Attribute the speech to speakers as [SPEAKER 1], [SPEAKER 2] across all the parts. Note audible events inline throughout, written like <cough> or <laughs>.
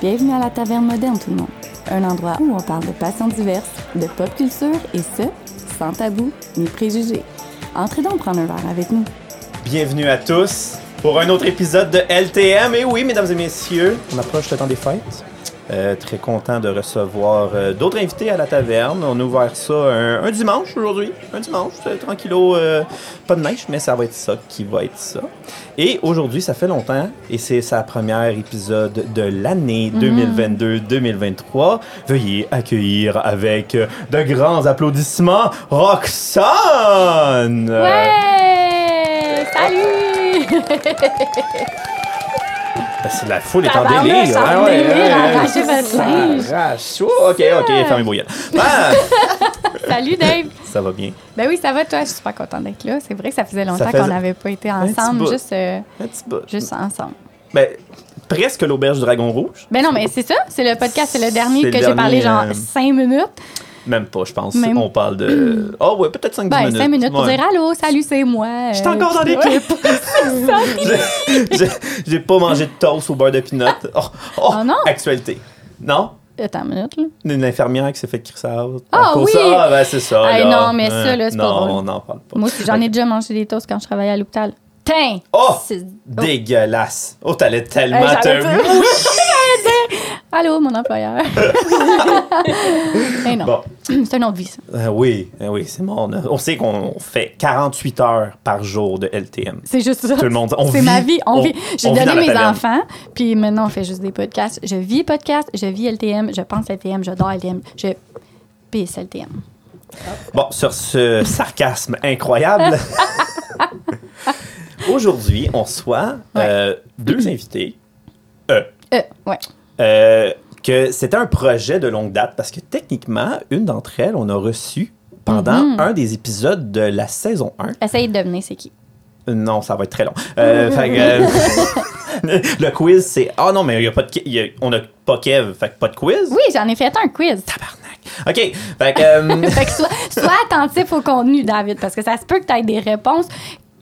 [SPEAKER 1] Bienvenue à la Taverne Moderne, tout le monde. Un endroit où on parle de passions diverses, de pop culture et ce, sans tabou ni préjugés. Entrez donc prendre un verre avec nous.
[SPEAKER 2] Bienvenue à tous pour un autre épisode de LTM. Et oui, mesdames et messieurs,
[SPEAKER 3] On approche le temps des fêtes.
[SPEAKER 2] euh, très content de recevoir euh, d'autres invités à la taverne. On a ouvert ça un, un dimanche aujourd'hui. Un dimanche, euh, tranquillo, euh, pas de neige, mais ça va être ça qui va être ça. Et aujourd'hui, ça fait longtemps et c'est sa première épisode de l'année
[SPEAKER 3] Mhm.
[SPEAKER 2] 2022-2023. Veuillez accueillir avec euh, de grands applaudissements Roxane!
[SPEAKER 1] Ouais! Salut!
[SPEAKER 2] Parce que la foule est en
[SPEAKER 1] Tabarnak,
[SPEAKER 2] délire.
[SPEAKER 1] ça
[SPEAKER 2] Ah
[SPEAKER 1] en
[SPEAKER 2] ouais,
[SPEAKER 1] délire,
[SPEAKER 2] ouais,
[SPEAKER 1] arrachez
[SPEAKER 2] ouais.
[SPEAKER 1] votre
[SPEAKER 2] Ça
[SPEAKER 1] linge.
[SPEAKER 2] arrache. Oh, ok, ok, fermez vos gueules. Ah,
[SPEAKER 1] Salut Dave!
[SPEAKER 2] <laughs> ça va bien.
[SPEAKER 1] Ben oui, ça va toi? Je suis super contente d'être là. C'est vrai que ça faisait longtemps
[SPEAKER 2] faisait-
[SPEAKER 1] qu'on n'avait pas été
[SPEAKER 2] petit
[SPEAKER 1] ensemble,
[SPEAKER 2] bout.
[SPEAKER 1] juste, euh,
[SPEAKER 2] Un petit peu.
[SPEAKER 1] juste ensemble.
[SPEAKER 2] Ben, presque l'auberge du Dragon Rouge.
[SPEAKER 1] Ben non, mais c'est ça, c'est le podcast, c'est le dernier
[SPEAKER 2] C'est le
[SPEAKER 1] que j'ai
[SPEAKER 2] dernier,
[SPEAKER 1] parlé genre
[SPEAKER 2] euh,
[SPEAKER 1] cinq minutes.
[SPEAKER 2] Même pas, je pense.
[SPEAKER 1] Même-
[SPEAKER 2] On parle de. Oh, ouais, peut-être 5
[SPEAKER 1] Ben,
[SPEAKER 2] minutes.
[SPEAKER 1] cinq minutes pour
[SPEAKER 2] Ouais.
[SPEAKER 1] dire allô, salut, c'est moi. Euh,
[SPEAKER 2] J'étais encore dans
[SPEAKER 1] puis-
[SPEAKER 2] l'équipe. <laughs> J'ai- j'ai- J'ai pas mangé de toast au beurre de pinot. Oh, oh,
[SPEAKER 1] Oh non.
[SPEAKER 2] Actualité. Non?
[SPEAKER 1] Attends une minute, là.
[SPEAKER 2] Une infirmière qui s'est fait crisser out.
[SPEAKER 1] Ah,
[SPEAKER 2] À cause-
[SPEAKER 1] oui!
[SPEAKER 2] Ah, ben, c'est ça.
[SPEAKER 1] Hey,
[SPEAKER 2] là.
[SPEAKER 1] non, mais ça, là, c'est pas
[SPEAKER 2] Non,
[SPEAKER 1] drôle.
[SPEAKER 2] on n'en parle pas.
[SPEAKER 1] Moi aussi, j'en ai déjà mangé des toasts quand je travaillais à l'hôpital. Tain!
[SPEAKER 2] Oh!
[SPEAKER 1] C'est-
[SPEAKER 2] Dégueulasse. Oh, t'allais
[SPEAKER 1] Euh,
[SPEAKER 2] tellement
[SPEAKER 1] j'allais
[SPEAKER 2] te
[SPEAKER 1] dire- J'allais dire, hein? Allô, mon
[SPEAKER 2] <laughs>
[SPEAKER 1] employeur. Mais non,
[SPEAKER 2] Bon.
[SPEAKER 1] c'est une autre vie, ça.
[SPEAKER 2] Euh, oui, euh, oui, c'est bon. On, a- on sait qu'on fait 48 heures par jour de LTM.
[SPEAKER 1] C'est juste ça.
[SPEAKER 2] Tout le monde, on
[SPEAKER 1] C'est
[SPEAKER 2] vit-
[SPEAKER 1] ma vie. On
[SPEAKER 2] on-
[SPEAKER 1] vit. J'ai
[SPEAKER 2] on vit
[SPEAKER 1] donné
[SPEAKER 2] dans la
[SPEAKER 1] mes
[SPEAKER 2] taverne.
[SPEAKER 1] enfants, puis maintenant, on fait juste des podcasts. Je vis podcast, je vis LTM, je pense LTM, je dors LTM, je pisse LTM.
[SPEAKER 2] Bon, sur ce sarcasme incroyable, aujourd'hui, on reçoit euh, deux invités. Euh,
[SPEAKER 1] Euh, ouais.
[SPEAKER 2] euh, que c'était un projet de longue date parce que techniquement, une d'entre elles, on a reçu pendant un des épisodes de la saison 1.
[SPEAKER 1] Essaye de deviner c'est qui.
[SPEAKER 2] Non, ça va être très long. Euh, fait que, euh, <laughs> le quiz, c'est. Ah non, mais il y a pas de. qui- il y a- on n'a pas Kev, fait que pas de quiz.
[SPEAKER 1] Oui, j'en ai fait un quiz.
[SPEAKER 2] Tabarnak. OK. Fait que, euh,
[SPEAKER 1] <laughs> Fait que sois, sois attentif au contenu, David, parce que ça se peut que tu aies des réponses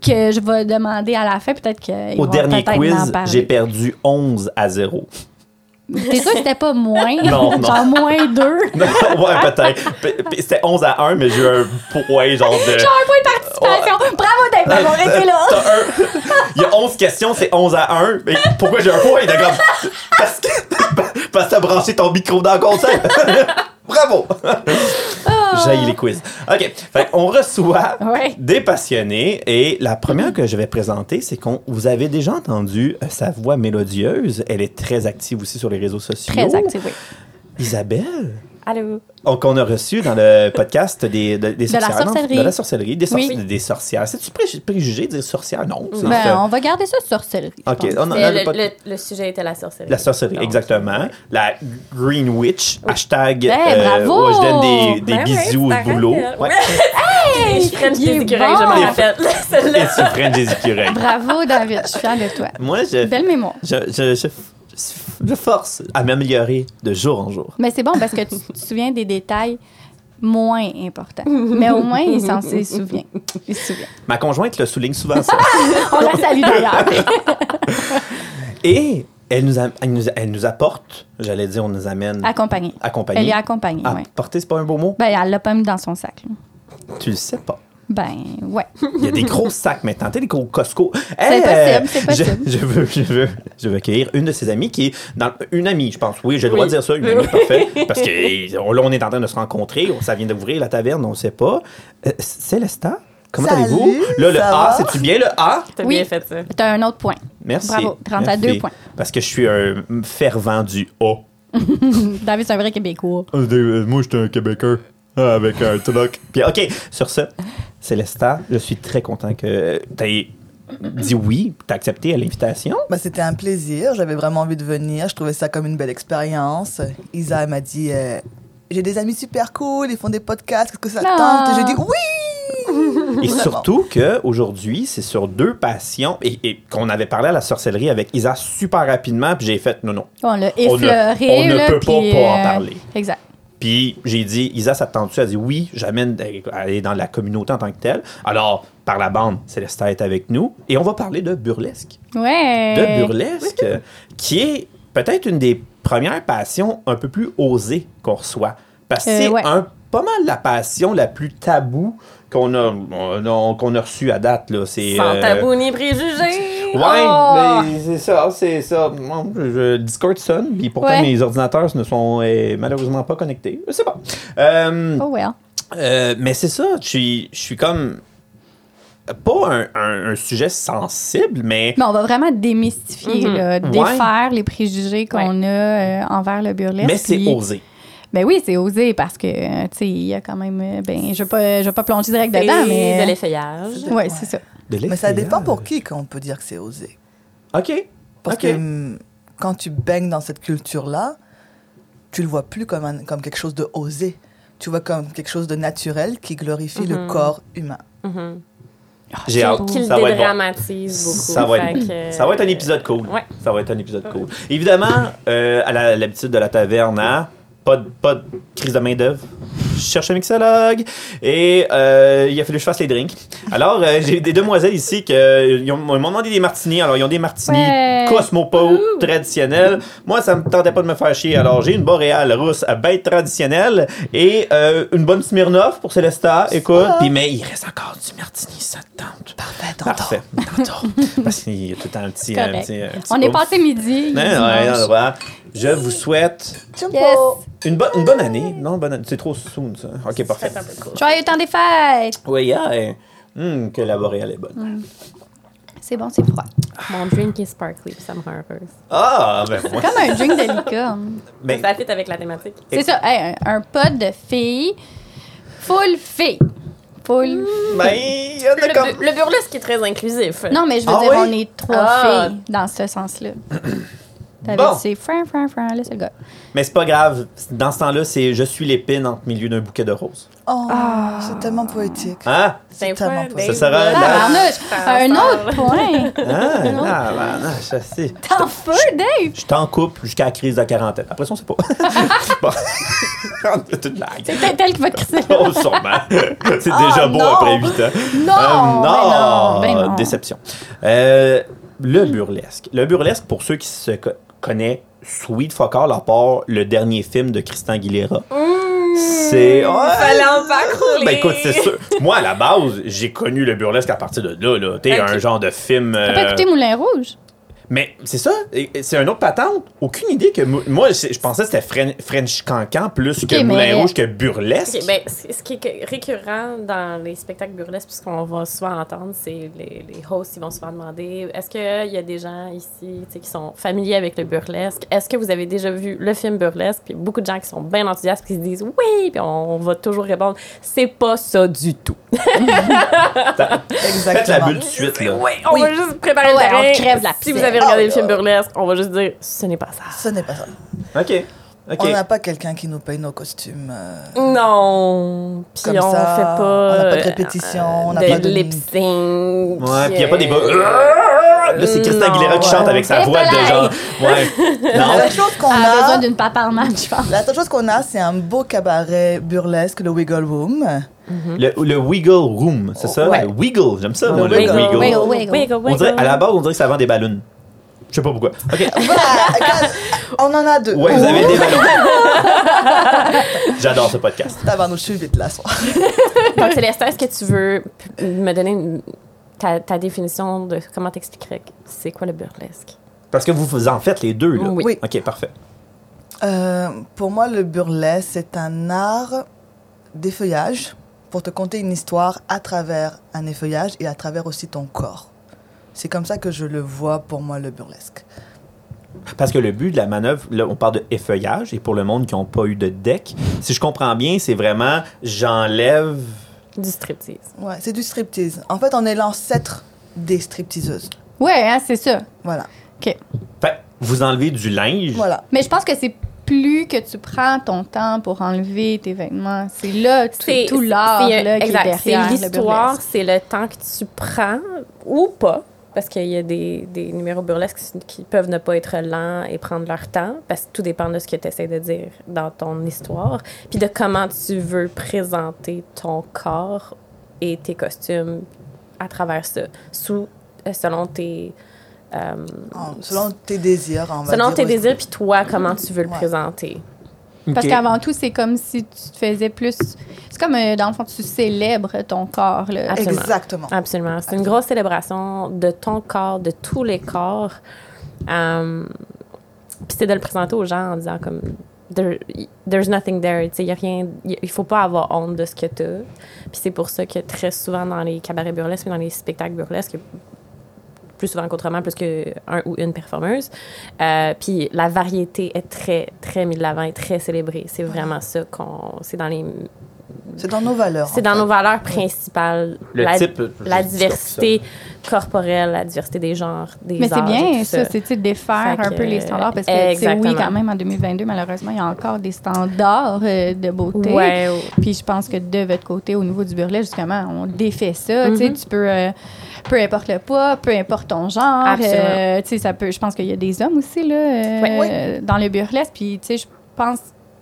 [SPEAKER 1] que je vais demander à la fin. Peut-être que. ils
[SPEAKER 2] au
[SPEAKER 1] vont
[SPEAKER 2] dernier
[SPEAKER 1] peut-être m'en
[SPEAKER 2] quiz,
[SPEAKER 1] parler.
[SPEAKER 2] j'ai perdu 11 à 0.
[SPEAKER 1] T'es sûr que c'était pas moins?
[SPEAKER 2] <laughs> Non, non.
[SPEAKER 1] Genre
[SPEAKER 2] <laughs>
[SPEAKER 1] moins deux.
[SPEAKER 2] <laughs> ouais, peut-être. P- p- C'était 11 à 1, mais j'ai eu un point genre
[SPEAKER 1] <laughs>
[SPEAKER 2] de.
[SPEAKER 1] Genre un point de participation. Bravo Dave
[SPEAKER 2] Euh,
[SPEAKER 1] d'avoir été là.
[SPEAKER 2] T'as un- Il y a 11 questions, c'est 11 à 1. Mais pourquoi j'ai un point? T'es comme- Parce que, parce que t'as branché ton micro dans le console. <laughs> Bravo!
[SPEAKER 1] Ah.
[SPEAKER 2] J'ai les quiz. OK. Fait on reçoit
[SPEAKER 1] Ouais.
[SPEAKER 2] des passionnés et la première que je vais présenter, c'est qu'on vous avez déjà entendu euh, sa voix mélodieuse. Elle est très active aussi sur les réseaux sociaux.
[SPEAKER 1] Très actif, oui.
[SPEAKER 2] Isabelle,
[SPEAKER 4] Allô?
[SPEAKER 2] on- Oh, qu'on a reçu dans le podcast des, de, des
[SPEAKER 1] De la
[SPEAKER 2] sorcières. non?
[SPEAKER 1] sorcellerie.
[SPEAKER 2] De la sorcellerie, des, sorci-
[SPEAKER 1] Oui.
[SPEAKER 2] des sorcières. C'est-tu pré- préjugé de dire sorcière? Non. c'est
[SPEAKER 1] Ben,
[SPEAKER 2] ça.
[SPEAKER 1] on va garder ça sorcellerie. je
[SPEAKER 2] OK,
[SPEAKER 1] pense.
[SPEAKER 2] on en
[SPEAKER 4] Mais
[SPEAKER 2] a
[SPEAKER 4] le,
[SPEAKER 2] pas-
[SPEAKER 4] le- le sujet était la sorcellerie.
[SPEAKER 2] La sorcellerie,
[SPEAKER 4] Donc,
[SPEAKER 2] exactement. La Green Witch, hashtag. euh,
[SPEAKER 1] Hey, Ben, bravo!
[SPEAKER 2] ouais, je donne des, des
[SPEAKER 4] Ben
[SPEAKER 2] bisous
[SPEAKER 4] ouais,
[SPEAKER 2] au boulot.
[SPEAKER 4] c'est
[SPEAKER 1] euh,
[SPEAKER 2] Ouais.
[SPEAKER 4] Hey, je freine
[SPEAKER 1] il est
[SPEAKER 4] des écureuils,
[SPEAKER 1] bon.
[SPEAKER 4] je m'en rappelle. <laughs>
[SPEAKER 2] Et
[SPEAKER 4] Celle-là.
[SPEAKER 2] tu freines des écureuils.
[SPEAKER 1] Bravo David, je suis fière de toi.
[SPEAKER 2] Moi, je,
[SPEAKER 1] Belle mémoire.
[SPEAKER 2] je, je, je, je force à m'améliorer de jour en jour.
[SPEAKER 1] Mais c'est bon parce que tu te souviens des détails moins importants. Mais au moins, il est censé se souvient. Il se souvient.
[SPEAKER 2] Ma conjointe le souligne souvent
[SPEAKER 1] <laughs>
[SPEAKER 2] ça.
[SPEAKER 1] On la salue d'ailleurs.
[SPEAKER 2] Et elle nous, a- elle nous, elle nous apporte, j'allais dire, on nous amène.
[SPEAKER 1] Accompagnée.
[SPEAKER 2] Accompagnée. Ah.
[SPEAKER 1] Elle est accompagnée, oui.
[SPEAKER 2] Apporter, c'est pas un beau mot?
[SPEAKER 1] Ben, elle l'a pas mis dans son sac. là.
[SPEAKER 2] Tu le sais pas.
[SPEAKER 1] Ben, ouais.
[SPEAKER 2] Il
[SPEAKER 1] <laughs>
[SPEAKER 2] y a des gros sacs maintenant, tu sais, des gros Costco.
[SPEAKER 1] C'est
[SPEAKER 2] Hey, euh,
[SPEAKER 1] possible, c'est
[SPEAKER 2] je-
[SPEAKER 1] possible.
[SPEAKER 2] Je, veux, je veux, je veux accueillir une de ses amies qui est dans une amie, je pense. Oui, j'ai le droit
[SPEAKER 4] Oui.
[SPEAKER 2] de dire ça, une
[SPEAKER 4] Oui,
[SPEAKER 2] amie,
[SPEAKER 4] oui.
[SPEAKER 2] parfait. Parce que eh,
[SPEAKER 1] <laughs>
[SPEAKER 2] on- là, on est en train de se rencontrer, on- ça vient d'ouvrir la taverne, on ne sait pas. Euh, Célestin, comment
[SPEAKER 5] Salut,
[SPEAKER 2] allez-vous? Là, le
[SPEAKER 5] ça
[SPEAKER 2] A,
[SPEAKER 5] va?
[SPEAKER 2] c'est-tu bien le A?
[SPEAKER 4] T'as
[SPEAKER 1] Oui.
[SPEAKER 4] bien fait ça.
[SPEAKER 1] T'as un autre point.
[SPEAKER 2] Merci.
[SPEAKER 1] Bravo, 30 à
[SPEAKER 2] Merci.
[SPEAKER 1] deux points.
[SPEAKER 2] Parce que je suis un fervent du A.
[SPEAKER 1] David, c'est un vrai Québécois.
[SPEAKER 2] Euh, Moi, j'étais un Québécois euh, avec <laughs> un truc. Puis, OK, sur ce, Célestin, je suis très content que tu dit oui, tu as accepté à l'invitation.
[SPEAKER 5] Bah, c'était un plaisir, j'avais vraiment envie de venir, je trouvais ça comme une belle expérience. Isa elle m'a dit euh, J'ai des amis super cool, ils font des podcasts, qu'est-ce que ça te
[SPEAKER 1] Ah.
[SPEAKER 5] tente J'ai dit Oui
[SPEAKER 2] Et
[SPEAKER 5] Vraiment.
[SPEAKER 2] surtout qu'aujourd'hui, c'est sur deux passions et, et qu'on avait parlé à la sorcellerie avec Isa super rapidement, puis j'ai fait non, non.
[SPEAKER 1] On l'a
[SPEAKER 2] On ne-
[SPEAKER 1] effleuré.
[SPEAKER 2] on ne
[SPEAKER 1] là,
[SPEAKER 2] peut pas
[SPEAKER 1] puis,
[SPEAKER 2] pas en
[SPEAKER 1] euh,
[SPEAKER 2] parler.
[SPEAKER 1] Exact.
[SPEAKER 2] Puis j'ai dit, Isa, ça te tente-tu? Elle a dit oui, j'amène aller dans la communauté en tant que telle. Alors, par la bande, Célestin est avec nous et on va parler de burlesque.
[SPEAKER 6] Euh,
[SPEAKER 1] Ouais.
[SPEAKER 2] de burlesque, qui est peut-être une des premières passions un peu plus osées qu'on reçoit. Parce que
[SPEAKER 6] Euh,
[SPEAKER 2] c'est
[SPEAKER 6] ouais.
[SPEAKER 2] un pas mal la passion la plus taboue qu'on a, on a- qu'on a reçue à date. Là. C'est,
[SPEAKER 4] Sans
[SPEAKER 2] euh,
[SPEAKER 4] tabou ni préjugés.
[SPEAKER 2] Ouais,
[SPEAKER 4] Oh!
[SPEAKER 2] mais c'est ça, c'est ça. Mon, je- je- Discord sonne, puis pourtant
[SPEAKER 6] Ouais.
[SPEAKER 2] mes ordinateurs ne sont euh, malheureusement pas connectés. C'est bon. Euh,
[SPEAKER 6] Oh well.
[SPEAKER 2] euh, mais c'est ça, je suis je suis comme. Pas un, un- un sujet sensible, mais.
[SPEAKER 6] Mais on va vraiment démystifier,
[SPEAKER 4] Mhm.
[SPEAKER 6] là, défaire les préjugés qu'on a euh, envers le burlesque.
[SPEAKER 2] Mais c'est
[SPEAKER 6] puis-
[SPEAKER 2] osé.
[SPEAKER 6] Ben oui, c'est osé parce que, euh, tu sais, il y a quand même. euh, Ben, je ne vais, pas plonger direct
[SPEAKER 4] C'est
[SPEAKER 6] dedans, mais.
[SPEAKER 4] de l'effeuillage.
[SPEAKER 6] Oui, ouais. c'est ça.
[SPEAKER 5] Mais ça dépend pour qui qu'on peut dire que c'est osé.
[SPEAKER 2] OK.
[SPEAKER 5] Parce
[SPEAKER 2] Ok.
[SPEAKER 5] que hum, quand tu baignes dans cette culture-là, tu le vois plus comme, un- comme quelque chose de osé. Tu vois comme quelque chose de naturel qui glorifie le corps humain.
[SPEAKER 4] Mhm.
[SPEAKER 2] J'ai hâte.
[SPEAKER 4] Qu'il
[SPEAKER 2] Ça va être bon.
[SPEAKER 4] dédramatise beaucoup.
[SPEAKER 2] Ça va,
[SPEAKER 4] fait
[SPEAKER 2] être,
[SPEAKER 4] que- euh,
[SPEAKER 2] ça va être un épisode cool.
[SPEAKER 4] Ouais.
[SPEAKER 2] Ça va être un épisode cool. Évidemment, euh, à la- l'habitude de la taverne, hein, pas, de, pas de crise de main-d'œuvre. Je cherche un mixologue. Et euh, il a fallu que je fasse les drinks. Alors, euh, j'ai des demoiselles ici euh, qui m'ont demandé des martinis. Alors, ils ont des martinis
[SPEAKER 6] Ouais.
[SPEAKER 2] cosmopolites, traditionnels. Moi, ça me tentait pas de me faire chier. Alors, j'ai une boréale rousse à bête traditionnelle et euh, une bonne Smirnoff pour Célesta. Écoute.
[SPEAKER 4] Oh.
[SPEAKER 2] Puis, mais il reste encore du martini, ça te tente.
[SPEAKER 5] Parfait, tonton.
[SPEAKER 6] <laughs>
[SPEAKER 2] Parfait. Tantôt. Parce qu'il y a tout le temps un petit.
[SPEAKER 6] Correct.
[SPEAKER 2] un petit- un petit
[SPEAKER 6] On est
[SPEAKER 2] ouf.
[SPEAKER 6] passé midi. il est
[SPEAKER 2] Ouais, ouais,
[SPEAKER 6] dimanche.
[SPEAKER 2] ouais, ouais. Je vous souhaite
[SPEAKER 5] Jumbo.
[SPEAKER 6] Yes.
[SPEAKER 2] une, bonne une bonne année. Non, bonne année. C'est trop soon, ça. Ok, parfait.
[SPEAKER 4] C'est un peu cool.
[SPEAKER 6] Joyeux temps des fêtes!
[SPEAKER 2] Oui, yeah, eh. Hum, que la boréale est bonne.
[SPEAKER 6] C'est bon, c'est froid.
[SPEAKER 4] Mon drink est sparkly, puis ça me rend heureuse.
[SPEAKER 2] Ah, ben moi.
[SPEAKER 6] Comme un drink de licorne.
[SPEAKER 2] Ben,
[SPEAKER 4] Ça fit avec la thématique.
[SPEAKER 6] C'est ça, hey, un, un pod de filles. Full filles. Full.
[SPEAKER 2] ben, il y en a
[SPEAKER 4] Le,
[SPEAKER 2] comme.
[SPEAKER 4] bu- le burlesque est très inclusif.
[SPEAKER 6] Non, mais je veux
[SPEAKER 2] Ah
[SPEAKER 6] dire,
[SPEAKER 2] oui?
[SPEAKER 6] on est trois
[SPEAKER 4] Ah.
[SPEAKER 6] filles dans ce sens-là. T'avais
[SPEAKER 2] Bon.
[SPEAKER 6] dit, c'est fran, fran, fran, là, c'est le gars.
[SPEAKER 2] Mais c'est pas grave. Dans ce temps-là, c'est je suis l'épine entre milieu d'un bouquet de roses.
[SPEAKER 5] Oh, c'est tellement poétique.
[SPEAKER 2] Hein?
[SPEAKER 4] c'est
[SPEAKER 5] tellement
[SPEAKER 4] pas
[SPEAKER 5] pas-
[SPEAKER 2] Ça sera
[SPEAKER 6] Ah,
[SPEAKER 2] la-
[SPEAKER 6] Arnaud, un autre <laughs> point.
[SPEAKER 2] Hein? Non, non, non, je sais.
[SPEAKER 6] T'en feu, Dave!
[SPEAKER 2] Je t'en coupe jusqu'à la crise de la quarantaine. Après ça, on sait pas. <laughs> bon. C'est une blague.
[SPEAKER 6] C'est peut-être elle qui va te crisser.
[SPEAKER 2] <laughs> Oh, sûrement. C'est déjà beau
[SPEAKER 5] non.
[SPEAKER 2] après 8 ans.
[SPEAKER 6] Ah Non! ben non,
[SPEAKER 2] Euh,
[SPEAKER 6] ben non.
[SPEAKER 2] Déception. Euh, le burlesque. Le burlesque, pour ceux qui se co- connaissent Sweet Fuck All, à part le dernier film de Christian Aguilera.
[SPEAKER 6] Mmh.
[SPEAKER 2] C'est. Ouais.
[SPEAKER 4] Fallait en pas crouler.
[SPEAKER 2] Ben écoute, c'est sûr. Moi, à la base, j'ai connu le burlesque à partir de là. là. T'es
[SPEAKER 4] Ok.
[SPEAKER 2] un genre de film.
[SPEAKER 6] Ben, T'as pas
[SPEAKER 2] euh,
[SPEAKER 6] écouté Moulin Rouge?
[SPEAKER 2] mais c'est ça, et- et c'est un autre patente. Aucune idée que. mou- Moi, c'est- je pensais que c'était Fren- French Cancan plus que
[SPEAKER 6] mais-
[SPEAKER 2] Moulin Rouge que burlesque.
[SPEAKER 4] Ok, ben, c- ce qui est que- récurrent dans les spectacles burlesques, puisqu'on va souvent entendre, c'est les, les hosts, ils vont souvent demander est-ce qu'il y a des gens ici tu sais, qui sont familiers avec le burlesque Est-ce que vous avez déjà vu le film burlesque Puis beaucoup de gens qui sont bien enthousiastes, qui se disent oui, puis on, va toujours répondre c'est pas ça du tout.
[SPEAKER 5] Exactement.
[SPEAKER 2] Faites la bulle tout de suite, là.
[SPEAKER 4] Oui, on
[SPEAKER 5] Oui.
[SPEAKER 4] va juste préparer
[SPEAKER 6] Ouais,
[SPEAKER 4] le terrain.
[SPEAKER 6] on crève la
[SPEAKER 4] Si vous
[SPEAKER 6] piscine.
[SPEAKER 4] avez regardé
[SPEAKER 5] Oh
[SPEAKER 4] le film
[SPEAKER 5] là.
[SPEAKER 4] burlesque, on va juste dire ce n'est pas ça.
[SPEAKER 5] Ce n'est pas ça.
[SPEAKER 2] OK. OK.
[SPEAKER 5] On n'a pas quelqu'un qui nous paye nos costumes. euh,
[SPEAKER 4] Non,
[SPEAKER 5] Comme
[SPEAKER 4] puis on
[SPEAKER 5] ça,
[SPEAKER 4] fait pas.
[SPEAKER 5] on n'a pas de
[SPEAKER 4] euh,
[SPEAKER 5] répétition, on n'a
[SPEAKER 4] de
[SPEAKER 5] pas de-
[SPEAKER 4] lip sync.
[SPEAKER 2] Ouais, puis il n'y a pas des
[SPEAKER 4] euh,
[SPEAKER 2] bas. Là, c'est Christian
[SPEAKER 4] Non,
[SPEAKER 2] Aguilera qui
[SPEAKER 4] ouais.
[SPEAKER 2] chante avec sa
[SPEAKER 6] Mais
[SPEAKER 2] voix
[SPEAKER 6] pas
[SPEAKER 2] de genre. Ouais.
[SPEAKER 5] <laughs>
[SPEAKER 2] Non.
[SPEAKER 5] La chose
[SPEAKER 4] Ah,
[SPEAKER 5] qu'on
[SPEAKER 6] Elle a besoin
[SPEAKER 5] a,
[SPEAKER 6] d'une papa en main, je pense.
[SPEAKER 5] la seule chose qu'on a, c'est un beau cabaret burlesque, le Wiggle Room.
[SPEAKER 2] Le, le Wiggle Room, c'est ça?
[SPEAKER 5] Ouais.
[SPEAKER 2] Le Wiggle, j'aime ça, moi, le
[SPEAKER 5] wiggle.
[SPEAKER 2] Wiggle.
[SPEAKER 6] Wiggle.
[SPEAKER 2] On dirait, à la base, on dirait que ça vend des ballons. Je sais pas pourquoi. OK.
[SPEAKER 5] Voilà, regarde, on en a deux.
[SPEAKER 2] Ouais, vous avez des ballons. J'adore ce podcast.
[SPEAKER 5] Tabarnouche, je suis vite là, soir.
[SPEAKER 4] Donc, Célestin, est-ce que tu veux p- me donner une- ta, ta définition de comment t'expliquerais que- c'est quoi le burlesque?
[SPEAKER 2] Parce que vous vous en faites les deux, là.
[SPEAKER 4] Oui.
[SPEAKER 5] Oui.
[SPEAKER 2] OK, parfait.
[SPEAKER 5] Euh, pour moi, le burlesque, c'est un art d'effeuillage pour te conter une histoire à travers un effeuillage et à travers aussi ton corps. C'est comme ça que je le vois pour moi, le burlesque.
[SPEAKER 2] Parce que le but de la manœuvre, là, on parle de effeuillage, et pour le monde qui n'a pas eu de deck, si je comprends bien, c'est vraiment j'enlève.
[SPEAKER 4] Du striptease.
[SPEAKER 5] Ouais, c'est du striptease. En fait, on est l'ancêtre des stripteaseuses.
[SPEAKER 6] Ouais, hein, c'est ça.
[SPEAKER 5] Voilà.
[SPEAKER 6] OK.
[SPEAKER 2] Fait, vous enlevez du linge.
[SPEAKER 5] Voilà.
[SPEAKER 6] Mais je pense que c'est plus que tu prends ton temps pour enlever tes vêtements. C'est euh, là tout, tout l'art
[SPEAKER 4] c'est- euh,
[SPEAKER 6] là, qui est
[SPEAKER 4] exact,
[SPEAKER 6] derrière
[SPEAKER 4] C'est
[SPEAKER 6] le
[SPEAKER 4] l'histoire,
[SPEAKER 6] burlesque.
[SPEAKER 4] c'est le temps que tu prends ou pas. Parce qu'il y a des, des numéros burlesques qui peuvent ne pas être lents et prendre leur temps, parce que tout dépend de ce que tu essaies de dire dans ton histoire, puis de comment tu veux présenter ton corps et tes costumes à travers ça, sous, euh, selon tes, euh,
[SPEAKER 5] En- Ah, selon tes désirs, on va
[SPEAKER 4] selon
[SPEAKER 5] dire,
[SPEAKER 4] tes
[SPEAKER 5] oui.
[SPEAKER 4] désirs, puis toi, comment tu veux le
[SPEAKER 5] Ouais.
[SPEAKER 4] présenter.
[SPEAKER 1] Parce
[SPEAKER 2] Ok.
[SPEAKER 1] qu'avant tout, c'est comme si tu te faisais plus. C'est comme, euh, dans le fond, tu célèbres ton corps. Là.
[SPEAKER 4] Absolument. Ah.
[SPEAKER 5] Exactement.
[SPEAKER 4] Absolument. C'est une grosse célébration de ton corps, de tous les corps. Euh, Puis c'est de le présenter aux gens en disant comme There- there's nothing there, tu sais, y a rien, y- il faut pas avoir honte de ce que tu as. Puis c'est pour ça que très souvent dans les cabarets burlesques, mais dans les spectacles burlesques, plus souvent qu'autrement, plus qu'un ou une performeuse. Euh, puis la variété est très, très mise de l'avant et très célébrée. C'est vraiment ça qu'on. C'est dans les.
[SPEAKER 5] C'est dans nos valeurs.
[SPEAKER 4] C'est
[SPEAKER 5] en
[SPEAKER 4] dans
[SPEAKER 5] fait.
[SPEAKER 4] nos valeurs principales.
[SPEAKER 2] Le
[SPEAKER 4] La-
[SPEAKER 2] type. je
[SPEAKER 4] la
[SPEAKER 2] dis ça,
[SPEAKER 4] diversité corporelle, la diversité des genres, des
[SPEAKER 1] Mais c'est
[SPEAKER 4] âges et
[SPEAKER 1] bien,
[SPEAKER 4] tout
[SPEAKER 1] ça, c'est tu sais, de défaire
[SPEAKER 4] Fait
[SPEAKER 1] un peu
[SPEAKER 4] que,
[SPEAKER 1] les standards. Parce que, tu sais, oui,
[SPEAKER 4] exactement.
[SPEAKER 1] quand même, en 2022, malheureusement, il y a encore des standards euh, de beauté.
[SPEAKER 4] Ouais, ouais.
[SPEAKER 1] Puis je pense que de votre côté, au niveau du burlet, justement, on défait ça. Tu sais,
[SPEAKER 4] Mm-hmm.
[SPEAKER 1] Tu peux, euh, peu importe le poids, peu importe ton genre.
[SPEAKER 4] Absolument.
[SPEAKER 1] euh, tu sais, ça peut, je pense qu'il y a des hommes aussi là, euh,
[SPEAKER 4] Ouais.
[SPEAKER 1] dans le burlesque. Puis tu sais, je pense,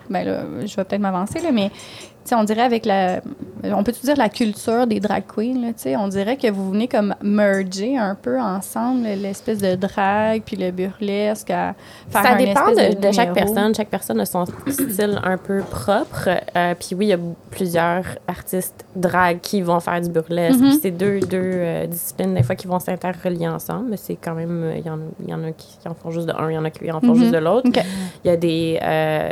[SPEAKER 1] ben là, je vais peut-être m'avancer là, mais tu sais, on dirait avec la, on peut dire la culture des drag queens là, tu sais, on dirait que vous venez comme merger un peu ensemble l'espèce de drag puis le burlesque à faire
[SPEAKER 4] ça
[SPEAKER 1] un
[SPEAKER 4] dépend
[SPEAKER 1] espèce
[SPEAKER 4] de, de chaque
[SPEAKER 1] numéro.
[SPEAKER 4] personne. Chaque personne a son style un peu propre. Euh, puis oui, il y a plusieurs artistes drag qui vont faire du burlesque.
[SPEAKER 1] Mhm.
[SPEAKER 4] Puis c'est deux, deux euh, disciplines, des fois, qui vont s'interrelier ensemble. Mais c'est quand même... euh, Il y en- il y, en a qui, qui en font juste de un, il y en a qui en font
[SPEAKER 1] Mhm.
[SPEAKER 4] juste de l'autre.
[SPEAKER 1] Ok.
[SPEAKER 4] Il y a des... euh,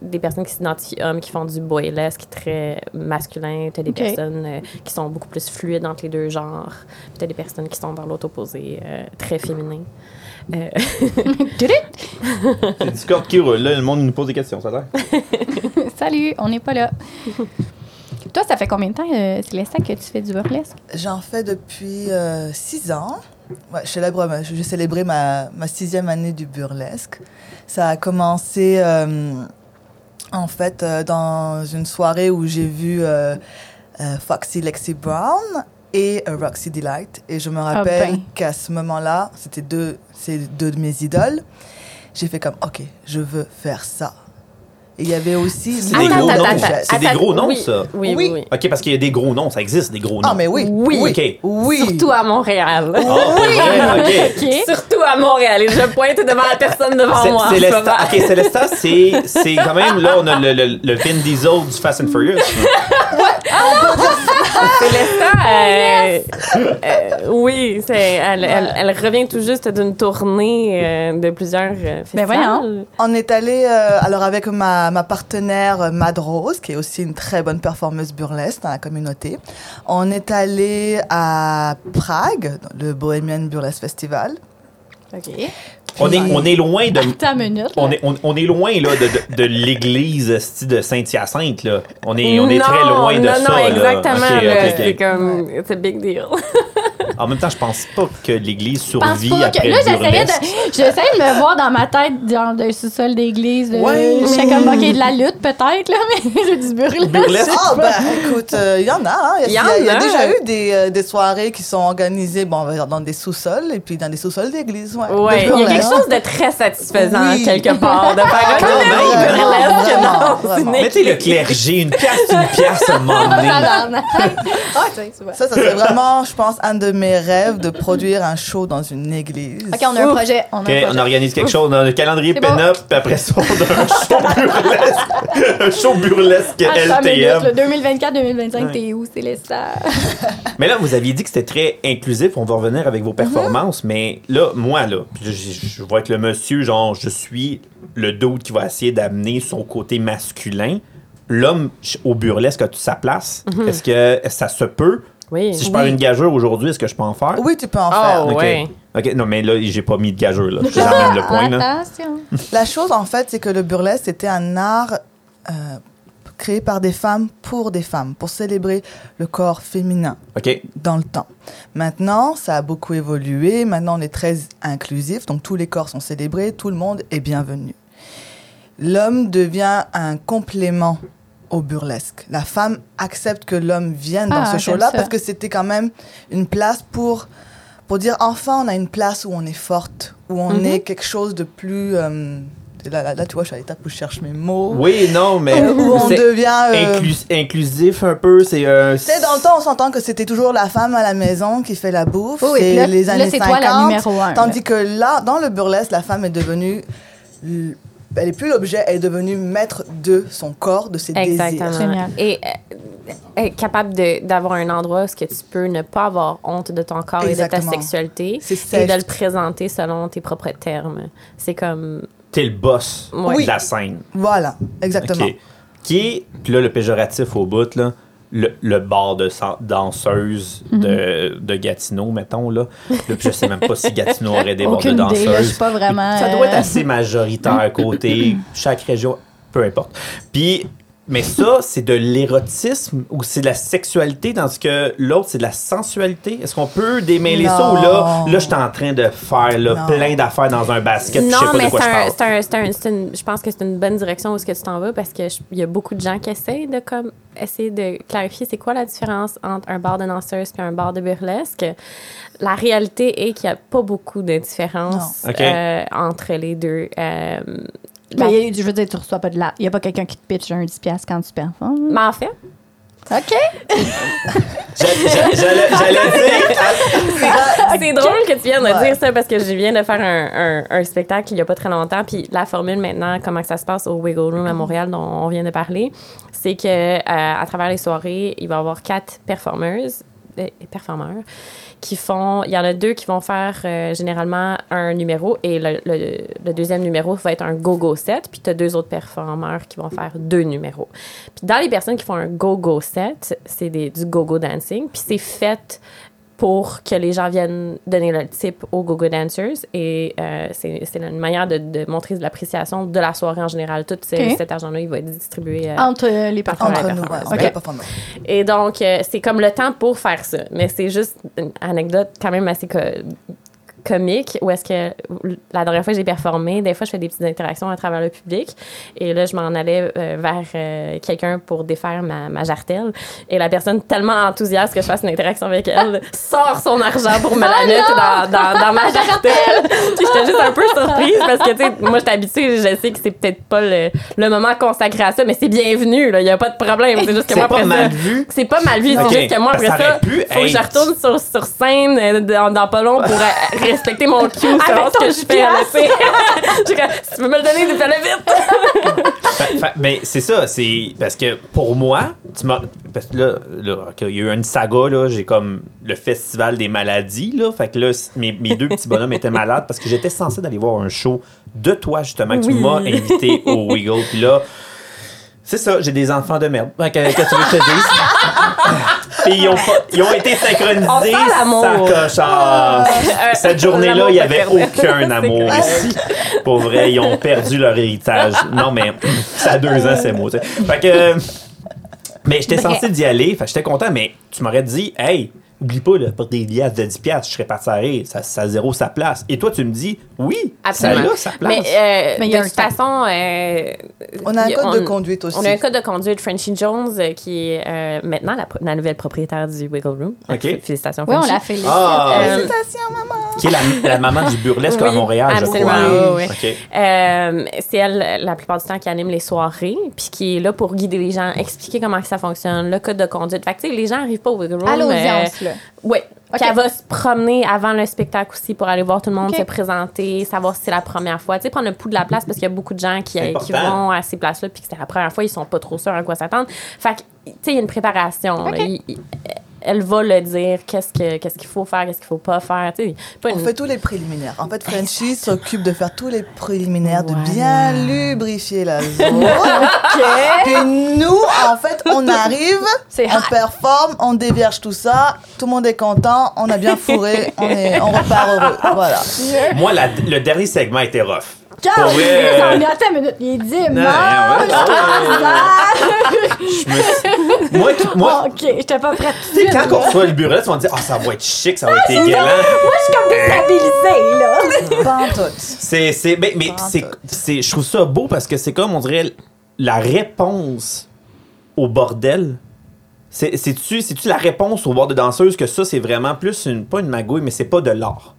[SPEAKER 4] des personnes qui s'identifient hommes, qui font du boylesque très masculin. T'as des
[SPEAKER 1] Ok.
[SPEAKER 4] personnes euh, qui sont beaucoup plus fluides entre les deux genres. Puis t'as des personnes qui sont dans l'autre opposé, euh, très féminin. Euh,
[SPEAKER 2] <laughs> C'est Discord qui roule. Là, le monde nous pose des questions, ça a l'air.
[SPEAKER 1] Salut, on n'est pas <laughs> là. Toi, ça fait combien de temps, euh, Célestin, que tu fais du burlesque?
[SPEAKER 5] J'en fais depuis 6 ans. Ouais, je célèbre, ma- j'ai célébré ma, ma sixième année du burlesque. Ça a commencé euh, en fait euh, dans une soirée où j'ai vu euh, euh, Foxy Lexi Brown et euh, Roxy Delight. Et je me
[SPEAKER 4] Ah
[SPEAKER 5] rappelle
[SPEAKER 1] ben.
[SPEAKER 5] qu'à ce moment-là, c'était deux, c'est deux de mes idoles. J'ai fait comme, ok, je veux faire ça. Et il y avait aussi
[SPEAKER 2] C'est des
[SPEAKER 4] Ah, Attends,
[SPEAKER 2] gros
[SPEAKER 4] attends,
[SPEAKER 2] noms.
[SPEAKER 4] attends,
[SPEAKER 2] C'est des
[SPEAKER 4] attends.
[SPEAKER 2] gros noms,
[SPEAKER 4] Oui,
[SPEAKER 2] ça.
[SPEAKER 4] Oui,
[SPEAKER 5] Oui.
[SPEAKER 4] oui, oui.
[SPEAKER 2] Ok, parce qu'il y a des gros noms, ça existe des gros noms.
[SPEAKER 5] Ah mais oui,
[SPEAKER 4] Oui.
[SPEAKER 5] oui,
[SPEAKER 2] Ok.
[SPEAKER 5] oui.
[SPEAKER 4] Surtout à Montréal.
[SPEAKER 2] Ah, pour vrai?
[SPEAKER 4] <laughs>
[SPEAKER 2] ok.
[SPEAKER 4] Surtout à Montréal. Et je pointe devant la personne devant
[SPEAKER 2] C'est-
[SPEAKER 4] Ah, moi. en ce
[SPEAKER 2] Célesta,
[SPEAKER 4] moment.
[SPEAKER 2] ok, Célesta, c'est c'est quand même là, on a le, le, le Vin Diesel du Fast and Furious.
[SPEAKER 4] <laughs> Célesta,
[SPEAKER 2] Oh,
[SPEAKER 4] euh, euh, oui, c'est, elle, elle- elle revient tout juste d'une tournée euh, de plusieurs euh,
[SPEAKER 5] Ben
[SPEAKER 4] festivals.
[SPEAKER 1] voyons.
[SPEAKER 5] On est allé euh, alors avec ma, ma partenaire euh, Mad Rose, qui est aussi une très bonne performeuse burlesque dans la communauté. On est allé à Prague, dans le Bohemian Burlesque Festival.
[SPEAKER 1] OK.
[SPEAKER 2] On est on est loin
[SPEAKER 1] <laughs>
[SPEAKER 2] de
[SPEAKER 1] Ta minute.
[SPEAKER 2] on est, on, on est loin là, de, de, de l'église esti, de Saint-Hyacinthe. Là. On est, on est
[SPEAKER 4] Non,
[SPEAKER 2] très loin de
[SPEAKER 4] non,
[SPEAKER 2] ça.
[SPEAKER 4] Non,
[SPEAKER 2] là.
[SPEAKER 4] exactement.
[SPEAKER 2] Ok, ok,
[SPEAKER 4] là,
[SPEAKER 2] ok.
[SPEAKER 4] C'est comme, it's a big deal.
[SPEAKER 2] En même temps, je pense pas que l'église
[SPEAKER 1] Pense
[SPEAKER 2] survit
[SPEAKER 1] pas que.
[SPEAKER 2] après
[SPEAKER 1] Là,
[SPEAKER 2] le
[SPEAKER 1] j'essayais
[SPEAKER 2] burlesque.
[SPEAKER 1] de, <laughs> j'essayais de me voir dans ma tête, dans le sous-sol d'église. de-
[SPEAKER 5] Ouais.
[SPEAKER 1] J'étais comme, OK, de
[SPEAKER 2] <laughs>
[SPEAKER 1] la lutte, peut-être, là, <laughs> mais c'est du burlesque.
[SPEAKER 2] Burlesque.
[SPEAKER 5] Ah ben écoute, il y en a. hein. Il y,
[SPEAKER 4] Y en
[SPEAKER 5] a- il y a
[SPEAKER 4] a.
[SPEAKER 5] déjà eu des, euh, des soirées qui sont organisées bon, on va dire dans des sous-sols et puis dans des sous-sols d'église. Ouais,
[SPEAKER 4] Ouais,
[SPEAKER 5] de
[SPEAKER 4] il y a
[SPEAKER 5] burlesque.
[SPEAKER 4] quelque chose de très satisfaisant,
[SPEAKER 5] Ben Oui.
[SPEAKER 4] quelque part, de
[SPEAKER 2] Ah,
[SPEAKER 4] faire
[SPEAKER 2] ben,
[SPEAKER 5] Vraiment,
[SPEAKER 4] un
[SPEAKER 5] vraiment,
[SPEAKER 4] burlesque
[SPEAKER 5] vraiment,
[SPEAKER 4] dans une
[SPEAKER 5] vraiment.
[SPEAKER 2] Mettez le clergé, une pièce, une pièce à un moment
[SPEAKER 1] <laughs>
[SPEAKER 2] donné.
[SPEAKER 1] Tabarnak.
[SPEAKER 2] <laughs>
[SPEAKER 1] Ah,
[SPEAKER 5] Ça, ça serait vraiment, je pense, un de mes rêves de produire un show dans une église.
[SPEAKER 1] OK, on a un projet. On a
[SPEAKER 2] Ok,
[SPEAKER 1] un
[SPEAKER 2] on
[SPEAKER 1] projet.
[SPEAKER 2] organise quelque chose dans le calendrier
[SPEAKER 1] C'est bon.
[SPEAKER 2] pin-up, puis après ça, on a un show burlesque, un show burlesque
[SPEAKER 1] Ah, Attends une minute,
[SPEAKER 2] LTM.
[SPEAKER 1] là, 2024-2025,
[SPEAKER 2] Ouais.
[SPEAKER 1] t'es où, Célestin?
[SPEAKER 2] Mais là, vous aviez dit que c'était très inclusif, on va revenir avec vos performances, mais là, moi, là, je, je- je vais être le monsieur, genre, je suis le dude qui va essayer d'amener son côté masculin. L'homme ch- au burlesque a toute sa place. Est-ce que ça se peut?
[SPEAKER 4] Oui.
[SPEAKER 2] Si je parle
[SPEAKER 5] Oui.
[SPEAKER 2] une gageure aujourd'hui, est-ce que je peux en faire?
[SPEAKER 5] Oui, tu peux en faire.
[SPEAKER 4] Oh,
[SPEAKER 2] Ok.
[SPEAKER 4] ouais.
[SPEAKER 2] Ok, non, mais là, j'ai pas mis de gageure, là. Je suis dans même le point,
[SPEAKER 5] <laughs>
[SPEAKER 2] là.
[SPEAKER 1] Attention.
[SPEAKER 5] La chose, en fait, c'est que le burlesque, c'était un art euh, créé par des femmes pour des femmes, pour célébrer le corps féminin
[SPEAKER 2] Ok.
[SPEAKER 5] dans le temps. Maintenant, ça a beaucoup évolué. Maintenant, on est très inclusif, donc tous les corps sont célébrés, tout le monde est bienvenu. L'homme devient un complément au burlesque. La femme accepte que l'homme vienne dans
[SPEAKER 1] Ah,
[SPEAKER 5] ce
[SPEAKER 1] j'aime
[SPEAKER 5] show-là
[SPEAKER 1] ça.
[SPEAKER 5] parce que c'était quand même une place pour pour dire enfin on a une place où on est forte, où on
[SPEAKER 4] Mhm.
[SPEAKER 5] est quelque chose de plus euh, Et Là, là, là, tu vois, je suis à l'étape où je cherche mes mots.
[SPEAKER 2] Oui, non, mais
[SPEAKER 5] Où on
[SPEAKER 2] c'est
[SPEAKER 5] devient. euh,
[SPEAKER 2] inclus- inclusif un peu. C'est euh,
[SPEAKER 5] Tu sais, dans le temps, on s'entend que c'était toujours la femme à la maison qui fait la bouffe.
[SPEAKER 1] Oh, et
[SPEAKER 5] c'est
[SPEAKER 1] puis là-
[SPEAKER 5] les
[SPEAKER 1] là,
[SPEAKER 5] années
[SPEAKER 1] c'est
[SPEAKER 5] 50.
[SPEAKER 1] toi la numéro un,
[SPEAKER 5] Tandis
[SPEAKER 1] là.
[SPEAKER 5] que là, dans le burlesque, la femme est devenue. l- Elle n'est plus l'objet, elle est devenue maître de son corps, de ses
[SPEAKER 4] Exactement.
[SPEAKER 5] désirs.
[SPEAKER 1] Génial.
[SPEAKER 4] Et euh, être capable de- d'avoir un endroit où est-ce que tu peux ne pas avoir honte de ton corps et de ta
[SPEAKER 5] Exactement.
[SPEAKER 4] sexualité
[SPEAKER 5] C'est
[SPEAKER 4] et de
[SPEAKER 5] safe.
[SPEAKER 4] le présenter selon tes propres termes. C'est comme
[SPEAKER 2] t'es le boss
[SPEAKER 4] Oui.
[SPEAKER 2] de la scène.
[SPEAKER 5] Voilà, exactement.
[SPEAKER 2] OK. Qui est, puis là, le péjoratif au bout, là, le, le bar de san- danseuse
[SPEAKER 5] Mhm.
[SPEAKER 2] de, de Gatineau, mettons, là. là puis je sais même pas si Gatineau aurait des bars de
[SPEAKER 1] Aucune idée, là, je
[SPEAKER 2] danseuses.
[SPEAKER 1] suis pas vraiment.
[SPEAKER 2] Ça doit être
[SPEAKER 1] euh,
[SPEAKER 2] assez <laughs> majoritaire côté chaque région, peu importe. Puis, mais ça, c'est de l'érotisme ou c'est de la sexualité, tandis que l'autre, c'est de la sensualité. Est-ce qu'on peut démêler ça ou là,
[SPEAKER 5] Non.
[SPEAKER 2] là, je suis en train de faire là,
[SPEAKER 5] Non.
[SPEAKER 2] plein d'affaires dans un basket, puis je sais
[SPEAKER 4] Non,
[SPEAKER 2] pas
[SPEAKER 4] mais
[SPEAKER 2] de quoi
[SPEAKER 4] c'est
[SPEAKER 2] je
[SPEAKER 4] un-
[SPEAKER 2] parle.
[SPEAKER 4] c'est un- c'est un- c'est une- je pense que c'est une bonne direction où est-ce que tu t'en vas parce que je- il y a beaucoup de gens qui essayent de comme essayer de clarifier c'est quoi la différence entre un bar de danseuse et un bar de burlesque. La réalité est qu'il n'y a pas beaucoup de différence
[SPEAKER 2] Non. Ok.
[SPEAKER 4] euh, entre les deux. Euh, la-
[SPEAKER 1] Mais je veux dire, tu reçois pas de la. Il n'y a pas quelqu'un qui te pitch un 10$ quand tu performes.
[SPEAKER 4] mais en fait,
[SPEAKER 1] OK.
[SPEAKER 2] J'a- j'a- J'allais j'allais dire,
[SPEAKER 4] <laughs> C'est drôle que tu viennes de dire ça parce que je viens de faire un, un- un spectacle il n'y a pas très longtemps. Puis la formule maintenant, comment que ça se passe au Wiggle Room à Montréal dont on vient de parler, c'est que euh, à travers les soirées, il va y avoir quatre performeuses euh, performeurs qui font. Il y en a deux qui vont faire euh, généralement un numéro et le, le- le deuxième numéro va être un go-go set. Puis tu as deux autres performeurs qui vont faire deux numéros. Puis dans les personnes qui font un go-go set, c'est des- du go-go dancing. Puis c'est fait pour que les gens viennent donner le type aux Go-Go Dancers. Et euh, c'est c'est une manière de, de montrer de l'appréciation de la soirée en général. Tout ce-
[SPEAKER 1] Ok.
[SPEAKER 4] cet argent-là, il va être distribué. euh,
[SPEAKER 1] Entre euh, les performances.
[SPEAKER 5] Entre
[SPEAKER 4] Ouais,
[SPEAKER 5] nous,
[SPEAKER 4] performance.
[SPEAKER 5] ouais,
[SPEAKER 1] Ok.
[SPEAKER 5] ouais, performance.
[SPEAKER 4] et donc, euh, c'est comme le temps pour faire ça. Mais c'est juste une anecdote quand même assez co- comique où est-ce que la dernière fois que j'ai performé, des fois, je fais des petites interactions à travers le public. Et là, je m'en allais euh, vers euh, quelqu'un pour défaire ma, ma jartelle. Et la personne, tellement enthousiaste que je fasse une interaction avec elle, sort son argent pour me la mettre dans, dans- dans ma jartelle. <laughs> Puis j'étais juste un peu surprise parce que, tu sais, moi, je suis habituée, je sais que c'est peut-être pas le, le moment consacré à ça, mais c'est bienvenu, là. Il n'y a pas de problème. C'est juste que
[SPEAKER 2] c'est
[SPEAKER 4] moi,
[SPEAKER 2] pas
[SPEAKER 4] après ça,
[SPEAKER 2] mal vu.
[SPEAKER 4] c'est pas mal vu,
[SPEAKER 2] Ok.
[SPEAKER 4] c'est juste que moi,
[SPEAKER 2] Parce
[SPEAKER 4] après
[SPEAKER 2] que ça
[SPEAKER 4] ça,
[SPEAKER 2] aurait pu
[SPEAKER 4] faut que je
[SPEAKER 2] être-
[SPEAKER 4] retourne sur, sur scène euh, dans, dans pas long pour euh, <laughs> respecter mon cue selon ce que je fais. là, tu sais. <laughs> Je suis comme, si tu peux me le donner, fais-le vite!
[SPEAKER 2] Fait- fait- mais c'est ça, c'est parce que pour moi, tu m'as parce que là, là, ok, il y a eu une saga là, j'ai comme le festival des maladies là, fait que là c- mes, mes deux petits bonhommes étaient malades parce que j'étais censé d'aller voir un show de toi justement que tu m'as invité au Wiggle puis là c'est ça, j'ai des enfants de merde. Fait que, Qu'est-ce que tu veux que je te dise? <laughs> Puis ils ont, pas- ils ont été
[SPEAKER 4] On
[SPEAKER 2] synchronisés,
[SPEAKER 4] sent l'amour.
[SPEAKER 2] ça coche à- Cette journée-là, il n'y avait
[SPEAKER 4] Euh, L'amour
[SPEAKER 2] aucun
[SPEAKER 4] <laughs> C'est
[SPEAKER 2] amour
[SPEAKER 4] clair.
[SPEAKER 2] ici. Pour vrai, ils ont perdu leur héritage. Non, mais ça a deux ans, c'est moi. tu sais. Fait que. euh, Mais j'étais censé d'y aller, fait que j'étais content, mais tu m'aurais dit, hey, oublie pas, là, pour des liasses de 10 piastres, je serais parti à rire, ça, ça a zéro sa place. Et toi, tu me dis, oui, ça
[SPEAKER 4] Absolument.
[SPEAKER 2] a sa place.
[SPEAKER 4] Mais, euh,
[SPEAKER 1] Mais il y a
[SPEAKER 4] de
[SPEAKER 1] un
[SPEAKER 4] toute
[SPEAKER 1] temps.
[SPEAKER 4] façon, euh,
[SPEAKER 5] On a un
[SPEAKER 4] y-
[SPEAKER 5] code de
[SPEAKER 4] on-
[SPEAKER 5] conduite aussi.
[SPEAKER 4] On a un code de conduite, Frenchie Jones, euh, qui est euh, maintenant la, pro- la nouvelle propriétaire du Wiggle Room.
[SPEAKER 2] OK.
[SPEAKER 4] Félicitations,
[SPEAKER 1] Oui, on
[SPEAKER 4] Frenchie.
[SPEAKER 1] l'a fait.
[SPEAKER 2] Ah,
[SPEAKER 4] Euh,
[SPEAKER 5] Félicitations, maman!
[SPEAKER 2] qui est la, la maman du burlesque à
[SPEAKER 4] Oui,
[SPEAKER 2] Montréal,
[SPEAKER 4] absolument, Oh,
[SPEAKER 2] je crois.
[SPEAKER 4] oui, oui.
[SPEAKER 2] OK.
[SPEAKER 4] Euh, c'est elle, la plupart du temps, qui anime les soirées, puis qui est là pour guider les gens, expliquer comment que ça fonctionne, le code de conduite. Fait que, tu sais, les gens arrivent pas au Wiggle
[SPEAKER 2] Ah,
[SPEAKER 4] Room. euh,
[SPEAKER 1] À l'audience, là.
[SPEAKER 4] oui.
[SPEAKER 1] Ok.
[SPEAKER 4] Qu'elle va se promener avant le spectacle aussi pour aller voir tout le monde
[SPEAKER 1] Ok.
[SPEAKER 4] se présenter, savoir si c'est la première fois. Tu sais, prendre le pouls de la place parce qu'il y a beaucoup de gens qui, euh,
[SPEAKER 2] C'est
[SPEAKER 4] qui
[SPEAKER 2] important.
[SPEAKER 4] vont à ces places-là puis que c'est la première fois, ils sont pas trop sûrs à quoi s'attendre. Fait que, tu sais, il y a une préparation. là. Il- il- elle va le dire, qu'est-ce que- qu'est-ce qu'il faut faire, qu'est-ce qu'il faut pas faire. Tu sais, pas
[SPEAKER 5] On
[SPEAKER 4] une-
[SPEAKER 5] fait tous les préliminaires. En fait, Frenchy s'occupe de faire tous les préliminaires,
[SPEAKER 4] Voilà.
[SPEAKER 5] de bien lubrifier la <laughs> zone.
[SPEAKER 1] Ah,
[SPEAKER 5] Puis nous, en fait,
[SPEAKER 4] <laughs>
[SPEAKER 5] on arrive,
[SPEAKER 1] C'est
[SPEAKER 5] on
[SPEAKER 1] hot.
[SPEAKER 5] performe, on dévierge tout ça, tout le monde est content, on a bien fourré, on, est, on repart heureux. Voilà.
[SPEAKER 2] Moi, la- le dernier segment était rough.
[SPEAKER 1] Quand
[SPEAKER 2] Pour
[SPEAKER 1] il
[SPEAKER 2] vrai,
[SPEAKER 1] est
[SPEAKER 2] euh,
[SPEAKER 1] en attends une minute, il est
[SPEAKER 2] non,
[SPEAKER 1] dimanche.
[SPEAKER 2] ouais, non, je me suis- Moi, qui- moi,
[SPEAKER 1] Ok, j'étais pas prête tout de
[SPEAKER 2] Tu
[SPEAKER 1] suite.
[SPEAKER 2] sais, quand on
[SPEAKER 1] là.
[SPEAKER 2] reçoit le burlesque, on dit Ah, ça va être chic, ça va être hein. égalant.
[SPEAKER 1] Moi, je suis comme déstabilisée, là.
[SPEAKER 5] Pas en tout.
[SPEAKER 2] C'est, c'est, mais mais
[SPEAKER 4] Ah,
[SPEAKER 2] c'est, c'est- je trouve ça beau parce que c'est comme, on dirait, la réponse au bordel. C'est, c'est-tu, c'est-tu la réponse au bord de danseuse que ça, c'est vraiment plus une, pas une magouille, mais c'est pas de l'art.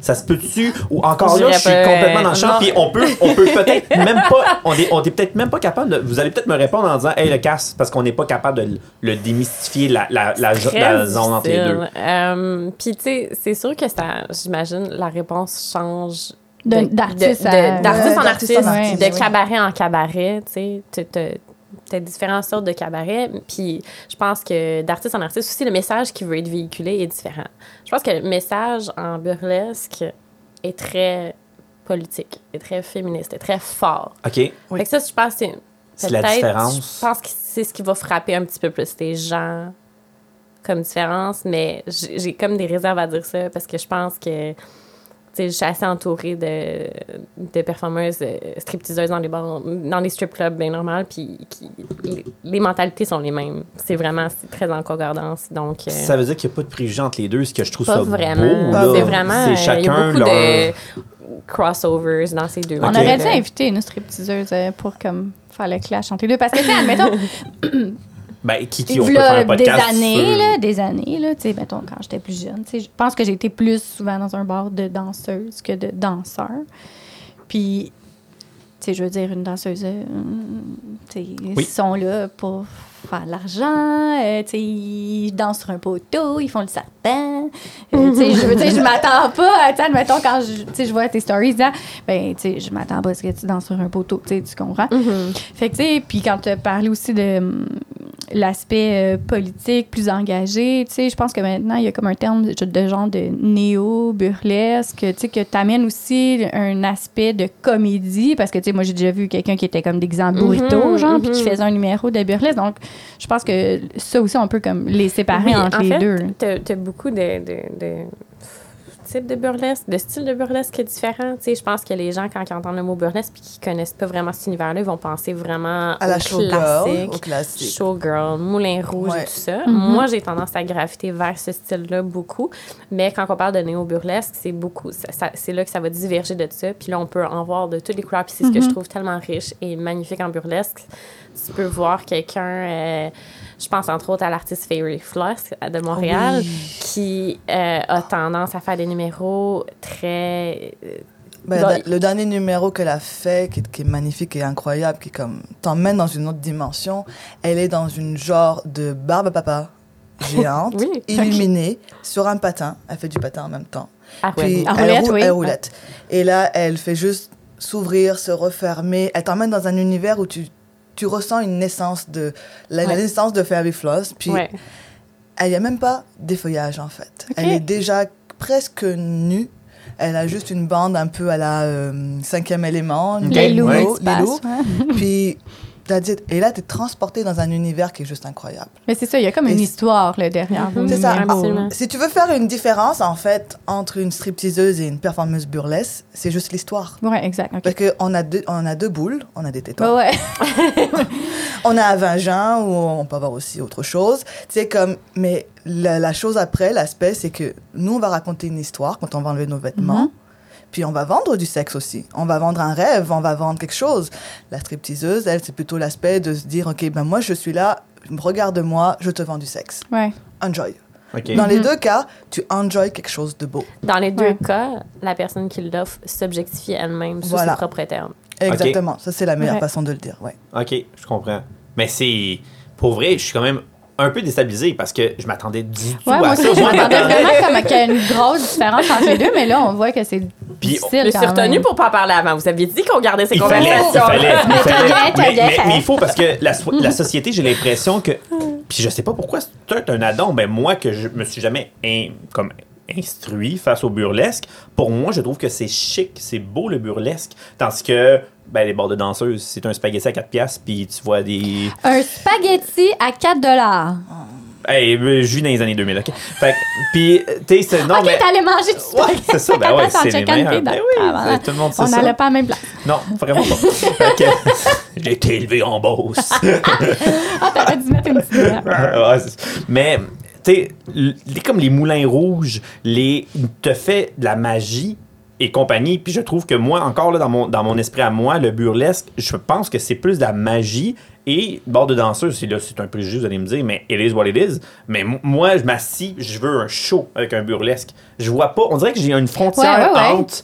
[SPEAKER 2] Ça se peut-tu? Ou encore
[SPEAKER 4] Je
[SPEAKER 2] là,
[SPEAKER 4] dirais
[SPEAKER 2] je suis
[SPEAKER 4] pas,
[SPEAKER 2] complètement dans le
[SPEAKER 4] euh,
[SPEAKER 2] champ,
[SPEAKER 4] non.
[SPEAKER 2] puis on peut, on peut peut-être <laughs> même pas, on est, on est peut-être même pas capable de, vous allez peut-être me répondre en disant, hey, le casse, parce qu'on n'est pas capable de le- le démystifier, la, la, la,
[SPEAKER 4] Très
[SPEAKER 2] la zone entre les deux.
[SPEAKER 4] difficile. Euh, Puis, tu sais, c'est sûr que ça, j'imagine, la réponse change.
[SPEAKER 1] De-
[SPEAKER 4] de-
[SPEAKER 1] d'artiste euh,
[SPEAKER 4] de-
[SPEAKER 1] à-
[SPEAKER 4] de- d'artiste
[SPEAKER 5] Ouais,
[SPEAKER 4] en
[SPEAKER 5] d'artiste
[SPEAKER 4] artiste,
[SPEAKER 5] en artiste,
[SPEAKER 4] de
[SPEAKER 5] oui.
[SPEAKER 4] cabaret en cabaret, tu sais. T'as- t'as- T'as différentes sortes de cabarets. Puis, je pense que d'artiste en artiste aussi, le message qui veut être véhiculé est différent. Je pense que le message en burlesque est très politique, est très féministe, est très fort.
[SPEAKER 2] OK?
[SPEAKER 5] Oui.
[SPEAKER 4] Fait que ça, je pense que c'est.
[SPEAKER 2] C'est la
[SPEAKER 4] peut-être,
[SPEAKER 2] différence.
[SPEAKER 4] Je pense que c'est ce qui va frapper un petit peu plus les gens comme différence, mais j'ai j'ai comme des réserves à dire ça parce que je pense que. tu sais, Je suis assez entourée de, de performeuses euh, stripteaseuses dans les, bars, dans les strip clubs, bien normal, puis qui- les, les mentalités sont les mêmes. C'est vraiment c'est très en concordance. Donc, euh,
[SPEAKER 2] Ça veut dire qu'il n'y a pas de préjugé entre les deux, ce que je trouve
[SPEAKER 4] pas
[SPEAKER 2] ça
[SPEAKER 4] vraiment.
[SPEAKER 2] beau. là.
[SPEAKER 4] C'est vraiment.
[SPEAKER 2] C'est
[SPEAKER 4] euh, Il y a
[SPEAKER 2] chacun
[SPEAKER 4] beaucoup
[SPEAKER 2] leur...
[SPEAKER 4] de crossovers dans ces deux
[SPEAKER 2] On
[SPEAKER 1] On
[SPEAKER 4] mondes.
[SPEAKER 1] aurait dû
[SPEAKER 4] Euh,
[SPEAKER 1] inviter une stripteaseuse euh, pour comme faire le clash entre les deux. Parce que, tu sais, admettons,
[SPEAKER 2] Ben, qui, qui, on peut faire
[SPEAKER 1] v'là
[SPEAKER 2] un
[SPEAKER 1] des
[SPEAKER 2] podcast
[SPEAKER 1] années,
[SPEAKER 2] sur-
[SPEAKER 1] là, des années, là, tu sais, mettons, quand j'étais plus jeune, tu sais, je pense que j'ai été plus souvent dans un bar de danseuse que de danseur. Puis, tu sais, je veux dire, une danseuse, euh, tu sais,
[SPEAKER 2] Oui.
[SPEAKER 1] ils sont là pour faire de l'argent, euh, tu sais, ils dansent sur un poteau, ils font le serpent. Euh, tu sais, je veux
[SPEAKER 2] <laughs>
[SPEAKER 1] dire, je m'attends pas, à- tu sais, admettons, quand je, tu sais, je vois tes stories, disant, ben, tu sais, je m'attends pas à ce que tu danses sur un poteau, tu sais, tu comprends?
[SPEAKER 4] Mhm.
[SPEAKER 1] Fait que, tu sais, puis quand tu parles aussi de hum, l'aspect euh, politique plus engagé, tu sais, je pense que maintenant, il y a comme un terme de, de genre de néo-burlesque, tu sais, que t'amènes aussi un aspect de comédie, parce que, tu sais, moi, j'ai déjà vu quelqu'un qui était comme déguisé en burrito,
[SPEAKER 4] Mhm,
[SPEAKER 1] genre, puis qui
[SPEAKER 4] mhm.
[SPEAKER 1] faisait un numéro de burlesque. Donc, je pense que ça aussi, on peut comme les séparer
[SPEAKER 4] Oui,
[SPEAKER 1] entre
[SPEAKER 4] en
[SPEAKER 1] les
[SPEAKER 4] fait,
[SPEAKER 1] deux.
[SPEAKER 4] T'as t'as beaucoup de, de- de types de burlesque, de styles de burlesque différents. Tu sais, je pense que les gens, quand ils entendent le mot burlesque puis qui connaissent pas vraiment cet univers-là, ils vont penser vraiment
[SPEAKER 5] À la
[SPEAKER 4] au
[SPEAKER 5] showgirl, au
[SPEAKER 4] classique,
[SPEAKER 5] classique.
[SPEAKER 4] showgirl, moulin rouge
[SPEAKER 5] Ouais.
[SPEAKER 4] et tout ça.
[SPEAKER 1] Mhm.
[SPEAKER 4] Moi, j'ai tendance à graviter vers ce style-là beaucoup. Mais quand on parle de néo-burlesque, c'est beaucoup. ça- ça- c'est là que ça va diverger de ça. Puis là, on peut en voir de toutes les couleurs. Puis c'est ce que je trouve tellement riche et magnifique en burlesque. Tu peux voir quelqu'un, euh, je pense entre autres à l'artiste Fairy Floss de Montréal, qui euh, a tendance à faire des numéros très. euh,
[SPEAKER 5] Ben,
[SPEAKER 4] Dans-
[SPEAKER 5] da- le dernier numéro qu'elle a fait, qui, est- qui est magnifique et incroyable, qui comme t'emmène dans une autre dimension, elle est dans une genre de barbe à papa géante,
[SPEAKER 4] Oui.
[SPEAKER 5] illuminée, sur un patin. Elle fait du patin en même temps.
[SPEAKER 4] ah ouais.
[SPEAKER 5] Puis
[SPEAKER 1] En
[SPEAKER 5] elle
[SPEAKER 1] roulette,
[SPEAKER 5] roule,
[SPEAKER 1] oui.
[SPEAKER 5] elle roulette. Et là, elle fait juste s'ouvrir, se refermer. Elle t'emmène dans un univers où tu, tu ressens une naissance de la, la
[SPEAKER 4] Ouais.
[SPEAKER 5] naissance de Fairy Floss. Puis
[SPEAKER 4] Ouais.
[SPEAKER 5] elle n'y a même pas des feuillages en fait. Elle est déjà presque nue. Elle a juste une bande un peu à la euh, cinquième élément. une
[SPEAKER 2] Les
[SPEAKER 5] bande
[SPEAKER 2] loups,
[SPEAKER 5] bleue,
[SPEAKER 1] il se passe,
[SPEAKER 4] <laughs>
[SPEAKER 5] loups.
[SPEAKER 1] ouais.
[SPEAKER 5] Puis t'as dit, et là t'es transporté dans un univers qui est juste incroyable.
[SPEAKER 1] Mais c'est ça, il y a comme une
[SPEAKER 5] Et-
[SPEAKER 1] histoire là, derrière.
[SPEAKER 4] Mhm.
[SPEAKER 1] le
[SPEAKER 5] C'est ça. Ah,
[SPEAKER 1] numéro.
[SPEAKER 4] Absolument.
[SPEAKER 5] Si tu veux faire une différence en fait entre une stripteaseuse et une performeuse burlesque, c'est juste l'histoire.
[SPEAKER 1] Ouais, exact. ok.
[SPEAKER 5] Parce qu'on a deux, on a deux boules, on a des tétons.
[SPEAKER 1] Bah Ouais, ouais.
[SPEAKER 5] On a un vagin ou on peut avoir aussi autre chose. C'est comme, mais la, la chose après, l'aspect, c'est que nous, on va raconter une histoire quand on va enlever nos
[SPEAKER 1] Mhm.
[SPEAKER 5] vêtements. Puis on va vendre du sexe aussi. On va vendre un rêve, on va vendre quelque chose. La stripteaseuse, elle, c'est plutôt l'aspect de se dire, OK, ben moi, je suis là, regarde-moi, je te vends du sexe.
[SPEAKER 1] Ouais.
[SPEAKER 5] Enjoy.
[SPEAKER 2] OK.
[SPEAKER 5] Dans les
[SPEAKER 1] Mhm.
[SPEAKER 5] deux cas, tu enjoy quelque chose de beau.
[SPEAKER 4] Dans les deux
[SPEAKER 1] Ouais.
[SPEAKER 4] cas, la personne qui l'offre s'objectifie elle-même sous
[SPEAKER 5] Voilà.
[SPEAKER 4] ses propres termes.
[SPEAKER 5] Exactement. Ça, c'est la meilleure
[SPEAKER 1] Ouais.
[SPEAKER 5] façon de le dire. Ouais.
[SPEAKER 2] OK, je comprends. Mais c'est. Pour vrai, je suis quand même un peu déstabilisé parce que je m'attendais du tout
[SPEAKER 1] Ouais, moi
[SPEAKER 2] à
[SPEAKER 1] aussi,
[SPEAKER 2] ça.
[SPEAKER 1] je m'attendais
[SPEAKER 2] m'attendais-
[SPEAKER 1] vraiment comme qu'il y a une grosse différence entre les deux, mais là, on voit que c'est
[SPEAKER 2] Puis on-
[SPEAKER 1] difficile
[SPEAKER 4] Je suis
[SPEAKER 1] quand
[SPEAKER 4] retenue
[SPEAKER 1] même.
[SPEAKER 4] pour pas en parler avant. Vous aviez dit qu'on gardait ces
[SPEAKER 2] Il fallait,
[SPEAKER 4] conversations.
[SPEAKER 2] il fallait, il fallait.
[SPEAKER 1] t'inquiète,
[SPEAKER 2] Mais,
[SPEAKER 1] t'inquiète. Mm-hmm.
[SPEAKER 2] mais- mais il faut parce que la, so- la société, j'ai l'impression que. Puis je sais pas pourquoi c'est un addon. Ben moi, que je me suis jamais in- comme instruit face au burlesque, pour moi, je trouve que c'est chic, c'est beau le burlesque. Tandis que, ben les bords de danseuses, c'est un spaghetti à 4 piastres, puis tu vois des.
[SPEAKER 1] Un spaghetti à 4 dollars.
[SPEAKER 2] Ah, Hey, ben, je vis dans les années 2000, ok? Fait que, puis, euh, tu sais, c'est- non,
[SPEAKER 1] OK,
[SPEAKER 2] mais.
[SPEAKER 1] t'allais manger du spaghetti.
[SPEAKER 2] Ouais, c'est ça, ben ouais,
[SPEAKER 1] Attends,
[SPEAKER 2] c'est les
[SPEAKER 1] check and
[SPEAKER 2] meilleurs.
[SPEAKER 1] feed.
[SPEAKER 2] Ben oui,
[SPEAKER 1] Ah,
[SPEAKER 2] c'est- tout le monde sait
[SPEAKER 1] On
[SPEAKER 2] ça.
[SPEAKER 1] n'allait pas à la même place.
[SPEAKER 2] Non, vraiment pas.
[SPEAKER 1] <laughs>
[SPEAKER 2] Fait que- j'ai été élevé en Beauce.
[SPEAKER 1] Ah, t'aurais dû mettre une petite bière.
[SPEAKER 2] Ouais, c'est- mais tu sais l- les- comme les moulins rouges les il te fait de la magie et compagnie. Puis je trouve que moi, encore là, dans mon, dans mon esprit à moi, le burlesque, je pense que c'est plus de la magie. Et bord de danseuse, c'est là, c'est un préjudice, vous allez me dire, mais it is what it is. Mais m- moi, je m'assis, je veux un show avec un burlesque. Je vois pas, on dirait que j'ai une frontière
[SPEAKER 1] Ouais, ouais, ouais.
[SPEAKER 2] entre,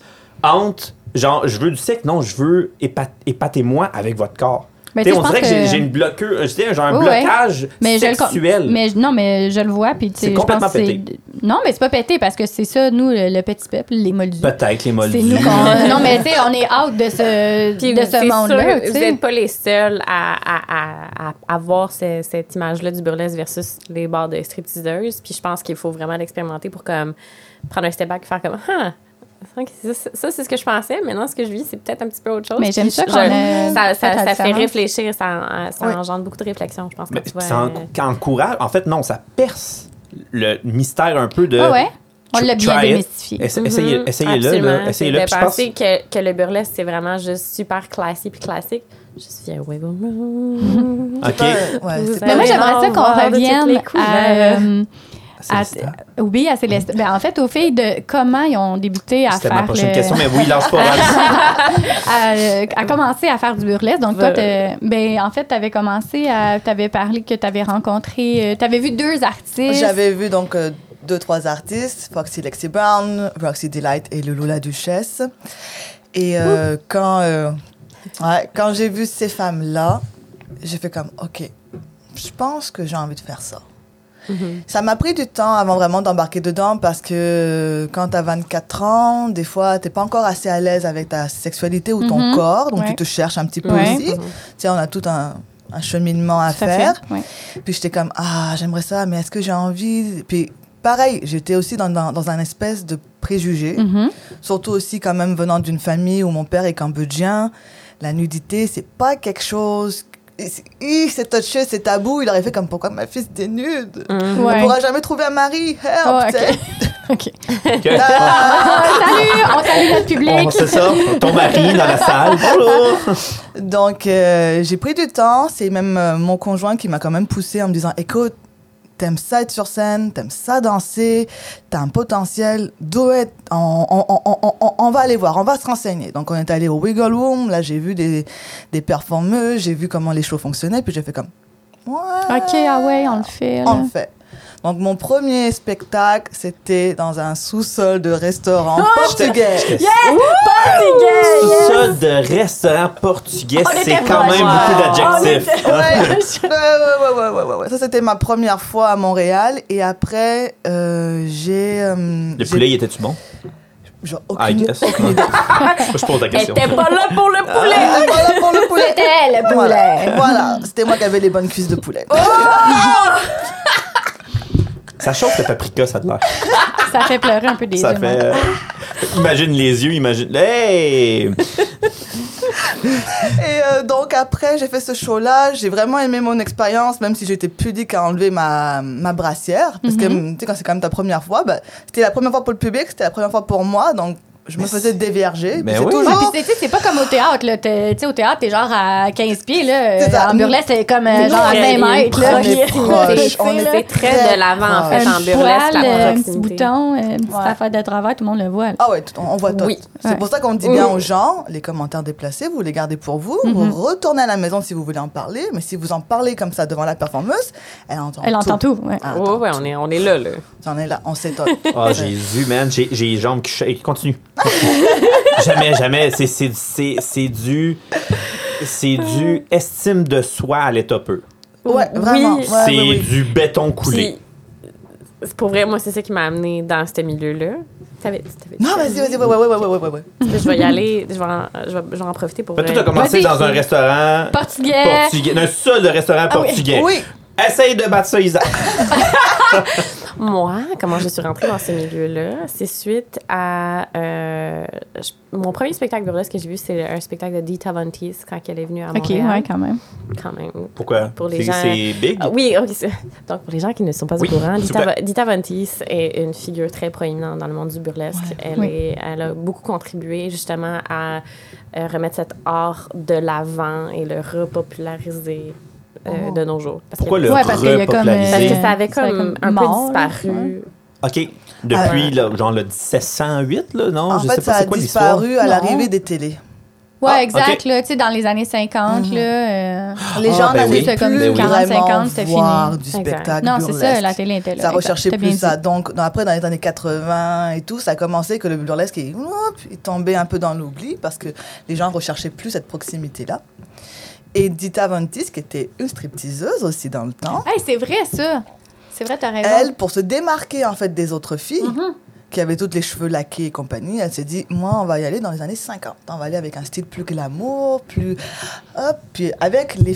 [SPEAKER 2] entre, genre, je veux du sexe, non, je veux épa- épatez-moi avec votre corps.
[SPEAKER 1] Mais
[SPEAKER 2] T'sais,
[SPEAKER 1] tu sais,
[SPEAKER 2] on
[SPEAKER 1] je
[SPEAKER 2] dirait que,
[SPEAKER 1] pense
[SPEAKER 2] j'ai-
[SPEAKER 1] que-
[SPEAKER 2] j'ai une bloqueur, genre un
[SPEAKER 1] Ouais, ouais.
[SPEAKER 2] blocage
[SPEAKER 1] mais Je
[SPEAKER 2] sexuel.
[SPEAKER 1] le, mais je- non, mais je le vois. Puis, tu sais,
[SPEAKER 2] C'est
[SPEAKER 1] je pense
[SPEAKER 2] complètement
[SPEAKER 1] que c'est-
[SPEAKER 2] pété.
[SPEAKER 1] Non, mais c'est pas pété parce que c'est ça, nous, le, le petit peuple, les moldus.
[SPEAKER 2] Peut-être les moldus.
[SPEAKER 1] C'est nous
[SPEAKER 2] <laughs>
[SPEAKER 1] qu'on. non, mais tu sais, on est out de ce,
[SPEAKER 4] Puis
[SPEAKER 1] de
[SPEAKER 4] vous- c'est
[SPEAKER 1] ce monde-là.
[SPEAKER 4] sûr,
[SPEAKER 1] tu
[SPEAKER 4] Vous
[SPEAKER 1] sais.
[SPEAKER 4] n'êtes pas les seuls à, à, à, à avoir ce- cette image-là du burlesque versus les bars de stripteaseuses. Puis je pense qu'il faut vraiment l'expérimenter pour comme prendre un step back et faire comme ah, ça, ça, ça, c'est ce que je pensais. Maintenant, ce que je vis, c'est peut-être un petit peu autre chose.
[SPEAKER 1] Mais j'aime
[SPEAKER 4] Puis
[SPEAKER 1] ça
[SPEAKER 4] je-
[SPEAKER 1] qu'on ait
[SPEAKER 4] ça,
[SPEAKER 1] fait
[SPEAKER 4] ça,
[SPEAKER 1] la
[SPEAKER 4] ça fait
[SPEAKER 1] différence.
[SPEAKER 4] réfléchir, ça, ça
[SPEAKER 5] Oui.
[SPEAKER 4] engendre beaucoup de réflexion, je pense.
[SPEAKER 2] Mais
[SPEAKER 4] quand tu vois,
[SPEAKER 2] ça en-
[SPEAKER 4] euh,
[SPEAKER 2] ça encourage. En fait, non, ça perce le mystère un peu de.
[SPEAKER 1] Ah ouais? On
[SPEAKER 2] Tr-
[SPEAKER 1] l'a bien
[SPEAKER 2] try it.
[SPEAKER 1] démystifié.
[SPEAKER 2] Essa- essayez-
[SPEAKER 4] Mhm,
[SPEAKER 2] Essayez-le.
[SPEAKER 4] absolument.
[SPEAKER 2] là. Essayez-le.
[SPEAKER 4] C'est
[SPEAKER 2] Puis je
[SPEAKER 4] de
[SPEAKER 2] pense-
[SPEAKER 4] penser que, que le burlesque, c'est vraiment juste super classique puis classique. Juste via Wiggle Room.
[SPEAKER 2] OK.
[SPEAKER 5] Ouais, ouais, c'est
[SPEAKER 4] Vous
[SPEAKER 5] pas-
[SPEAKER 1] Mais moi,
[SPEAKER 4] Mais
[SPEAKER 1] j'aimerais
[SPEAKER 4] non,
[SPEAKER 1] ça qu'on
[SPEAKER 4] on va avoir de toutes
[SPEAKER 1] revienne
[SPEAKER 4] les couleurs.
[SPEAKER 1] à, euh, à-
[SPEAKER 2] C'est le-
[SPEAKER 1] oui, à Céleste. Ben, en fait, aux filles de comment ils ont débuté à
[SPEAKER 2] C'était
[SPEAKER 1] faire.
[SPEAKER 2] ma prochaine
[SPEAKER 1] le-
[SPEAKER 2] question, mais oui, lance pas
[SPEAKER 1] <laughs> à, euh, à commencer à faire du burlesque. Donc, toi,
[SPEAKER 4] Voilà.
[SPEAKER 1] t'es- ben, en fait, tu avais commencé à. Tu avais parlé que tu avais rencontré. tu avais vu deux artistes.
[SPEAKER 5] J'avais vu donc euh, deux, trois artistes, Foxy Lexi Brown, Roxy Delight et Loulou la Duchesse. Et euh, quand, euh, ouais, quand j'ai vu ces femmes-là, j'ai fait comme, OK, je pense que j'ai envie de faire ça.
[SPEAKER 1] Mm-hmm.
[SPEAKER 5] Ça m'a pris du temps avant vraiment d'embarquer dedans parce que euh, quand t'as 24 ans, des fois t'es pas encore assez à l'aise avec ta sexualité ou ton
[SPEAKER 1] Mhm.
[SPEAKER 5] corps, donc
[SPEAKER 1] Ouais.
[SPEAKER 5] tu te cherches un petit peu
[SPEAKER 1] Ouais. Mm-hmm.
[SPEAKER 5] aussi. Tu sais, on a tout un, un cheminement à
[SPEAKER 1] Tout à fait.
[SPEAKER 5] faire.
[SPEAKER 1] Ouais.
[SPEAKER 5] Puis j'étais comme, ah, j'aimerais ça, mais est-ce que j'ai envie Puis pareil, j'étais aussi dans, dans, dans un espèce de préjugé,
[SPEAKER 1] Mhm.
[SPEAKER 5] surtout aussi quand même venant d'une famille où mon père est cambodgien. La nudité, c'est pas quelque chose. c'est- Ih, C'est touché, c'est tabou. Il aurait fait comme, pourquoi ma fille était nude On
[SPEAKER 1] Mm. Ouais.
[SPEAKER 5] pourra jamais trouver un mari. Help,
[SPEAKER 1] Oh, ok.
[SPEAKER 5] t'sais.
[SPEAKER 1] <laughs> OK.
[SPEAKER 2] grave.
[SPEAKER 1] Ah, salut! On salue notre public.
[SPEAKER 2] On sait ça. Ton mari dans la salle.
[SPEAKER 1] <laughs>
[SPEAKER 2] Bonjour.
[SPEAKER 5] Donc, euh, j'ai pris du temps. C'est même euh, mon conjoint qui m'a quand même poussé en me disant Écoute, t'aimes ça être sur scène, t'aimes ça danser, t'as un potentiel, do it. On, on- on- on- on- on va aller voir, on va se renseigner. Donc, on est allé au Wiggle Room. Là, j'ai vu des, des performeuses, j'ai vu comment les shows fonctionnaient. Puis j'ai fait comme Ouais,
[SPEAKER 1] OK, ah ouais, on le fait. là.
[SPEAKER 5] on le fait. Donc, mon premier spectacle, c'était dans un sous-sol de restaurant
[SPEAKER 1] Ah,
[SPEAKER 5] portugais.
[SPEAKER 2] Sous-sol de restaurant portugais,
[SPEAKER 1] On
[SPEAKER 2] c'est
[SPEAKER 1] était
[SPEAKER 2] quand
[SPEAKER 1] proches.
[SPEAKER 2] même beaucoup
[SPEAKER 1] Wow.
[SPEAKER 2] d'adjectifs.
[SPEAKER 5] Ouais, <laughs> ouais, ouais, ouais, ouais, ouais, ouais. Ça, c'était ma première fois à Montréal. Et après, euh, j'ai. euh,
[SPEAKER 2] Le
[SPEAKER 5] j'ai-
[SPEAKER 2] poulet, il était-tu bon?
[SPEAKER 5] Genre,
[SPEAKER 2] I
[SPEAKER 5] aucune.
[SPEAKER 2] guess. Je pose la <laughs>
[SPEAKER 4] Elle
[SPEAKER 2] question.
[SPEAKER 4] était pas là pour le poulet!
[SPEAKER 5] Ah, voilà pour le poulet.
[SPEAKER 1] C'était le
[SPEAKER 5] Voilà, voilà. c'était moi qui avais les bonnes cuisses de poulet.
[SPEAKER 2] Ça chauffe le paprika, ça de l'air.
[SPEAKER 1] Ça fait pleurer un peu des
[SPEAKER 2] Ça
[SPEAKER 1] yeux,
[SPEAKER 2] fait.
[SPEAKER 1] moi.
[SPEAKER 2] euh, Imagine les yeux, imagine. Hey!
[SPEAKER 5] Et euh, donc après, j'ai fait ce show-là. J'ai vraiment aimé mon expérience, même si j'étais pudique à enlever ma, ma brassière. Parce que, tu sais, quand c'est quand même ta première fois, bah, c'était la première fois pour le public, c'était la première fois pour moi. Donc, je me faisais dévierger.
[SPEAKER 2] Mais
[SPEAKER 5] Puis c'est
[SPEAKER 2] oui.
[SPEAKER 1] Ouais,
[SPEAKER 5] toujours-
[SPEAKER 1] Ah, puis tu sais, c'est pas comme au théâtre, là. T'es- Tu sais, au théâtre, t'es genre à 15 pieds, là.
[SPEAKER 5] C'est ça.
[SPEAKER 1] En burlesque, c'est comme euh, genre à 20
[SPEAKER 4] Elle est
[SPEAKER 1] mètres, là. <laughs>
[SPEAKER 5] proche,
[SPEAKER 1] Puis, tu sais,
[SPEAKER 5] proche, on
[SPEAKER 1] là,
[SPEAKER 5] était
[SPEAKER 4] C'est très de l'avant, en fait,
[SPEAKER 1] un
[SPEAKER 4] en burlesque,
[SPEAKER 1] poil,
[SPEAKER 4] la
[SPEAKER 1] euh, un petit
[SPEAKER 4] proximité.
[SPEAKER 1] bouton, euh, une petite
[SPEAKER 5] Ouais.
[SPEAKER 1] affaire de travail, tout le monde le voit. là.
[SPEAKER 5] Ah ouais, tout- on on voit tout.
[SPEAKER 4] Oui.
[SPEAKER 5] C'est
[SPEAKER 1] Ouais.
[SPEAKER 5] pour ça qu'on dit
[SPEAKER 4] Oui.
[SPEAKER 5] bien aux gens, les commentaires déplacés, vous les gardez pour vous,
[SPEAKER 1] Mhm.
[SPEAKER 5] vous retournez à la maison si vous voulez en parler, mais si vous en parlez comme ça devant la performeuse, elle entend
[SPEAKER 1] Elle entend tout. Oh. ouais.
[SPEAKER 5] Ah,
[SPEAKER 4] Ouais, ouais, on est, on est là, là.
[SPEAKER 5] J'en ai là, on s'étonne.
[SPEAKER 2] <laughs> Oh, Jésus, man, j'ai j'ai les jambes qui shake. Continue. jamais, jamais. C'est- C'est c'est- c'est du. C'est du estime de soi à l'état peu.
[SPEAKER 5] Ouais, vraiment.
[SPEAKER 4] Oui.
[SPEAKER 5] Ouais,
[SPEAKER 2] c'est
[SPEAKER 5] oui, oui.
[SPEAKER 2] du béton coulé.
[SPEAKER 4] Puis, c'est pour vrai, moi, c'est ça qui m'a amené dans ce milieu-là. T'avais, t'avais,
[SPEAKER 5] Non, vas-y, vas-y, ouais, ouais, ouais, ouais, ouais, ouais, ouais.
[SPEAKER 4] Je vais y aller, je vais en, je vais, je vais en profiter pour.
[SPEAKER 2] Fait que
[SPEAKER 4] euh,
[SPEAKER 2] tout a commencé
[SPEAKER 1] Vas-y.
[SPEAKER 2] dans un restaurant
[SPEAKER 1] Portugais.
[SPEAKER 2] portugais. Un seul de restaurant
[SPEAKER 1] Ah oui.
[SPEAKER 2] portugais.
[SPEAKER 5] Oui.
[SPEAKER 2] Essaye de battre ça, Isa.
[SPEAKER 4] Moi, comment je suis rentrée dans ce milieu-là, c'est suite à. euh, je- mon premier spectacle burlesque que j'ai vu, c'est un spectacle de Dita Von Teese quand elle est venue à
[SPEAKER 1] OK,
[SPEAKER 4] Montréal.
[SPEAKER 1] ouais, quand même.
[SPEAKER 4] Quand même.
[SPEAKER 2] Pourquoi?
[SPEAKER 4] Pour les
[SPEAKER 2] C'est-
[SPEAKER 4] gens-
[SPEAKER 2] C'est big.
[SPEAKER 4] Ah, oui, ok, c'est- donc pour les gens qui ne sont pas
[SPEAKER 2] Oui,
[SPEAKER 4] au courant,
[SPEAKER 2] s'il vous
[SPEAKER 4] Dita,
[SPEAKER 2] plaît.
[SPEAKER 4] Va- Dita Von Teese est une figure très proéminente dans le monde du burlesque. Elle,
[SPEAKER 1] Oui.
[SPEAKER 4] est- elle a beaucoup contribué justement à euh, remettre cet art de l'avant et le repopulariser euh,
[SPEAKER 5] Oh.
[SPEAKER 4] de nos jours. Parce
[SPEAKER 2] Pourquoi
[SPEAKER 4] que-
[SPEAKER 2] le
[SPEAKER 1] Ouais, parce qu'il y a comme,
[SPEAKER 2] repopulariser?
[SPEAKER 4] Parce que
[SPEAKER 1] Euh,
[SPEAKER 4] ça avait
[SPEAKER 1] ça avait
[SPEAKER 4] comme
[SPEAKER 1] comme
[SPEAKER 4] un
[SPEAKER 1] mort,
[SPEAKER 4] peu
[SPEAKER 1] là,
[SPEAKER 4] disparu.
[SPEAKER 2] OK. Depuis, là, genre, le 1708, là, non?
[SPEAKER 5] en
[SPEAKER 2] je sais
[SPEAKER 5] fait,
[SPEAKER 2] pas,
[SPEAKER 5] ça a
[SPEAKER 2] c'est quoi l'histoire?
[SPEAKER 5] disparu à
[SPEAKER 1] Non.
[SPEAKER 5] l'arrivée des télés.
[SPEAKER 1] Ouais,
[SPEAKER 2] Ah,
[SPEAKER 1] exact,
[SPEAKER 2] ok. Mhm.
[SPEAKER 1] là, tu sais, dans les années 50, là. euh,
[SPEAKER 5] Les
[SPEAKER 2] Ah,
[SPEAKER 5] gens
[SPEAKER 2] ben
[SPEAKER 5] n'avaient
[SPEAKER 2] oui.
[SPEAKER 5] plus
[SPEAKER 2] C'était comme
[SPEAKER 1] 40,
[SPEAKER 5] vraiment
[SPEAKER 1] 50, c'était
[SPEAKER 5] voir
[SPEAKER 1] fini.
[SPEAKER 5] Ah, du
[SPEAKER 4] Exact.
[SPEAKER 5] spectacle
[SPEAKER 1] Non, c'est ça,
[SPEAKER 5] burlesque.
[SPEAKER 1] la télé était là.
[SPEAKER 5] Ça
[SPEAKER 1] Exact,
[SPEAKER 5] recherchait
[SPEAKER 1] t'as bien
[SPEAKER 5] plus ça.
[SPEAKER 1] dit.
[SPEAKER 5] Donc, dans- après, dans les années 80 et tout, ça a commencé que le burlesque est, hop, est tombé un peu dans l'oubli parce que les gens recherchaient plus cette proximité-là. Et Dita Ventis, qui était une stripteaseuse aussi dans le temps,
[SPEAKER 1] Hey, c'est vrai, ça. C'est vrai, t'as raison.
[SPEAKER 5] elle, pour se démarquer en fait des autres filles,
[SPEAKER 1] Mm-hmm.
[SPEAKER 5] qui avaient toutes les cheveux laqués et compagnie, elle s'est dit, moi, on va y aller dans les années 50. On va aller avec un style plus glamour, plus... Hop, puis avec les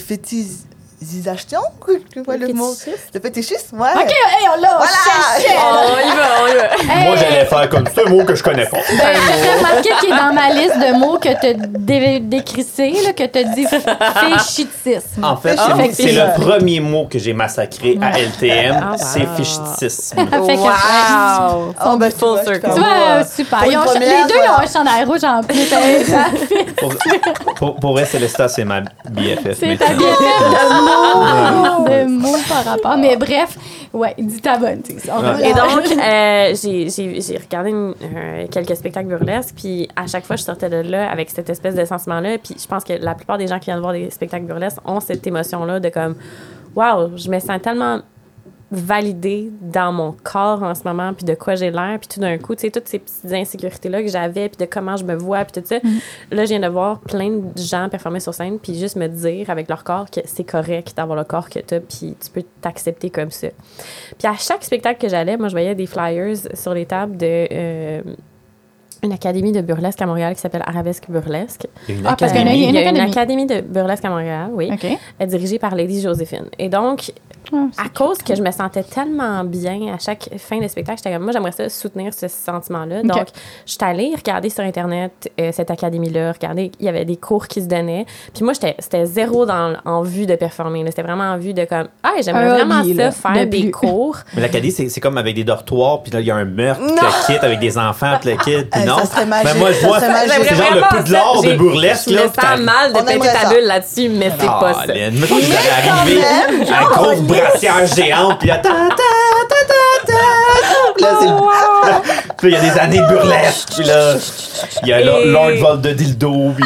[SPEAKER 5] fétichisations, tu vois le mot Le fétichisme, ouais.
[SPEAKER 1] OK, hey, on l'a, on
[SPEAKER 5] Voilà.
[SPEAKER 1] cherchait.
[SPEAKER 4] on y va, on y va.
[SPEAKER 1] Hey,
[SPEAKER 2] Moi, j'allais faire comme c'est un mot que je connais pas.
[SPEAKER 1] ben, J'ai remarqué qu'il est dans ma liste de mots que t'as dé- décrissé, là, que t'as
[SPEAKER 4] <laughs>
[SPEAKER 1] dit féchitisme.
[SPEAKER 2] En fait,
[SPEAKER 5] Ah,
[SPEAKER 2] c'est-
[SPEAKER 5] fait que
[SPEAKER 2] c'est
[SPEAKER 5] c'est-
[SPEAKER 2] le premier mot que j'ai massacré à LTM,
[SPEAKER 4] Ah, wow.
[SPEAKER 2] c'est fichtisme.
[SPEAKER 1] Ah, Fait que-
[SPEAKER 4] Wow!
[SPEAKER 5] Oh, ben, tu
[SPEAKER 4] Ah, bah, Full
[SPEAKER 5] vois, je suis
[SPEAKER 4] circle.
[SPEAKER 5] pas
[SPEAKER 1] Tu
[SPEAKER 5] moi.
[SPEAKER 1] vois, euh, super.
[SPEAKER 5] Pour
[SPEAKER 1] Ils
[SPEAKER 5] une
[SPEAKER 1] ont cha-
[SPEAKER 5] première, euh,
[SPEAKER 1] les deux
[SPEAKER 5] voilà.
[SPEAKER 1] ont un chandail rouge en
[SPEAKER 5] <laughs>
[SPEAKER 1] plus. Hey, parfait.
[SPEAKER 2] Pour, pour, pour vrai, Célesta, c'est ma BFF.
[SPEAKER 1] C'est
[SPEAKER 2] maintenant.
[SPEAKER 1] ta bien de mots, de mots par rapport. Mais bref, ouais, dis ta bonne. tu sais, on
[SPEAKER 2] Ouais.
[SPEAKER 1] revient. <laughs>
[SPEAKER 4] Et donc, euh, j'ai- j'ai j'ai regardé une- euh, quelques spectacles burlesques, puis à chaque fois, je sortais de là avec cette espèce de sentiment-là. Puis je pense que la plupart des gens qui viennent voir des spectacles burlesques ont cette émotion-là de comme, waouh, je me sens tellement validée dans mon corps en ce moment, puis de quoi j'ai l'air, puis tout d'un coup, tu sais, toutes ces petites insécurités-là que j'avais, puis de comment je me vois, puis tout ça. Là, je viens de voir plein de gens performer sur scène, puis juste me dire avec leur corps que c'est correct d'avoir le corps que t'as, puis tu peux t'accepter comme ça. Puis à chaque spectacle que j'allais, moi, je voyais des flyers sur les tables de... euh, une académie de burlesque à Montréal qui s'appelle Arabesque Burlesque. Euh,
[SPEAKER 2] Il y a une
[SPEAKER 1] Ah, parce qu'il y en a-
[SPEAKER 2] académie.
[SPEAKER 1] il y a
[SPEAKER 4] Il
[SPEAKER 1] une
[SPEAKER 4] y a une
[SPEAKER 1] académie.
[SPEAKER 4] académie de burlesque à Montréal, oui,
[SPEAKER 1] OK.
[SPEAKER 4] euh, dirigée par Lady Joséphine. Et donc, à cause que je me sentais tellement bien à chaque fin de spectacle, j'étais comme, moi, j'aimerais ça soutenir ce sentiment-là.
[SPEAKER 1] Ok.
[SPEAKER 4] Donc, je suis allée regarder sur Internet euh, cette académie-là, regarder, il y avait des cours qui se donnaient. Puis moi, j'étais c'était zéro dans, en vue de performer. là. C'était vraiment en vue de comme, ah, j'aimerais
[SPEAKER 1] Un
[SPEAKER 4] vraiment
[SPEAKER 1] hobby,
[SPEAKER 4] ça,
[SPEAKER 1] là,
[SPEAKER 4] faire
[SPEAKER 1] de
[SPEAKER 4] des
[SPEAKER 1] plus.
[SPEAKER 4] cours.
[SPEAKER 2] Mais l'académie, c'est c'est comme avec des dortoirs, puis là, il y a un meurtre, puis le kit avec des enfants, puis le kit, puis
[SPEAKER 5] Eh,
[SPEAKER 2] non.
[SPEAKER 5] ça serait
[SPEAKER 2] Mais
[SPEAKER 5] magique,
[SPEAKER 2] moi, je
[SPEAKER 5] ça
[SPEAKER 2] vois,
[SPEAKER 5] serait magique.
[SPEAKER 2] c'est genre le
[SPEAKER 4] J'aimerais
[SPEAKER 2] peu de l'or
[SPEAKER 4] vraiment ça.
[SPEAKER 2] de burlesque,
[SPEAKER 4] Je
[SPEAKER 2] là.
[SPEAKER 4] me
[SPEAKER 2] puis t'as-
[SPEAKER 4] sens mal de
[SPEAKER 5] On
[SPEAKER 4] péter
[SPEAKER 5] aimerait
[SPEAKER 4] ta
[SPEAKER 5] ça.
[SPEAKER 4] bulle là-dessus, mais c'est pas ça.
[SPEAKER 2] Colin, mettons que vous allez arriver à grosse brassière géante, puis là, ta, ta, ta, ta, ta. Puis là, c'est le- Puis là, il y a des années de burlesque, puis là, il y a
[SPEAKER 4] Et-
[SPEAKER 2] Lord Lord Vol de dildo, puis...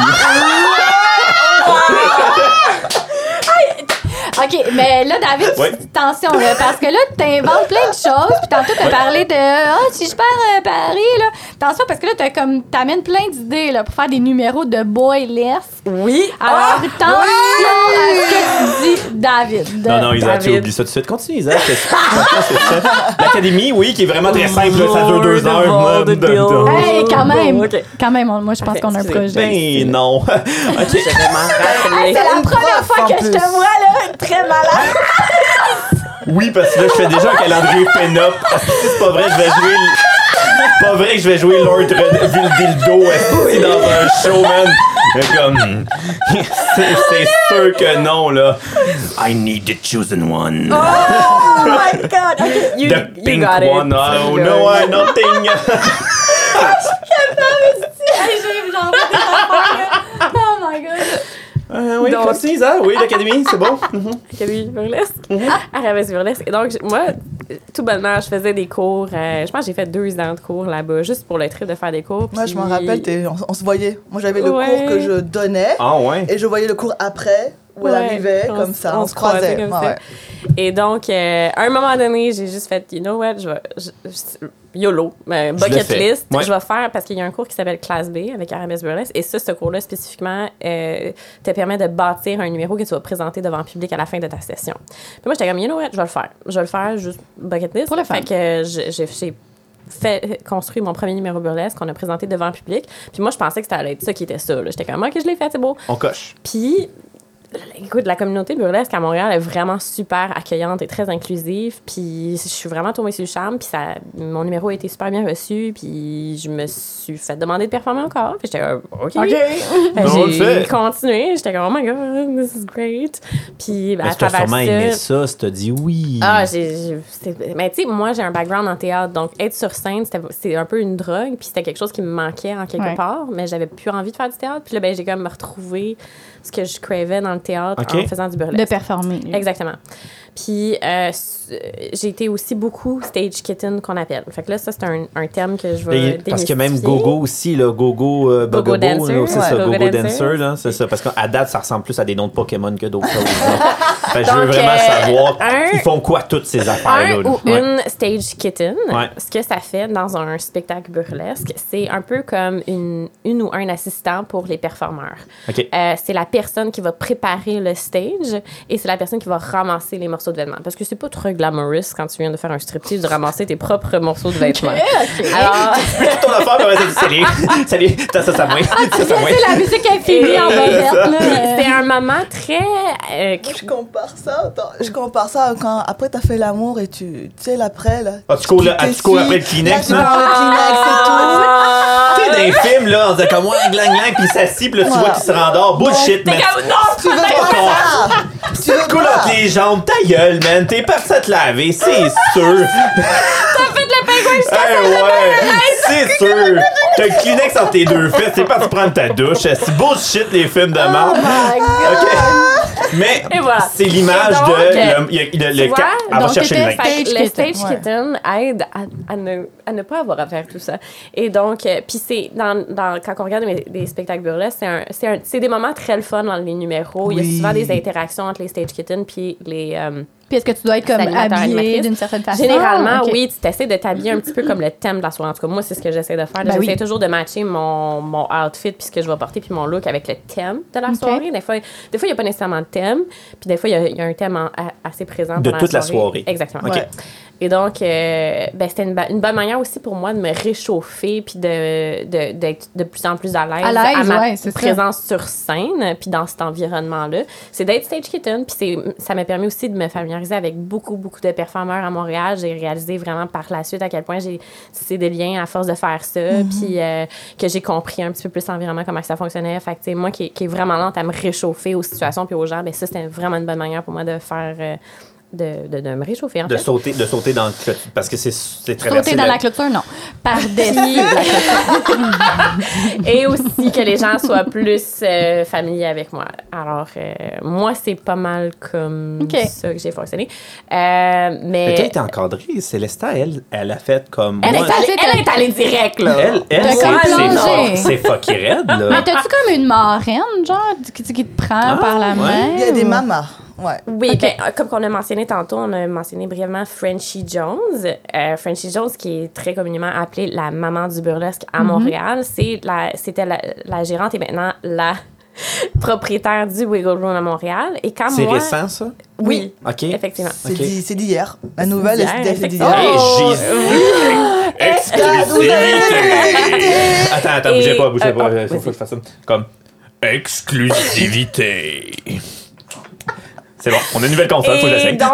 [SPEAKER 1] OK, mais là, David, tu-
[SPEAKER 2] Ouais.
[SPEAKER 1] attention, là, parce que là, tu inventes plein de choses. Puis tantôt, tu as parlé de Ah, si je pars à Paris, là. Attention, parce que là, tu comme, t'amènes plein d'idées là, pour faire des numéros de boyless.
[SPEAKER 4] Ah! Oui.
[SPEAKER 1] Alors, attention à ce que tu dis, David.
[SPEAKER 2] Non, non, Isa, tu
[SPEAKER 4] David.
[SPEAKER 2] oublies ça tout de suite. Continue, Isa. qu'est-ce que- franchement, c'est ça. L'académie, oui, qui est vraiment très simple. là, Ça dure deux
[SPEAKER 4] Lord
[SPEAKER 2] heures.
[SPEAKER 4] of all the
[SPEAKER 2] Dum, dum, dum.
[SPEAKER 4] deals.
[SPEAKER 1] Hey, quand même.
[SPEAKER 4] Bon, OK.
[SPEAKER 1] Quand même, on- moi, je pense
[SPEAKER 4] Parfait,
[SPEAKER 1] qu'on a un
[SPEAKER 4] excusez.
[SPEAKER 1] projet.
[SPEAKER 2] Ben non. <laughs> OK.
[SPEAKER 4] J'avais m'en
[SPEAKER 1] Hey, c'est
[SPEAKER 4] rappeler.
[SPEAKER 1] la
[SPEAKER 5] Une
[SPEAKER 1] première
[SPEAKER 5] prof,
[SPEAKER 1] fois
[SPEAKER 5] en
[SPEAKER 1] que je te
[SPEAKER 5] plus.
[SPEAKER 1] vois, là, très Ah, malade.
[SPEAKER 2] Oui, parce que là, je fais déjà un calendrier pin-up. Parce que C'est pas vrai, je vais jouer... le- C'est Pas vrai que je vais jouer Lord Redville Dildo esti, dans un show, man. Fait Comme... <laughs> C'est c'est sûr que non, là. I need the chosen one.
[SPEAKER 4] Oh my god! Okay, you,
[SPEAKER 2] the
[SPEAKER 4] you
[SPEAKER 2] pink
[SPEAKER 4] got
[SPEAKER 2] one.
[SPEAKER 4] it.
[SPEAKER 2] Oh,
[SPEAKER 4] You
[SPEAKER 2] no, I
[SPEAKER 4] got
[SPEAKER 2] Ah
[SPEAKER 4] it.
[SPEAKER 2] nothing.
[SPEAKER 1] J'ai genre des affaires, là. Oh my God.
[SPEAKER 2] Euh, oui,
[SPEAKER 4] Donc-
[SPEAKER 2] continue, Isa. Oui, l'académie, c'est bon.
[SPEAKER 4] Académie burlesque. Arabesque burlesque. Et donc, j- moi, tout bonnement, je faisais des cours. euh, je pense que j'ai fait deux ans de cours là-bas, juste pour le trip de faire des cours.
[SPEAKER 5] Moi, je m'en
[SPEAKER 4] puis-
[SPEAKER 5] rappelle, t'es- on, on se voyait. Moi, j'avais le
[SPEAKER 4] Ouais.
[SPEAKER 5] cours que je donnais
[SPEAKER 2] Ah, ouais.
[SPEAKER 5] et je voyais le cours après où elle
[SPEAKER 4] Ouais,
[SPEAKER 5] arrivait,
[SPEAKER 4] on
[SPEAKER 5] comme
[SPEAKER 4] s-
[SPEAKER 5] ça, on, se croisait.
[SPEAKER 4] comme
[SPEAKER 5] Ouais,
[SPEAKER 4] ça.
[SPEAKER 5] ouais.
[SPEAKER 4] Et donc, euh, à un moment donné, j'ai juste fait, you know what, je vais. je- je- YOLO, euh,
[SPEAKER 2] Je le
[SPEAKER 4] bucket
[SPEAKER 2] fais.
[SPEAKER 4] list.
[SPEAKER 2] Ouais.
[SPEAKER 4] Je vais faire parce qu'il y a un cours qui s'appelle Class B avec Arabesque Burlesque. Et ça, ce cours-là spécifiquement euh, te permet de bâtir un numéro que tu vas présenter devant le public à la fin de ta session. Puis moi, j'étais comme, you know what, je vais le faire. Je vais le faire juste bucket list.
[SPEAKER 1] Pour le fun.
[SPEAKER 4] Fait que j'ai- j'ai- j'ai fait construit mon premier numéro burlesque qu'on a présenté devant le public. Puis moi, je pensais que ça allait être ça qui était ça. là. J'étais comme, OK, je l'ai fait, c'est beau.
[SPEAKER 2] On coche.
[SPEAKER 4] Puis, écoute, la communauté burlesque à Montréal est vraiment super accueillante et très inclusive. Puis, je suis vraiment tombée sur le charme. Puis, ça, mon numéro a été super bien reçu. Puis, je me suis fait demander de performer encore. Puis, j'étais comme, OK. Fait que
[SPEAKER 2] On le
[SPEAKER 4] J'ai
[SPEAKER 2] fait.
[SPEAKER 4] continué. J'étais comme, oh my God, this is great. Puis, ben, à
[SPEAKER 2] Parce que t'as
[SPEAKER 4] travers
[SPEAKER 2] sûrement
[SPEAKER 4] ça.
[SPEAKER 2] aimé ça, si t'as dit oui.
[SPEAKER 4] Ah, j'ai. j'ai- c'est- Mais tu sais, moi, j'ai un background en théâtre, donc être sur scène, c'était- c'est un peu une drogue, puis c'était quelque chose qui me manquait en quelque
[SPEAKER 1] Ouais.
[SPEAKER 4] part, mais j'avais plus envie de faire du théâtre. Puis là, ben, j'ai comme retrouvé ce que je cravais dans le théâtre
[SPEAKER 2] Ok.
[SPEAKER 4] en faisant du
[SPEAKER 1] De
[SPEAKER 4] burlesque.
[SPEAKER 1] performer.
[SPEAKER 4] Exactement. Puis euh, s- euh, j'ai été aussi beaucoup stage kitten qu'on appelle. Fait que là, ça, c'est un, un terme que je vais.
[SPEAKER 2] Et- parce que même
[SPEAKER 4] démystifier.
[SPEAKER 2] Gogo aussi, là, Gogo euh, Bogobo,
[SPEAKER 4] Gogo Dancer,
[SPEAKER 2] là, c'est
[SPEAKER 4] ouais.
[SPEAKER 2] ça,
[SPEAKER 4] Gogo
[SPEAKER 2] Gogo
[SPEAKER 4] Dancer.
[SPEAKER 2] Dancer, là, c'est ça. Parce qu'à date, ça ressemble plus à des noms de Pokémon que d'autres choses.
[SPEAKER 4] <laughs>
[SPEAKER 2] là. Fait que je veux
[SPEAKER 4] Donc,
[SPEAKER 2] vraiment
[SPEAKER 4] euh,
[SPEAKER 2] savoir,
[SPEAKER 4] un-
[SPEAKER 2] ils font quoi toutes ces
[SPEAKER 4] un
[SPEAKER 2] affaires-là? là?
[SPEAKER 4] ou
[SPEAKER 2] Ouais.
[SPEAKER 4] une stage kitten,
[SPEAKER 2] Ouais.
[SPEAKER 4] ce que ça fait dans un spectacle burlesque, c'est un peu comme une, une ou un assistant pour les performeurs.
[SPEAKER 2] OK.
[SPEAKER 4] Euh, c'est la personne qui va préparer le stage et c'est la personne qui va ramasser les morceaux de vêtements. Parce que c'est pas trop glamorous quand tu viens de faire un striptease de ramasser tes propres morceaux de vêtements. Alors,
[SPEAKER 2] <laughs> Ton affaire, ben, vas-y, salut, salut, Attends, ça, ça, moi, ça, ça, moi.
[SPEAKER 1] La musique est
[SPEAKER 4] finie
[SPEAKER 2] <laughs>
[SPEAKER 1] finie
[SPEAKER 4] en
[SPEAKER 1] en
[SPEAKER 4] bas
[SPEAKER 1] verte, là.
[SPEAKER 4] c'est un moment très. euh,
[SPEAKER 5] Je compare ça, attends, je compare ça quand après t'as fait l'amour et tu, tu sais, l'après, là.
[SPEAKER 2] Ah, tu cours, là, ah, tu cours
[SPEAKER 5] t'essuies,
[SPEAKER 2] après le Kleenex,
[SPEAKER 5] là,
[SPEAKER 2] là?
[SPEAKER 5] Tu prends le
[SPEAKER 4] Ah.
[SPEAKER 5] Kleenex et tout.
[SPEAKER 2] Tu sais, dans les films, là, on disait comme, ouais, glang, glang, puis ça cible, tu vois qu'il se rendort, bullshit, mais
[SPEAKER 5] Tu veux pas ça Tu veux
[SPEAKER 2] tu coules entre
[SPEAKER 5] pas
[SPEAKER 2] les jambes, ta gueule, man, t'es parti à te laver,
[SPEAKER 4] <laughs>
[SPEAKER 2] c'est sûr. T'as fait de la pingouine ouais, c'est sûr. T'as le Kleenex entre tes deux fesses, t'es parti prendre ta douche, c'est bullshit, les films de mort. OK. Mais
[SPEAKER 4] Oh Et voilà.
[SPEAKER 2] c'est l'image
[SPEAKER 4] Et donc,
[SPEAKER 2] de... le- il y a- le-
[SPEAKER 4] tu
[SPEAKER 2] le-
[SPEAKER 4] vois,
[SPEAKER 2] Elle va
[SPEAKER 1] donc
[SPEAKER 2] chercher le
[SPEAKER 1] t'étais
[SPEAKER 2] linge.
[SPEAKER 4] Fait que
[SPEAKER 1] Stage
[SPEAKER 4] le
[SPEAKER 1] kitten,
[SPEAKER 4] stage
[SPEAKER 1] ouais.
[SPEAKER 4] kitten aide à, à ne, à ne pas avoir à faire tout ça. Et donc, euh, puis c'est dans, dans- quand on regarde mes- des spectacles burlesques, c'est un- c'est un- c'est des moments très le fun dans les numéros. Il y a
[SPEAKER 5] Oui.
[SPEAKER 4] souvent des interactions entre les stage kittens puis les. euh,
[SPEAKER 1] Puis est-ce que tu dois être comme
[SPEAKER 4] Animateur,
[SPEAKER 1] habillée
[SPEAKER 4] animatrice.
[SPEAKER 1] d'une certaine façon?
[SPEAKER 4] Généralement,
[SPEAKER 1] Ok.
[SPEAKER 4] oui, tu t'essaies de t'habiller un petit peu comme le thème de la soirée. En tout cas, moi, c'est ce que j'essaie de faire.
[SPEAKER 1] Ben
[SPEAKER 4] j'essaie
[SPEAKER 1] oui.
[SPEAKER 4] toujours de matcher mon, mon outfit puis ce que je vais porter puis mon look avec le thème de la
[SPEAKER 1] Ok.
[SPEAKER 4] soirée. Des fois, des fois, il n'y a pas nécessairement de thème. Puis des fois, il y a- il y, a un thème en- a- assez présent
[SPEAKER 2] De
[SPEAKER 4] pendant
[SPEAKER 2] toute la soirée.
[SPEAKER 4] Exactement.
[SPEAKER 2] Ok.
[SPEAKER 4] Ouais. Et donc, euh, ben, c'était une, ba- une bonne manière aussi pour moi de me réchauffer puis de, de- d'être de plus en plus à l'aise
[SPEAKER 1] À l'aise,
[SPEAKER 4] ma
[SPEAKER 1] ouais, c'est ça.
[SPEAKER 4] présence sur scène puis dans cet environnement-là. C'est d'être stage kitten puis c'est, ça m'a permis aussi de me familiariser avec beaucoup, beaucoup de performeurs à Montréal. J'ai réalisé vraiment par la suite à quel point j'ai tissé des liens à force de faire ça puis euh, que j'ai compris un petit peu plus l'environnement, comment ça fonctionnait. Fait que, tu sais, moi qui, qui est vraiment lente à me réchauffer aux situations puis aux gens, ben ça, c'était vraiment une bonne manière pour moi de faire... euh, de, de, de me réchauffer, en
[SPEAKER 2] De
[SPEAKER 4] fait.
[SPEAKER 2] sauter, de sauter dans le... cl- Parce que c'est c'est traversé
[SPEAKER 1] Sauter dans
[SPEAKER 2] le-
[SPEAKER 1] la clôture, non. <laughs> Par-dessus la clôture.
[SPEAKER 4] et aussi que les gens soient plus euh, familiers avec moi. Alors, euh, moi, c'est pas mal comme
[SPEAKER 1] Ok.
[SPEAKER 4] ça que j'ai fonctionné. Euh, mais.
[SPEAKER 2] Mais toi, t'es encadrée. Célestin, elle, elle a fait comme
[SPEAKER 4] elle,
[SPEAKER 2] moi.
[SPEAKER 4] est allée, elle est allée direct, là.
[SPEAKER 2] Elle, elle,
[SPEAKER 1] T'as
[SPEAKER 2] c'est-
[SPEAKER 1] comme
[SPEAKER 2] c'est
[SPEAKER 1] plongé.
[SPEAKER 2] fort. C'est fucky raide, là.
[SPEAKER 1] Mais t'as-tu comme une marraine, genre, qui, qui te prend
[SPEAKER 2] Euh, Ah,
[SPEAKER 1] par la
[SPEAKER 2] ouais.
[SPEAKER 1] main?
[SPEAKER 5] Il y a des
[SPEAKER 1] ou-
[SPEAKER 5] mamas, ouais.
[SPEAKER 4] Oui, ben, euh, comme qu'on a mentionné tantôt, on a mentionné brièvement Frenchie Jones. Euh, Frenchie Jones, qui est très communément appelée la maman du burlesque à
[SPEAKER 2] Mhm.
[SPEAKER 4] Montréal, c'est la, c'était la, la gérante et maintenant la <laughs> propriétaire du Wiggle Room à Montréal. Et quand
[SPEAKER 2] C'est
[SPEAKER 4] moi,
[SPEAKER 2] récent, ça?
[SPEAKER 4] Oui,
[SPEAKER 2] OK.
[SPEAKER 4] effectivement.
[SPEAKER 5] C'est
[SPEAKER 2] Ok.
[SPEAKER 5] dit- c'est d'hier. La nouvelle,
[SPEAKER 4] d'hier,
[SPEAKER 5] c'est c'est
[SPEAKER 4] effectivement.
[SPEAKER 5] d'hier.
[SPEAKER 2] Hey,
[SPEAKER 4] Oh!
[SPEAKER 2] Jésus! Exclusivité! Attends, attends, bougez
[SPEAKER 4] Et-
[SPEAKER 2] pas, bougez
[SPEAKER 4] euh,
[SPEAKER 2] pas.
[SPEAKER 4] oh,
[SPEAKER 2] euh, faut faut que je fasse ça. Comme... Exclusivité! C'est bon, on a une nouvelle console, faut que
[SPEAKER 4] Et
[SPEAKER 2] j'essaye.
[SPEAKER 4] donc,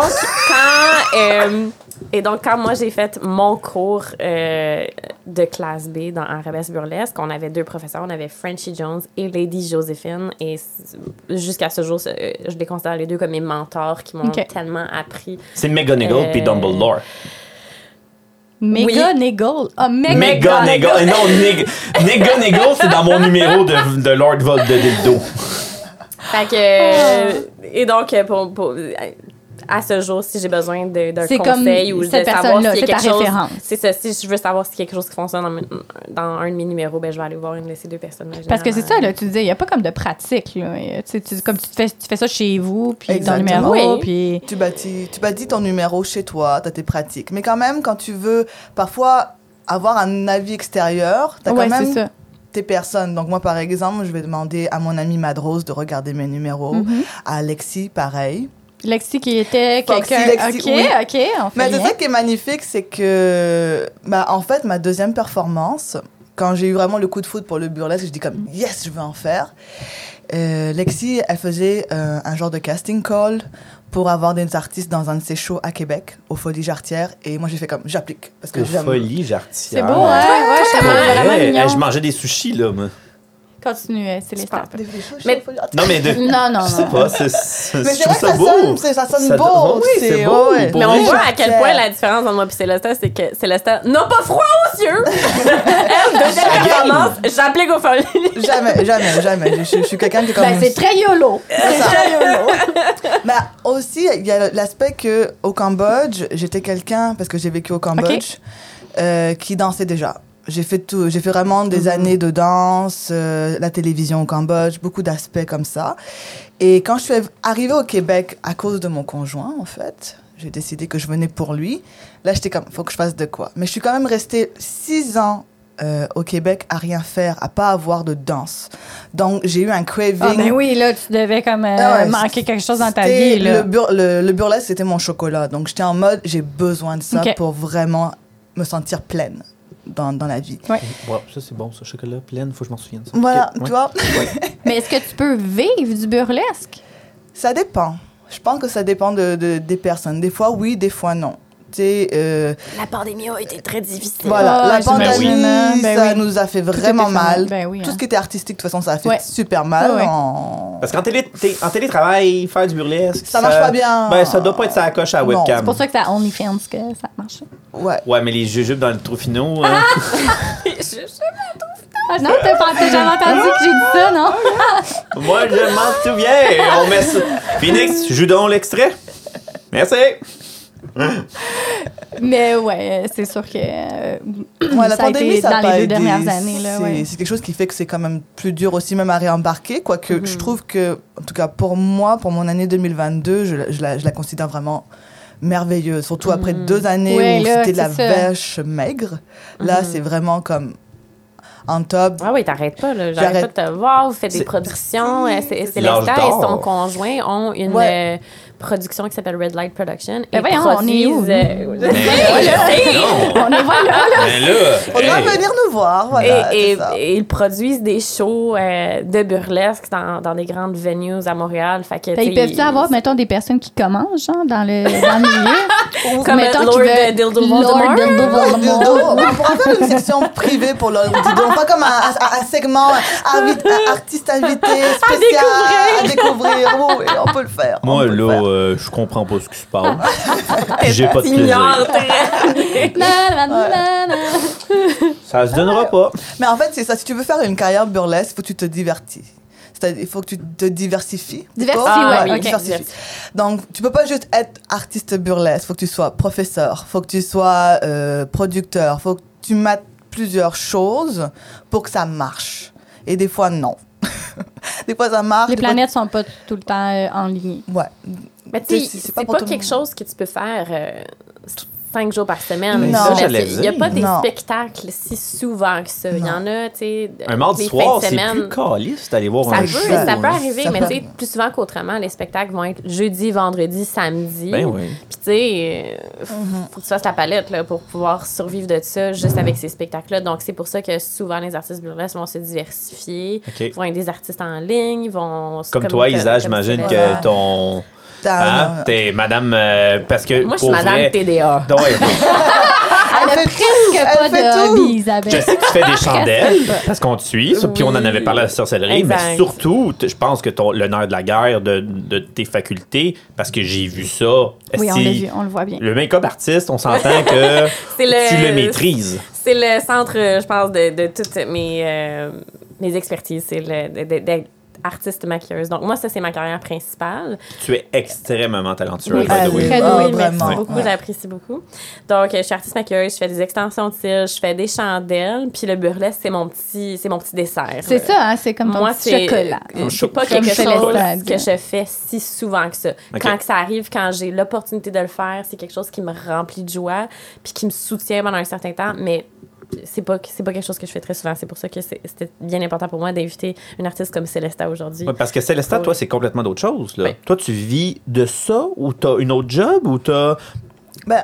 [SPEAKER 4] quand, euh, et donc, quand moi, j'ai fait mon cours euh, de classe B dans Arabesque Burlesque, on avait deux professeurs. On avait Frenchie Jones et Lady Joséphine. Et c- jusqu'à ce jour, euh, je les considère les deux comme mes mentors qui m'ont
[SPEAKER 1] Ok.
[SPEAKER 4] tellement appris.
[SPEAKER 2] C'est McGonagall
[SPEAKER 4] Euh,
[SPEAKER 2] puis Dumbledore.
[SPEAKER 1] Méga négole. Ah, méga
[SPEAKER 2] McGonagall! Non, Neg- McGonagall, c'est dans mon numéro de, de Lord Vol de Dildo.
[SPEAKER 4] Fait que, euh, et donc, euh, pour, pour- à ce jour, si j'ai besoin de- d'un
[SPEAKER 1] C'est comme
[SPEAKER 4] conseil ou de
[SPEAKER 1] cette
[SPEAKER 4] savoir
[SPEAKER 1] personne-là,
[SPEAKER 4] s'il y
[SPEAKER 1] c'est
[SPEAKER 4] a
[SPEAKER 1] ta
[SPEAKER 4] quelque chose-
[SPEAKER 1] référence.
[SPEAKER 4] C'est ça. Si je veux savoir s'il y a quelque chose qui fonctionne dans, mes- dans un de mes numéros, ben, je vais aller voir une de ces deux personnes.
[SPEAKER 1] Parce que c'est ça, là, tu disais, il n'y a pas comme de pratique. Là. Tu sais, tu- comme tu fais, tu fais ça chez vous, puis dans le
[SPEAKER 5] Exactement.
[SPEAKER 1] numéro,
[SPEAKER 4] Oui.
[SPEAKER 1] puis...
[SPEAKER 5] Tu bâtis, tu bâtis ton numéro chez toi, t'as tes pratiques. Mais quand même, quand tu veux parfois avoir un avis extérieur, t'as
[SPEAKER 1] Ouais,
[SPEAKER 5] quand
[SPEAKER 1] c'est
[SPEAKER 5] même
[SPEAKER 1] ça.
[SPEAKER 5] tes personnes. Donc moi, par exemple, je vais demander à mon amie Madrose de regarder mes numéros,
[SPEAKER 1] Mhm.
[SPEAKER 5] à Alexis, pareil.
[SPEAKER 1] Lexi qui était
[SPEAKER 5] Foxy,
[SPEAKER 1] quelqu'un...
[SPEAKER 5] Lexi,
[SPEAKER 1] OK,
[SPEAKER 5] oui.
[SPEAKER 1] OK, on fait
[SPEAKER 5] Mais c'est
[SPEAKER 1] rien.
[SPEAKER 5] ça qui est magnifique, c'est que, bah, en fait, ma deuxième performance, quand j'ai eu vraiment le coup de foudre pour le burlesque, je dis comme yes, je veux en faire. Euh, Lexi, elle faisait euh, un genre de casting call pour avoir des artistes dans un de ses shows à Québec, au Folies Jartières, et moi j'ai fait comme j'applique parce que
[SPEAKER 2] Aux
[SPEAKER 5] j'aime.
[SPEAKER 2] folies jartières.
[SPEAKER 1] C'est beau, hein? Ouais,
[SPEAKER 2] Pour
[SPEAKER 1] ouais,
[SPEAKER 2] vrai,
[SPEAKER 1] vraiment
[SPEAKER 2] hey,
[SPEAKER 1] mignon.
[SPEAKER 2] je mangeais des sushis, là, moi.
[SPEAKER 1] Continuez, c'est les
[SPEAKER 4] Super.
[SPEAKER 1] stars.
[SPEAKER 5] Des- des choses,
[SPEAKER 4] Mais-
[SPEAKER 5] il faut- attends.
[SPEAKER 2] Non, mais de...
[SPEAKER 1] Non, non,
[SPEAKER 2] je sais
[SPEAKER 1] non.
[SPEAKER 2] pas, c'est c'est-
[SPEAKER 5] Mais
[SPEAKER 2] je
[SPEAKER 5] c'est vrai
[SPEAKER 2] trouve
[SPEAKER 5] que
[SPEAKER 2] ça
[SPEAKER 5] ça
[SPEAKER 2] beau.
[SPEAKER 5] sonne, c'est- ça sonne beau,
[SPEAKER 2] doit- oui,
[SPEAKER 5] oui,
[SPEAKER 2] c'est
[SPEAKER 5] c'est-
[SPEAKER 2] beau.
[SPEAKER 5] ouais.
[SPEAKER 2] pour
[SPEAKER 4] Mais on
[SPEAKER 2] vrai.
[SPEAKER 4] voit à quel
[SPEAKER 5] Claire.
[SPEAKER 4] point la différence entre moi et Célestin, c'est que Célestin n'a pas froid aux <laughs> yeux. Elle, deuxième
[SPEAKER 2] gagne.
[SPEAKER 4] performance, j'applique au <laughs> folie.
[SPEAKER 5] Jamais, jamais, jamais. Je, je- je suis quelqu'un qui est comme.
[SPEAKER 1] Ben, c'est très YOLO. C'est très YOLO.
[SPEAKER 5] Mais Bah, aussi, il y a l'aspect que au Cambodge, j'étais quelqu'un parce que j'ai vécu au Cambodge euh, qui dansait déjà. J'ai fait tout, j'ai fait vraiment des années de danse, euh, la télévision au Cambodge, beaucoup d'aspects comme ça. Et quand je suis arrivée au Québec à cause de mon conjoint, en fait, j'ai décidé que je venais pour lui. Là, j'étais comme, faut que je fasse de quoi. Mais je suis quand même restée six ans euh, au Québec à rien faire, à pas avoir de danse. Donc, j'ai eu un craving.
[SPEAKER 1] Ah, ben oui, là, tu devais comme euh,
[SPEAKER 5] Ah ouais,
[SPEAKER 1] manquer quelque chose dans ta
[SPEAKER 5] C'était
[SPEAKER 1] vie. Là.
[SPEAKER 5] Le, bur- le- le burlesque, c'était mon chocolat. Donc, j'étais en mode, j'ai besoin de ça
[SPEAKER 1] Ok.
[SPEAKER 5] pour vraiment me sentir pleine dans, dans la vie.
[SPEAKER 2] Ouais, ça, c'est bon, ce chocolat plein, faut que je m'en souvienne. ça.
[SPEAKER 5] Voilà,
[SPEAKER 2] Ok, ouais.
[SPEAKER 5] tu vois,
[SPEAKER 1] Mais est-ce que tu peux vivre du burlesque?
[SPEAKER 5] ça dépend. Je pense que ça dépend de, de- des personnes. Des fois, oui, des fois, non. Tu sais, euh,
[SPEAKER 4] La pandémie a été très difficile.
[SPEAKER 5] voilà,
[SPEAKER 1] Ah,
[SPEAKER 5] la
[SPEAKER 1] j'imagine,
[SPEAKER 5] pandémie,
[SPEAKER 1] hein. Ben oui.
[SPEAKER 5] ça nous a fait
[SPEAKER 1] était
[SPEAKER 5] vraiment
[SPEAKER 1] fermé.
[SPEAKER 5] mal.
[SPEAKER 1] Ben oui,
[SPEAKER 5] Tout
[SPEAKER 1] hein.
[SPEAKER 5] ce qui était artistique, de toute façon, ça a fait
[SPEAKER 1] Ouais.
[SPEAKER 5] super mal.
[SPEAKER 1] Ouais, ouais.
[SPEAKER 5] en-
[SPEAKER 2] Parce qu'en télé, t'es- en télétravail, faire du burlesque.
[SPEAKER 5] Ça marche pas bien.
[SPEAKER 2] Ben, ça doit pas être ça coche à la
[SPEAKER 5] Non,
[SPEAKER 2] webcam.
[SPEAKER 1] C'est pour ça que ça OnlyFans que ça marche.
[SPEAKER 5] Ouais.
[SPEAKER 2] Ouais, mais les jujubes dans le trou finot. hein. <laughs>
[SPEAKER 1] Ah non, t'as pas t'as jamais entendu que j'ai dit ça, non?
[SPEAKER 2] Moi, je m'en souviens. On met ça. Phoenix, joue donc l'extrait. Merci.
[SPEAKER 1] Mais ouais, euh, c'est sûr que euh,
[SPEAKER 5] Ouais, la
[SPEAKER 1] ça a
[SPEAKER 5] pandémie,
[SPEAKER 1] été
[SPEAKER 5] ça
[SPEAKER 1] dans
[SPEAKER 5] a pas
[SPEAKER 1] les deux
[SPEAKER 5] aidé.
[SPEAKER 1] dernières années. Là,
[SPEAKER 5] C'est-
[SPEAKER 1] ouais.
[SPEAKER 5] C'est quelque chose qui fait que c'est quand même plus dur aussi, même à réembarquer. Quoique,
[SPEAKER 1] Mm-hmm.
[SPEAKER 5] je trouve que, en tout cas pour moi, pour mon année 2022, je, la- je la, je la considère vraiment merveilleuse. Surtout après deux années
[SPEAKER 1] Mm-hmm. Ouais,
[SPEAKER 5] où
[SPEAKER 1] là,
[SPEAKER 5] c'était de la
[SPEAKER 1] c'est ça. Mm-hmm.
[SPEAKER 5] vache maigre. Là, c'est vraiment comme en top.
[SPEAKER 4] Ah oui, t'arrêtes pas, là.
[SPEAKER 5] J'arrête.
[SPEAKER 4] J'arrête pas de te voir. Vous faites
[SPEAKER 2] C'est-
[SPEAKER 4] des productions. Euh, c'est- c'est
[SPEAKER 2] L'âge
[SPEAKER 4] Célestin et
[SPEAKER 2] d'or.
[SPEAKER 4] son conjoint ont une
[SPEAKER 5] Ouais.
[SPEAKER 4] euh, production qui s'appelle Red Light Production.
[SPEAKER 1] Ben
[SPEAKER 4] et
[SPEAKER 1] voyons, on est
[SPEAKER 4] produisent,
[SPEAKER 1] où,
[SPEAKER 4] euh, <laughs>
[SPEAKER 2] Mais non.
[SPEAKER 1] On est voilà.
[SPEAKER 2] Mais là.
[SPEAKER 5] Faudra
[SPEAKER 2] hey.
[SPEAKER 5] venir nous voir,
[SPEAKER 2] Ah,
[SPEAKER 5] voilà.
[SPEAKER 4] Et,
[SPEAKER 5] c'est
[SPEAKER 4] et-
[SPEAKER 5] ça.
[SPEAKER 4] et ils produisent des shows euh, de burlesque dans, dans des grandes venues à Montréal. Fait que,
[SPEAKER 1] Fait,
[SPEAKER 4] tu
[SPEAKER 1] Ben, ils
[SPEAKER 4] sais,
[SPEAKER 1] peuvent-tu avoir, mettons, des personnes qui commencent, genre, dans le, dans le
[SPEAKER 5] <laughs>
[SPEAKER 1] milieu? Ou
[SPEAKER 4] Comme, euh,
[SPEAKER 1] mettons,
[SPEAKER 4] Lord,
[SPEAKER 1] qu'ils
[SPEAKER 4] euh,
[SPEAKER 1] veulent-
[SPEAKER 4] Dildo
[SPEAKER 1] Lord
[SPEAKER 4] Voldemort?
[SPEAKER 1] Dildo
[SPEAKER 5] Lord Dildo.
[SPEAKER 1] Voldemort.
[SPEAKER 5] On pourra faire une section privée pour Lord Dildo. Pas comme un, un- un segment un invi- un artiste invité spécial à découvrir. Oh, Oui, oui, on peut le faire. on
[SPEAKER 2] Moi,
[SPEAKER 5] peut le
[SPEAKER 2] là,
[SPEAKER 5] faire.
[SPEAKER 2] euh, je comprends pas ce qui se passe.
[SPEAKER 5] <laughs>
[SPEAKER 2] Puis J'ai pas de
[SPEAKER 4] ignores
[SPEAKER 2] plaisir.
[SPEAKER 4] très-
[SPEAKER 1] Na, na, na, na.
[SPEAKER 2] Ça se donnera pas.
[SPEAKER 5] Mais en fait, c'est ça. Si tu veux faire une carrière burlesque, faut que tu te divertis. C'est-à-dire, il faut que tu te diversifies.
[SPEAKER 1] Diversifie,
[SPEAKER 5] plutôt.
[SPEAKER 2] Ah,
[SPEAKER 4] ouais, ok,
[SPEAKER 5] diversifie.
[SPEAKER 4] diversifie.
[SPEAKER 5] Donc, tu peux pas juste être artiste burlesque. Faut que tu sois professeur. Faut que tu sois euh, producteur. Faut que tu mates plusieurs choses pour que ça marche. Et des fois, non. <laughs> des fois, ça marche.
[SPEAKER 1] Les
[SPEAKER 5] des fois-
[SPEAKER 1] planètes sont pas tout le temps euh, en ligne.
[SPEAKER 5] Ouais.
[SPEAKER 4] Mais tu sais,
[SPEAKER 5] C'est- c'est
[SPEAKER 4] c'est
[SPEAKER 5] pas
[SPEAKER 4] pas,
[SPEAKER 5] pour tout le
[SPEAKER 4] quelque
[SPEAKER 5] monde.
[SPEAKER 4] chose que tu peux faire euh, cinq jours par semaine.
[SPEAKER 5] Mais
[SPEAKER 4] Tu
[SPEAKER 5] ça,
[SPEAKER 4] sais,
[SPEAKER 2] j'allais
[SPEAKER 4] Il n'y a
[SPEAKER 2] dire.
[SPEAKER 4] pas des
[SPEAKER 5] Non.
[SPEAKER 4] spectacles si souvent que ça. Il y en a, tu sais,
[SPEAKER 2] Un mardi
[SPEAKER 4] des
[SPEAKER 2] soir,
[SPEAKER 4] fins
[SPEAKER 2] c'est
[SPEAKER 4] de semaine.
[SPEAKER 2] plus caliste d'aller voir
[SPEAKER 4] Ça
[SPEAKER 2] un
[SPEAKER 4] peut,
[SPEAKER 2] show. hein.
[SPEAKER 4] ça peut
[SPEAKER 2] là.
[SPEAKER 4] arriver,
[SPEAKER 5] Ça
[SPEAKER 4] mais
[SPEAKER 5] peut.
[SPEAKER 4] tu sais, plus souvent qu'autrement, les spectacles vont être jeudi, vendredi, samedi.
[SPEAKER 2] Ben oui.
[SPEAKER 4] Puis tu sais, euh, faut
[SPEAKER 5] Mhm.
[SPEAKER 4] faut que tu fasses la palette là, pour pouvoir survivre de ça juste avec ces spectacles-là. Donc c'est pour ça que souvent les artistes burlesques vont se diversifier,
[SPEAKER 2] OK.
[SPEAKER 4] vont être des artistes en ligne, vont... se
[SPEAKER 2] Comme toi,
[SPEAKER 4] communiquer-
[SPEAKER 2] Isa,
[SPEAKER 4] comme
[SPEAKER 2] j'imagine
[SPEAKER 4] tu
[SPEAKER 5] disais.
[SPEAKER 2] que ton.
[SPEAKER 1] Ah,
[SPEAKER 5] T'as-
[SPEAKER 2] Hein, t'es madame. euh, parce que.
[SPEAKER 4] Moi, je
[SPEAKER 2] pour
[SPEAKER 4] suis madame
[SPEAKER 2] vrai-
[SPEAKER 4] TDA.
[SPEAKER 2] Non, ouais.
[SPEAKER 1] Ah, Elle a
[SPEAKER 5] fait
[SPEAKER 1] presque
[SPEAKER 5] Elle
[SPEAKER 1] pas
[SPEAKER 5] fait
[SPEAKER 1] de
[SPEAKER 5] tout.
[SPEAKER 2] Je
[SPEAKER 1] hobby, Isabelle.
[SPEAKER 2] sais que tu fais des chandelles
[SPEAKER 4] <laughs>
[SPEAKER 2] parce qu'on te suit, ça, puis on en avait parlé à la sorcellerie, mais
[SPEAKER 4] Exact.
[SPEAKER 2] surtout, t- je pense que ton, le nerf de la guerre de, de tes facultés, parce que j'ai vu ça.
[SPEAKER 1] Oui, on
[SPEAKER 2] si-
[SPEAKER 1] l'a vu, on le voit bien.
[SPEAKER 2] Le make-up artiste, on s'entend que
[SPEAKER 4] <laughs> C'est le-
[SPEAKER 2] tu le maîtrises.
[SPEAKER 4] C'est le centre, euh, je pense, de, de toutes mes, euh, mes expertises, c'est le- de- de- d'être artiste maquilleuse. Donc moi, ça, c'est ma carrière principale.
[SPEAKER 2] Tu es extrêmement talentueuse,
[SPEAKER 1] Oui,
[SPEAKER 4] euh,
[SPEAKER 2] by the way.
[SPEAKER 1] très
[SPEAKER 5] Ah,
[SPEAKER 1] douée,
[SPEAKER 5] vraiment,
[SPEAKER 4] Merci
[SPEAKER 5] ouais.
[SPEAKER 4] beaucoup, j'apprécie beaucoup. Donc, euh, je suis artiste maquilleuse, je fais des extensions de cils, je fais des chandelles, puis le burlesque, c'est mon petit, c'est mon petit dessert.
[SPEAKER 1] C'est
[SPEAKER 4] Euh,
[SPEAKER 1] ça, hein, c'est comme ton
[SPEAKER 4] Moi,
[SPEAKER 1] petit
[SPEAKER 4] c'est- euh,
[SPEAKER 1] chocolat.
[SPEAKER 5] euh,
[SPEAKER 2] Un
[SPEAKER 4] C'est pas
[SPEAKER 1] Comme
[SPEAKER 4] quelque chose
[SPEAKER 1] Célestin dit.
[SPEAKER 4] que je fais si souvent que ça. Quand que ça arrive, quand j'ai l'opportunité de le faire, c'est quelque chose qui me remplit de joie, puis qui me soutient pendant un certain temps, mais c'est pas c'est pas quelque chose que je fais très souvent c'est pour ça que c'est- c'était bien important pour moi d'inviter une artiste comme Célesta aujourd'hui
[SPEAKER 2] Ouais, parce que Célestin,
[SPEAKER 4] Oui.
[SPEAKER 2] toi, c'est complètement d'autre chose. Là.
[SPEAKER 4] Oui.
[SPEAKER 2] Toi, tu vis de ça ou t'as une autre job ou t'as.
[SPEAKER 5] Ben,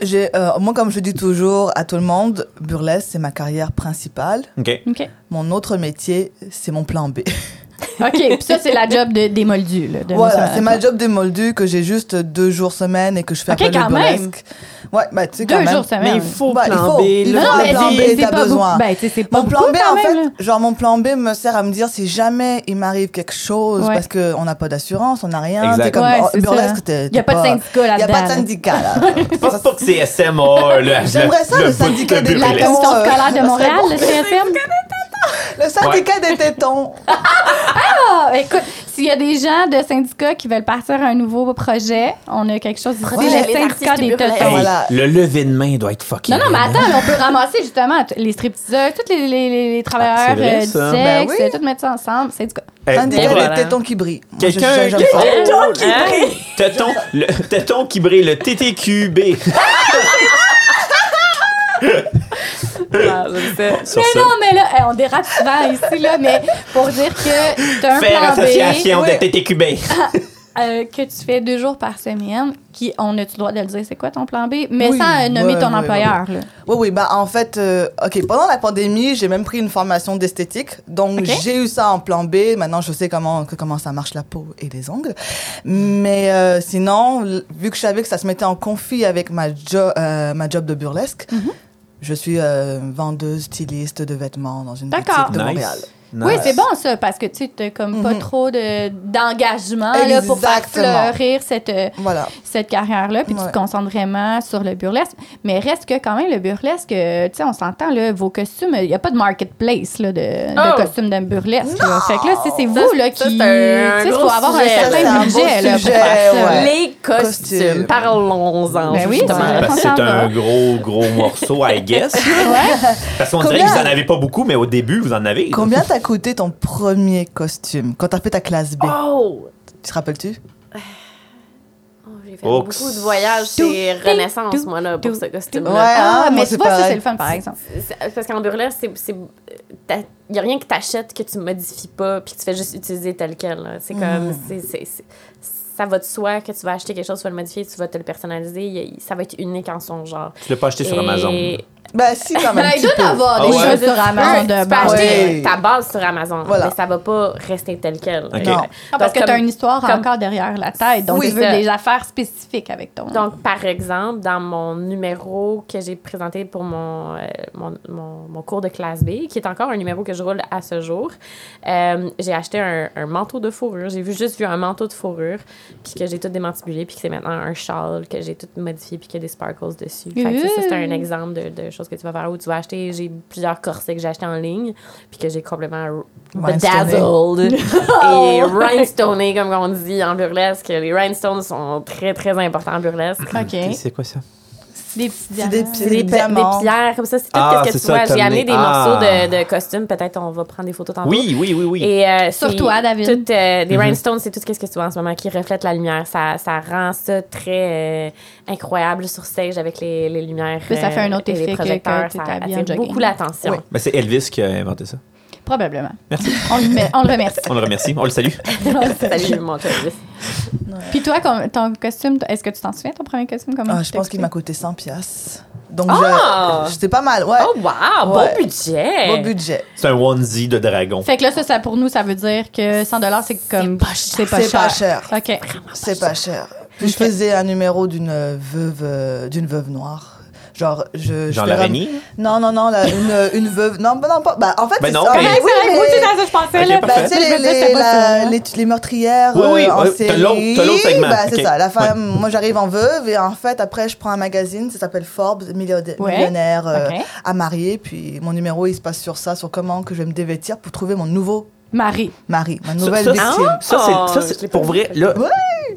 [SPEAKER 5] j'ai, euh, moi, comme je dis toujours à tout le monde, burlesque, c'est ma carrière principale.
[SPEAKER 2] OK.
[SPEAKER 1] OK. <laughs>
[SPEAKER 5] Mon autre métier, c'est mon plan B.
[SPEAKER 1] OK, puis ça, c'est la job de, des moldus. Là, de
[SPEAKER 5] Voilà,
[SPEAKER 1] monsieur-
[SPEAKER 5] c'est ma job des moldus que j'ai juste deux jours semaine et que je fais
[SPEAKER 1] Ok,
[SPEAKER 5] après le
[SPEAKER 1] quand même.
[SPEAKER 5] burlesque. Ouais, bah tu sais quand
[SPEAKER 1] Deux
[SPEAKER 5] même.
[SPEAKER 1] jours semaine.
[SPEAKER 2] Mais il faut
[SPEAKER 5] Bah, il
[SPEAKER 2] plan
[SPEAKER 5] faut.
[SPEAKER 2] B.
[SPEAKER 5] Il
[SPEAKER 2] le
[SPEAKER 5] faut
[SPEAKER 1] Non,
[SPEAKER 5] un
[SPEAKER 1] mais
[SPEAKER 5] plan
[SPEAKER 1] c'est-
[SPEAKER 5] B,
[SPEAKER 1] c'est
[SPEAKER 5] t'as
[SPEAKER 1] pas
[SPEAKER 5] besoin.
[SPEAKER 1] beaucoup. Ben, tu sais, c'est pas
[SPEAKER 5] Mon plan
[SPEAKER 1] beaucoup
[SPEAKER 5] B,
[SPEAKER 1] quand
[SPEAKER 5] en
[SPEAKER 1] même,
[SPEAKER 5] fait,
[SPEAKER 1] là.
[SPEAKER 5] genre mon plan B me sert à me dire si jamais il m'arrive quelque chose
[SPEAKER 1] Ouais.
[SPEAKER 5] parce qu'on n'a pas d'assurance, on n'a rien.
[SPEAKER 2] Exact.
[SPEAKER 5] C'est comme
[SPEAKER 1] Ouais,
[SPEAKER 5] oh,
[SPEAKER 1] c'est ça.
[SPEAKER 5] burlesque, t'es-
[SPEAKER 1] Y a
[SPEAKER 5] t'es
[SPEAKER 1] pas de syndicat
[SPEAKER 5] Y a
[SPEAKER 1] là-dedans,
[SPEAKER 5] pas de
[SPEAKER 1] là.
[SPEAKER 5] syndicat là.
[SPEAKER 2] Pas pour que c'est SMA, le-
[SPEAKER 5] <laughs> J'aimerais ça, le
[SPEAKER 2] bout de
[SPEAKER 5] syndicat des
[SPEAKER 1] La
[SPEAKER 2] burlesque.
[SPEAKER 5] lactons.
[SPEAKER 1] commission
[SPEAKER 5] euh,
[SPEAKER 1] scolaire de
[SPEAKER 5] ça
[SPEAKER 1] Montréal,
[SPEAKER 5] serait
[SPEAKER 1] le CSM.
[SPEAKER 5] <laughs> Le syndicat des tétons.
[SPEAKER 1] Ah, écoute, s'il y a des gens de syndicats qui veulent partir à un nouveau projet, on a quelque chose ici.
[SPEAKER 4] Projet
[SPEAKER 1] le
[SPEAKER 4] des
[SPEAKER 1] syndicat
[SPEAKER 4] artistes
[SPEAKER 1] des
[SPEAKER 4] burlesques.
[SPEAKER 2] Hey,
[SPEAKER 1] totons.
[SPEAKER 5] Voilà.
[SPEAKER 2] Le lever de main doit être fucking.
[SPEAKER 1] Non, non, mais attends, là, on peut ramasser justement t- les stripteaseurs, tous les, les, les, les
[SPEAKER 2] Ah, c'est
[SPEAKER 1] travailleurs
[SPEAKER 2] vrai,
[SPEAKER 1] euh, du sexe,
[SPEAKER 2] ça.
[SPEAKER 5] Ben oui.
[SPEAKER 1] euh, tout mettre ça ensemble. C'est du cas.
[SPEAKER 2] Eh,
[SPEAKER 5] Syndicat
[SPEAKER 4] ben voilà.
[SPEAKER 5] des tétons qui brillent. Moi, je-
[SPEAKER 2] Quelqu'un-
[SPEAKER 5] j'aime ça.
[SPEAKER 4] Téton qui
[SPEAKER 2] Téton, le téton qui brille, le TTQB. Sur
[SPEAKER 1] Mais
[SPEAKER 2] Ah, ça.
[SPEAKER 1] non, mais là, eh, on dérape souvent ici, là, mais pour dire que t'as un
[SPEAKER 2] Faire
[SPEAKER 1] plan B
[SPEAKER 2] association
[SPEAKER 5] oui. Ah,
[SPEAKER 2] de TTQB.
[SPEAKER 1] euh, que tu fais deux jours par semaine, qui, on a-tu le droit de le dire, c'est quoi ton plan B, mais
[SPEAKER 5] Oui,
[SPEAKER 1] sans euh, nommer
[SPEAKER 5] ouais,
[SPEAKER 1] ton
[SPEAKER 5] ouais,
[SPEAKER 1] employeur, là.
[SPEAKER 5] Oui, oui, bah en fait, euh, ok, pendant la pandémie, j'ai même pris une formation d'esthétique, donc
[SPEAKER 1] Ok.
[SPEAKER 5] j'ai eu ça en plan B. Maintenant, je sais comment que- comment ça marche la peau et les ongles, mais euh, sinon, l- vu que je savais que ça se mettait en conflit avec ma jo- euh, ma job de burlesque, je suis euh, vendeuse styliste de vêtements dans une
[SPEAKER 1] D'accord.
[SPEAKER 5] boutique de Montréal.
[SPEAKER 1] Oui,
[SPEAKER 2] Nice.
[SPEAKER 1] c'est bon ça, parce que tu sais, t'as comme pas trop de- d'engagement là, pour faire
[SPEAKER 5] Mhm. Exactement.
[SPEAKER 1] fleurir cette, euh,
[SPEAKER 5] Voilà.
[SPEAKER 1] cette carrière-là, puis tu
[SPEAKER 5] Ouais.
[SPEAKER 1] te concentres vraiment sur le burlesque. Mais reste que quand même, le burlesque, euh, tu sais, on s'entend, là, vos costumes, il n'y a pas de marketplace là, de, de
[SPEAKER 4] Oh!
[SPEAKER 1] costumes de burlesque. là. Fait que là, c'est- c'est vous là, qui.
[SPEAKER 4] ça,
[SPEAKER 1] Tu
[SPEAKER 4] c'est un
[SPEAKER 1] sais, il faut
[SPEAKER 4] gros
[SPEAKER 1] avoir un
[SPEAKER 4] sujet, ça,
[SPEAKER 5] c'est
[SPEAKER 1] certain
[SPEAKER 5] un beau
[SPEAKER 1] budget là, pour
[SPEAKER 5] sujet,
[SPEAKER 1] faire ça.
[SPEAKER 5] ouais.
[SPEAKER 4] Les
[SPEAKER 5] Costumes.
[SPEAKER 4] costumes. Parlons-en.
[SPEAKER 1] Ben oui,
[SPEAKER 4] justement.
[SPEAKER 1] c'est
[SPEAKER 2] Parce
[SPEAKER 1] vrai.
[SPEAKER 2] que
[SPEAKER 1] On
[SPEAKER 2] c'est
[SPEAKER 1] s'en va.
[SPEAKER 2] un gros, gros morceau, I
[SPEAKER 1] <laughs>
[SPEAKER 2] guess. Parce qu'on dirait que
[SPEAKER 5] Combien?
[SPEAKER 2] vous en avez pas beaucoup, mais au début, vous en avez. <laughs>
[SPEAKER 5] Combien t'a coûté ton premier costume quand t'as fait ta classe B
[SPEAKER 4] Oh!
[SPEAKER 5] Tu te rappelles-tu
[SPEAKER 4] Oh, J'ai fait
[SPEAKER 2] Oh,
[SPEAKER 4] beaucoup de voyages chez
[SPEAKER 1] tout,
[SPEAKER 4] Renaissance,
[SPEAKER 1] tout,
[SPEAKER 4] moi, là, pour
[SPEAKER 1] tout,
[SPEAKER 4] ce
[SPEAKER 5] Ouais.
[SPEAKER 4] costume-là.
[SPEAKER 5] Ah,
[SPEAKER 1] Ah,
[SPEAKER 5] moi,
[SPEAKER 1] mais tu
[SPEAKER 5] c'est
[SPEAKER 1] vois, ça,
[SPEAKER 5] pareil.
[SPEAKER 1] c'est le fun, par exemple.
[SPEAKER 4] C'est- Parce qu'en burlesque, c'est- c'est. Il n'y a rien que t'achètes que tu modifies pas, puis que tu fais juste utiliser tel quel. là. C'est
[SPEAKER 1] Mm.
[SPEAKER 4] comme. c'est- c'est- c'est- Ça va de soi que tu vas acheter quelque chose, tu vas le modifier, tu vas te le personnaliser. il- Ça va être unique en son genre.
[SPEAKER 2] Tu l'as pas acheté sur Amazon.
[SPEAKER 4] Et-
[SPEAKER 5] Bah si quand même.
[SPEAKER 1] Ben,
[SPEAKER 5] un
[SPEAKER 1] il
[SPEAKER 5] petit peu.
[SPEAKER 1] doit avoir des
[SPEAKER 2] Ah ouais.
[SPEAKER 1] choses sur Amazon Ah,
[SPEAKER 4] Tu
[SPEAKER 1] de
[SPEAKER 4] peux
[SPEAKER 1] base.
[SPEAKER 5] ouais.
[SPEAKER 4] acheter
[SPEAKER 5] Ouais.
[SPEAKER 4] ta base sur Amazon,
[SPEAKER 5] Voilà.
[SPEAKER 4] mais ça va pas rester tel quel.
[SPEAKER 2] Ok.
[SPEAKER 5] Non.
[SPEAKER 1] Ah, parce que
[SPEAKER 4] Donc,
[SPEAKER 1] tu as
[SPEAKER 4] comme-
[SPEAKER 1] une histoire
[SPEAKER 4] comme-
[SPEAKER 1] encore derrière la tête, donc
[SPEAKER 5] Oui,
[SPEAKER 1] tu veux
[SPEAKER 4] ça.
[SPEAKER 1] des affaires spécifiques avec ton.
[SPEAKER 4] Donc, par exemple, dans mon numéro que j'ai présenté pour mon, euh, mon, mon- mon cours de classe B, qui est encore un numéro que je roule à ce jour, euh, j'ai acheté un, un manteau de fourrure. J'ai vu, juste vu un manteau de fourrure, puis que j'ai tout démantibulé, puis que c'est maintenant un châle que j'ai tout modifié, puis qu'il y a des sparkles dessus. Fait que ça, ça, c'est un exemple de, de choses que tu vas faire où tu vas acheter. J'ai plusieurs corsets que j'ai achetés en ligne, puis que j'ai complètement r-
[SPEAKER 1] <laughs>
[SPEAKER 5] Rhinestoné.
[SPEAKER 4] bedazzled
[SPEAKER 1] Oh,
[SPEAKER 4] et rhinestoné, comme on dit en burlesque. Les rhinestones sont très, très importants en burlesque.
[SPEAKER 1] OK. Des
[SPEAKER 2] C'est quoi ça?
[SPEAKER 1] petits
[SPEAKER 5] C'est des
[SPEAKER 1] diamants.
[SPEAKER 5] petits-
[SPEAKER 4] C'est des,
[SPEAKER 5] Des
[SPEAKER 4] des
[SPEAKER 5] diamants.
[SPEAKER 4] pierres comme ça, c'est tout
[SPEAKER 2] Ah,
[SPEAKER 4] ce que
[SPEAKER 2] c'est
[SPEAKER 4] tu
[SPEAKER 2] ça,
[SPEAKER 4] vois.
[SPEAKER 2] t'as
[SPEAKER 4] J'ai amené
[SPEAKER 2] amené.
[SPEAKER 4] des
[SPEAKER 2] Ah.
[SPEAKER 4] morceaux de, de costumes. Peut-être on va prendre des photos tantôt.
[SPEAKER 2] Oui, oui, oui, Mhm. oui.
[SPEAKER 4] Et, euh,
[SPEAKER 1] Sur
[SPEAKER 4] c'est
[SPEAKER 1] toi, David.
[SPEAKER 4] Tout, euh, les rhinestones, c'est tout ce que tu vois en ce moment qui reflète la lumière. Ça, ça rend ça très euh, incroyable sur stage avec les, les lumières.
[SPEAKER 1] Mais ça fait un
[SPEAKER 4] euh,
[SPEAKER 1] autre
[SPEAKER 4] et
[SPEAKER 1] effet
[SPEAKER 4] les
[SPEAKER 1] que-
[SPEAKER 4] projecteurs.
[SPEAKER 1] que
[SPEAKER 4] ça
[SPEAKER 1] t'es habillé en
[SPEAKER 4] attire
[SPEAKER 1] jogging.
[SPEAKER 4] beaucoup l'attention.
[SPEAKER 5] Oui.
[SPEAKER 2] Ben, c'est Elvis qui a inventé ça.
[SPEAKER 1] Probablement.
[SPEAKER 2] Merci.
[SPEAKER 1] On le, met- on le remercie.
[SPEAKER 2] On le remercie. On le salue.
[SPEAKER 4] <laughs> Salut, mon Elvis.
[SPEAKER 1] Puis toi, comme- ton costume, t- est-ce que tu t'en souviens, ton premier costume? Comment
[SPEAKER 5] Ah,
[SPEAKER 1] tu
[SPEAKER 5] je
[SPEAKER 1] t'es
[SPEAKER 5] pense qu'il m'a
[SPEAKER 1] coupé?
[SPEAKER 5] coûté 100 piastres. Donc,
[SPEAKER 4] Ah!
[SPEAKER 5] je- c'était pas mal, ouais.
[SPEAKER 4] Oh, wow!
[SPEAKER 5] Ouais.
[SPEAKER 4] Beau budget!
[SPEAKER 5] Beau budget.
[SPEAKER 2] C'est un onesie de dragon.
[SPEAKER 1] Fait que là, ça, ça, pour nous, ça veut dire que 100 c'est comme... C'est pas
[SPEAKER 5] C'est pas cher.
[SPEAKER 1] OK.
[SPEAKER 5] C'est pas cher. Puis je faisais un numéro d'une veuve, euh, d'une veuve noire. Genre, je. je
[SPEAKER 2] Genre
[SPEAKER 5] fais
[SPEAKER 2] l'araignée?
[SPEAKER 5] vraiment- Non, non, non, la- une, une veuve. Non, bah, non, pas. Bah, en fait,
[SPEAKER 2] Ben
[SPEAKER 5] c'est
[SPEAKER 2] non,
[SPEAKER 5] ça.
[SPEAKER 2] mais-
[SPEAKER 5] Mais
[SPEAKER 1] Ah, Oui,
[SPEAKER 5] oui,
[SPEAKER 1] c'est
[SPEAKER 5] mais-
[SPEAKER 1] ça que je pensais, là.
[SPEAKER 2] Ok,
[SPEAKER 5] Bah,
[SPEAKER 2] parfait.
[SPEAKER 5] tu
[SPEAKER 1] Je me
[SPEAKER 5] sais, les,
[SPEAKER 1] disais,
[SPEAKER 5] les-
[SPEAKER 1] c'est pas
[SPEAKER 5] la-
[SPEAKER 1] ça. hein.
[SPEAKER 5] les, les meurtrières
[SPEAKER 2] Oui, oui,
[SPEAKER 5] euh, en
[SPEAKER 2] ouais, t'as
[SPEAKER 5] série.
[SPEAKER 2] l'autre- t'as l'autre segment,
[SPEAKER 5] Bah, c'est
[SPEAKER 2] ok.
[SPEAKER 5] ça. La femme, moi, j'arrive en veuve et en fait, après, je prends un magazine, ça s'appelle Forbes, milliardaire-
[SPEAKER 1] Ouais.
[SPEAKER 5] millionnaire euh,
[SPEAKER 1] Ok.
[SPEAKER 5] à marier. Puis mon numéro, il se passe sur ça, sur comment que je vais me dévêtir pour trouver mon nouveau
[SPEAKER 1] Marie.
[SPEAKER 5] mari,
[SPEAKER 2] Ça-
[SPEAKER 5] ma nouvelle
[SPEAKER 2] ça,
[SPEAKER 1] Ah,
[SPEAKER 5] victime.
[SPEAKER 2] Ça, c'est, ça,
[SPEAKER 4] Oh,
[SPEAKER 2] c'est-
[SPEAKER 4] je l'ai
[SPEAKER 2] pour
[SPEAKER 4] pas
[SPEAKER 2] vrai.
[SPEAKER 4] vu.
[SPEAKER 2] Là,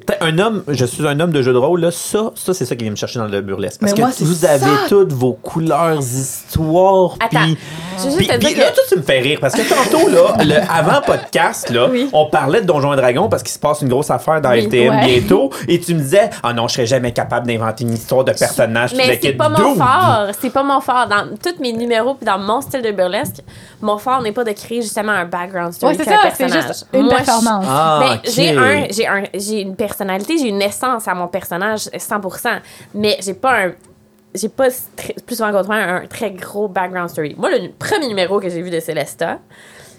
[SPEAKER 2] t'as un homme, je suis un homme de jeu de rôle. Là, ça, ça, c'est ça qui vient me chercher dans le burlesque. Parce
[SPEAKER 5] Mais
[SPEAKER 2] que
[SPEAKER 5] moi, c'est
[SPEAKER 2] vous
[SPEAKER 5] ça.
[SPEAKER 2] avez toutes vos couleurs, histoires.
[SPEAKER 4] Attends,
[SPEAKER 2] puis-
[SPEAKER 4] je veux juste
[SPEAKER 2] puis-
[SPEAKER 4] te dire
[SPEAKER 2] puis
[SPEAKER 4] que-
[SPEAKER 2] là, tout, tu me fais rire. Parce que tantôt,
[SPEAKER 4] <laughs>
[SPEAKER 2] là, le avant podcast, là,
[SPEAKER 4] Oui.
[SPEAKER 2] on parlait de Donjons et Dragons parce qu'il se passe une grosse affaire dans
[SPEAKER 4] Oui,
[SPEAKER 2] LTM
[SPEAKER 1] ouais.
[SPEAKER 2] bientôt. Et tu me disais, ah non, je serais jamais capable d'inventer une histoire de personnage. Tu
[SPEAKER 4] Mais
[SPEAKER 2] disais,
[SPEAKER 4] c'est
[SPEAKER 2] Kid
[SPEAKER 4] pas mon
[SPEAKER 2] Dude.
[SPEAKER 4] fort. C'est pas mon fort. Dans tous mes numéros puis dans mon style de burlesque, mon fort n'est pas de créer justement un background story.
[SPEAKER 1] Ouais, c'est
[SPEAKER 4] qu'un
[SPEAKER 1] ça, c'est
[SPEAKER 4] personnage.
[SPEAKER 1] juste une
[SPEAKER 4] Moi, je-
[SPEAKER 1] performance.
[SPEAKER 2] Ah,
[SPEAKER 4] Ben,
[SPEAKER 2] ok.
[SPEAKER 4] j'ai un, j'ai un, j'ai une personnalité, j'ai une essence à mon personnage 100%, mais j'ai pas un j'ai pas tr- plus souvent qu'autrement un très gros background story. Moi le premier numéro que j'ai vu de Celesta,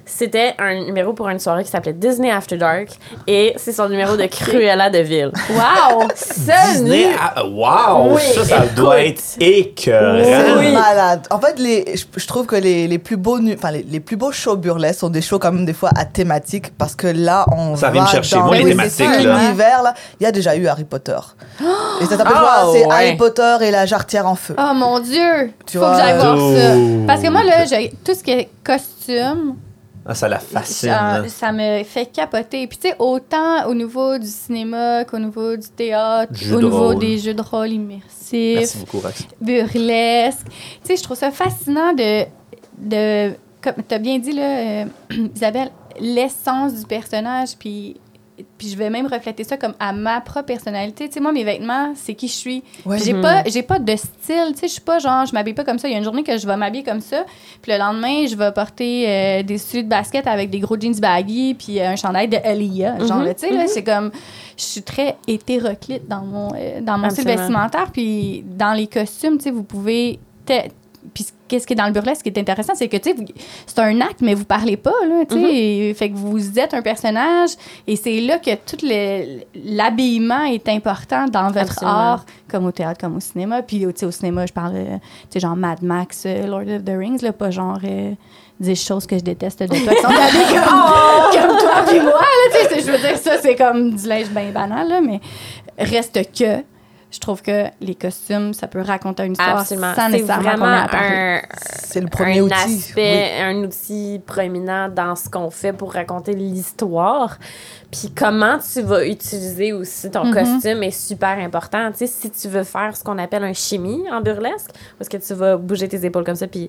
[SPEAKER 4] C'était un numéro pour une soirée qui s'appelait Disney After Dark et c'est son numéro de Cruella de Ville.
[SPEAKER 1] Wow!
[SPEAKER 4] <laughs> Ce
[SPEAKER 2] Disney,
[SPEAKER 4] nu-
[SPEAKER 2] ah, wow!
[SPEAKER 4] Oui,
[SPEAKER 2] ça, ça doit
[SPEAKER 4] écoute.
[SPEAKER 2] être écœurant.
[SPEAKER 5] C'est
[SPEAKER 4] Oui.
[SPEAKER 5] malade. En fait, les, je, je trouve que les, les plus beaux, nu- enfin les, les plus beaux shows burlesques sont des shows quand même des fois à thématique parce que là on
[SPEAKER 2] Ça
[SPEAKER 5] va
[SPEAKER 2] vient me chercher,
[SPEAKER 5] dans
[SPEAKER 2] moi,
[SPEAKER 1] les
[SPEAKER 5] oui,
[SPEAKER 1] thématiques,
[SPEAKER 5] c'est ça,
[SPEAKER 1] là.
[SPEAKER 5] l'univers là. Il y a déjà eu Harry Potter. et ça s'appelle
[SPEAKER 4] Oh,
[SPEAKER 5] quoi C'est
[SPEAKER 4] ouais.
[SPEAKER 5] Harry Potter et la jarretière en feu.
[SPEAKER 1] Oh mon Dieu!
[SPEAKER 5] Tu
[SPEAKER 1] Faut
[SPEAKER 5] vois,
[SPEAKER 1] que j'aille voir ça.
[SPEAKER 2] Dude.
[SPEAKER 1] Parce que moi, là, j'ai tout ce qui est costume,
[SPEAKER 2] Ah, ça la fascine.
[SPEAKER 1] ça,
[SPEAKER 2] là.
[SPEAKER 1] ça me fait capoter. Puis, tu sais, autant au niveau du cinéma qu'au niveau du théâtre,
[SPEAKER 2] Jeux
[SPEAKER 1] au
[SPEAKER 2] de
[SPEAKER 1] niveau
[SPEAKER 2] rôle.
[SPEAKER 1] des jeux de rôle immersifs,
[SPEAKER 2] Merci beaucoup, Rox.
[SPEAKER 1] burlesque. Tu sais, je trouve ça fascinant de. de comme tu as bien dit, là, euh, <clears throat> Isabelle, l'essence du personnage, puis. Puis je vais même refléter ça comme à ma propre personnalité. Tu sais, moi, mes vêtements, c'est qui je suis.
[SPEAKER 5] Ouais.
[SPEAKER 1] Puis J'ai pas, j'ai pas de style, tu sais, je suis pas genre, je m'habille pas comme ça. Il y a une journée que je vais m'habiller comme ça, puis le lendemain, je vais porter euh, des souliers de basket avec des gros jeans baggy, puis euh, un chandail de Elia. Genre, là, tu sais, là, c'est comme, je suis très hétéroclite dans mon, euh, dans mon style
[SPEAKER 4] Absolument.
[SPEAKER 1] vestimentaire, puis dans les costumes, tu sais, vous pouvez. te- Puis c- qu'est-ce qui est dans le burlesque, ce qui est intéressant, c'est que, tu sais, vous- c'est un acte, mais vous parlez pas, là, tu sais, et-
[SPEAKER 4] Mm-hmm.
[SPEAKER 1] fait que vous êtes un personnage, et c'est là que tout le- l'habillement est important dans votre
[SPEAKER 4] Absolument.
[SPEAKER 1] art comme au théâtre, comme au cinéma. Puis, tu sais, au cinéma, je parle, euh, tu sais, genre Mad Max, euh, Lord of the Rings, là, pas genre euh, des choses que je déteste de toi qui
[SPEAKER 4] <laughs>
[SPEAKER 1] sont habillées comme, comme toi puis moi, là, tu sais, c'est- je veux dire, ça, c'est comme du linge bien banal, là, mais reste que, je trouve que les costumes, ça peut raconter une histoire
[SPEAKER 4] Absolument.
[SPEAKER 1] sans
[SPEAKER 4] C'est
[SPEAKER 1] nécessairement qu'on
[SPEAKER 4] vraiment
[SPEAKER 1] ait à parler.
[SPEAKER 4] un,
[SPEAKER 5] C'est le premier
[SPEAKER 4] un
[SPEAKER 5] outil,
[SPEAKER 4] aspect, un outil proéminent dans ce qu'on fait pour raconter l'histoire. Puis comment tu vas utiliser aussi ton
[SPEAKER 1] Mhm.
[SPEAKER 4] costume est super important. Tu sais, si tu veux faire ce qu'on appelle un chimie en burlesque, parce que tu vas bouger tes épaules comme ça, puis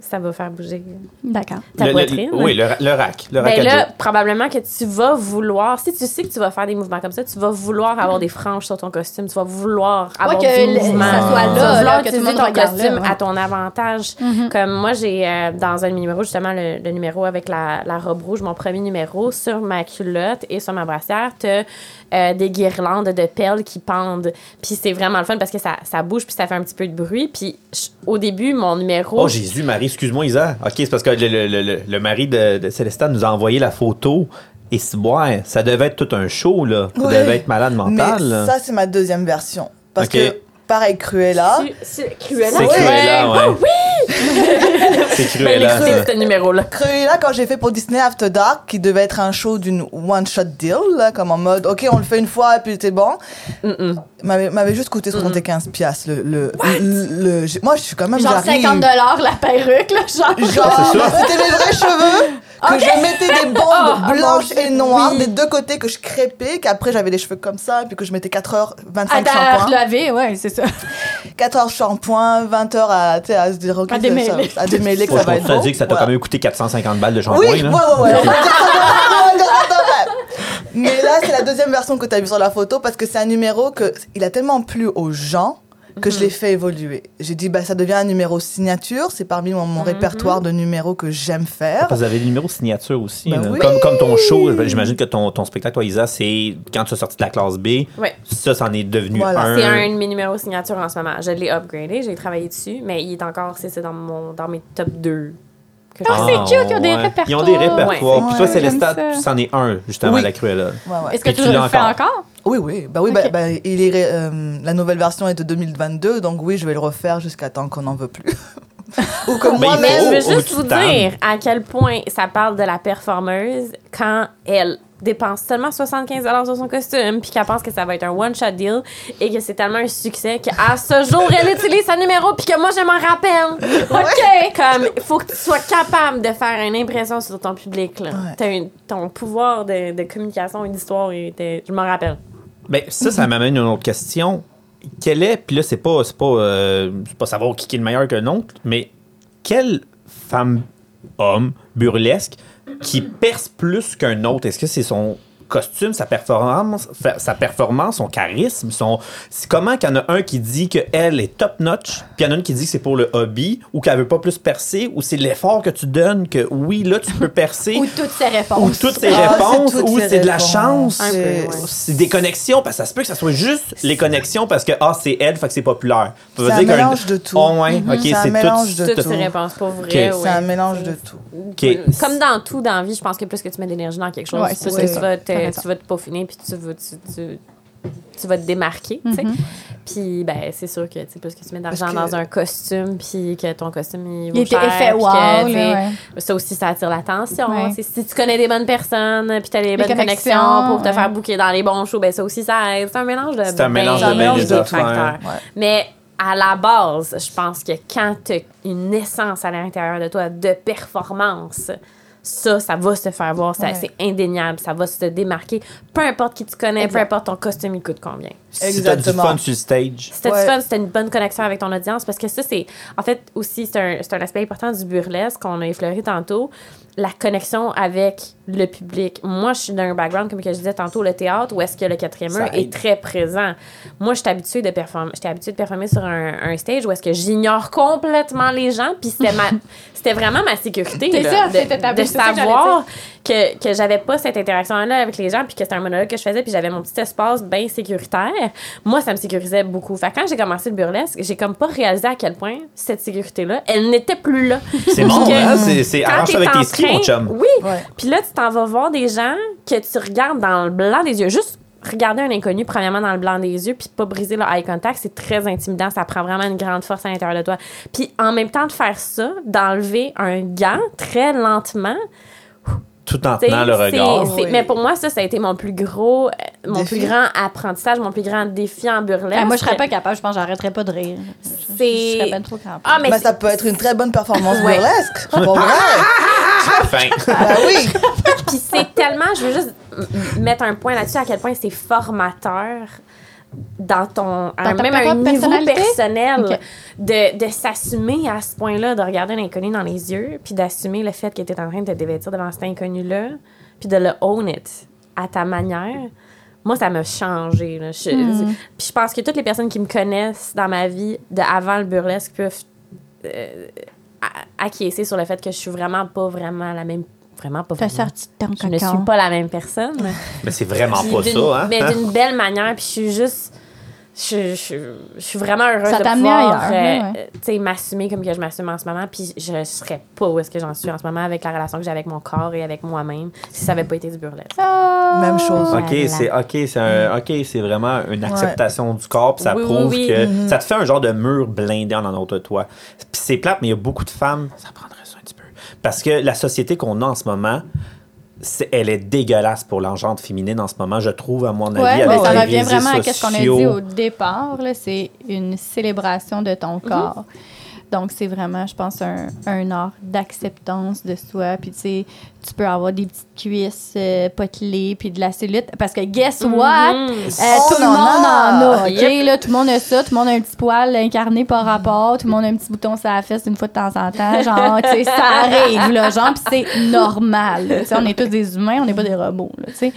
[SPEAKER 4] ça va faire bouger
[SPEAKER 1] D'accord.
[SPEAKER 4] ta
[SPEAKER 2] Le- le-
[SPEAKER 4] poitrine. hein?
[SPEAKER 2] oui, le, ra- le rack. Le rack
[SPEAKER 4] Ben
[SPEAKER 2] à
[SPEAKER 4] là,
[SPEAKER 2] dos.
[SPEAKER 4] probablement que tu vas vouloir, si tu sais que tu vas faire des mouvements comme ça, tu vas vouloir avoir des franges sur ton costume, tu vas vouloir avoir
[SPEAKER 1] que
[SPEAKER 4] du
[SPEAKER 1] le- ça
[SPEAKER 4] mouvement.
[SPEAKER 2] soit là,
[SPEAKER 4] tu vas
[SPEAKER 2] là,
[SPEAKER 4] vouloir
[SPEAKER 1] que tout le
[SPEAKER 4] utiliser
[SPEAKER 1] monde
[SPEAKER 4] ton
[SPEAKER 1] regarde, là,
[SPEAKER 4] costume
[SPEAKER 1] ouais. Mhm.
[SPEAKER 4] à ton avantage. Comme moi, j'ai euh, dans un numéro, justement, le, le numéro avec la, la robe rouge, mon premier numéro, sur ma culotte et sur ma brassière, t'as euh, des guirlandes de perles qui pendent. Puis c'est vraiment le fun parce que ça, ça bouge, puis ça fait un petit peu de bruit. Puis je- au début, mon numéro,
[SPEAKER 2] Oh, Jésus, Marie, excuse-moi, Isa. OK, c'est parce que le, le- le- le- le mari de, de Célestin nous a envoyé la photo. Et c'est- ouais, ça devait être tout un show, là. Ça
[SPEAKER 5] Ouais.
[SPEAKER 2] devait être malade mental.
[SPEAKER 5] Mais
[SPEAKER 2] là.
[SPEAKER 5] ça c'est ma deuxième version parce
[SPEAKER 2] Ok.
[SPEAKER 5] que pareil Cruella.
[SPEAKER 4] tu- c'est Cruella.
[SPEAKER 2] c'est
[SPEAKER 5] ouais.
[SPEAKER 2] Cruella, ouais. hein. c'est
[SPEAKER 4] Ben,
[SPEAKER 2] Cruella.
[SPEAKER 4] l'extrait
[SPEAKER 2] ça.
[SPEAKER 4] de ce numéro-là.
[SPEAKER 5] Cruella, quand j'ai fait pour Disney After Dark, qui devait être un show d'une one-shot deal, là, comme en mode, ok, on le fait une fois et puis c'est bon, m'avait m'avait juste
[SPEAKER 1] Mm.
[SPEAKER 5] coûté 75 piastres. Le, le, le- le- j'ai- moi, je suis quand même
[SPEAKER 1] Genre
[SPEAKER 5] j'arrive.
[SPEAKER 1] 50 la perruque, là, genre.
[SPEAKER 5] Genre,
[SPEAKER 2] c'est ça.
[SPEAKER 5] c'était mes vrais cheveux,
[SPEAKER 1] <laughs>
[SPEAKER 5] que je mettais des bandes
[SPEAKER 1] Ah,
[SPEAKER 5] blanches
[SPEAKER 1] mon
[SPEAKER 5] et
[SPEAKER 1] Dieu,
[SPEAKER 5] noires
[SPEAKER 1] oui.
[SPEAKER 5] des deux côtés, que je crépais, qu'après j'avais les cheveux comme ça, et puis que je mettais 4h25
[SPEAKER 1] À terre
[SPEAKER 5] shampoing.
[SPEAKER 1] lavée, ouais, c'est ça.
[SPEAKER 5] 4h shampoing, 20h à, tu sais, à se dire, ok,
[SPEAKER 1] À
[SPEAKER 5] ça-
[SPEAKER 1] démêler.
[SPEAKER 5] ça- à démêler que
[SPEAKER 2] Faut
[SPEAKER 5] ça va
[SPEAKER 2] qu'on
[SPEAKER 5] être
[SPEAKER 2] se le
[SPEAKER 5] beau.
[SPEAKER 2] dise que ça t'a
[SPEAKER 5] Voilà.
[SPEAKER 2] quand même coûté 450 balles de
[SPEAKER 5] Oui,
[SPEAKER 2] shampoing.
[SPEAKER 5] ouais, ouais,
[SPEAKER 4] hein.
[SPEAKER 2] là.
[SPEAKER 5] ouais.
[SPEAKER 4] <laughs>
[SPEAKER 5] On va dire ça de même, on va dire ça de même. Mais là, c'est la deuxième version que tu as vue sur la photo parce que c'est un numéro que il a tellement plu aux gens que
[SPEAKER 4] Mhm.
[SPEAKER 5] je l'ai fait évoluer. J'ai dit, bah, ça devient un numéro signature. C'est parmi mon,
[SPEAKER 4] Mhm.
[SPEAKER 5] mon répertoire de numéros que j'aime faire.
[SPEAKER 2] Parce que vous avez le numéro signature aussi.
[SPEAKER 5] Ben
[SPEAKER 2] là.
[SPEAKER 5] oui.
[SPEAKER 2] Comme, comme ton show, j'imagine que ton, ton spectacle, toi, Isa, c'est quand tu as sorti de la classe B,
[SPEAKER 4] Ouais.
[SPEAKER 2] ça, c'en est devenu
[SPEAKER 5] Voilà.
[SPEAKER 2] un.
[SPEAKER 4] C'est un de mes numéros signature en ce moment. Je l'ai upgradé, j'ai travaillé dessus, mais il est encore, c'est ça, dans, mon, dans mes top 2. Que je
[SPEAKER 1] Ah,
[SPEAKER 4] fais.
[SPEAKER 1] c'est cute, ils ont des
[SPEAKER 2] Ils ont des
[SPEAKER 1] répertoires.
[SPEAKER 2] répertoires.
[SPEAKER 5] Ouais.
[SPEAKER 2] Puis toi,
[SPEAKER 5] Ouais,
[SPEAKER 2] Célestat,
[SPEAKER 1] j'aime ça.
[SPEAKER 2] tu c'en es un, justement,
[SPEAKER 5] Oui.
[SPEAKER 2] à la Cruella.
[SPEAKER 5] Ouais, ouais.
[SPEAKER 1] Est-ce que
[SPEAKER 2] Et
[SPEAKER 1] tu
[SPEAKER 2] tu
[SPEAKER 1] le
[SPEAKER 2] l'as
[SPEAKER 1] fais
[SPEAKER 2] encore.
[SPEAKER 1] encore?
[SPEAKER 5] Oui, oui. Bah oui,
[SPEAKER 1] Ok.
[SPEAKER 5] bah, bah, il est, ré- euh, la nouvelle version est de 2022, donc oui, je vais le refaire jusqu'à temps qu'on n'en veut plus. <laughs> Ou que
[SPEAKER 2] Ben, il
[SPEAKER 4] Mais
[SPEAKER 5] moi-même.
[SPEAKER 2] faut-
[SPEAKER 4] je veux
[SPEAKER 2] Oh,
[SPEAKER 4] juste
[SPEAKER 2] tu
[SPEAKER 4] vous
[SPEAKER 2] t'aimes.
[SPEAKER 4] dire à quel point ça parle de la performeuse quand elle dépense seulement 75 sur son costume puis qu'elle pense que ça va être un one shot deal et que c'est tellement un succès qu'à ce jour elle utilise son numéro puis que moi je m'en rappelle. OK, comme faut que tu sois capable de faire une impression sur ton public là.
[SPEAKER 5] Ouais.
[SPEAKER 4] T'as une- ton pouvoir de, de communication et d'histoire était je m'en rappelle.
[SPEAKER 2] Ben, ça, ça m'amène à une autre question. Quelle est, puis là, c'est pas, c'est pas, euh, c'est pas savoir qui qui est le meilleur que l'autre, mais quelle femme, homme, burlesque, qui perce plus qu'un autre? Est-ce que c'est son costume, sa performance, fa- sa performance, son charisme, son c'est comment qu'il y en a un qui dit que elle est top notch, puis il y en a une qui dit que c'est pour le hobby ou qu'elle veut pas plus percer ou c'est l'effort que tu donnes que oui là tu peux
[SPEAKER 5] <laughs>
[SPEAKER 2] percer
[SPEAKER 1] Ou toutes ces
[SPEAKER 2] ou
[SPEAKER 1] réponses.
[SPEAKER 2] toutes ces
[SPEAKER 5] Ah,
[SPEAKER 2] réponses
[SPEAKER 5] c'est toutes
[SPEAKER 2] ou
[SPEAKER 5] ces
[SPEAKER 2] c'est de la
[SPEAKER 5] réponses.
[SPEAKER 2] chance.
[SPEAKER 4] Un peu, ouais.
[SPEAKER 2] C'est des connexions, parce que ça se peut que ça soit juste les connexions parce que ah, c'est elle, fait que c'est populaire. Ça veut
[SPEAKER 5] C'est un
[SPEAKER 2] dire qu'un-
[SPEAKER 5] mélange de tout.
[SPEAKER 2] Oh, ouais, ok,
[SPEAKER 5] C'est un
[SPEAKER 2] c'est tout-
[SPEAKER 5] mélange de
[SPEAKER 4] Toutes
[SPEAKER 5] tout.
[SPEAKER 4] ces réponses, pour vrai.
[SPEAKER 2] Ok.
[SPEAKER 4] ouais.
[SPEAKER 5] C'est un mélange de tout.
[SPEAKER 2] Ok.
[SPEAKER 4] Comme dans tout dans la vie, je pense que plus que tu mets d'énergie dans quelque chose,
[SPEAKER 1] Ouais,
[SPEAKER 4] plus
[SPEAKER 1] c'est
[SPEAKER 4] que
[SPEAKER 1] ça.
[SPEAKER 4] tu vas,
[SPEAKER 1] T'as
[SPEAKER 4] te,
[SPEAKER 1] raison.
[SPEAKER 4] tu vas te peaufiner puis tu, vas- tu, tu, tu vas te démarquer. tu sais.
[SPEAKER 1] Mm-hmm.
[SPEAKER 4] Puis ben, c'est sûr que tu sais, plus que tu mets d'argent
[SPEAKER 5] que-
[SPEAKER 4] dans un costume puis que ton costume il, vaut
[SPEAKER 1] Il était
[SPEAKER 4] cher,
[SPEAKER 1] effet
[SPEAKER 4] puis
[SPEAKER 1] wow.
[SPEAKER 4] que,
[SPEAKER 1] là,
[SPEAKER 4] tu sais,
[SPEAKER 1] ouais.
[SPEAKER 4] Ça aussi, ça attire l'attention.
[SPEAKER 1] Ouais.
[SPEAKER 4] Tu sais, Si tu connais des bonnes personnes puis tu as les, bonnes
[SPEAKER 1] connexions,
[SPEAKER 4] connexions, pour te
[SPEAKER 1] ouais.
[SPEAKER 4] faire bouquer dans les bons shows, ben, ça aussi, ça aide. C'est un mélange de
[SPEAKER 2] C'est un
[SPEAKER 4] ben
[SPEAKER 2] mélange
[SPEAKER 5] de
[SPEAKER 4] des
[SPEAKER 5] mélange de
[SPEAKER 4] facteurs.
[SPEAKER 2] affaires.
[SPEAKER 5] Ouais.
[SPEAKER 4] Mais à la base, je pense que quand tu une essence à l'intérieur de toi de performance, ça, ça va se faire voir, ça-
[SPEAKER 5] Ouais.
[SPEAKER 4] c'est indéniable, ça va se démarquer. Peu importe qui tu connais, peu importe ton costume, il coûte combien.
[SPEAKER 2] Si t'as du
[SPEAKER 5] Exactement.
[SPEAKER 2] fun sur le stage.
[SPEAKER 4] C'était du
[SPEAKER 5] Ouais.
[SPEAKER 4] fun, c'était une bonne connexion avec ton audience parce que ça, c'est. En fait, aussi, c'est un, c'est un aspect important du burlesque qu'on a effleuré tantôt, la connexion avec le public. Moi, je suis d'un background, comme que je disais tantôt, le théâtre, où est-ce que le quatrième
[SPEAKER 2] Ça
[SPEAKER 4] mur est
[SPEAKER 2] aide.
[SPEAKER 4] très présent. Moi, je suis habituée de performer, j'étais habituée de performer sur un, un stage où est-ce que j'ignore complètement les gens, puis c'était ma- <laughs> c'était vraiment ma sécurité.
[SPEAKER 1] C'est
[SPEAKER 4] là,
[SPEAKER 1] ça,
[SPEAKER 4] de,
[SPEAKER 1] c'était ta-
[SPEAKER 4] de
[SPEAKER 1] c'est ça que j'allais
[SPEAKER 4] savoir que, que j'avais pas cette interaction-là avec les gens, puis que c'était un monologue que je faisais, puis j'avais mon petit espace bien sécuritaire, moi, ça me sécurisait beaucoup. Fait que quand j'ai commencé le burlesque, j'ai comme pas réalisé à quel point cette sécurité-là, elle n'était
[SPEAKER 1] <laughs>
[SPEAKER 4] plus là.
[SPEAKER 2] C'est bon,
[SPEAKER 4] que-
[SPEAKER 2] hein? C'est- C'est
[SPEAKER 4] Quand
[SPEAKER 2] arrange
[SPEAKER 4] t'es
[SPEAKER 2] avec
[SPEAKER 4] en
[SPEAKER 2] tes skis,
[SPEAKER 4] train-
[SPEAKER 2] mon chum.
[SPEAKER 4] Oui.
[SPEAKER 5] Ouais.
[SPEAKER 4] Puis là, tu t'en vas voir des gens que tu regardes dans le blanc des yeux. Juste regarder un inconnu, premièrement, dans le blanc des yeux, puis pas briser leur eye contact, c'est très intimidant. Ça prend vraiment une grande force à l'intérieur de toi. Puis en même temps, de faire ça, d'enlever un gant très lentement,
[SPEAKER 2] Tout en
[SPEAKER 4] T'sais,
[SPEAKER 2] tenant le
[SPEAKER 4] c'est-
[SPEAKER 2] regard.
[SPEAKER 4] c'est-
[SPEAKER 5] Oui.
[SPEAKER 4] Mais pour moi, ça, ça a été mon plus gros, euh, mon
[SPEAKER 5] Défi.
[SPEAKER 4] plus grand apprentissage, mon plus grand défi en burlesque.
[SPEAKER 1] Ah, moi, je serais pas capable. Je pense que j'arrêterais pas de rire. Je- Je
[SPEAKER 4] C'est-
[SPEAKER 1] serais ben trop capable.
[SPEAKER 4] Ah, mais
[SPEAKER 5] Mais
[SPEAKER 4] c'est-
[SPEAKER 5] Bah, ça peut être une très bonne performance
[SPEAKER 4] Ouais.
[SPEAKER 5] burlesque. Pour vrai.
[SPEAKER 2] Fin.
[SPEAKER 4] <laughs>
[SPEAKER 5] Bah oui.
[SPEAKER 4] puis c'est tellement, je veux juste m- m- mettre un point là-dessus à quel point c'est formateur dans ton à
[SPEAKER 1] Dans ta
[SPEAKER 4] même un
[SPEAKER 1] propre
[SPEAKER 4] niveau
[SPEAKER 1] personnalité?
[SPEAKER 4] personnel
[SPEAKER 1] Ok.
[SPEAKER 4] de, de s'assumer à ce point-là de regarder l'inconnu dans les yeux puis d'assumer le fait que tu es en train de te dévêtir devant cet inconnu là puis de le own it à ta manière moi ça m'a changé là. Je-
[SPEAKER 1] Hmm.
[SPEAKER 4] puis je pense que toutes les personnes qui me connaissent dans ma vie de avant le burlesque peuvent euh, a- acquiescer sur le fait que je suis vraiment pas vraiment la même vraiment pas
[SPEAKER 1] T'as
[SPEAKER 4] vraiment-
[SPEAKER 1] sorti de ton
[SPEAKER 4] je ne suis
[SPEAKER 1] cocon.
[SPEAKER 4] pas la même
[SPEAKER 5] <laughs>
[SPEAKER 4] personne.
[SPEAKER 2] Mais c'est vraiment
[SPEAKER 4] Puis
[SPEAKER 2] pas
[SPEAKER 4] d'une-
[SPEAKER 2] ça, hein?
[SPEAKER 4] Mais d'une belle manière, puis je suis juste. Je, je, je suis vraiment heureuse
[SPEAKER 1] Ça
[SPEAKER 4] de
[SPEAKER 1] t'a amené
[SPEAKER 4] pouvoir
[SPEAKER 1] ailleurs,
[SPEAKER 4] euh,
[SPEAKER 1] ouais.
[SPEAKER 4] euh, tu sais, m'assumer comme que je m'assume en ce moment, puis je serais pas où est-ce que j'en suis en ce moment avec la relation que j'ai avec mon corps et avec moi-même si ça avait pas été du burlesque.
[SPEAKER 1] Ah! Mm.
[SPEAKER 5] Même chose.
[SPEAKER 2] Ok,
[SPEAKER 4] Voilà.
[SPEAKER 2] c'est ok, c'est un- ok, c'est vraiment une acceptation du corps, puis ça
[SPEAKER 4] Oui, oui,
[SPEAKER 2] prouve
[SPEAKER 4] oui.
[SPEAKER 2] que
[SPEAKER 1] Mm-hmm.
[SPEAKER 2] ça te fait un genre de mur blindé en autour de toi. Puis c'est plate, mais il y a beaucoup de femmes, ça prendrait ça un petit peu, parce que la société qu'on a en ce moment. c'est- elle est dégueulasse pour l'engendre féminine en ce moment, je trouve, à mon avis.
[SPEAKER 1] Ouais, mais
[SPEAKER 2] avec
[SPEAKER 1] ça
[SPEAKER 2] les
[SPEAKER 1] revient
[SPEAKER 2] réseaux
[SPEAKER 1] vraiment à ce qu'on a dit
[SPEAKER 2] sociaux.
[SPEAKER 1] au départ. là, C'est une célébration de ton corps. Donc, c'est vraiment, je pense, un, un art d'acceptance de soi. Puis, tu sais, tu peux avoir des petites cuisses euh, potelées, puis de la cellulite. Parce que, guess
[SPEAKER 4] Mhm.
[SPEAKER 1] what? Euh,
[SPEAKER 5] On
[SPEAKER 1] tout le
[SPEAKER 5] en
[SPEAKER 1] monde en
[SPEAKER 5] a.
[SPEAKER 1] a, OK? Là, tout le monde a ça. Tout le monde a un petit poil incarné par rapport. Tout le monde a un petit bouton sur la fesse une fois de temps en temps. Genre, tu sais, ça arrive, là, genre. Puis c'est normal. là. Tu sais, on est tous des humains, on n'est pas des robots, là, tu sais.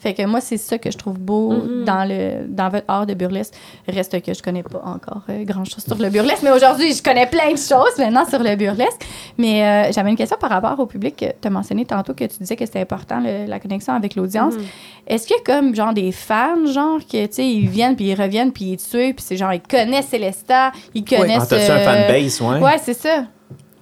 [SPEAKER 1] Fait que moi, c'est ça que je trouve beau dans, le, dans votre art de burlesque. Reste que je connais pas encore euh, grand-chose sur le burlesque, mais aujourd'hui, je connais plein de choses maintenant sur le burlesque. Mais euh, j'avais une question par rapport au public. Tu as mentionné tantôt que tu disais que c'était important, le- la connexion avec l'audience.
[SPEAKER 4] Mm-hmm.
[SPEAKER 1] Est-ce qu'il y a comme, genre, des fans, genre, que, tu sais, ils viennent, puis ils reviennent, puis ils tuent, puis c'est genre, ils connaissent Célestin, ils connaissent...
[SPEAKER 2] Ah, t'as-tu un
[SPEAKER 1] euh,
[SPEAKER 2] fanbase, ouais?
[SPEAKER 1] Ouais, c'est ça.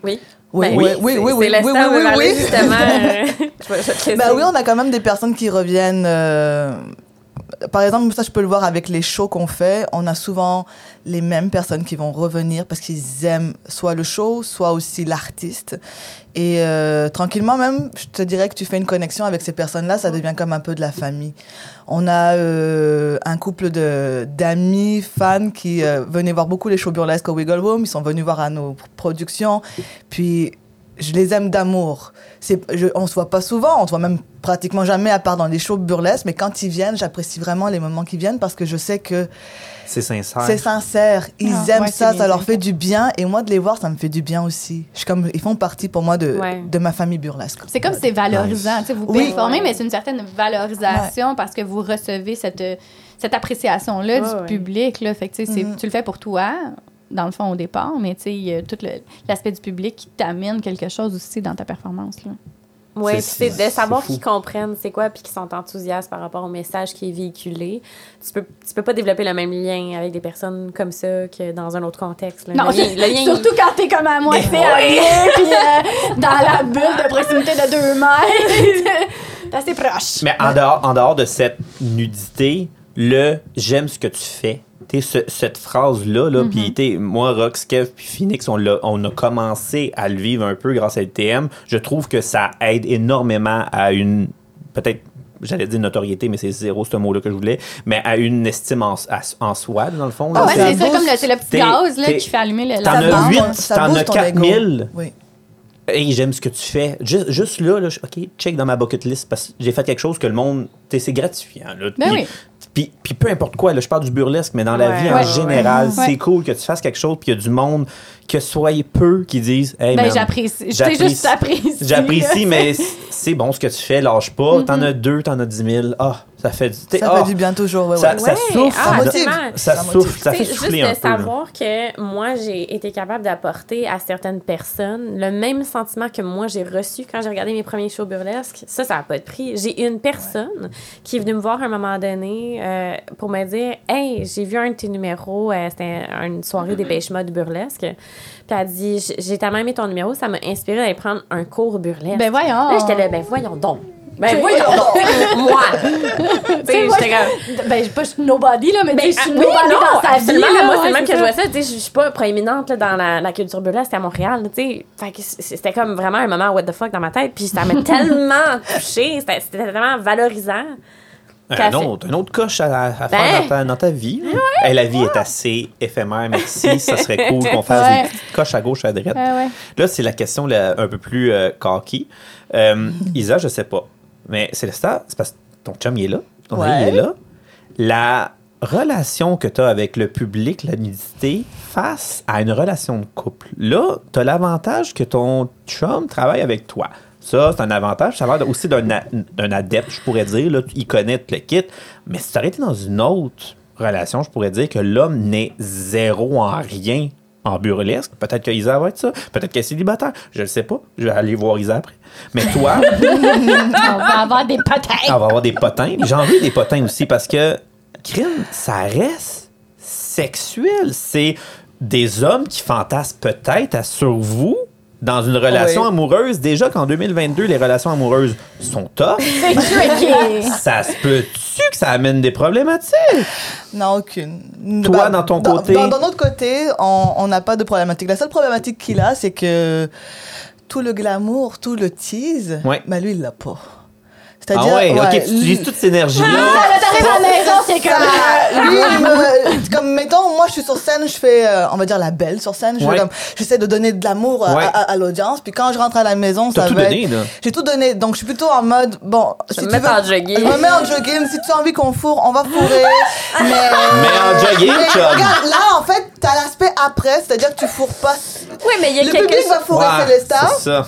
[SPEAKER 4] Oui.
[SPEAKER 5] Oui,
[SPEAKER 4] Ben
[SPEAKER 5] oui, oui,
[SPEAKER 4] c'est-
[SPEAKER 5] oui,
[SPEAKER 4] c'est
[SPEAKER 5] oui,
[SPEAKER 4] l'instant
[SPEAKER 5] oui, oui,
[SPEAKER 4] où on
[SPEAKER 5] oui,
[SPEAKER 4] parlait
[SPEAKER 5] oui.
[SPEAKER 4] justement, euh, <laughs> je vais- je vais
[SPEAKER 1] Ben
[SPEAKER 4] te laisser.
[SPEAKER 5] <laughs> Bah oui, on a quand même des personnes qui reviennent. euh, Par exemple, ça, je peux le voir avec les shows qu'on fait. On a souvent les mêmes personnes qui vont revenir parce qu'ils aiment soit le show, soit aussi l'artiste. Et euh, tranquillement, même, je te dirais que tu fais une connexion avec ces personnes-là, ça devient comme un peu de la famille. On a euh, un couple de- d'amis, fans qui euh, venaient voir beaucoup les shows burlesques au Wiggle Room. Ils sont venus voir à nos productions. Puis je les aime d'amour. C'est, je- on se voit pas souvent, on se voit même pratiquement jamais à part dans les shows burlesques, mais quand ils viennent, j'apprécie vraiment les moments qui viennent parce que je sais que
[SPEAKER 2] C'est sincère.
[SPEAKER 5] c'est sincère, ils
[SPEAKER 1] Ah,
[SPEAKER 5] aiment
[SPEAKER 1] ouais, c'est
[SPEAKER 5] ça, ça
[SPEAKER 1] bien
[SPEAKER 5] leur
[SPEAKER 1] dit.
[SPEAKER 5] fait du bien et moi de les voir, ça me fait du bien aussi. Je suis comme ils font partie pour moi de
[SPEAKER 4] Ouais.
[SPEAKER 5] de ma famille burlesque.
[SPEAKER 1] C'est comme si c'est valorisant. tu sais, Vous
[SPEAKER 5] Oui.
[SPEAKER 1] performez,
[SPEAKER 4] Ouais.
[SPEAKER 1] mais c'est une certaine valorisation parce que vous recevez cette, euh, cette appréciation-là
[SPEAKER 4] Ouais, Mm-hmm.
[SPEAKER 1] du
[SPEAKER 4] ouais.
[SPEAKER 1] public. Là. Fait que, tu sais, c'est-
[SPEAKER 5] Mhm.
[SPEAKER 1] Tu le fais pour toi, dans le fond, au départ, mais tu sais, il y a tout le- l'aspect du public qui t'amène quelque chose aussi dans ta performance. Là.
[SPEAKER 2] C'est-
[SPEAKER 4] Oui, puis c'est
[SPEAKER 2] c'est-
[SPEAKER 4] de savoir
[SPEAKER 2] c'est fou.
[SPEAKER 4] qu'ils comprennent c'est quoi, puis qu'ils sont enthousiastes par rapport au message qui est véhiculé. Tu peux, tu peux pas développer le même lien avec des personnes comme ça que dans un autre contexte. là.
[SPEAKER 1] Non,
[SPEAKER 4] Euh, le lien, le lien-
[SPEAKER 1] surtout quand t'es comme à moitié habillée, puis euh, dans la bulle de proximité de deux mètres. T'es assez proche.
[SPEAKER 2] Mais en dehors, en dehors de cette nudité, le j'aime ce que tu fais. T'sais, ce- cette phrase-là, là,
[SPEAKER 1] Mhm.
[SPEAKER 2] puis t'sais, moi, Rox, Kev, puis Phoenix, on l'a- on a, commencé à le vivre un peu grâce à LTM. Je trouve que ça aide énormément à une, peut-être, j'allais dire notoriété, mais c'est zéro ce mot-là que je voulais, mais à une estime en, à- en soi, dans le fond. là.
[SPEAKER 1] Ah ouais,
[SPEAKER 5] Ça
[SPEAKER 1] c'est ça,
[SPEAKER 5] booste.
[SPEAKER 1] comme le, c'est le petit
[SPEAKER 2] T'es-
[SPEAKER 1] gaz là,
[SPEAKER 2] t'es-
[SPEAKER 1] qui fait allumer
[SPEAKER 2] T'en
[SPEAKER 1] le,
[SPEAKER 5] Ça
[SPEAKER 2] as
[SPEAKER 5] booste
[SPEAKER 2] huit,
[SPEAKER 5] ton- ça
[SPEAKER 2] t'en
[SPEAKER 5] booste
[SPEAKER 2] as
[SPEAKER 5] ton ego.
[SPEAKER 2] 4000.
[SPEAKER 5] Oui.
[SPEAKER 2] Hey, j'aime ce que tu fais. Juste, juste là, là, je- OK, check dans ma bucket list parce que j'ai fait quelque chose que le monde. t'sais, C'est gratifiant. Là. puis,
[SPEAKER 1] Ben oui.
[SPEAKER 2] puis, puis peu importe quoi, là, je parle du burlesque, mais dans la
[SPEAKER 4] Ouais,
[SPEAKER 2] vie en
[SPEAKER 4] ouais,
[SPEAKER 2] général,
[SPEAKER 1] ouais.
[SPEAKER 2] c'est
[SPEAKER 1] Ouais.
[SPEAKER 2] cool que tu fasses quelque chose puis qu'il y a du monde, que soyez peu qui disent Hey,
[SPEAKER 1] Ben,
[SPEAKER 2] man,
[SPEAKER 1] j'apprécie. Je sais juste j'apprécie.
[SPEAKER 2] J'apprécie, mais c'est- c'est bon ce que tu fais, lâche pas. T'en as deux, t'en as dix mille. Ah, ça fait du. t'sais,
[SPEAKER 5] Ça
[SPEAKER 2] ah,
[SPEAKER 5] fait du bien toujours. ouais,
[SPEAKER 2] Ça,
[SPEAKER 5] ouais.
[SPEAKER 2] ça
[SPEAKER 4] Ouais,
[SPEAKER 2] souffle.
[SPEAKER 4] ah,
[SPEAKER 2] ça-
[SPEAKER 5] motive.
[SPEAKER 2] Ça,
[SPEAKER 5] Ça
[SPEAKER 2] souffle.
[SPEAKER 5] motive.
[SPEAKER 2] Ça fait
[SPEAKER 4] Tu sais, juste
[SPEAKER 2] souffler un
[SPEAKER 4] de
[SPEAKER 2] peu. là.
[SPEAKER 4] savoir que moi, j'ai été capable d'apporter à certaines personnes le même sentiment que moi, j'ai reçu quand j'ai regardé mes premiers shows burlesques. Ça, ça n'a pas de prix. J'ai une personne qui est venue me voir à un moment donné euh, pour me dire « Hey, j'ai vu un de tes numéros. euh, C'était une soirée dépêche-mode burlesque. » Puis elle a dit « J'ai- J'ai tellement aimé ton numéro. Ça m'a inspiré d'aller prendre un cours burlesque.
[SPEAKER 1] Ben voyons.
[SPEAKER 4] Là, j'étais là « Ben voyons donc. » <laughs> Ben voyons donc. moi. <laughs> Tu sais,
[SPEAKER 1] moi,
[SPEAKER 4] j'étais comme...
[SPEAKER 1] Ben, je suis pas je suis nobody, là, mais tu sais, je suis
[SPEAKER 4] Ah,
[SPEAKER 1] nobody dans sa vie.
[SPEAKER 4] absolument.
[SPEAKER 1] là,
[SPEAKER 4] moi,
[SPEAKER 1] ouais,
[SPEAKER 4] c'est le même que
[SPEAKER 1] ça.
[SPEAKER 4] je vois ça. Tu sais, je je suis pas proéminente là, dans la, la culture burlesque à Montréal. tu sais. Fait que c- c'était comme vraiment un moment what the fuck dans ma tête. Puis
[SPEAKER 1] <laughs>
[SPEAKER 4] ça m'a tellement touchée. C'était c'était tellement valorisant.
[SPEAKER 2] Un
[SPEAKER 4] Café.
[SPEAKER 2] autre, un autre coche à, à faire
[SPEAKER 4] Ben.
[SPEAKER 2] dans ta, dans ta vie. Hey, la vie est assez éphémère, merci.
[SPEAKER 1] <laughs>
[SPEAKER 2] Ça serait cool qu'on fasse
[SPEAKER 1] Ouais.
[SPEAKER 2] des petites coches à gauche, à droite.
[SPEAKER 1] Ah ouais.
[SPEAKER 2] Là, c'est la question là, un peu plus euh, cocky. Euh, Isa, je sais pas. Mais Célestin, c'est parce que ton chum, il est là. Ton
[SPEAKER 5] Ouais.
[SPEAKER 2] ami, il est là. La relation que tu as avec le public, la nudité, face à une relation de couple. Là, tu as l'avantage que ton chum travaille avec toi. Ça, c'est un avantage. Ça a l'air aussi d'un a- d'un adepte, je pourrais dire. Là, il connaît tout le kit. Mais si tu été dans une autre relation, je pourrais dire que l'homme n'est zéro en rien en burlesque. Peut-être que Isa va être ça. Peut-être qu'elle est célibataire. Je ne sais pas. Je vais aller voir Isa après. Mais toi,
[SPEAKER 1] On va avoir des
[SPEAKER 2] Ah, on
[SPEAKER 1] potins.
[SPEAKER 2] va avoir des potins. J'en veux des potins aussi parce que crime, ça reste sexuel. C'est des hommes qui fantasment peut-être à- sur vous dans une relation
[SPEAKER 5] Oui.
[SPEAKER 2] amoureuse. Déjà qu'en 2022, les relations amoureuses sont
[SPEAKER 5] <laughs>
[SPEAKER 2] top.
[SPEAKER 1] C'est <laughs> tricky.
[SPEAKER 2] ça se peut-tu que ça amène des problématiques?
[SPEAKER 5] Non, aucune. Bah,
[SPEAKER 2] Toi, dans ton côté-
[SPEAKER 5] Dans, dans notre côté, on on n'a pas de problématique. La seule problématique qu'il a, c'est que tout le glamour, tout le tease,
[SPEAKER 2] Ouais.
[SPEAKER 5] bah, lui, il l'a pas.
[SPEAKER 2] Ah
[SPEAKER 5] C'est-à-dire,
[SPEAKER 2] ouais,
[SPEAKER 5] ouais,
[SPEAKER 2] ok, tu utilises
[SPEAKER 5] lui-
[SPEAKER 2] toute cette énergie-là.
[SPEAKER 1] Quand t'arrives à la maison, c'est
[SPEAKER 5] Ça,
[SPEAKER 1] comme.
[SPEAKER 5] lui, il me- comme mettons, moi je suis sur scène, je fais, euh, on va dire la belle sur scène, je fais
[SPEAKER 2] Ouais.
[SPEAKER 5] comme, j'essaie de donner de l'amour à,
[SPEAKER 2] Ouais.
[SPEAKER 5] à- à l'audience, puis quand je rentre à la maison,
[SPEAKER 2] T'as
[SPEAKER 5] ça
[SPEAKER 2] tout
[SPEAKER 5] va
[SPEAKER 2] donné,
[SPEAKER 5] être-
[SPEAKER 2] là.
[SPEAKER 5] J'ai tout donné, donc je suis plutôt en mode, bon,
[SPEAKER 4] Je me mets en jogging.
[SPEAKER 5] je me mets en jogging, si tu as envie qu'on fourre, on va fourrer, mais...
[SPEAKER 2] Mais en jogging,
[SPEAKER 5] Ah! Mais
[SPEAKER 2] chum.
[SPEAKER 5] regarde, là en fait, t'as l'aspect après, c'est-à-dire que tu fourres pas.
[SPEAKER 4] Oui, mais il y a
[SPEAKER 5] Le public
[SPEAKER 4] quelqu'un.
[SPEAKER 5] va fourrer
[SPEAKER 2] Ouais,
[SPEAKER 5] Célestin,
[SPEAKER 2] c'est ça.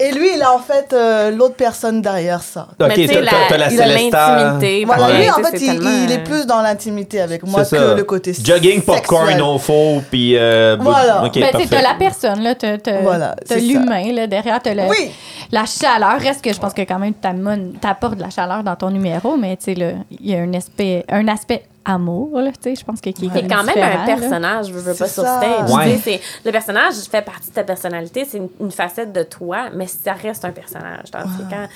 [SPEAKER 5] et lui il a en fait euh, l'autre personne derrière ça.
[SPEAKER 2] Ok,
[SPEAKER 4] Mais tu sais,
[SPEAKER 2] t'as- t'as t'as la
[SPEAKER 4] il a
[SPEAKER 2] Célestin.
[SPEAKER 4] l'intimité,
[SPEAKER 5] Voilà,
[SPEAKER 4] pareil,
[SPEAKER 5] lui, en
[SPEAKER 4] tu sais,
[SPEAKER 5] fait,
[SPEAKER 4] c'est
[SPEAKER 5] il,
[SPEAKER 4] tellement- euh,
[SPEAKER 5] il est plus dans l'intimité avec moi que
[SPEAKER 2] C'est ça.
[SPEAKER 5] le côté
[SPEAKER 2] Jogging, popcorn,
[SPEAKER 5] sexuel.
[SPEAKER 2] non faux, puis... euh, bo-
[SPEAKER 5] Voilà.
[SPEAKER 2] ok,
[SPEAKER 1] Ben, tu sais,
[SPEAKER 2] parfait.
[SPEAKER 1] t'as la personne, là. T'as, t'as-
[SPEAKER 5] Voilà,
[SPEAKER 1] t'as
[SPEAKER 5] c'est ça.
[SPEAKER 1] l'humain, là, derrière. T'as le-
[SPEAKER 5] Oui.
[SPEAKER 1] la chaleur. Reste que je pense que quand même, t'amènes- t'apportes de la chaleur dans ton numéro, mais tu sais, là, il y a un aspect, un aspect amour, là, tu sais, je pense que qui est
[SPEAKER 4] C'est quand même
[SPEAKER 1] différent,
[SPEAKER 4] un
[SPEAKER 1] là.
[SPEAKER 4] personnage, je veux
[SPEAKER 5] C'est
[SPEAKER 4] pas sur
[SPEAKER 5] ça.
[SPEAKER 4] stage.
[SPEAKER 2] Ouais.
[SPEAKER 4] Tu sais, c'est- le personnage fait partie de ta personnalité, c'est une, une facette de toi, mais ça reste un personnage. Tandis que quand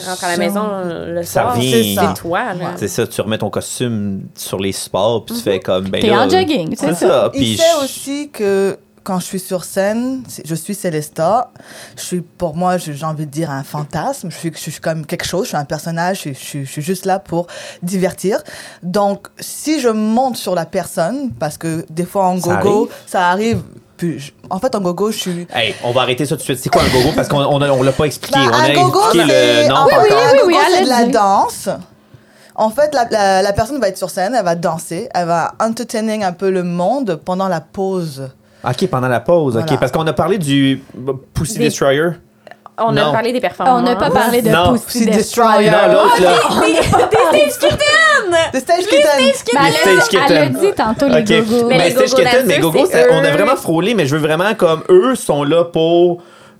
[SPEAKER 4] tu rentres à la maison le
[SPEAKER 2] Ça
[SPEAKER 4] soir,
[SPEAKER 2] revient.
[SPEAKER 4] c'est c'est toi. là.
[SPEAKER 2] C'est ça, tu remets ton costume sur les sports, puis tu fais comme... Ben,
[SPEAKER 1] Mhm. T'es
[SPEAKER 2] là,
[SPEAKER 1] en jogging, tu sais
[SPEAKER 2] C'est
[SPEAKER 1] ça.
[SPEAKER 2] ça.
[SPEAKER 5] Il
[SPEAKER 2] Ah, puis
[SPEAKER 5] sait
[SPEAKER 2] je-
[SPEAKER 5] aussi que quand je suis sur scène, c'est- je suis Célesta. Je suis, pour moi, je- j'ai envie de dire un fantasme. Je suis, je suis comme quelque chose. Je suis un personnage. Je, suis- je suis- je suis juste là pour divertir. Donc, si je monte sur la personne, parce que des fois en
[SPEAKER 2] Ça
[SPEAKER 5] gogo,
[SPEAKER 2] arrive.
[SPEAKER 5] ça arrive. plus. Je- En fait, en gogo, je suis.
[SPEAKER 2] Hey, on va arrêter ça tout de suite. C'est quoi un gogo? Parce qu'on on, a- on l'a pas expliqué.
[SPEAKER 5] Bah,
[SPEAKER 2] on a
[SPEAKER 5] un gogo,
[SPEAKER 2] expliqué
[SPEAKER 5] c'est Ah,
[SPEAKER 2] le. Non,
[SPEAKER 5] en fait,
[SPEAKER 2] pas encore.
[SPEAKER 5] un
[SPEAKER 1] Oui, oui,
[SPEAKER 5] gogo,
[SPEAKER 1] oui,
[SPEAKER 5] c'est de la
[SPEAKER 1] allez-y.
[SPEAKER 5] danse. En fait, la, la- la personne va être sur scène, elle va danser, elle va entertaining un peu le monde pendant la pause.
[SPEAKER 2] Ok, pendant la pause.
[SPEAKER 5] Voilà.
[SPEAKER 2] Ok, parce qu'on a parlé du Pussy
[SPEAKER 4] Des-
[SPEAKER 2] Destroyer.
[SPEAKER 4] On
[SPEAKER 2] Non.
[SPEAKER 4] a parlé des performances.
[SPEAKER 1] On n'a pas parlé de
[SPEAKER 2] Non,
[SPEAKER 1] Pussy
[SPEAKER 5] c'est
[SPEAKER 1] Destroyer.
[SPEAKER 5] Destroyer.
[SPEAKER 2] Non, l'autre, là.
[SPEAKER 4] <laughs> des stage
[SPEAKER 5] The stage kitten.
[SPEAKER 1] Mais
[SPEAKER 2] Les
[SPEAKER 1] elle,
[SPEAKER 2] stage
[SPEAKER 1] a- elle a
[SPEAKER 2] kittens.
[SPEAKER 1] dit tantôt
[SPEAKER 2] Ok.
[SPEAKER 1] <laughs> les gogos.
[SPEAKER 2] Mais,
[SPEAKER 4] Mais les
[SPEAKER 2] Stage
[SPEAKER 4] gogos
[SPEAKER 2] Kitten, mais
[SPEAKER 4] danseurs,
[SPEAKER 2] Gogo,
[SPEAKER 4] c'est
[SPEAKER 2] ça- on a
[SPEAKER 4] eux.
[SPEAKER 2] vraiment frôlé, mais je veux vraiment comme eux sont là pour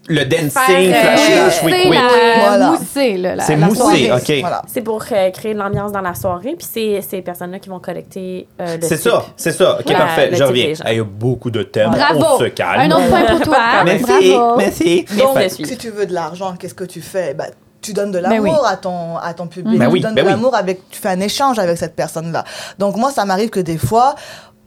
[SPEAKER 2] le dancing,
[SPEAKER 4] Faire,
[SPEAKER 2] flash,
[SPEAKER 4] euh,
[SPEAKER 2] flash, oui,
[SPEAKER 1] C'est
[SPEAKER 2] oui.
[SPEAKER 1] la
[SPEAKER 5] Voilà.
[SPEAKER 1] moussée, là. la-
[SPEAKER 2] C'est
[SPEAKER 1] la
[SPEAKER 2] moussé,
[SPEAKER 1] soirée.
[SPEAKER 2] ok.
[SPEAKER 5] Voilà.
[SPEAKER 4] C'est pour euh, créer de l'ambiance dans la soirée, puis c'est ces personnes-là qui vont collecter euh, le
[SPEAKER 2] C'est
[SPEAKER 4] slip.
[SPEAKER 2] ça, c'est ça. Ok,
[SPEAKER 4] La-
[SPEAKER 2] parfait,
[SPEAKER 4] le
[SPEAKER 2] je
[SPEAKER 4] type
[SPEAKER 2] reviens.
[SPEAKER 4] des gens.
[SPEAKER 2] Hey, Il y a beaucoup de thèmes, on
[SPEAKER 1] Bravo.
[SPEAKER 2] se calme.
[SPEAKER 1] Un autre point pour toi.
[SPEAKER 2] Merci,
[SPEAKER 1] Ah, ben, Bravo.
[SPEAKER 2] merci.
[SPEAKER 4] Donc,
[SPEAKER 2] Fait-
[SPEAKER 4] je suis.
[SPEAKER 5] Si tu veux de l'argent, qu'est-ce que tu fais Bah, Tu donnes de
[SPEAKER 1] Ben
[SPEAKER 5] l'amour
[SPEAKER 1] oui.
[SPEAKER 5] à, ton, à ton public.
[SPEAKER 2] Ben
[SPEAKER 5] tu
[SPEAKER 2] oui,
[SPEAKER 5] donnes
[SPEAKER 2] ben
[SPEAKER 5] de
[SPEAKER 2] oui.
[SPEAKER 5] l'amour avec. Tu fais un échange avec cette personne-là. Donc, moi, ça m'arrive que des fois,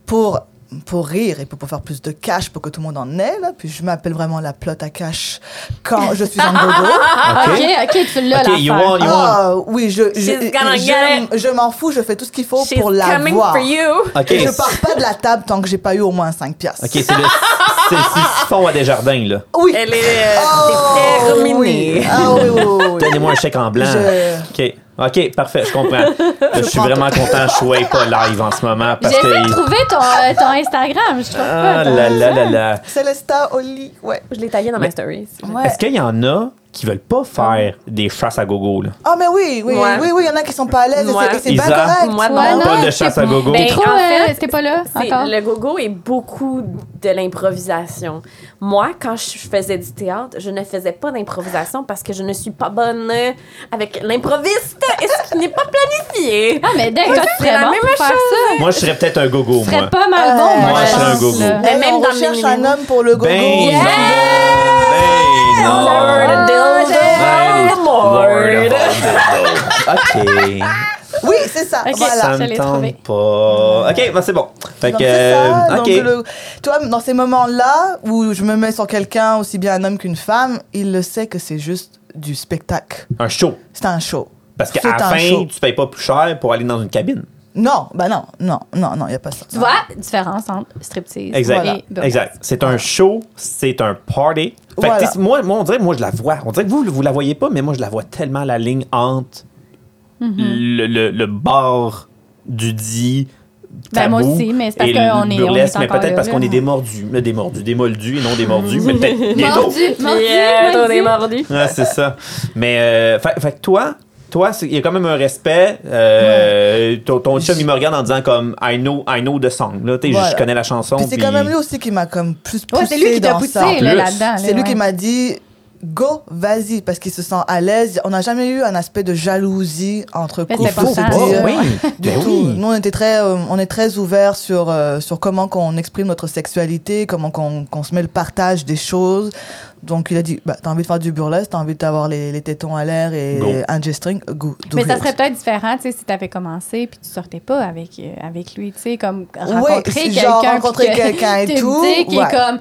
[SPEAKER 5] pour, pour rire et pour, pour faire plus de cash, pour que tout le monde en ait, là, puis je m'appelle vraiment la plotte à cash quand je suis
[SPEAKER 4] <laughs>
[SPEAKER 5] en gogo.
[SPEAKER 2] Ah,
[SPEAKER 1] Ok, ok, tu l'as,
[SPEAKER 2] Ok, you
[SPEAKER 1] l'affaire.
[SPEAKER 2] want, you want.
[SPEAKER 5] Ah oui, je, je,
[SPEAKER 4] She's gonna
[SPEAKER 5] je-
[SPEAKER 4] get
[SPEAKER 5] je m'en fous, je fais tout ce qu'il faut
[SPEAKER 4] Oh, She's
[SPEAKER 5] pour
[SPEAKER 4] coming
[SPEAKER 5] l'avoir.
[SPEAKER 4] for you.
[SPEAKER 2] Ok,
[SPEAKER 5] Et je
[SPEAKER 2] c'est-
[SPEAKER 5] pars pas de la table tant que j'ai pas eu au moins 5 piastres.
[SPEAKER 2] ok, c'est le, c'est le siphon à Desjardins, là.
[SPEAKER 5] Oui.
[SPEAKER 4] Elle est euh,
[SPEAKER 5] Oh,
[SPEAKER 4] déterminée.
[SPEAKER 5] oui. Ah oui, oui, oui, oui.
[SPEAKER 2] Donnez-moi un chèque en blanc.
[SPEAKER 5] Je-
[SPEAKER 2] Ok, ok, parfait, je comprends.
[SPEAKER 5] <laughs>
[SPEAKER 2] Là, Je, suis
[SPEAKER 5] prends
[SPEAKER 2] vraiment content, je suis pas live en ce moment parce
[SPEAKER 1] J'essaie de
[SPEAKER 2] que.
[SPEAKER 1] trouver ton, euh, ton Instagram. Je trouve
[SPEAKER 2] Ah
[SPEAKER 1] pas. ton-
[SPEAKER 2] là là là là.
[SPEAKER 5] Célesta, Oli, ouais.
[SPEAKER 4] Je l'ai taillé dans
[SPEAKER 2] Mais-
[SPEAKER 4] ma story. si
[SPEAKER 5] Ouais.
[SPEAKER 2] Est-ce qu'il y en a qui veulent pas faire des chasses à gogo, là?
[SPEAKER 5] Ah, mais oui, oui,
[SPEAKER 4] Ouais.
[SPEAKER 5] oui, oui, il y en a qui sont pas à l'aise et
[SPEAKER 4] Ouais.
[SPEAKER 5] c'est- et c'est pas
[SPEAKER 2] Isa.
[SPEAKER 5] correct.
[SPEAKER 4] Moi,
[SPEAKER 1] Ouais,
[SPEAKER 4] non.
[SPEAKER 1] non,
[SPEAKER 2] Pas de
[SPEAKER 1] t'es-
[SPEAKER 2] chasse à gogo.
[SPEAKER 1] T'es
[SPEAKER 4] Ben,
[SPEAKER 1] trop,
[SPEAKER 4] en
[SPEAKER 1] euh,
[SPEAKER 4] fait,
[SPEAKER 1] t'es pas là
[SPEAKER 4] C'est-
[SPEAKER 1] encore.
[SPEAKER 4] Le gogo est beaucoup de l'improvisation. Moi, quand je faisais du théâtre, je ne faisais pas d'improvisation parce que je ne suis pas bonne euh, avec l'improviste et ce qui n'est pas planifié.
[SPEAKER 1] Ah, mais dès que toi, tu
[SPEAKER 4] C'est
[SPEAKER 1] serais
[SPEAKER 4] la
[SPEAKER 1] bon
[SPEAKER 4] même
[SPEAKER 1] pour faire ça,
[SPEAKER 2] Moi, je serais peut-être un gogo,
[SPEAKER 1] tu
[SPEAKER 2] moi.
[SPEAKER 1] serais pas mal
[SPEAKER 5] Euh,
[SPEAKER 1] bon,
[SPEAKER 2] Moi,
[SPEAKER 1] je
[SPEAKER 2] je serais un
[SPEAKER 1] pense,
[SPEAKER 2] gogo.
[SPEAKER 1] là.
[SPEAKER 5] Mais
[SPEAKER 4] Mais même
[SPEAKER 5] on
[SPEAKER 4] dans
[SPEAKER 5] recherche
[SPEAKER 4] Mini
[SPEAKER 5] un
[SPEAKER 4] Mini.
[SPEAKER 5] homme pour le gogo.
[SPEAKER 2] Ben
[SPEAKER 5] Yeah.
[SPEAKER 2] non! Ben non!
[SPEAKER 4] Lord,
[SPEAKER 2] Ben,
[SPEAKER 4] Lord, Lord.
[SPEAKER 2] Lord of all the Lord. OK.
[SPEAKER 5] Oui, c'est ça.
[SPEAKER 1] Ok.
[SPEAKER 5] Voilà. Mmh.
[SPEAKER 2] Ça
[SPEAKER 1] je
[SPEAKER 2] me
[SPEAKER 1] l'ai
[SPEAKER 2] tente
[SPEAKER 1] trouvé.
[SPEAKER 2] pas. OK, ben c'est bon. Fait
[SPEAKER 5] Donc,
[SPEAKER 2] que...
[SPEAKER 5] c'est ça,
[SPEAKER 2] euh,
[SPEAKER 5] donc
[SPEAKER 2] OK.
[SPEAKER 5] le- tu vois, dans ces moments-là où je me mets sur quelqu'un, aussi bien un homme qu'une femme, il le sait que c'est juste du spectacle.
[SPEAKER 2] Un show.
[SPEAKER 5] C'est un show.
[SPEAKER 2] Parce qu'à
[SPEAKER 5] C'est
[SPEAKER 2] la
[SPEAKER 5] un
[SPEAKER 2] fin,
[SPEAKER 5] show.
[SPEAKER 2] tu payes pas plus cher pour aller dans une cabine.
[SPEAKER 5] Non, bah non, non, non, non, il n'y a pas ça.
[SPEAKER 1] Tu vois, différence entre striptease
[SPEAKER 2] Exact.
[SPEAKER 1] et burlesque.
[SPEAKER 2] Exact. C'est un show, c'est un party. Fait que,
[SPEAKER 5] Voilà.
[SPEAKER 2] tu sais, moi, moi, on dirait, moi, je la vois. On dirait que vous, vous la voyez pas, mais moi, je la vois tellement la ligne entre
[SPEAKER 1] Mm-hmm.
[SPEAKER 2] le, le, le bord du dit.
[SPEAKER 1] Ben,
[SPEAKER 2] tabou
[SPEAKER 1] moi aussi, mais c'est parce
[SPEAKER 2] et
[SPEAKER 1] qu'on est- on est
[SPEAKER 2] burlesque, mais
[SPEAKER 1] encore
[SPEAKER 2] peut-être
[SPEAKER 1] là,
[SPEAKER 2] parce
[SPEAKER 1] là.
[SPEAKER 2] qu'on est des mordus. Mais Des mordus, des moldus et non des mordus, mais
[SPEAKER 1] <laughs>
[SPEAKER 2] peut-être bientôt.
[SPEAKER 1] Mordu, mordu,
[SPEAKER 4] Puis, euh, on est
[SPEAKER 1] mordu.
[SPEAKER 4] mordu.
[SPEAKER 2] Ah, c'est ça. Mais, euh, fait, fait que toi, toi, c'est- il y a quand même un respect. euh, Ton, ton chum, il me regarde en disant comme I know, I know the song. Là, T'sais, je-
[SPEAKER 5] Voilà.
[SPEAKER 2] Je connais la chanson.
[SPEAKER 5] Puis c'est
[SPEAKER 2] puis-
[SPEAKER 5] quand même lui aussi qui m'a comme plus poussé
[SPEAKER 1] Ouais, c'est lui qui t'a
[SPEAKER 5] dans
[SPEAKER 1] poussé
[SPEAKER 5] ça.
[SPEAKER 1] là,
[SPEAKER 2] plus.
[SPEAKER 1] là-dedans. là,
[SPEAKER 5] C'est lui
[SPEAKER 1] ouais.
[SPEAKER 5] qui m'a dit go, vas-y, parce qu'il se sent à l'aise. On n'a jamais eu un aspect de jalousie entre
[SPEAKER 1] Mais
[SPEAKER 5] couples.
[SPEAKER 1] c'est important,
[SPEAKER 5] c'est-à-dire,
[SPEAKER 1] ça. Oh,
[SPEAKER 2] oui.
[SPEAKER 5] <laughs> du
[SPEAKER 2] Ben
[SPEAKER 5] tout.
[SPEAKER 2] oui.
[SPEAKER 5] Nous, on était très, euh, on est très ouverts sur euh, sur comment qu'on exprime notre sexualité, comment qu'on qu'on se met le partage des choses. Donc il a dit, bah, t'as envie de faire du burlesque, t'as envie d'avoir les, les tétons à l'air et
[SPEAKER 2] Go.
[SPEAKER 5] un G-string, go. do
[SPEAKER 1] Mais ça
[SPEAKER 5] it.
[SPEAKER 1] serait peut-être différent, tu sais, si t'avais commencé puis tu sortais pas avec euh, avec lui, tu sais, comme
[SPEAKER 5] c'est
[SPEAKER 1] rencontrer quelqu'un,
[SPEAKER 5] genre
[SPEAKER 1] puis
[SPEAKER 5] rencontrer
[SPEAKER 1] que- <laughs>
[SPEAKER 5] quelqu'un et
[SPEAKER 1] tu me
[SPEAKER 5] tout,
[SPEAKER 1] dis qu'il
[SPEAKER 5] ouais.
[SPEAKER 1] est comme,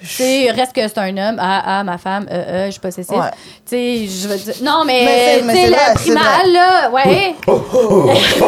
[SPEAKER 1] tu sais, reste que c'est un homme, ah ah ma femme, euh euh, je suis possessive,
[SPEAKER 5] Ouais.
[SPEAKER 1] tu sais, je veux dire, non
[SPEAKER 5] Mais
[SPEAKER 1] mais,
[SPEAKER 5] c'est- mais
[SPEAKER 1] tu
[SPEAKER 5] c'est
[SPEAKER 1] sais
[SPEAKER 5] vrai,
[SPEAKER 1] la
[SPEAKER 5] c'est vrai.
[SPEAKER 1] primale là, ouais,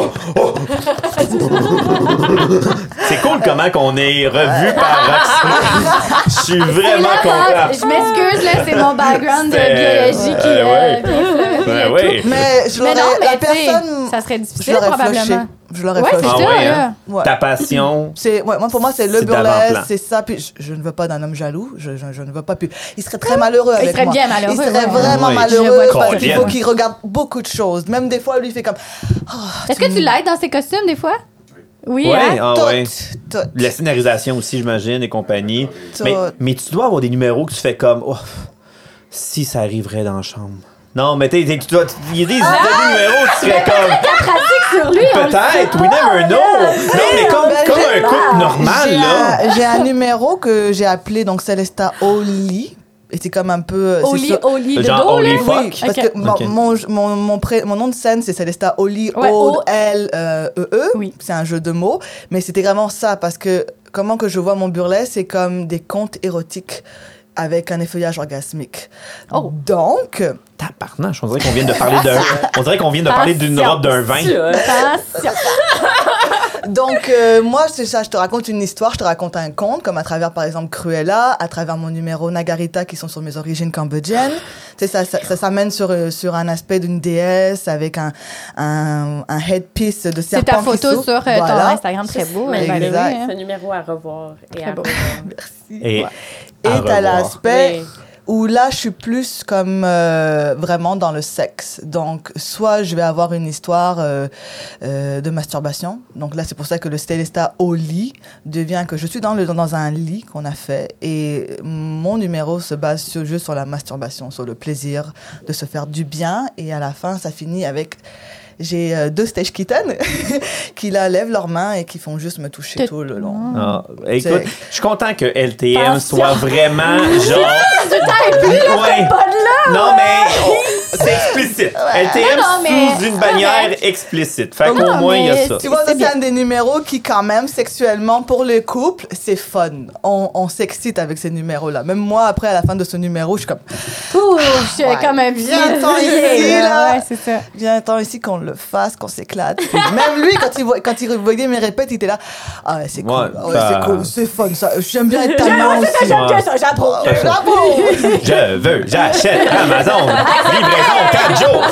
[SPEAKER 2] C'est cool comment qu'on est revu par Roxane. Je suis
[SPEAKER 1] C'est
[SPEAKER 2] vraiment
[SPEAKER 1] là, là,
[SPEAKER 2] content.
[SPEAKER 1] je m'excuse là, c'est mon background de
[SPEAKER 2] C'était-
[SPEAKER 1] biologie qui
[SPEAKER 2] Euh, ouais.
[SPEAKER 1] euh, vient fleurir
[SPEAKER 2] Ben
[SPEAKER 1] et tout.
[SPEAKER 2] oui.
[SPEAKER 5] Mais je
[SPEAKER 1] Mais
[SPEAKER 5] l'aurais,
[SPEAKER 1] non, mais
[SPEAKER 5] la
[SPEAKER 1] tu sais,
[SPEAKER 5] personne,
[SPEAKER 1] ça serait
[SPEAKER 5] je
[SPEAKER 1] difficile
[SPEAKER 5] l'aurais
[SPEAKER 1] probablement.
[SPEAKER 5] flushé. Je l'aurais
[SPEAKER 1] Ouais,
[SPEAKER 5] flushé.
[SPEAKER 1] c'est
[SPEAKER 2] Ah
[SPEAKER 1] ça
[SPEAKER 2] ouais,
[SPEAKER 1] là.
[SPEAKER 2] hein.
[SPEAKER 5] Ouais.
[SPEAKER 2] Ta passion.
[SPEAKER 5] C'est ouais, moi pour moi c'est le
[SPEAKER 2] C'est d'avant-plan.
[SPEAKER 5] burlesque, c'est ça. Puis je, je ne veux pas d'un homme jaloux. Je, je, je ne veux pas plus. Il serait très malheureux avec
[SPEAKER 1] serait
[SPEAKER 5] moi.
[SPEAKER 1] bien malheureux,
[SPEAKER 5] Il serait
[SPEAKER 1] ouais.
[SPEAKER 5] vraiment
[SPEAKER 2] Ouais.
[SPEAKER 1] Je vois
[SPEAKER 5] malheureux
[SPEAKER 1] le
[SPEAKER 5] parce qu'il
[SPEAKER 2] problème.
[SPEAKER 5] faut qu'il regarde beaucoup de choses. Même des fois, lui il fait comme oh,
[SPEAKER 1] Est-ce que tu l'aides dans ses costumes des fois? Oui,
[SPEAKER 2] Ouais,
[SPEAKER 1] hein?
[SPEAKER 2] ah
[SPEAKER 5] tot,
[SPEAKER 2] ouais.
[SPEAKER 5] tot.
[SPEAKER 2] La scénarisation aussi, j'imagine, et compagnie.
[SPEAKER 5] Tout.
[SPEAKER 2] Mais, mais tu dois avoir des numéros que tu fais comme Oh, si ça arriverait dans la chambre. Non, mais t'es, t'es- tu dois. Il y a des,
[SPEAKER 1] Ah!
[SPEAKER 2] des numéros que tu fais comme
[SPEAKER 1] Pratique sur lui, on le
[SPEAKER 2] Peut-être, we never know. Non, mais comme,
[SPEAKER 5] Ben,
[SPEAKER 2] comme un
[SPEAKER 5] j'ai-
[SPEAKER 2] couple normal,
[SPEAKER 5] J'ai
[SPEAKER 2] là.
[SPEAKER 5] un- J'ai un numéro que j'ai appelé donc Celesta Oli. Et c'est comme un peu. euh, c'est
[SPEAKER 1] Oli,
[SPEAKER 5] sur-
[SPEAKER 1] Oli, le
[SPEAKER 2] Genre
[SPEAKER 1] dos,
[SPEAKER 2] Oli
[SPEAKER 1] là.
[SPEAKER 2] fuck.
[SPEAKER 5] Oui, parce
[SPEAKER 1] Ok.
[SPEAKER 5] que mon,
[SPEAKER 2] Ok.
[SPEAKER 5] mon, mon, mon pré- mon nom de scène, c'est Célesta Oli,
[SPEAKER 1] Ouais,
[SPEAKER 5] O,
[SPEAKER 1] O-
[SPEAKER 5] L, euh, E, E.
[SPEAKER 1] Oui.
[SPEAKER 5] C'est un jeu de mots. Mais c'était vraiment ça, parce que comment que je vois mon burlesque, c'est comme des contes érotiques avec un effeuillage orgasmique.
[SPEAKER 1] Oh.
[SPEAKER 5] Donc,
[SPEAKER 2] Tabarnache, on dirait qu'on vient de parler d'un. On dirait qu'on vient de parler d'une robe d'un vin.
[SPEAKER 4] Tu vois.
[SPEAKER 1] Attention.
[SPEAKER 5] Donc, euh, moi, c'est ça, je te raconte une histoire, je te raconte un conte, comme à travers, par exemple, Cruella, à travers mon numéro Nagarita, qui sont sur mes origines cambodgiennes. Tu sais, ça, ça, ça s'amène sur, euh, sur un aspect d'une déesse avec un, un, un headpiece de serpent
[SPEAKER 1] C'est ta
[SPEAKER 5] qui
[SPEAKER 1] photo
[SPEAKER 5] s'ouvre.
[SPEAKER 1] sur euh, ton
[SPEAKER 5] Voilà.
[SPEAKER 1] Instagram, très beau.
[SPEAKER 5] Mais
[SPEAKER 1] hein, Valérie,
[SPEAKER 5] exact.
[SPEAKER 1] hein.
[SPEAKER 4] C'est un numéro à revoir. Et
[SPEAKER 1] Très
[SPEAKER 4] à
[SPEAKER 1] beau. Ben,
[SPEAKER 2] Et
[SPEAKER 5] Et
[SPEAKER 2] à
[SPEAKER 5] t'as
[SPEAKER 2] revoir.
[SPEAKER 5] l'aspect
[SPEAKER 4] Oui.
[SPEAKER 5] où là, je suis plus comme euh, vraiment dans le sexe. Donc, soit je vais avoir une histoire euh, euh, de masturbation. Donc là, c'est pour ça que le Stelesta au lit devient que je suis dans, le, dans un lit qu'on a fait. Et mon numéro se base sur, juste sur la masturbation, sur le plaisir de se faire du bien. Et à la fin, ça finit avec... J'ai euh, deux stage kittens <laughs> qui la lèvent leurs mains et qui font juste me toucher
[SPEAKER 1] T'es-
[SPEAKER 5] tout le long.
[SPEAKER 2] Ah, écoute,
[SPEAKER 5] C'est-
[SPEAKER 2] je suis content que LTM
[SPEAKER 1] Attention.
[SPEAKER 2] soit
[SPEAKER 1] <laughs>
[SPEAKER 2] vraiment genre. Ouais. Non, mais on- c'est explicite. LTM
[SPEAKER 1] Non, non, mais
[SPEAKER 2] sous une
[SPEAKER 1] c'est
[SPEAKER 2] bannière
[SPEAKER 1] correct.
[SPEAKER 2] explicite. Fait
[SPEAKER 5] Non,
[SPEAKER 2] qu'au moins, il y a
[SPEAKER 1] mais
[SPEAKER 2] ça.
[SPEAKER 5] Tu vois,
[SPEAKER 1] C'est
[SPEAKER 5] ça, c'est
[SPEAKER 1] bien.
[SPEAKER 5] un des numéros qui, quand même, sexuellement, pour les couples, c'est fun. On, on s'excite avec ces numéros-là. Même moi, après, à la fin de ce numéro, je suis comme,
[SPEAKER 1] Ouh, je suis
[SPEAKER 5] Ouais.
[SPEAKER 1] comme un
[SPEAKER 5] Viens, attends, ici, là.
[SPEAKER 1] Ouais, c'est ça.
[SPEAKER 5] viens, attends ici qu'on le fasse,
[SPEAKER 2] <laughs>
[SPEAKER 5] qu'on s'éclate. Puis même lui, quand il, voit- quand il voyait mes répètes, il était là, ah ouais, c'est cool,
[SPEAKER 2] Ouais,
[SPEAKER 5] Ah ouais,
[SPEAKER 2] ça-
[SPEAKER 5] c'est cool, c'est fun, ça. J'aime bien être ta main aussi.
[SPEAKER 2] Ouais.
[SPEAKER 5] J'approuve,
[SPEAKER 2] Ça, ça-
[SPEAKER 5] j'approuve.
[SPEAKER 2] Je veux, j'achète Amazon. Livraison 4 jours.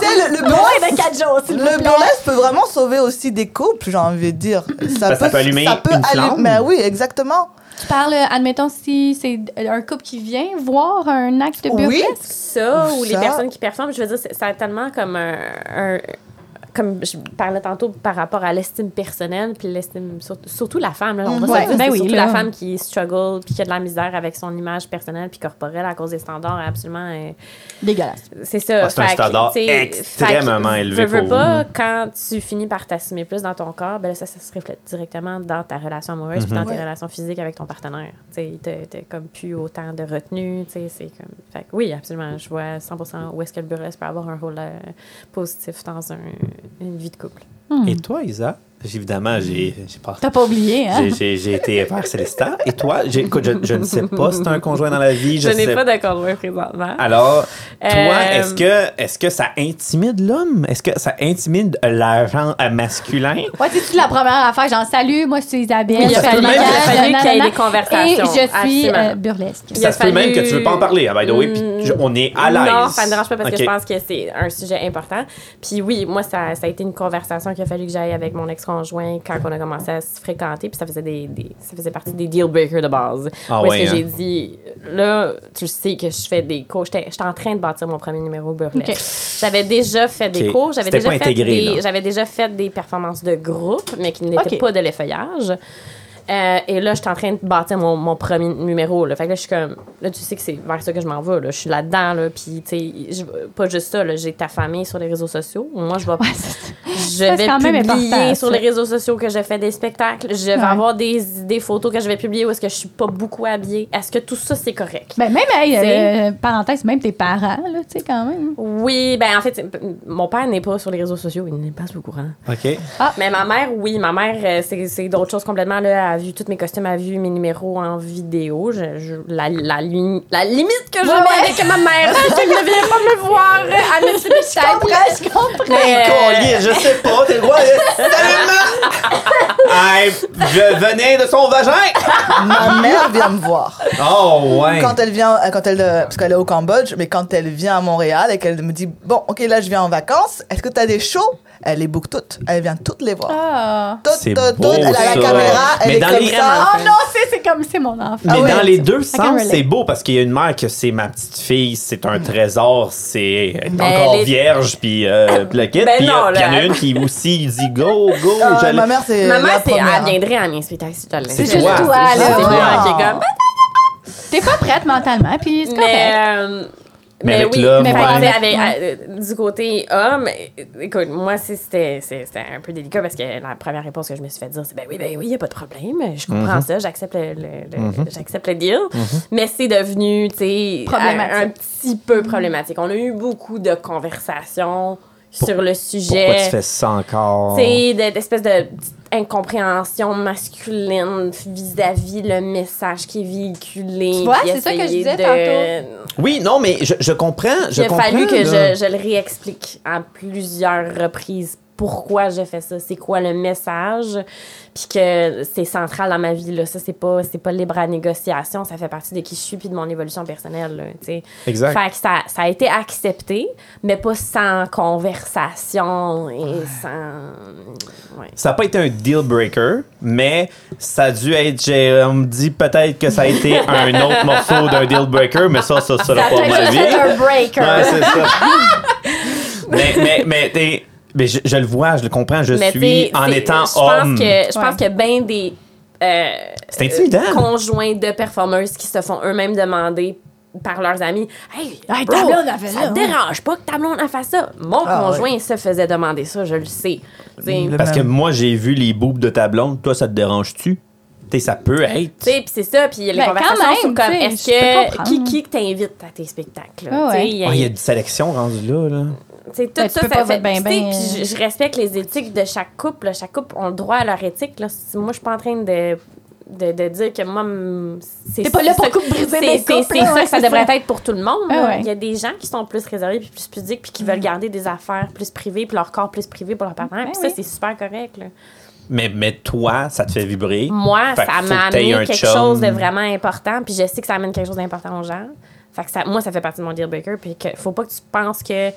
[SPEAKER 5] Tu sais, le, le burlesque, le burlesque peut vraiment sauver aussi des couples, j'ai envie de dire.
[SPEAKER 2] Parce que ça peut allumer une flamme.
[SPEAKER 5] Mais oui, exactement.
[SPEAKER 1] Tu parles, euh, admettons, si c'est un couple qui vient voir un acte de
[SPEAKER 5] Oui.
[SPEAKER 1] burlesque.
[SPEAKER 4] ça
[SPEAKER 5] Ou
[SPEAKER 4] ou les
[SPEAKER 5] ça.
[SPEAKER 4] personnes qui performent, je veux dire, c'est- ça a tellement comme un, un- comme je parlais tantôt par rapport à l'estime personnelle, puis l'estime sur- surtout la femme. Là, on va se
[SPEAKER 1] Ouais,
[SPEAKER 4] le dire,
[SPEAKER 1] ben
[SPEAKER 4] c'est
[SPEAKER 1] oui,
[SPEAKER 4] surtout
[SPEAKER 1] là.
[SPEAKER 4] la femme qui struggle, puis qui a de la misère avec son image personnelle puis corporelle à cause des standards absolument. euh,
[SPEAKER 1] Dégueulasse.
[SPEAKER 4] c'est ça.
[SPEAKER 2] Ah, c'est un
[SPEAKER 4] Fait que,
[SPEAKER 2] standard
[SPEAKER 4] tu sais,
[SPEAKER 2] extrêmement
[SPEAKER 4] fait que,
[SPEAKER 2] élevé
[SPEAKER 4] veux, veux
[SPEAKER 2] pour
[SPEAKER 4] pas, quand tu finis par t'assumer plus dans ton corps, ben là, ça, ça se reflète directement dans ta relation amoureuse
[SPEAKER 2] Mhm.
[SPEAKER 4] puis dans
[SPEAKER 5] Ouais.
[SPEAKER 4] tes relations physiques avec ton partenaire. Tu sais, t'as- t'as comme plus autant de retenue. Tu sais, c'est comme... Fait que oui, absolument. Je vois 100 où est-ce que le burlesque peut avoir un rôle euh, positif dans un- une vie de couple.
[SPEAKER 2] Et toi, Isa? Évidemment, j'ai j'ai pas.
[SPEAKER 1] T'as pas oublié, hein?
[SPEAKER 2] j'ai- J'ai j'ai été vers Célestin. Et toi, j'ai- écoute, je, je ne sais pas si t'as un conjoint dans la vie.
[SPEAKER 4] Je,
[SPEAKER 2] Je,
[SPEAKER 4] n'ai
[SPEAKER 2] sais
[SPEAKER 4] pas de conjoint présentement.
[SPEAKER 2] Alors, toi,
[SPEAKER 4] Euh,
[SPEAKER 2] est-ce que, est que ça intimide l'homme? Est-ce que ça intimide l'agent euh, masculin?
[SPEAKER 1] Ouais, c'est la première affaire. Genre, salut, moi, je suis Isabelle.
[SPEAKER 4] Oui, il a
[SPEAKER 1] je fais
[SPEAKER 4] fallu-
[SPEAKER 1] le
[SPEAKER 2] il a
[SPEAKER 1] mariage,
[SPEAKER 4] fallu qu'il y ait
[SPEAKER 1] nanana,
[SPEAKER 4] des conversations,
[SPEAKER 1] Et je suis euh,
[SPEAKER 4] absolument.
[SPEAKER 1] burlesque.
[SPEAKER 4] Il
[SPEAKER 2] Ça
[SPEAKER 4] a
[SPEAKER 2] se peut même
[SPEAKER 4] fallu-
[SPEAKER 2] que tu veux pas en parler, ah, by the way, puis tu- on est à l'aise.
[SPEAKER 4] Non, ça ne dérange pas parce
[SPEAKER 2] Ok.
[SPEAKER 4] que je pense que c'est un sujet important. Puis oui, moi, ça, ça a été une conversation qu'il a fallu que j'aille avec mon ex-conjoint quand on a commencé à se fréquenter. Puis ça faisait, des, des- ça faisait partie des deal breakers de base.
[SPEAKER 2] Ah
[SPEAKER 4] Où est-ce
[SPEAKER 2] ouais,
[SPEAKER 4] que
[SPEAKER 2] hein.
[SPEAKER 4] j'ai dit, là, tu sais que je fais des cours. J'étais j'étais en train de bâtir mon premier numéro burlesque.
[SPEAKER 1] Ok.
[SPEAKER 4] J'avais déjà fait des
[SPEAKER 2] Ok.
[SPEAKER 4] cours. J'avais
[SPEAKER 2] C'était
[SPEAKER 4] déjà,
[SPEAKER 2] pas
[SPEAKER 4] fait
[SPEAKER 2] intégré, là.
[SPEAKER 4] des- j'avais déjà fait des performances de groupe, mais qui n'étaient
[SPEAKER 1] Ok.
[SPEAKER 4] pas de l'effeuillage. Euh, et là, je suis en train de bâtir mon, mon premier numéro. Là. Fait que là, je suis comme. Là, tu sais que c'est vers ça que je m'en vais. Là. Je suis là-dedans. Là, puis, tu sais, je- pas juste ça. là, J'ai ta famille sur les réseaux sociaux. Moi, je vais.
[SPEAKER 1] Ouais, c'est ça,
[SPEAKER 4] je
[SPEAKER 1] c'est
[SPEAKER 4] vais
[SPEAKER 1] quand même important,
[SPEAKER 4] publier sur
[SPEAKER 1] ça.
[SPEAKER 4] les réseaux sociaux que je fais des spectacles. Je vais
[SPEAKER 1] Ouais.
[SPEAKER 4] avoir des, des photos que je vais publier où est-ce que je suis pas beaucoup habillée. Est-ce que tout ça, c'est correct?
[SPEAKER 1] Ben, même, hey,
[SPEAKER 4] C'est-
[SPEAKER 1] euh, parenthèse, même tes parents, là, tu sais, quand même.
[SPEAKER 4] Oui, ben en fait, c'est- mon père n'est pas sur les réseaux sociaux, il n'est pas au courant.
[SPEAKER 2] OK.
[SPEAKER 4] Mais ma mère, oui, ma mère, euh, c'est c'est d'autres choses complètement. Là, elle a vu tous mes costumes, elle a vu mes numéros en vidéo. Je, je- la, la, li- la limite que je mets avec ma mère, c'est qu'elle ne vient pas me voir. euh, Elle me dit, mais je comprends, je comprends. Mais, euh,
[SPEAKER 2] Collier, je sais pas, t'es le droit, euh, salut, ma- Hey, je venais de son vagin!
[SPEAKER 5] Ma mère vient me voir.
[SPEAKER 2] Oh, ouais.
[SPEAKER 5] Quand elle vient, euh, quand elle, euh, parce qu'elle est au Cambodge, mais quand elle vient à Montréal et qu'elle me dit, bon, ok, là, je viens en vacances, est-ce que t'as des shows? Elle les book toutes. Elle vient toutes les voir.
[SPEAKER 1] Ah.
[SPEAKER 5] Toutes,
[SPEAKER 2] C'est
[SPEAKER 5] toutes,
[SPEAKER 2] beau,
[SPEAKER 5] toutes. Elle a la
[SPEAKER 2] ça.
[SPEAKER 5] caméra, elle
[SPEAKER 2] Mais
[SPEAKER 5] est
[SPEAKER 2] dans
[SPEAKER 5] comme
[SPEAKER 2] les-
[SPEAKER 5] ça.
[SPEAKER 1] Oh non, c'est c'est comme c'est mon enfant.
[SPEAKER 2] Mais
[SPEAKER 5] Ah ouais.
[SPEAKER 2] dans les deux
[SPEAKER 1] can
[SPEAKER 2] sens,
[SPEAKER 1] relate.
[SPEAKER 2] c'est beau parce qu'il y a une mère que c'est ma petite fille, c'est un trésor, c'est elle est
[SPEAKER 4] Mais
[SPEAKER 2] encore
[SPEAKER 4] les-
[SPEAKER 2] vierge, puis euh, puis le kit.
[SPEAKER 4] Ben
[SPEAKER 2] Puis il y
[SPEAKER 4] non,
[SPEAKER 2] a- puis il y en a
[SPEAKER 4] là.
[SPEAKER 2] une qui aussi dit go, go.
[SPEAKER 5] Ah,
[SPEAKER 2] j'allais-
[SPEAKER 5] ma mère, c'est
[SPEAKER 4] ma
[SPEAKER 5] la
[SPEAKER 4] mère, c'est- ah,
[SPEAKER 5] première.
[SPEAKER 4] elle viendrait à mes spectacles si je le
[SPEAKER 2] C'est
[SPEAKER 4] laissais.
[SPEAKER 2] toi,
[SPEAKER 4] C'est
[SPEAKER 1] là.
[SPEAKER 4] juste
[SPEAKER 5] Ah.
[SPEAKER 4] moi qui est comme,
[SPEAKER 1] T'es pas prête mentalement, puis c'est
[SPEAKER 4] mais,
[SPEAKER 1] correct.
[SPEAKER 4] euh,
[SPEAKER 2] Mais avec
[SPEAKER 4] oui,
[SPEAKER 2] l'homme,
[SPEAKER 4] mais
[SPEAKER 2] ouais.
[SPEAKER 4] fait que, avec- euh, du côté homme, euh, écoute, moi, c'est- c'était c'est- c'était un peu délicat parce que la première réponse que je me suis fait dire, c'est ben oui, ben oui, il a pas de problème, je comprends
[SPEAKER 2] Mm-hmm.
[SPEAKER 4] ça, j'accepte le, le- le- j'accepte le deal. Mais c'est devenu, tu sais, euh,
[SPEAKER 1] Problématique.
[SPEAKER 4] un, un petit peu problématique. On a eu beaucoup de conversations sur le sujet.
[SPEAKER 2] Pourquoi tu fais ça encore?
[SPEAKER 4] Tu sais, de- d'espèce de petite incompréhension masculine vis-à-vis le message qui est véhiculé.
[SPEAKER 1] Tu vois,
[SPEAKER 4] puis
[SPEAKER 1] c'est ça que je
[SPEAKER 4] essayer
[SPEAKER 1] disais
[SPEAKER 4] de-
[SPEAKER 2] Oui, non, mais je, je comprends. Je
[SPEAKER 4] Il a
[SPEAKER 2] comprends,
[SPEAKER 4] fallu que
[SPEAKER 2] là.
[SPEAKER 4] je, je le réexplique à plusieurs reprises pourquoi j'ai fait ça, c'est quoi le message, puis que c'est central dans ma vie. Là. Ça, c'est pas, c'est pas libre à négociation, ça fait partie de qui je suis puis de mon évolution personnelle. Là, tu sais.
[SPEAKER 2] Exact.
[SPEAKER 4] Fait que ça, ça a été accepté, mais pas sans conversation et sans. Ouais.
[SPEAKER 2] Ça n'a pas été un deal breaker, mais ça a dû être. j'ai- On me dit peut-être que ça a
[SPEAKER 4] <laughs>
[SPEAKER 2] été un autre morceau d'un deal breaker, mais ça, ça sera pas ma vie.
[SPEAKER 4] C'est un breaker.
[SPEAKER 2] Ouais, c'est ça.
[SPEAKER 4] <laughs>
[SPEAKER 2] mais mais, mais, t'es- mais je, je le vois, je le comprends, je
[SPEAKER 4] Mais
[SPEAKER 2] suis
[SPEAKER 4] t'sais,
[SPEAKER 2] en
[SPEAKER 4] c'est-
[SPEAKER 2] étant
[SPEAKER 4] je
[SPEAKER 2] homme.
[SPEAKER 4] Pense que, je pense
[SPEAKER 1] Ouais.
[SPEAKER 4] que bien des euh,
[SPEAKER 2] C'est intimidant.
[SPEAKER 4] euh, conjoints de performeuses qui se font eux-mêmes demander par leurs amis Hey,
[SPEAKER 1] Hey,
[SPEAKER 4] bro,
[SPEAKER 1] ta blonde, elle fait
[SPEAKER 4] ça
[SPEAKER 1] ça,
[SPEAKER 4] te
[SPEAKER 1] ouais.
[SPEAKER 4] dérange pas que ta blonde elle fasse ça. Mon
[SPEAKER 5] Ah,
[SPEAKER 4] conjoint se faisait demander ça, je le sais. T'sais,
[SPEAKER 5] Le-
[SPEAKER 2] Parce que
[SPEAKER 5] même.
[SPEAKER 2] moi, j'ai vu les boobs de ta blonde. Toi, ça te dérange-tu? T'sais, ça peut
[SPEAKER 4] Ben,
[SPEAKER 2] être.
[SPEAKER 4] Tu sais, puis c'est ça, puis les
[SPEAKER 1] Ben, quand
[SPEAKER 4] conversations
[SPEAKER 1] même,
[SPEAKER 4] sont comme
[SPEAKER 1] tu sais,
[SPEAKER 4] est-ce
[SPEAKER 1] je peux
[SPEAKER 4] que
[SPEAKER 1] comprendre.
[SPEAKER 4] qui qui que t'invite à tes spectacles là?
[SPEAKER 1] Ah ouais.
[SPEAKER 4] Tu sais, il y a-
[SPEAKER 2] Oh, Il y a des sélections rendues là. là.
[SPEAKER 4] tu sais, tout
[SPEAKER 1] Ben, tu
[SPEAKER 4] ça
[SPEAKER 1] peux
[SPEAKER 4] ça
[SPEAKER 1] pas
[SPEAKER 4] fait-
[SPEAKER 1] être ben,
[SPEAKER 4] tu sais,
[SPEAKER 1] ben,
[SPEAKER 4] puis je, je respecte les éthiques de chaque couple, là. chaque couple ont le droit à leur éthique là. Si- Moi je suis pas en train de de, de dire que moi mm, c'est
[SPEAKER 1] T'es pas là pour
[SPEAKER 4] c'est-
[SPEAKER 1] coupe briser
[SPEAKER 4] c'est-
[SPEAKER 1] des
[SPEAKER 4] c'est
[SPEAKER 1] couples,
[SPEAKER 4] c'est
[SPEAKER 1] là,
[SPEAKER 4] ça
[SPEAKER 1] hein, ouais,
[SPEAKER 4] que ça
[SPEAKER 1] c'est
[SPEAKER 4] devrait
[SPEAKER 1] ça.
[SPEAKER 4] être pour tout le monde
[SPEAKER 1] Ah
[SPEAKER 4] là.
[SPEAKER 1] ouais. Mm.
[SPEAKER 4] il y a des gens qui sont plus réservés puis plus pudiques puis qui veulent garder des affaires plus privées puis leur corps plus privé pour leur partenaire
[SPEAKER 1] Ben
[SPEAKER 4] puis
[SPEAKER 1] oui.
[SPEAKER 4] ça c'est super correct là.
[SPEAKER 2] Mais, mais toi, ça te fait vibrer.
[SPEAKER 4] Moi,
[SPEAKER 2] Fait que
[SPEAKER 4] ça
[SPEAKER 2] faut
[SPEAKER 4] m'a
[SPEAKER 2] que t'aies
[SPEAKER 4] amené
[SPEAKER 2] un
[SPEAKER 4] quelque
[SPEAKER 2] chum.
[SPEAKER 4] chose de vraiment important, puis je sais que ça amène quelque chose d'important aux gens. Fait que ça, moi, ça fait partie de mon deal breaker, puis que faut pas que tu penses que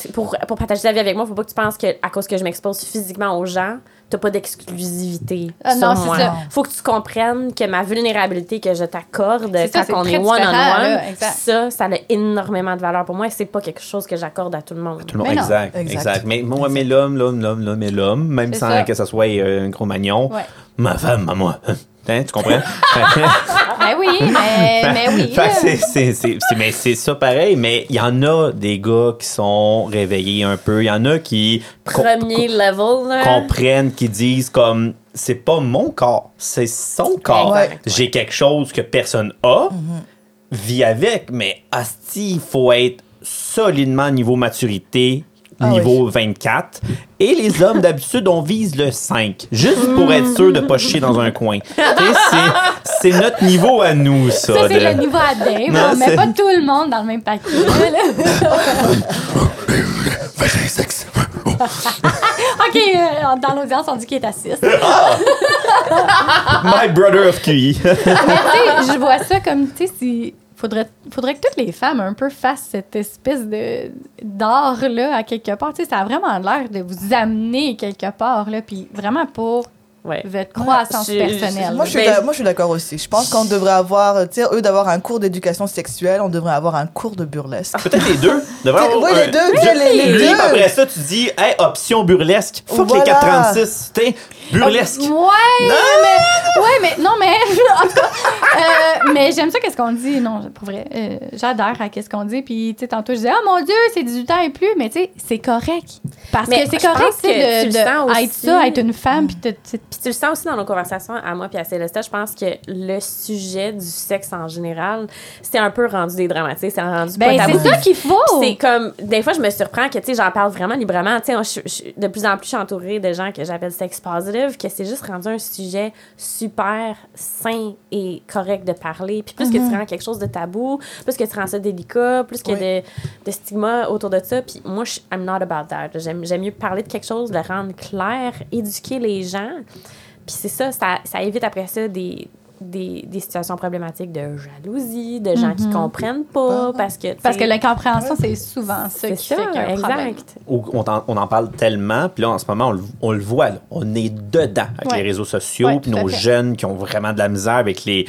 [SPEAKER 4] tu- pour, pour partager ta vie avec moi, faut pas que tu penses que à cause que je m'expose physiquement aux gens, t'as pas d'exclusivité
[SPEAKER 1] Ah
[SPEAKER 4] sur
[SPEAKER 1] non, c'est
[SPEAKER 4] moi.
[SPEAKER 1] ça.
[SPEAKER 4] Faut que tu comprennes que ma vulnérabilité que je t'accorde
[SPEAKER 1] C'est ça, c'est
[SPEAKER 4] quand on
[SPEAKER 1] très
[SPEAKER 4] est one on
[SPEAKER 1] différent,
[SPEAKER 4] one,
[SPEAKER 1] là, exact.
[SPEAKER 4] ça, ça a énormément de valeur pour moi. et C'est pas quelque chose que j'accorde à tout le monde.
[SPEAKER 2] Tout le monde-
[SPEAKER 1] Mais non.
[SPEAKER 2] exact, exact.
[SPEAKER 5] Exact.
[SPEAKER 2] Mais moi, mais l'homme, l'homme, l'homme, l'homme et l'homme, même
[SPEAKER 1] C'est
[SPEAKER 2] sans
[SPEAKER 1] ça.
[SPEAKER 2] que ça soit euh, un gros magnon,
[SPEAKER 1] Ouais.
[SPEAKER 2] ma femme, à moi. <laughs> Hein, tu
[SPEAKER 1] <laughs>
[SPEAKER 2] comprends?
[SPEAKER 1] Ben oui, mais, mais oui.
[SPEAKER 2] Fait que
[SPEAKER 1] là.
[SPEAKER 2] c'est- c'est- c'est- c'est- mais c'est ça pareil, mais il y en a des gars qui sont réveillés un peu. Il y en a qui co-
[SPEAKER 4] Premier level, là.
[SPEAKER 1] Hein?
[SPEAKER 2] comprennent, qui disent comme c'est pas mon corps, c'est son corps.
[SPEAKER 5] Ouais.
[SPEAKER 2] J'ai quelque chose que personne a,
[SPEAKER 1] Mm-hmm.
[SPEAKER 2] vit avec, mais asti, il faut être solidement niveau maturité.
[SPEAKER 5] Ah
[SPEAKER 2] Niveau 24. Et les hommes, d'habitude, on vise le 5. Juste pour être sûr de pas chier dans un coin. Tu sais, c'est- C'est notre niveau à nous, ça.
[SPEAKER 1] Ça, c'est
[SPEAKER 2] de-
[SPEAKER 1] le niveau à Dave.
[SPEAKER 2] Non,
[SPEAKER 1] on met
[SPEAKER 2] c'est-
[SPEAKER 1] pas tout le monde dans le même paquet. là, <laughs> là. OK, euh, dans l'audience, on dit qu'il est à 6.
[SPEAKER 2] My brother of E. QI.
[SPEAKER 1] Mais tu sais, je vois ça comme, tu sais, si. Faudrait, faudrait que toutes les femmes un peu fassent cette espèce de d'art là à quelque part. Tu sais, ça a vraiment l'air de vous amener quelque part là, puis vraiment pour
[SPEAKER 4] Ouais.
[SPEAKER 1] votre croissance
[SPEAKER 4] Je- je-
[SPEAKER 1] personnelle.
[SPEAKER 5] Moi je, suis
[SPEAKER 4] Ben,
[SPEAKER 5] d'a-
[SPEAKER 4] je-
[SPEAKER 5] moi, je suis d'accord aussi. Je pense qu'on devrait avoir, euh, tu sais, eux d'avoir un cours d'éducation sexuelle, on devrait avoir un cours de burlesque.
[SPEAKER 2] Peut-être les deux. Devrait
[SPEAKER 5] T'sais,
[SPEAKER 2] avoir
[SPEAKER 5] oui,
[SPEAKER 2] un-
[SPEAKER 5] les deux, tu sais, les- les
[SPEAKER 2] Lui,
[SPEAKER 5] deux.
[SPEAKER 2] après ça, tu dis, hey, option burlesque. Fuck
[SPEAKER 5] Voilà.
[SPEAKER 2] les 436. T'es burlesque.
[SPEAKER 1] Ouais, mais, ouais, mais non, mais <laughs> en tout cas, euh, mais j'aime ça qu'est-ce qu'on dit. Non, pour vrai, euh, j'adhère à qu'est-ce qu'on dit. Puis tu sais, tantôt je disais, oh mon Dieu, c'est 18 ans et plus, mais tu sais, c'est correct parce
[SPEAKER 4] Mais
[SPEAKER 1] que c'est
[SPEAKER 4] je pense
[SPEAKER 1] correct tu
[SPEAKER 4] que
[SPEAKER 1] sais,
[SPEAKER 4] tu
[SPEAKER 1] de,
[SPEAKER 4] le
[SPEAKER 1] de
[SPEAKER 4] sens
[SPEAKER 1] être
[SPEAKER 4] aussi.
[SPEAKER 1] ça, être une femme, puis de, de-
[SPEAKER 4] Puis tu le sens aussi dans nos conversations à moi puis à Célesta, je pense que le sujet du sexe en général, c'est un peu rendu dédramatisé, c'est rendu
[SPEAKER 1] ben
[SPEAKER 4] pas tabou.
[SPEAKER 1] c'est ça qu'il faut.
[SPEAKER 4] C'est comme des fois je me surprends que tu sais j'en parle vraiment librement, tu sais on- je- je- de plus en plus je suis entourée de gens que j'appelle sex positive que c'est juste rendu un sujet super sain et correct de parler. Puis plus
[SPEAKER 1] Mm-hmm.
[SPEAKER 4] que tu rends quelque chose de tabou, plus que tu rends ça délicat, plus que
[SPEAKER 5] Oui.
[SPEAKER 4] de, de stigma autour de ça, puis moi je I'm not about that. J'aime j'aime mieux parler de quelque chose, de le rendre clair, éduquer les gens. Puis c'est ça, ça, ça évite après ça des, des, des situations problématiques de jalousie, de gens qui comprennent pas, parce que... tu
[SPEAKER 1] Mm-hmm. Parce que
[SPEAKER 4] sais,
[SPEAKER 1] l'incompréhension, c'est souvent ça
[SPEAKER 4] c'est
[SPEAKER 1] qui fait qu'il y a un
[SPEAKER 4] exact.
[SPEAKER 1] problème.
[SPEAKER 2] Ou- On, en, on en parle tellement, puis là, en ce moment, on le, on le voit, là. on est dedans avec
[SPEAKER 1] Ouais.
[SPEAKER 2] les réseaux sociaux,
[SPEAKER 1] Ouais,
[SPEAKER 2] puis
[SPEAKER 1] tout à
[SPEAKER 2] nos
[SPEAKER 1] fait.
[SPEAKER 2] jeunes qui ont vraiment de la misère avec les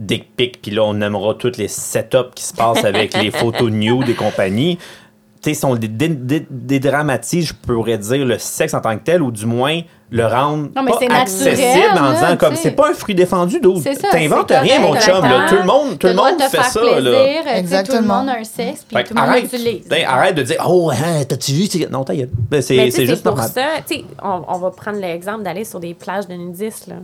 [SPEAKER 2] dick pics, puis là, on aimera tous les setups qui se passent avec
[SPEAKER 1] <laughs>
[SPEAKER 2] les photos nudes et compagnie. Tu sais, si on dé- dé- dé- dédramatise, je pourrais dire, le sexe en tant que tel, ou du moins le rendre
[SPEAKER 1] Non, mais
[SPEAKER 2] pas
[SPEAKER 1] c'est naturel,
[SPEAKER 2] accessible en
[SPEAKER 1] là,
[SPEAKER 2] disant comme
[SPEAKER 1] tu sais.
[SPEAKER 2] c'est pas un fruit défendu, d'où
[SPEAKER 1] C'est ça.
[SPEAKER 2] t'inventes
[SPEAKER 1] c'est
[SPEAKER 2] rien, mon
[SPEAKER 1] correct,
[SPEAKER 2] chum. là.
[SPEAKER 1] exactement.
[SPEAKER 2] Tout le monde, tout
[SPEAKER 1] T'as
[SPEAKER 2] le
[SPEAKER 1] droit
[SPEAKER 2] monde
[SPEAKER 1] de te
[SPEAKER 2] fait
[SPEAKER 1] faire
[SPEAKER 2] ça.
[SPEAKER 1] plaisir,
[SPEAKER 2] là.
[SPEAKER 1] euh, tu sais, Tout le
[SPEAKER 5] Exactement.
[SPEAKER 1] monde a un sexe, puis
[SPEAKER 2] Fait
[SPEAKER 1] tout
[SPEAKER 2] que
[SPEAKER 1] le monde
[SPEAKER 2] arrête,
[SPEAKER 1] l'utilise.
[SPEAKER 2] Ben, arrête de dire Oh, hein, t'as-tu vu? c'est- Non, ta gueule. Ben,
[SPEAKER 4] Mais
[SPEAKER 2] C'est
[SPEAKER 4] tu sais,
[SPEAKER 2] c'est juste
[SPEAKER 4] pour
[SPEAKER 2] normal.
[SPEAKER 4] ça, tu sais, on, on va prendre l'exemple d'aller sur des plages de nudistes, là.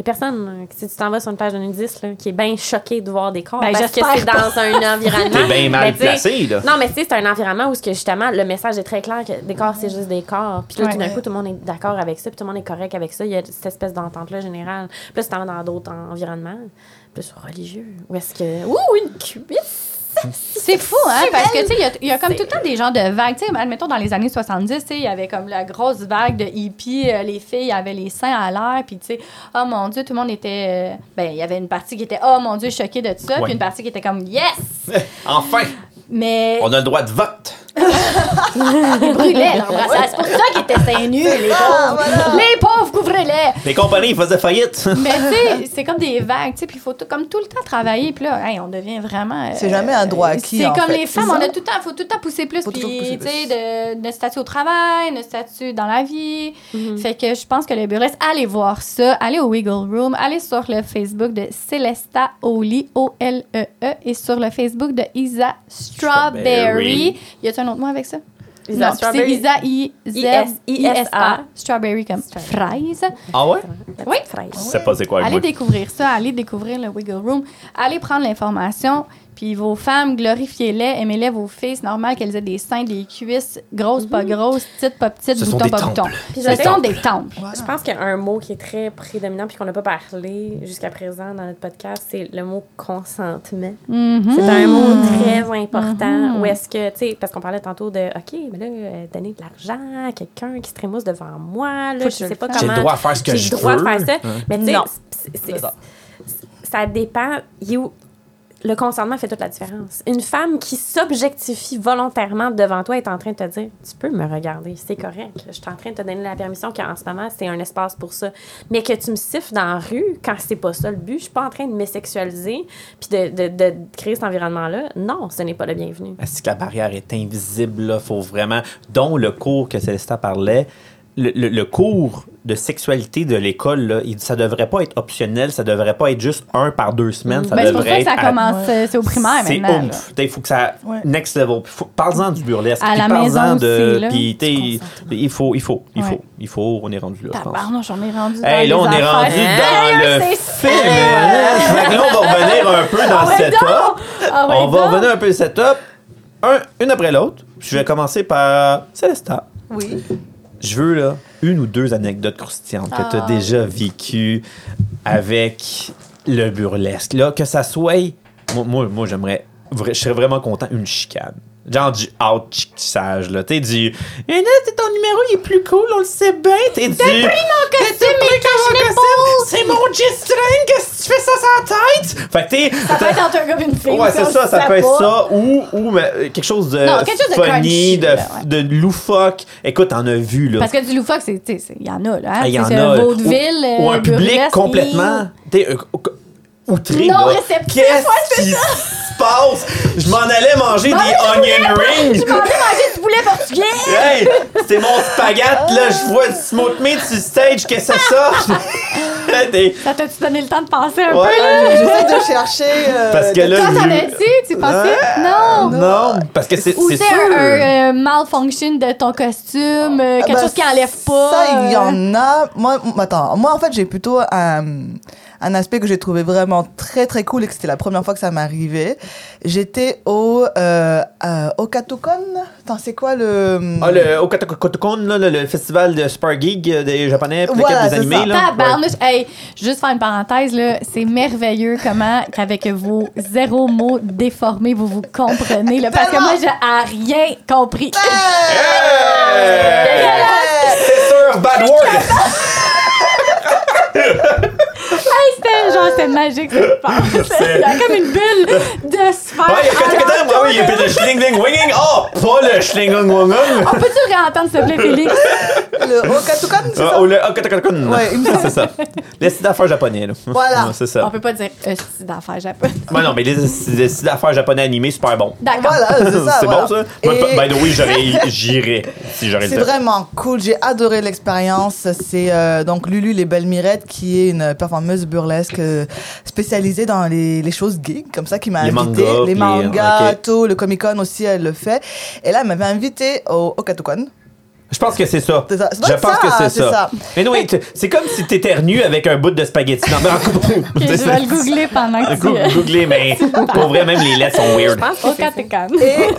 [SPEAKER 4] Il y a personne, là, que si tu t'en vas sur une plage de nudistes, là, qui est bien choqué de voir des corps,
[SPEAKER 1] Ben,
[SPEAKER 4] parce que
[SPEAKER 1] j'espère
[SPEAKER 4] c'est
[SPEAKER 1] pas.
[SPEAKER 4] dans
[SPEAKER 1] <laughs>
[SPEAKER 4] un environnement...
[SPEAKER 2] T'es bien mal
[SPEAKER 4] Ben, tu sais,
[SPEAKER 2] placé, là.
[SPEAKER 4] Non, mais tu sais, c'est un environnement où, ce que, justement, le message est très clair que des corps, c'est juste des corps. Puis là, tout d'un
[SPEAKER 5] Ouais.
[SPEAKER 4] coup, tout le monde est d'accord avec ça, puis tout le monde est correct avec ça. Il y a cette espèce d'entente-là générale. Puis là, si t'en vas dans d'autres environnements, plus religieux, où est-ce que... Ouh, une cuisse!
[SPEAKER 1] C'est fou, hein? Parce que, tu sais, il y a- il y, a comme tout le temps des gens de vagues. Tu sais, admettons, dans les années 70, tu sais, il y avait comme la grosse vague de hippies. euh, les filles avaient les seins à l'air. Puis, tu sais, oh mon Dieu, tout le monde était. euh, ben, il y avait une partie qui était, oh mon Dieu, choquée de ça.
[SPEAKER 2] Ouais.
[SPEAKER 1] Puis une partie qui était comme, yes!
[SPEAKER 2] Enfin,
[SPEAKER 1] Mais
[SPEAKER 2] on a le droit de vote.
[SPEAKER 1] <laughs> ils brûlaient leur brassard. C'est pour ça qu'ils étaient seins nus,
[SPEAKER 2] <laughs>
[SPEAKER 1] les pauvres. Les pauvres, couvrez-les!
[SPEAKER 2] Les compagnies faisaient faillite.
[SPEAKER 1] Mais tu sais, c'est comme des vagues, tu sais, puis il faut tout- comme tout le temps travailler, puis là, hey, on devient vraiment... euh,
[SPEAKER 5] C'est jamais un droit acquis,
[SPEAKER 1] C'est
[SPEAKER 5] en
[SPEAKER 1] comme
[SPEAKER 5] fait.
[SPEAKER 1] les femmes, on a tout le temps, faut tout le temps pousser plus,
[SPEAKER 5] Faut
[SPEAKER 1] puis
[SPEAKER 5] toujours pousser
[SPEAKER 1] tu
[SPEAKER 5] plus.
[SPEAKER 1] sais, de, de statut au travail, de statut dans la vie. Fait que je pense que le burlesque, allez voir ça, allez au Wiggle Room, allez sur le Facebook de Celesta Oli, O-L-E-E, E, et sur le Facebook de Isa Strawberry.
[SPEAKER 2] Strawberry.
[SPEAKER 1] Y a-t-il un autre mot avec ça?
[SPEAKER 4] Isa
[SPEAKER 1] Non, puis
[SPEAKER 4] Strawberry.
[SPEAKER 1] C'est Isa I Z
[SPEAKER 4] I-S-
[SPEAKER 1] I S A
[SPEAKER 4] I-S-A.
[SPEAKER 1] Strawberry comme fraise.
[SPEAKER 2] <laughs> Ah ouais?
[SPEAKER 1] Oui.
[SPEAKER 2] Je sais pas c'est quoi
[SPEAKER 1] Allez
[SPEAKER 2] moi.
[SPEAKER 1] découvrir ça, allez découvrir le Wiggle Room, allez prendre l'information, puis vos femmes, glorifiez-les, aimez-les vos filles. C'est normal qu'elles aient des seins, des cuisses, grosses, pas grosses, petites, pas petites,
[SPEAKER 2] Ce sont
[SPEAKER 1] boutons,
[SPEAKER 2] des
[SPEAKER 1] pas boutons.
[SPEAKER 2] temples.
[SPEAKER 4] Puis
[SPEAKER 1] Ce
[SPEAKER 4] j'avais-
[SPEAKER 1] sont des temples.
[SPEAKER 4] Je pense qu'il y a un mot qui est très prédominant puis qu'on n'a pas parlé jusqu'à présent dans notre podcast, c'est le mot consentement.
[SPEAKER 1] Mhm.
[SPEAKER 4] C'est un mot très important. Où est-ce que, tu sais, parce qu'on parlait tantôt de, OK, mais là, euh, donner de l'argent à quelqu'un qui se trémousse devant moi, là,
[SPEAKER 1] Faut que
[SPEAKER 4] je
[SPEAKER 1] je
[SPEAKER 4] sais
[SPEAKER 1] le
[SPEAKER 4] pas
[SPEAKER 1] fasse.
[SPEAKER 4] comment.
[SPEAKER 2] J'ai le droit à faire ce que
[SPEAKER 4] J'ai
[SPEAKER 2] je
[SPEAKER 4] le droit de
[SPEAKER 2] veux.
[SPEAKER 4] faire ça. Mais tu sais,
[SPEAKER 5] Non.
[SPEAKER 4] c'est- c'est-
[SPEAKER 5] C'est ça.
[SPEAKER 4] ça dépend. Il est où- Le consentement fait toute la différence. Une femme qui s'objectifie volontairement devant toi est en train de te dire Tu peux me regarder, c'est correct. Je suis en train de te donner la permission qu'en ce moment, c'est un espace pour ça. Mais que tu me siffles dans la rue quand c'est pas ça le but, je suis pas en train de me sexualiser puis de, de- de créer cet environnement-là. Non, ce n'est pas le bienvenu.
[SPEAKER 5] <laughs>
[SPEAKER 2] Est-ce que la barrière est invisible, là? Faut vraiment. Dont le cours que Célestin parlait, le, le- le cours de sexualité de l'école, là, il- ça devrait pas être optionnel, ça devrait pas être juste un par deux semaines. Ça
[SPEAKER 1] Ben, c'est pour ça
[SPEAKER 2] devrait
[SPEAKER 1] que ça
[SPEAKER 2] être à-
[SPEAKER 1] commence, euh, c'est au primaire
[SPEAKER 2] Ah, C'est
[SPEAKER 1] maintenant. là.
[SPEAKER 2] oomph. T'sais, Il faut que ça.
[SPEAKER 5] Ouais.
[SPEAKER 2] Next level. Puis faut- Parle-en du burlesque.
[SPEAKER 1] À
[SPEAKER 2] puis
[SPEAKER 1] la
[SPEAKER 2] parle-en
[SPEAKER 1] maison
[SPEAKER 2] de.
[SPEAKER 1] aussi, là,
[SPEAKER 2] puis, t'sais,
[SPEAKER 4] du
[SPEAKER 2] il faut, il faut, il
[SPEAKER 1] Ouais.
[SPEAKER 2] faut, il faut. On est rendu là, je pense.
[SPEAKER 1] Tabarnouche, on est rendu dans
[SPEAKER 2] Hey, là,
[SPEAKER 1] les
[SPEAKER 2] on est
[SPEAKER 1] affaires.
[SPEAKER 2] rendu dans
[SPEAKER 1] Hey,
[SPEAKER 2] le
[SPEAKER 1] c'est
[SPEAKER 2] film. Fait que là, on va revenir un peu dans
[SPEAKER 1] Ah
[SPEAKER 2] le
[SPEAKER 1] ouais,
[SPEAKER 2] setup.
[SPEAKER 1] donc! Ah ouais,
[SPEAKER 2] On va
[SPEAKER 1] donc!
[SPEAKER 2] revenir un peu au setup, un, une après l'autre. Je vais commencer par Célesta.
[SPEAKER 5] Oui.
[SPEAKER 2] Je veux là, une ou deux anecdotes croustillantes que tu as déjà vécues avec le burlesque. Là, que ça soit. Moi, moi, moi, j'aimerais. vra- Je serais vraiment content une chicane. Genre du out-chichage, là. T'es du. Eh non, t'es ton numéro, il est plus cool, on le sait bien. T'es du. T'as pris mon costume, C'est mon G-string, qu'est-ce que tu fais ça sans tête? Fait que t'es.
[SPEAKER 1] Ça peut être entre un gars et une fille.
[SPEAKER 2] Ouais, c'est ça, ça peut être
[SPEAKER 1] pas.
[SPEAKER 2] ça, ou, ou mais, euh, quelque chose de
[SPEAKER 1] Non, quelque chose de
[SPEAKER 2] funny,
[SPEAKER 1] crunchy,
[SPEAKER 2] de,
[SPEAKER 1] là,
[SPEAKER 2] de loufoque. Écoute, t'en as vu, là.
[SPEAKER 1] Parce que du loufoque, c'est- tu sais, c'est- il y en a, là. hein.
[SPEAKER 2] Ah, Il y
[SPEAKER 1] Tu sais,
[SPEAKER 2] en
[SPEAKER 1] c'est
[SPEAKER 2] a.
[SPEAKER 1] un
[SPEAKER 2] euh,
[SPEAKER 1] vaudeville,
[SPEAKER 2] ou, ou
[SPEAKER 1] euh,
[SPEAKER 2] un public
[SPEAKER 1] burlesque,
[SPEAKER 2] complètement t'sais, euh, euh, outré. là.
[SPEAKER 1] Non réceptif,
[SPEAKER 2] Qu'est-ce qui se passe? Je m'en allais manger
[SPEAKER 1] Manger
[SPEAKER 2] des onion rings.
[SPEAKER 1] Je m'en vais manger du poulet portugais!
[SPEAKER 2] Hey, c'est mon spaghetti, là. Je vois du smoke meat sur le stage. Qu'est-ce que c'est
[SPEAKER 1] <laughs>
[SPEAKER 2] ça? Des-
[SPEAKER 1] Ça t'a-tu donné le temps de penser un
[SPEAKER 2] Ouais.
[SPEAKER 1] peu, là?
[SPEAKER 5] J'essaie de chercher. euh,
[SPEAKER 2] Parce que
[SPEAKER 5] des-
[SPEAKER 2] là,
[SPEAKER 1] Toi, t'en
[SPEAKER 2] je-
[SPEAKER 1] as-tu? Tu pensais? Non!
[SPEAKER 2] Non, parce que c'est
[SPEAKER 1] Ou
[SPEAKER 2] c'est
[SPEAKER 1] c'est
[SPEAKER 2] sûr.
[SPEAKER 1] un, un, euh, malfunction de ton costume, euh, quelque
[SPEAKER 5] Ah,
[SPEAKER 1] chose
[SPEAKER 5] ben,
[SPEAKER 1] qui enlève pas.
[SPEAKER 5] Ça, il y
[SPEAKER 1] euh,
[SPEAKER 5] en a. Moi, m- attends, moi, en fait, j'ai plutôt un, un aspect que j'ai trouvé vraiment très, très cool et que c'était la première fois que ça m'arrivait. J'étais au, euh, euh, au Katukon. Attends, c'est quoi le.
[SPEAKER 2] Ah, le Okatokotokon, là, le, le festival de Super Geek euh, des Japonais, puis
[SPEAKER 5] Voilà,
[SPEAKER 2] des
[SPEAKER 5] c'est
[SPEAKER 2] animés.
[SPEAKER 5] ça.
[SPEAKER 2] Là. Ouais.
[SPEAKER 1] Tabarnouche. Hey, juste faire une parenthèse, là, c'est merveilleux comment, qu'avec vos zéro mots déformés, vous vous comprenez, là, parce que moi, j'ai à rien compris. <laughs>
[SPEAKER 2] Hey! C'est sûr, Bad Word!
[SPEAKER 1] Hey, c'était, genre, c'était magique,
[SPEAKER 5] <laughs>
[SPEAKER 1] cette part. Il y a comme une bulle de sphère.
[SPEAKER 2] Ouais, il y a Kotokotokon, ouais, oui, il y a puis le Schlingling Winging. Oh, pas le Schlingling Winging!
[SPEAKER 1] Ah,
[SPEAKER 5] Ah,
[SPEAKER 1] On peut-tu réentendre, s'il te plaît,
[SPEAKER 5] <laughs>
[SPEAKER 1] Félix?
[SPEAKER 5] Le au Katukon, c'est
[SPEAKER 2] Ah,
[SPEAKER 5] ça
[SPEAKER 2] oh, le Okatokotokon.
[SPEAKER 5] Ouais, il me semble.
[SPEAKER 2] c'est ça. Les sites d'affaires japonais, là.
[SPEAKER 5] Voilà.
[SPEAKER 2] Ouais, c'est
[SPEAKER 1] On
[SPEAKER 2] ça.
[SPEAKER 1] peut pas dire euh, c'est d'affaires japonais.
[SPEAKER 2] Ouais, non, mais les, les sites d'affaires japonais animés, super bon.
[SPEAKER 1] D'accord.
[SPEAKER 5] Voilà, Ah, c'est ça.
[SPEAKER 2] <laughs> C'est
[SPEAKER 5] voilà.
[SPEAKER 2] bon, ça?
[SPEAKER 5] Et
[SPEAKER 2] Ben, oui, j'aurais, j'irais si j'aurais le
[SPEAKER 5] C'est
[SPEAKER 2] temps.
[SPEAKER 5] vraiment cool, j'ai adoré l'expérience. C'est euh, donc Lulu Les Belles Mirettes qui est une performeuse burlesque euh, spécialisée dans les, les choses geeks, comme ça, qui m'a
[SPEAKER 2] Les
[SPEAKER 5] invité.
[SPEAKER 2] mangas,
[SPEAKER 5] les
[SPEAKER 2] puis,
[SPEAKER 5] mangas,
[SPEAKER 2] euh, ok.
[SPEAKER 5] tout, le Comic Con aussi, elle le fait. Et là, elle m'avait invité au, au Katukon.
[SPEAKER 2] Je pense que c'est ça.
[SPEAKER 5] C'est ça. Ça doit
[SPEAKER 2] Je
[SPEAKER 5] être
[SPEAKER 2] pense
[SPEAKER 5] ça,
[SPEAKER 2] que c'est
[SPEAKER 5] c'est
[SPEAKER 2] ça.
[SPEAKER 5] ça.
[SPEAKER 2] Mais oui, tu- c'est comme si t'éternues avec un bout de spaghetti. Non, mais en coupe.
[SPEAKER 1] Ok,
[SPEAKER 2] <laughs>
[SPEAKER 1] je vais le googler pendant que tu...
[SPEAKER 2] Goo-
[SPEAKER 1] euh,
[SPEAKER 2] Googlez,
[SPEAKER 1] <laughs>
[SPEAKER 2] mais pour vrai, même les lettres sont weird.
[SPEAKER 4] Je pense que
[SPEAKER 1] Au
[SPEAKER 4] c'est ça.
[SPEAKER 1] Katekan.
[SPEAKER 5] Et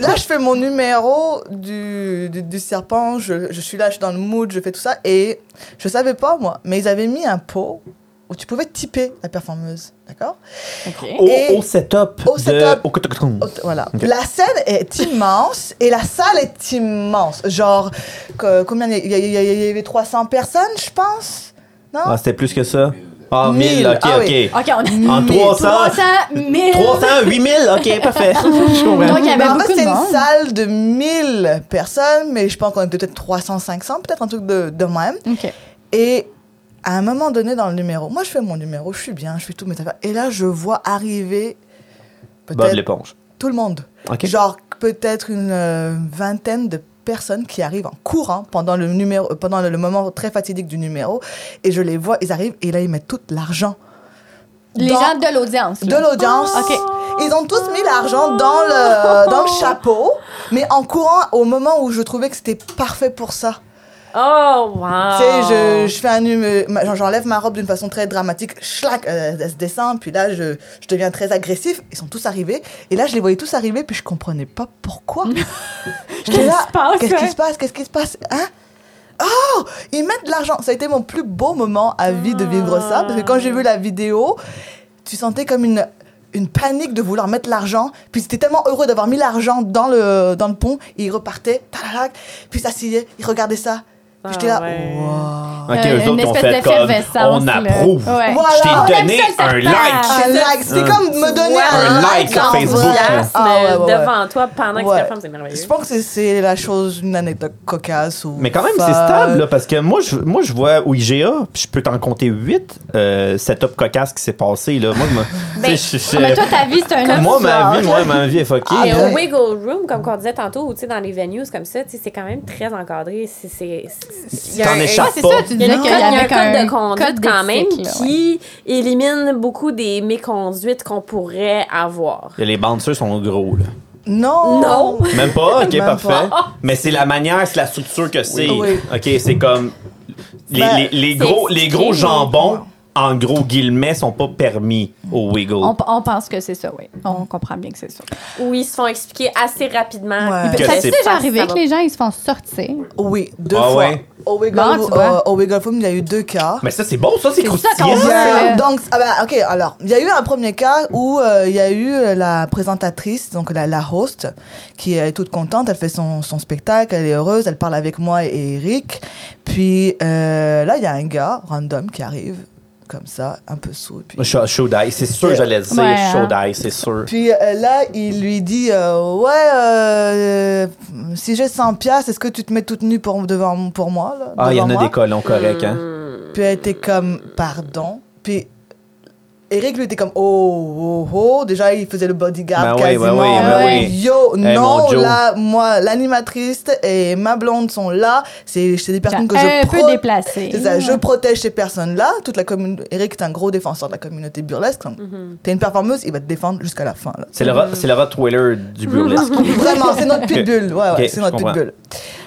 [SPEAKER 2] <laughs>
[SPEAKER 5] là, je fais mon numéro du, du, du serpent. Je, je suis là, je suis dans le mood, je fais tout ça. Et je savais pas, moi, mais ils avaient mis un pot où tu pouvais typer la performeuse, d'accord
[SPEAKER 2] Au,
[SPEAKER 5] Et-
[SPEAKER 2] au setup.
[SPEAKER 5] au
[SPEAKER 2] de-
[SPEAKER 5] setup.
[SPEAKER 2] au cotocoton.
[SPEAKER 5] Oh, t- Voilà.
[SPEAKER 2] Ok.
[SPEAKER 5] La scène est immense et la salle est immense. Genre, que- combien il y, a- il y a- il y avait 300 personnes, je pense Non
[SPEAKER 2] Ah, c'était plus que ça? Ah, 1000,
[SPEAKER 5] Mille.
[SPEAKER 2] ok,
[SPEAKER 5] Ah
[SPEAKER 2] ok.
[SPEAKER 5] oui.
[SPEAKER 1] OK, on
[SPEAKER 2] En
[SPEAKER 5] Mille.
[SPEAKER 2] 300,
[SPEAKER 1] a 300 000.
[SPEAKER 2] 300, 8000,
[SPEAKER 5] <laughs>
[SPEAKER 2] ok, parfait. Je comprends.
[SPEAKER 1] Donc, il y avait
[SPEAKER 5] Mais en
[SPEAKER 1] beaucoup de
[SPEAKER 5] fait, Bah, c'est une
[SPEAKER 1] monde.
[SPEAKER 5] salle de 1000 personnes, mais je pense qu'on était peut-être 300, 500, peut-être un truc de, de même.
[SPEAKER 1] OK.
[SPEAKER 5] Et à un moment donné dans le numéro, moi je fais mon numéro, je suis bien, je fais tout mes affaires. Et là, je vois arriver
[SPEAKER 2] Bob
[SPEAKER 5] peut-être
[SPEAKER 2] l'éponge.
[SPEAKER 5] tout le monde.
[SPEAKER 2] Ok.
[SPEAKER 5] Genre peut-être une euh, vingtaine de personnes qui arrivent en courant pendant le numéro, euh, pendant le, le moment très fatidique du numéro. Et je les vois, ils arrivent et là ils mettent tout l'argent
[SPEAKER 1] Les
[SPEAKER 5] Dans-
[SPEAKER 1] gens de l'audience.
[SPEAKER 5] de
[SPEAKER 1] là.
[SPEAKER 5] l'audience.
[SPEAKER 1] OK.
[SPEAKER 5] Ils ont tous mis l'argent dans le, dans le chapeau, mais en courant au moment où je trouvais que c'était parfait pour ça.
[SPEAKER 4] Oh, wow!
[SPEAKER 5] Tu sais, je, je fais un humeur- ma- genre, j'enlève ma robe d'une façon très dramatique, schlac, euh, elle se descend, puis là, je, je deviens très agressif. Ils sont tous arrivés. Et là, je les voyais tous arriver, puis je comprenais pas <laughs> pourquoi. J'étais là, qu'est-ce qui se passe, qu'est-ce qui se passe, hein Oh, ils mettent de l'argent. Ça a été mon plus beau moment à vie de vivre ça, parce que quand j'ai vu la vidéo, tu sentais comme une une panique de vouloir mettre l'argent, puis c'était tellement heureux d'avoir mis l'argent dans le, dans le pont, et ils repartaient, talalac, puis s'asseyaient, ils regardaient ça. Puis J'étais là,
[SPEAKER 4] Ah ouais.
[SPEAKER 5] waouh.
[SPEAKER 2] Ok, eux
[SPEAKER 1] Euh,
[SPEAKER 2] autres
[SPEAKER 1] une
[SPEAKER 2] ils ont
[SPEAKER 1] espèce
[SPEAKER 2] fait comme.
[SPEAKER 1] d'effervescence,
[SPEAKER 2] On
[SPEAKER 1] là.
[SPEAKER 2] approuve.
[SPEAKER 1] Ouais.
[SPEAKER 5] Voilà.
[SPEAKER 2] Je t'ai
[SPEAKER 1] aime
[SPEAKER 2] donné
[SPEAKER 1] ça, le serpent.
[SPEAKER 2] un like.
[SPEAKER 5] Un like, c'est
[SPEAKER 2] Euh,
[SPEAKER 5] comme me donner un,
[SPEAKER 2] un like sur
[SPEAKER 5] dans-
[SPEAKER 2] Facebook.
[SPEAKER 5] voilà.
[SPEAKER 4] Enthousiasme
[SPEAKER 5] Ah, ouais, ouais, ouais.
[SPEAKER 4] devant toi pendant que
[SPEAKER 5] Ouais.
[SPEAKER 4] tu performes, c'est merveilleux.
[SPEAKER 5] Je pense que c'est la chose, une anecdote cocasse ou.
[SPEAKER 2] Mais quand même, c'est
[SPEAKER 5] fun.
[SPEAKER 2] stable, là, parce que moi, je, moi, je vois au IGA, puis je peux t'en compter 8 euh, setups cocasses qui s'est passé. Là. Moi, je
[SPEAKER 1] <laughs>
[SPEAKER 2] me-
[SPEAKER 1] Ben,
[SPEAKER 2] tu sais, je- je-
[SPEAKER 1] Mais toi, ta vie, c'est un
[SPEAKER 2] moi,
[SPEAKER 1] œuf
[SPEAKER 2] ma
[SPEAKER 1] d'or.
[SPEAKER 2] vie, moi, ma vie est fuckée.
[SPEAKER 5] Ah,
[SPEAKER 4] Et
[SPEAKER 5] ouais.
[SPEAKER 4] au Wiggle Room, comme on disait tantôt, ou tu sais, dans les venues comme ça, tu sais, c'est quand même très encadré. C'est- c'est- c'est- il y a
[SPEAKER 2] T'en
[SPEAKER 4] un-
[SPEAKER 2] échappes.
[SPEAKER 1] Ouais,
[SPEAKER 2] Chapeau.
[SPEAKER 1] c'est ça, tu
[SPEAKER 4] Il y a
[SPEAKER 1] disais
[SPEAKER 4] un
[SPEAKER 1] qu'il y
[SPEAKER 4] code, il y a un
[SPEAKER 1] avait
[SPEAKER 4] code
[SPEAKER 1] un
[SPEAKER 4] de conduite quand même qui élimine beaucoup des méconduites qu'on pourrait avoir.
[SPEAKER 2] Les bouncers sont gros, là.
[SPEAKER 5] Non!
[SPEAKER 4] Non.
[SPEAKER 2] Même pas? Ok,
[SPEAKER 5] Même
[SPEAKER 2] parfait.
[SPEAKER 1] <laughs>
[SPEAKER 4] pas.
[SPEAKER 2] Mais c'est la manière, c'est la structure que c'est.
[SPEAKER 5] Oui.
[SPEAKER 2] Ok, c'est comme. Les,
[SPEAKER 5] Ben,
[SPEAKER 2] les- les
[SPEAKER 4] c'est
[SPEAKER 2] gros, les gros
[SPEAKER 4] expliqué,
[SPEAKER 2] jambons, en gros guillemets, sont pas permis au Wiggle.
[SPEAKER 1] On, on pense que c'est ça, oui. On comprend bien que c'est ça.
[SPEAKER 4] Où ils se font expliquer assez rapidement.
[SPEAKER 5] Ouais.
[SPEAKER 4] Ils
[SPEAKER 2] Que
[SPEAKER 4] peuvent
[SPEAKER 1] Ça
[SPEAKER 2] c'est
[SPEAKER 1] t'est déjà arrivé que les gens, ils se font sortir.
[SPEAKER 5] Oui, deux
[SPEAKER 2] Ah
[SPEAKER 5] fois.
[SPEAKER 2] ouais.
[SPEAKER 5] Au Wiggle,
[SPEAKER 1] Bon, tu vois.
[SPEAKER 5] euh, au Wiggle Foam, il y a eu deux cas.
[SPEAKER 2] Mais ça, c'est bon, ça, c'est
[SPEAKER 1] C'est ça
[SPEAKER 2] croustillant.
[SPEAKER 1] qu'on
[SPEAKER 5] Il y a-
[SPEAKER 1] Ouais.
[SPEAKER 5] donc, ah bah, ok, alors, il y a eu un premier cas où euh, il y a eu euh, la présentatrice, donc la, la host, qui est toute contente, elle fait son, son spectacle, elle est heureuse, elle parle avec moi et Eric. Puis euh, là, il y a un gars random qui arrive, comme ça, un peu saoul. Puis,
[SPEAKER 2] Show, show die, c'est sûr, j'allais dire.
[SPEAKER 1] Ouais,
[SPEAKER 2] show
[SPEAKER 1] hein.
[SPEAKER 2] die, c'est sûr.
[SPEAKER 5] puis, euh, là, il lui dit euh, Ouais, euh, si j'ai 100 piastres, est-ce que tu te mets toute nue pour, devant, pour moi là,
[SPEAKER 2] Ah, il y
[SPEAKER 5] devant
[SPEAKER 2] en a
[SPEAKER 5] moi?
[SPEAKER 2] des colons corrects, hein.
[SPEAKER 5] Puis elle était comme, pardon. Puis Eric lui était comme, oh, oh, oh. Déjà, il faisait le
[SPEAKER 2] Ben
[SPEAKER 5] bodyguard
[SPEAKER 2] oui,
[SPEAKER 5] quasiment.
[SPEAKER 2] ben oui,
[SPEAKER 1] ben
[SPEAKER 5] Euh,
[SPEAKER 2] oui.
[SPEAKER 5] Yo,
[SPEAKER 2] Eh, mon
[SPEAKER 5] non,
[SPEAKER 2] Joe.
[SPEAKER 5] là, moi, l'animatrice et ma blonde sont là. C'est c'est des personnes que
[SPEAKER 1] un
[SPEAKER 5] je
[SPEAKER 1] peu
[SPEAKER 5] pro-
[SPEAKER 1] déplacé.
[SPEAKER 5] c'est ça, je protège ces personnes-là. Toute la commune. Eric est un gros défenseur de la communauté burlesque. Donc,
[SPEAKER 1] Mhm.
[SPEAKER 5] T'es une performeuse, il va te défendre jusqu'à la fin. Là.
[SPEAKER 2] C'est le, Ro- c'est le Rottweiler du burlesque.
[SPEAKER 5] Vraiment, c'est notre pitbull. Ouais, ouais,
[SPEAKER 2] Ok, je
[SPEAKER 5] c'est notre
[SPEAKER 2] comprends.
[SPEAKER 5] pitbull.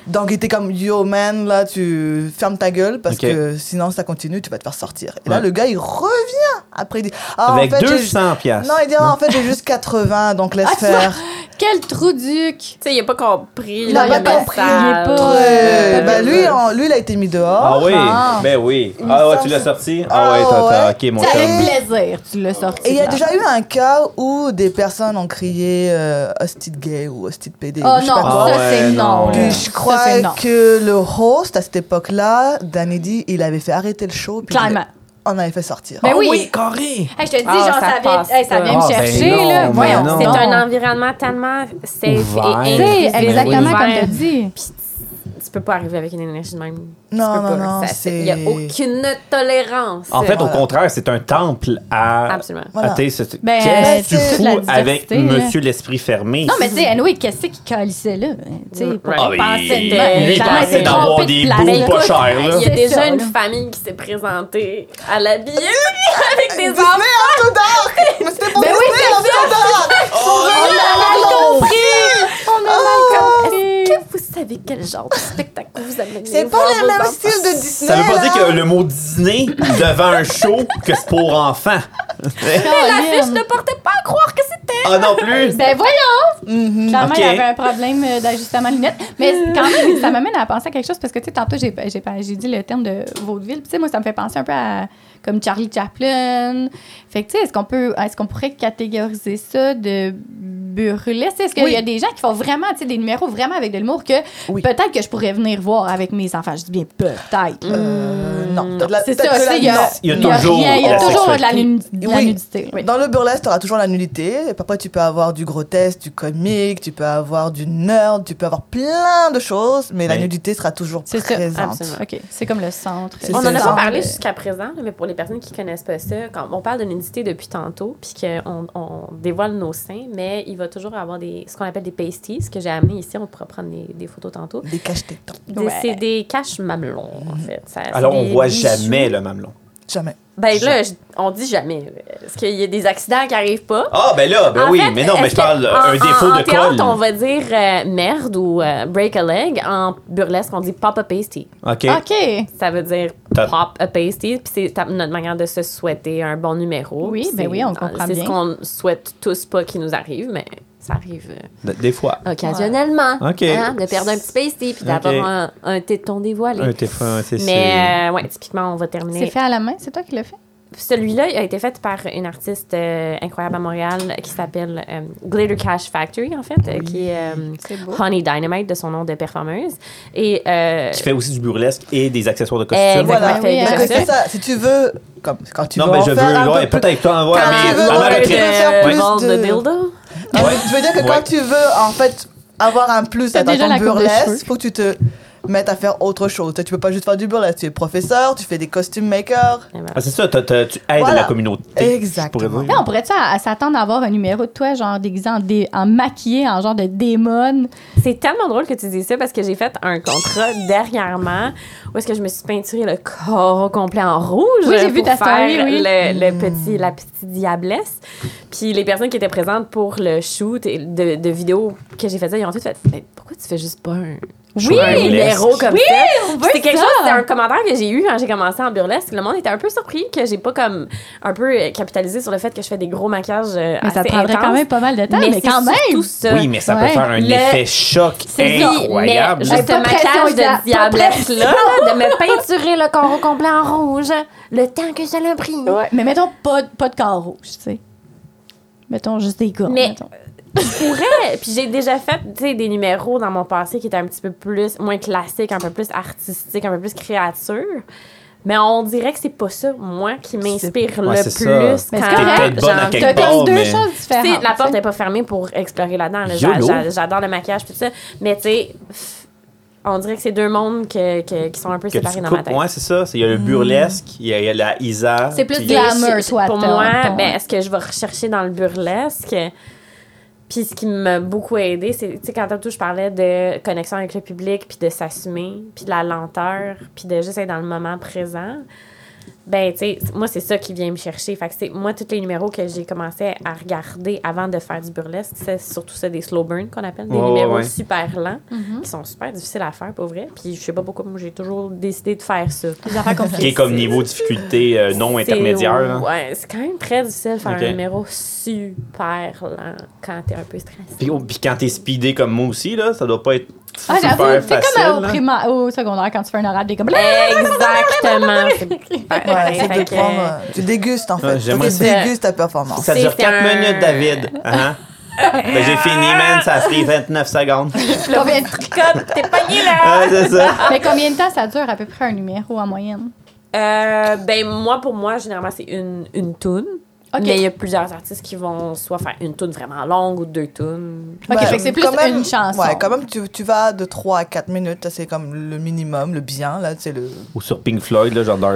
[SPEAKER 5] Donc, il était comme Yo, man, là, tu fermes ta gueule parce
[SPEAKER 2] Ok.
[SPEAKER 5] que sinon, ça continue, tu vas te faire sortir. Et là,
[SPEAKER 2] Ouais.
[SPEAKER 5] le gars, il revient après. Il dit Ah,
[SPEAKER 2] Avec
[SPEAKER 5] en fait, j'ai-
[SPEAKER 2] 200 piastres.
[SPEAKER 5] Non, il dit Ah, en fait, j'ai juste 80, donc laisse
[SPEAKER 1] Ah, tu
[SPEAKER 5] faire.
[SPEAKER 1] Quel trou duc!
[SPEAKER 4] Tu sais, il n'a pas compris.
[SPEAKER 5] Il a
[SPEAKER 4] là,
[SPEAKER 5] pas
[SPEAKER 4] le
[SPEAKER 5] compris,
[SPEAKER 4] message.
[SPEAKER 1] il est pas-
[SPEAKER 5] Ouais.
[SPEAKER 1] Euh,
[SPEAKER 5] Bah, lui, en- lui, il a été mis dehors.
[SPEAKER 2] Ah oui,
[SPEAKER 1] Ah.
[SPEAKER 2] ben oui.
[SPEAKER 5] Il me
[SPEAKER 2] Ah ouais,
[SPEAKER 5] semble
[SPEAKER 2] tu l'as
[SPEAKER 5] ça.
[SPEAKER 2] sorti? Ah ouais,
[SPEAKER 5] Ah
[SPEAKER 2] t'as- t'as- ok, mon
[SPEAKER 1] C'est
[SPEAKER 2] chum.
[SPEAKER 1] avec plaisir, tu l'as sorti.
[SPEAKER 5] Et il y a
[SPEAKER 1] là.
[SPEAKER 5] déjà eu un cas où des personnes ont crié euh, hostie de gay ou hostie de PD.
[SPEAKER 1] Oh
[SPEAKER 5] ou je sais
[SPEAKER 1] non,
[SPEAKER 5] pas quoi.
[SPEAKER 2] Ah
[SPEAKER 1] ça
[SPEAKER 2] ouais,
[SPEAKER 1] c'est non.
[SPEAKER 2] non.
[SPEAKER 1] là.
[SPEAKER 5] Puis
[SPEAKER 1] Ça,
[SPEAKER 5] je crois
[SPEAKER 1] c'est non.
[SPEAKER 5] que le host à cette époque-là, Danny D, il avait fait arrêter le show. Puis
[SPEAKER 1] Clairement.
[SPEAKER 5] On avait fait sortir.
[SPEAKER 2] Ah
[SPEAKER 1] Ben oui.
[SPEAKER 2] carré!
[SPEAKER 1] Hey, je te dis,
[SPEAKER 4] Ah,
[SPEAKER 1] genre,
[SPEAKER 4] ça
[SPEAKER 1] ça vient,
[SPEAKER 4] passe
[SPEAKER 1] hey, ça
[SPEAKER 4] pas.
[SPEAKER 1] vient
[SPEAKER 2] Ah,
[SPEAKER 1] me
[SPEAKER 2] ben
[SPEAKER 1] chercher,
[SPEAKER 2] non,
[SPEAKER 1] là.
[SPEAKER 2] ben
[SPEAKER 1] Voyons,
[SPEAKER 2] non.
[SPEAKER 4] C'est
[SPEAKER 1] donc.
[SPEAKER 4] un environnement tellement safe
[SPEAKER 2] Ouvert.
[SPEAKER 4] et
[SPEAKER 2] Tu
[SPEAKER 1] Tu sais,
[SPEAKER 2] Ben oui.
[SPEAKER 1] exactement comme tu as
[SPEAKER 4] Ouvert.
[SPEAKER 1] dit.
[SPEAKER 4] Tu peux pas arriver avec une énergie de même. Tu
[SPEAKER 5] Non,
[SPEAKER 4] peux
[SPEAKER 5] non,
[SPEAKER 4] pas.
[SPEAKER 5] non,
[SPEAKER 4] Ça,
[SPEAKER 5] c'est-
[SPEAKER 4] Il n'y a aucune tolérance.
[SPEAKER 2] En fait, au
[SPEAKER 5] Voilà.
[SPEAKER 2] contraire, c'est un temple à.
[SPEAKER 4] Absolument.
[SPEAKER 5] Voilà.
[SPEAKER 2] à tes- c'est-
[SPEAKER 1] Ben,
[SPEAKER 2] Qu'est-ce que
[SPEAKER 5] c'est
[SPEAKER 2] tu
[SPEAKER 1] toute la
[SPEAKER 2] fous avec
[SPEAKER 1] diversité, là.
[SPEAKER 2] Monsieur l'Esprit fermé?
[SPEAKER 1] Non, mais tu sais, anyway, qu'est-ce qui calissait là? Tu sais, pour
[SPEAKER 2] Ah,
[SPEAKER 4] Ah,
[SPEAKER 2] oui.
[SPEAKER 1] penser de même.
[SPEAKER 2] Lui, il
[SPEAKER 4] Clairement,
[SPEAKER 2] pensait
[SPEAKER 4] c'est
[SPEAKER 2] d'avoir
[SPEAKER 1] trompé
[SPEAKER 2] des
[SPEAKER 1] de place.
[SPEAKER 2] bouts
[SPEAKER 1] Ben,
[SPEAKER 2] pas
[SPEAKER 1] écoute,
[SPEAKER 2] chers, là.
[SPEAKER 4] Il y a
[SPEAKER 1] C'est
[SPEAKER 4] déjà
[SPEAKER 1] ça,
[SPEAKER 4] une
[SPEAKER 1] là.
[SPEAKER 4] famille qui s'est présentée à la billet <laughs> avec des
[SPEAKER 5] Disney
[SPEAKER 4] enfants.
[SPEAKER 5] en tout dark Mais c'était pour Disney en tout dark
[SPEAKER 2] Oh,
[SPEAKER 4] On a mal compris.
[SPEAKER 1] On a mal compris.
[SPEAKER 4] Oh, Est-ce que vous savez quel genre de spectacle vous allez
[SPEAKER 5] C'est pas le même style de Disney
[SPEAKER 2] Ça veut pas
[SPEAKER 5] là.
[SPEAKER 2] dire que le mot Disney devant un show que c'est pour enfants.
[SPEAKER 4] L'affiche ne portait pas à croire que c'était.
[SPEAKER 2] Ah non plus!
[SPEAKER 1] Ben voyons! Clairement,
[SPEAKER 5] Mhm.
[SPEAKER 2] Ok.
[SPEAKER 1] il y avait un problème euh, d'ajustement de lunettes. Mais quand même, ça m'amène à penser à quelque chose parce que, tu sais, tantôt, j'ai j'ai pas- j'ai dit le terme de vaudeville. Puis, tu sais, moi, ça me fait penser un peu à comme Charlie Chaplin. Fait que, tu sais, est-ce qu'on peut, est-ce qu'on pourrait catégoriser ça de burlesque? Est-ce qu'il
[SPEAKER 5] Oui.
[SPEAKER 1] y a des gens qui font vraiment, tu sais, des numéros vraiment avec de l'humour que
[SPEAKER 5] Oui.
[SPEAKER 1] peut-être que je pourrais venir voir avec mes enfants? Je dis bien peut-être. là.
[SPEAKER 5] Euh, non. T'as de la-
[SPEAKER 1] C'est
[SPEAKER 5] t'as
[SPEAKER 1] ça
[SPEAKER 5] que de la-
[SPEAKER 1] aussi, il y a,
[SPEAKER 5] non.
[SPEAKER 2] Il y a
[SPEAKER 1] rien,
[SPEAKER 2] toujours
[SPEAKER 1] il y a
[SPEAKER 2] la
[SPEAKER 1] toujours de la,
[SPEAKER 2] sexualité.
[SPEAKER 1] nu- de la
[SPEAKER 5] Oui.
[SPEAKER 1] nudité. Oui.
[SPEAKER 5] Dans le burlesque, tu auras toujours la nullité. Et parfois, tu peux avoir du grotesque, du comique, tu peux avoir du nerd, tu peux avoir plein de choses, mais la
[SPEAKER 2] Oui.
[SPEAKER 5] nudité sera toujours
[SPEAKER 1] C'est ça,
[SPEAKER 5] présente.
[SPEAKER 4] absolument.
[SPEAKER 1] OK, c'est comme le centre.
[SPEAKER 5] C'est
[SPEAKER 4] On
[SPEAKER 5] ça.
[SPEAKER 4] en a
[SPEAKER 5] Genre,
[SPEAKER 4] pas parlé
[SPEAKER 1] euh,
[SPEAKER 4] jusqu'à présent, là, mais pour les personnes qui connaissent pas ça, quand on parle de nudité depuis tantôt, puis qu'on on dévoile nos seins, mais il va toujours avoir des, ce qu'on appelle des pasties, que j'ai amené ici, on pourra prendre des, des photos tantôt.
[SPEAKER 5] Des cache-tétons.
[SPEAKER 4] Des-
[SPEAKER 1] Ouais.
[SPEAKER 4] C'est des caches mamelons, en fait. Ça- c'est
[SPEAKER 2] Alors, on
[SPEAKER 4] des
[SPEAKER 2] voit
[SPEAKER 4] bijoux.
[SPEAKER 2] jamais le mamelon.
[SPEAKER 5] Jamais.
[SPEAKER 4] Ben là, je- on dit jamais. là, Parce qu'il y a des accidents qui arrivent pas.
[SPEAKER 2] Ah, ben là, ben
[SPEAKER 4] En
[SPEAKER 2] oui,
[SPEAKER 4] fait,
[SPEAKER 2] mais non, mais
[SPEAKER 4] est-ce
[SPEAKER 2] je parle euh,
[SPEAKER 4] que-
[SPEAKER 2] un
[SPEAKER 4] en-
[SPEAKER 2] défaut
[SPEAKER 4] en-
[SPEAKER 2] de
[SPEAKER 4] en théâtre,
[SPEAKER 2] colle.
[SPEAKER 4] on va dire euh, merde ou euh, break a leg. En burlesque, on dit pop a pasty.
[SPEAKER 2] OK.
[SPEAKER 1] OK.
[SPEAKER 4] Ça veut dire
[SPEAKER 2] T'as-
[SPEAKER 4] pop a pasty. Puis c'est ta- notre manière de se souhaiter un bon numéro.
[SPEAKER 1] Oui,
[SPEAKER 4] Puis
[SPEAKER 1] ben
[SPEAKER 4] c'est-
[SPEAKER 1] oui, on comprend
[SPEAKER 4] C'est
[SPEAKER 1] bien.
[SPEAKER 4] ce qu'on souhaite tous pas qu'il nous arrive, mais ça arrive euh,
[SPEAKER 2] Des fois.
[SPEAKER 4] occasionnellement.
[SPEAKER 2] Ouais. OK.
[SPEAKER 4] hein, de perdre un petit pasty puis d'avoir
[SPEAKER 2] OK.
[SPEAKER 4] un, un téton dévoilé.
[SPEAKER 2] Un téfon, c'est c'est-
[SPEAKER 4] mais euh, ouais, typiquement, on va terminer
[SPEAKER 1] C'est fait à la main, c'est toi qui l'as fait?
[SPEAKER 4] Celui-là il a été fait par une artiste euh, incroyable à Montréal qui s'appelle euh, Glitter Cash Factory, en fait, euh, qui est euh,
[SPEAKER 1] C'est beau.
[SPEAKER 4] Honey Dynamite de son nom de performeuse. Et euh,
[SPEAKER 2] Qui fait aussi du burlesque et des accessoires de costume.
[SPEAKER 4] Exactement.
[SPEAKER 5] Eh, Voilà.
[SPEAKER 4] Ouais, oui,
[SPEAKER 5] Donc,
[SPEAKER 4] hein.
[SPEAKER 5] c'est ça. Si tu veux, comme quand tu
[SPEAKER 2] Non,
[SPEAKER 5] veux
[SPEAKER 2] mais
[SPEAKER 5] en
[SPEAKER 2] je
[SPEAKER 5] faire un
[SPEAKER 2] veux,
[SPEAKER 5] peu
[SPEAKER 2] ouais,
[SPEAKER 5] plus-
[SPEAKER 2] peut-être pas en voir,
[SPEAKER 5] Quand
[SPEAKER 2] Ah, mais
[SPEAKER 5] Ah, tu veux
[SPEAKER 2] à ma
[SPEAKER 5] voir le
[SPEAKER 2] retraite.
[SPEAKER 5] faire plus
[SPEAKER 4] Ball
[SPEAKER 5] de-
[SPEAKER 4] de dildo.
[SPEAKER 5] Ah ouais, Je veux dire que
[SPEAKER 2] Ouais.
[SPEAKER 5] quand tu veux, en fait, avoir un plus
[SPEAKER 1] T'as
[SPEAKER 5] dans
[SPEAKER 1] déjà
[SPEAKER 5] ton
[SPEAKER 1] la coupe de cheveux.
[SPEAKER 5] burlesque, faut que tu te mettes à faire autre chose. Tu peux pas juste faire du burlesque. Tu es professeur, tu fais des costume makers.
[SPEAKER 4] Et voilà.
[SPEAKER 2] Ah, c'est ça, t'as- t'as- tu aides
[SPEAKER 5] Voilà.
[SPEAKER 2] la communauté.
[SPEAKER 5] Exactement.
[SPEAKER 2] je pourrais
[SPEAKER 1] Là,
[SPEAKER 2] dire.
[SPEAKER 1] on pourrait-tu à- à s'attendre à avoir un numéro de toi, genre déguisé en, dé- en maquillé, en genre de démon?
[SPEAKER 4] C'est tellement drôle que tu dis ça parce que j'ai fait un contrat dernièrement où est-ce que je me suis peinturé le corps au complet en rouge
[SPEAKER 1] Oui, j'ai vu ta
[SPEAKER 4] pour faire
[SPEAKER 1] story, oui.
[SPEAKER 4] le, le petit la petite diablesse. Puis les personnes qui étaient présentes pour le shoot et de, de vidéo que j'ai fait ça, ils ont tout fait Mais pourquoi tu fais juste pas un
[SPEAKER 1] Oui!
[SPEAKER 4] un numéro comme ça
[SPEAKER 1] on
[SPEAKER 4] Puis
[SPEAKER 1] veut
[SPEAKER 4] C'est quelque
[SPEAKER 1] ça!
[SPEAKER 4] chose, c'est un commentaire que j'ai eu quand j'ai commencé en burlesque. Le monde était un peu surpris que j'ai pas comme un peu euh, capitalisé sur le fait que je fais des gros maquillages euh,
[SPEAKER 1] Mais
[SPEAKER 4] assez
[SPEAKER 1] ça te prendrait
[SPEAKER 4] intenses.
[SPEAKER 1] quand même pas mal de temps, mais,
[SPEAKER 4] c'est
[SPEAKER 1] quand même!
[SPEAKER 4] surtout ça.
[SPEAKER 2] Oui, mais ça
[SPEAKER 1] Ouais.
[SPEAKER 2] peut faire un
[SPEAKER 4] Le-
[SPEAKER 2] effet choc
[SPEAKER 4] C'est ça.
[SPEAKER 2] incroyable.
[SPEAKER 4] Mais
[SPEAKER 1] Hey,
[SPEAKER 4] juste
[SPEAKER 1] pas
[SPEAKER 4] un
[SPEAKER 1] de pression,
[SPEAKER 4] maquillage
[SPEAKER 1] Isa, pas
[SPEAKER 4] de
[SPEAKER 1] de
[SPEAKER 4] diablesse, là, <laughs> de me peinturer le corps au complet en rouge, le temps que je l'imprime.
[SPEAKER 1] Ouais, Mais mettons pas, de- pas de corps rouge, tu sais. Mettons juste des gars.
[SPEAKER 4] Mais-
[SPEAKER 1] mettons.
[SPEAKER 4] Je pourrais. Puis j'ai déjà fait, tu sais, des numéros dans mon passé qui étaient un petit peu plus, moins classiques, un peu plus artistiques, un peu plus créatures. Mais on dirait que c'est pas ça, moi, qui m'inspire le
[SPEAKER 2] Ouais, c'est ça.
[SPEAKER 4] plus.
[SPEAKER 1] Mais c'est
[SPEAKER 4] quand
[SPEAKER 1] correct. T'es peut-être
[SPEAKER 4] j'ai
[SPEAKER 2] bonne à
[SPEAKER 4] envie
[SPEAKER 2] quelque
[SPEAKER 1] T'as
[SPEAKER 4] de-
[SPEAKER 1] comme
[SPEAKER 2] part,
[SPEAKER 1] deux
[SPEAKER 2] mais-
[SPEAKER 1] choses différentes.
[SPEAKER 4] Tu sais, la porte
[SPEAKER 1] tu sais.
[SPEAKER 4] n'est pas fermée pour explorer là-dedans. là. J'a-
[SPEAKER 2] YOLO.
[SPEAKER 4] j'a- J'adore le maquillage, tout ça. Mais tu sais, pff, on dirait que c'est deux mondes que- que- qui sont un peu
[SPEAKER 2] Que
[SPEAKER 4] séparés
[SPEAKER 2] tu
[SPEAKER 4] dans ma
[SPEAKER 2] coupes.
[SPEAKER 4] tête.
[SPEAKER 2] Ouais, c'est ça. c'est- Il y a
[SPEAKER 5] Mm.
[SPEAKER 2] le burlesque, il y a, il y a la Isa.
[SPEAKER 1] C'est plus
[SPEAKER 2] puis-
[SPEAKER 1] de la- Glamour,
[SPEAKER 4] Je-
[SPEAKER 1] soit
[SPEAKER 4] Pour
[SPEAKER 1] ton-
[SPEAKER 4] moi,
[SPEAKER 1] ton-
[SPEAKER 4] ben, est-ce que je vais rechercher dans le burlesque? Puis ce qui m'a beaucoup aidé, c'est, tu sais, quand tantôt je parlais de connexion avec le public, puis de s'assumer, puis de la lenteur, puis de juste être dans le moment présent. Ben, tu sais, moi, c'est ça qui vient me chercher. Fait que c'est, moi, tous les numéros que j'ai commencé à regarder avant de faire du burlesque, c'est surtout ça des slow burn qu'on appelle, des
[SPEAKER 2] Ouais, ouais,
[SPEAKER 4] numéros
[SPEAKER 2] ouais.
[SPEAKER 4] super lents,
[SPEAKER 1] Mm-hmm.
[SPEAKER 4] qui sont super difficiles à faire, pour vrai. Puis je sais pas pourquoi, moi, j'ai toujours décidé de faire ça.
[SPEAKER 1] Des affaires
[SPEAKER 2] Qui est
[SPEAKER 1] compliquées.
[SPEAKER 2] comme niveau difficulté euh, non
[SPEAKER 4] C'est-
[SPEAKER 2] intermédiaire. là.
[SPEAKER 4] Ouais, c'est quand même très difficile de faire
[SPEAKER 2] Ok.
[SPEAKER 4] un numéro super lent quand t'es un peu stressé.
[SPEAKER 2] Puis, oh, puis quand t'es speedé comme moi aussi, là, ça doit pas être
[SPEAKER 1] Ah,
[SPEAKER 2] super
[SPEAKER 1] j'avoue, c'est
[SPEAKER 2] facile.
[SPEAKER 1] comme au,
[SPEAKER 2] là.
[SPEAKER 1] prima- au secondaire quand tu fais un oral, t'es comme.
[SPEAKER 4] Exactement. c'est
[SPEAKER 5] Ouais,
[SPEAKER 4] pareil.
[SPEAKER 5] c'est
[SPEAKER 4] Fait
[SPEAKER 5] de
[SPEAKER 4] que-
[SPEAKER 5] prendre, euh, tu dégustes en
[SPEAKER 2] Ouais,
[SPEAKER 5] fait.
[SPEAKER 2] j'aimerais
[SPEAKER 5] tu
[SPEAKER 4] ça.
[SPEAKER 5] dégustes ta performance.
[SPEAKER 2] Ça dure
[SPEAKER 4] C'est
[SPEAKER 2] 4
[SPEAKER 4] un-
[SPEAKER 2] minutes, David. Hein?
[SPEAKER 4] euh,
[SPEAKER 2] ben, j'ai fini, man, ça a pris 29 secondes.
[SPEAKER 1] Combien de-
[SPEAKER 4] Comme t'es pogné
[SPEAKER 2] <laughs>
[SPEAKER 4] là.
[SPEAKER 2] ah, c'est ça.
[SPEAKER 1] Mais combien de temps ça dure à peu près un numéro en moyenne?
[SPEAKER 4] Euh, ben moi pour moi généralement c'est une une toune.
[SPEAKER 1] Ok.
[SPEAKER 4] Mais il y a plusieurs artistes qui vont soit faire une toune vraiment longue ou deux tounes.
[SPEAKER 1] Ok,
[SPEAKER 5] Bah,
[SPEAKER 1] fait que c'est plus
[SPEAKER 5] quand même-
[SPEAKER 1] une chanson.
[SPEAKER 5] Ouais, quand même, tu, tu vas de 3 à 4 minutes. ça, C'est comme le minimum, le bien. Là, c'est le...
[SPEAKER 2] Ou sur Pink Floyd, là, genre dans-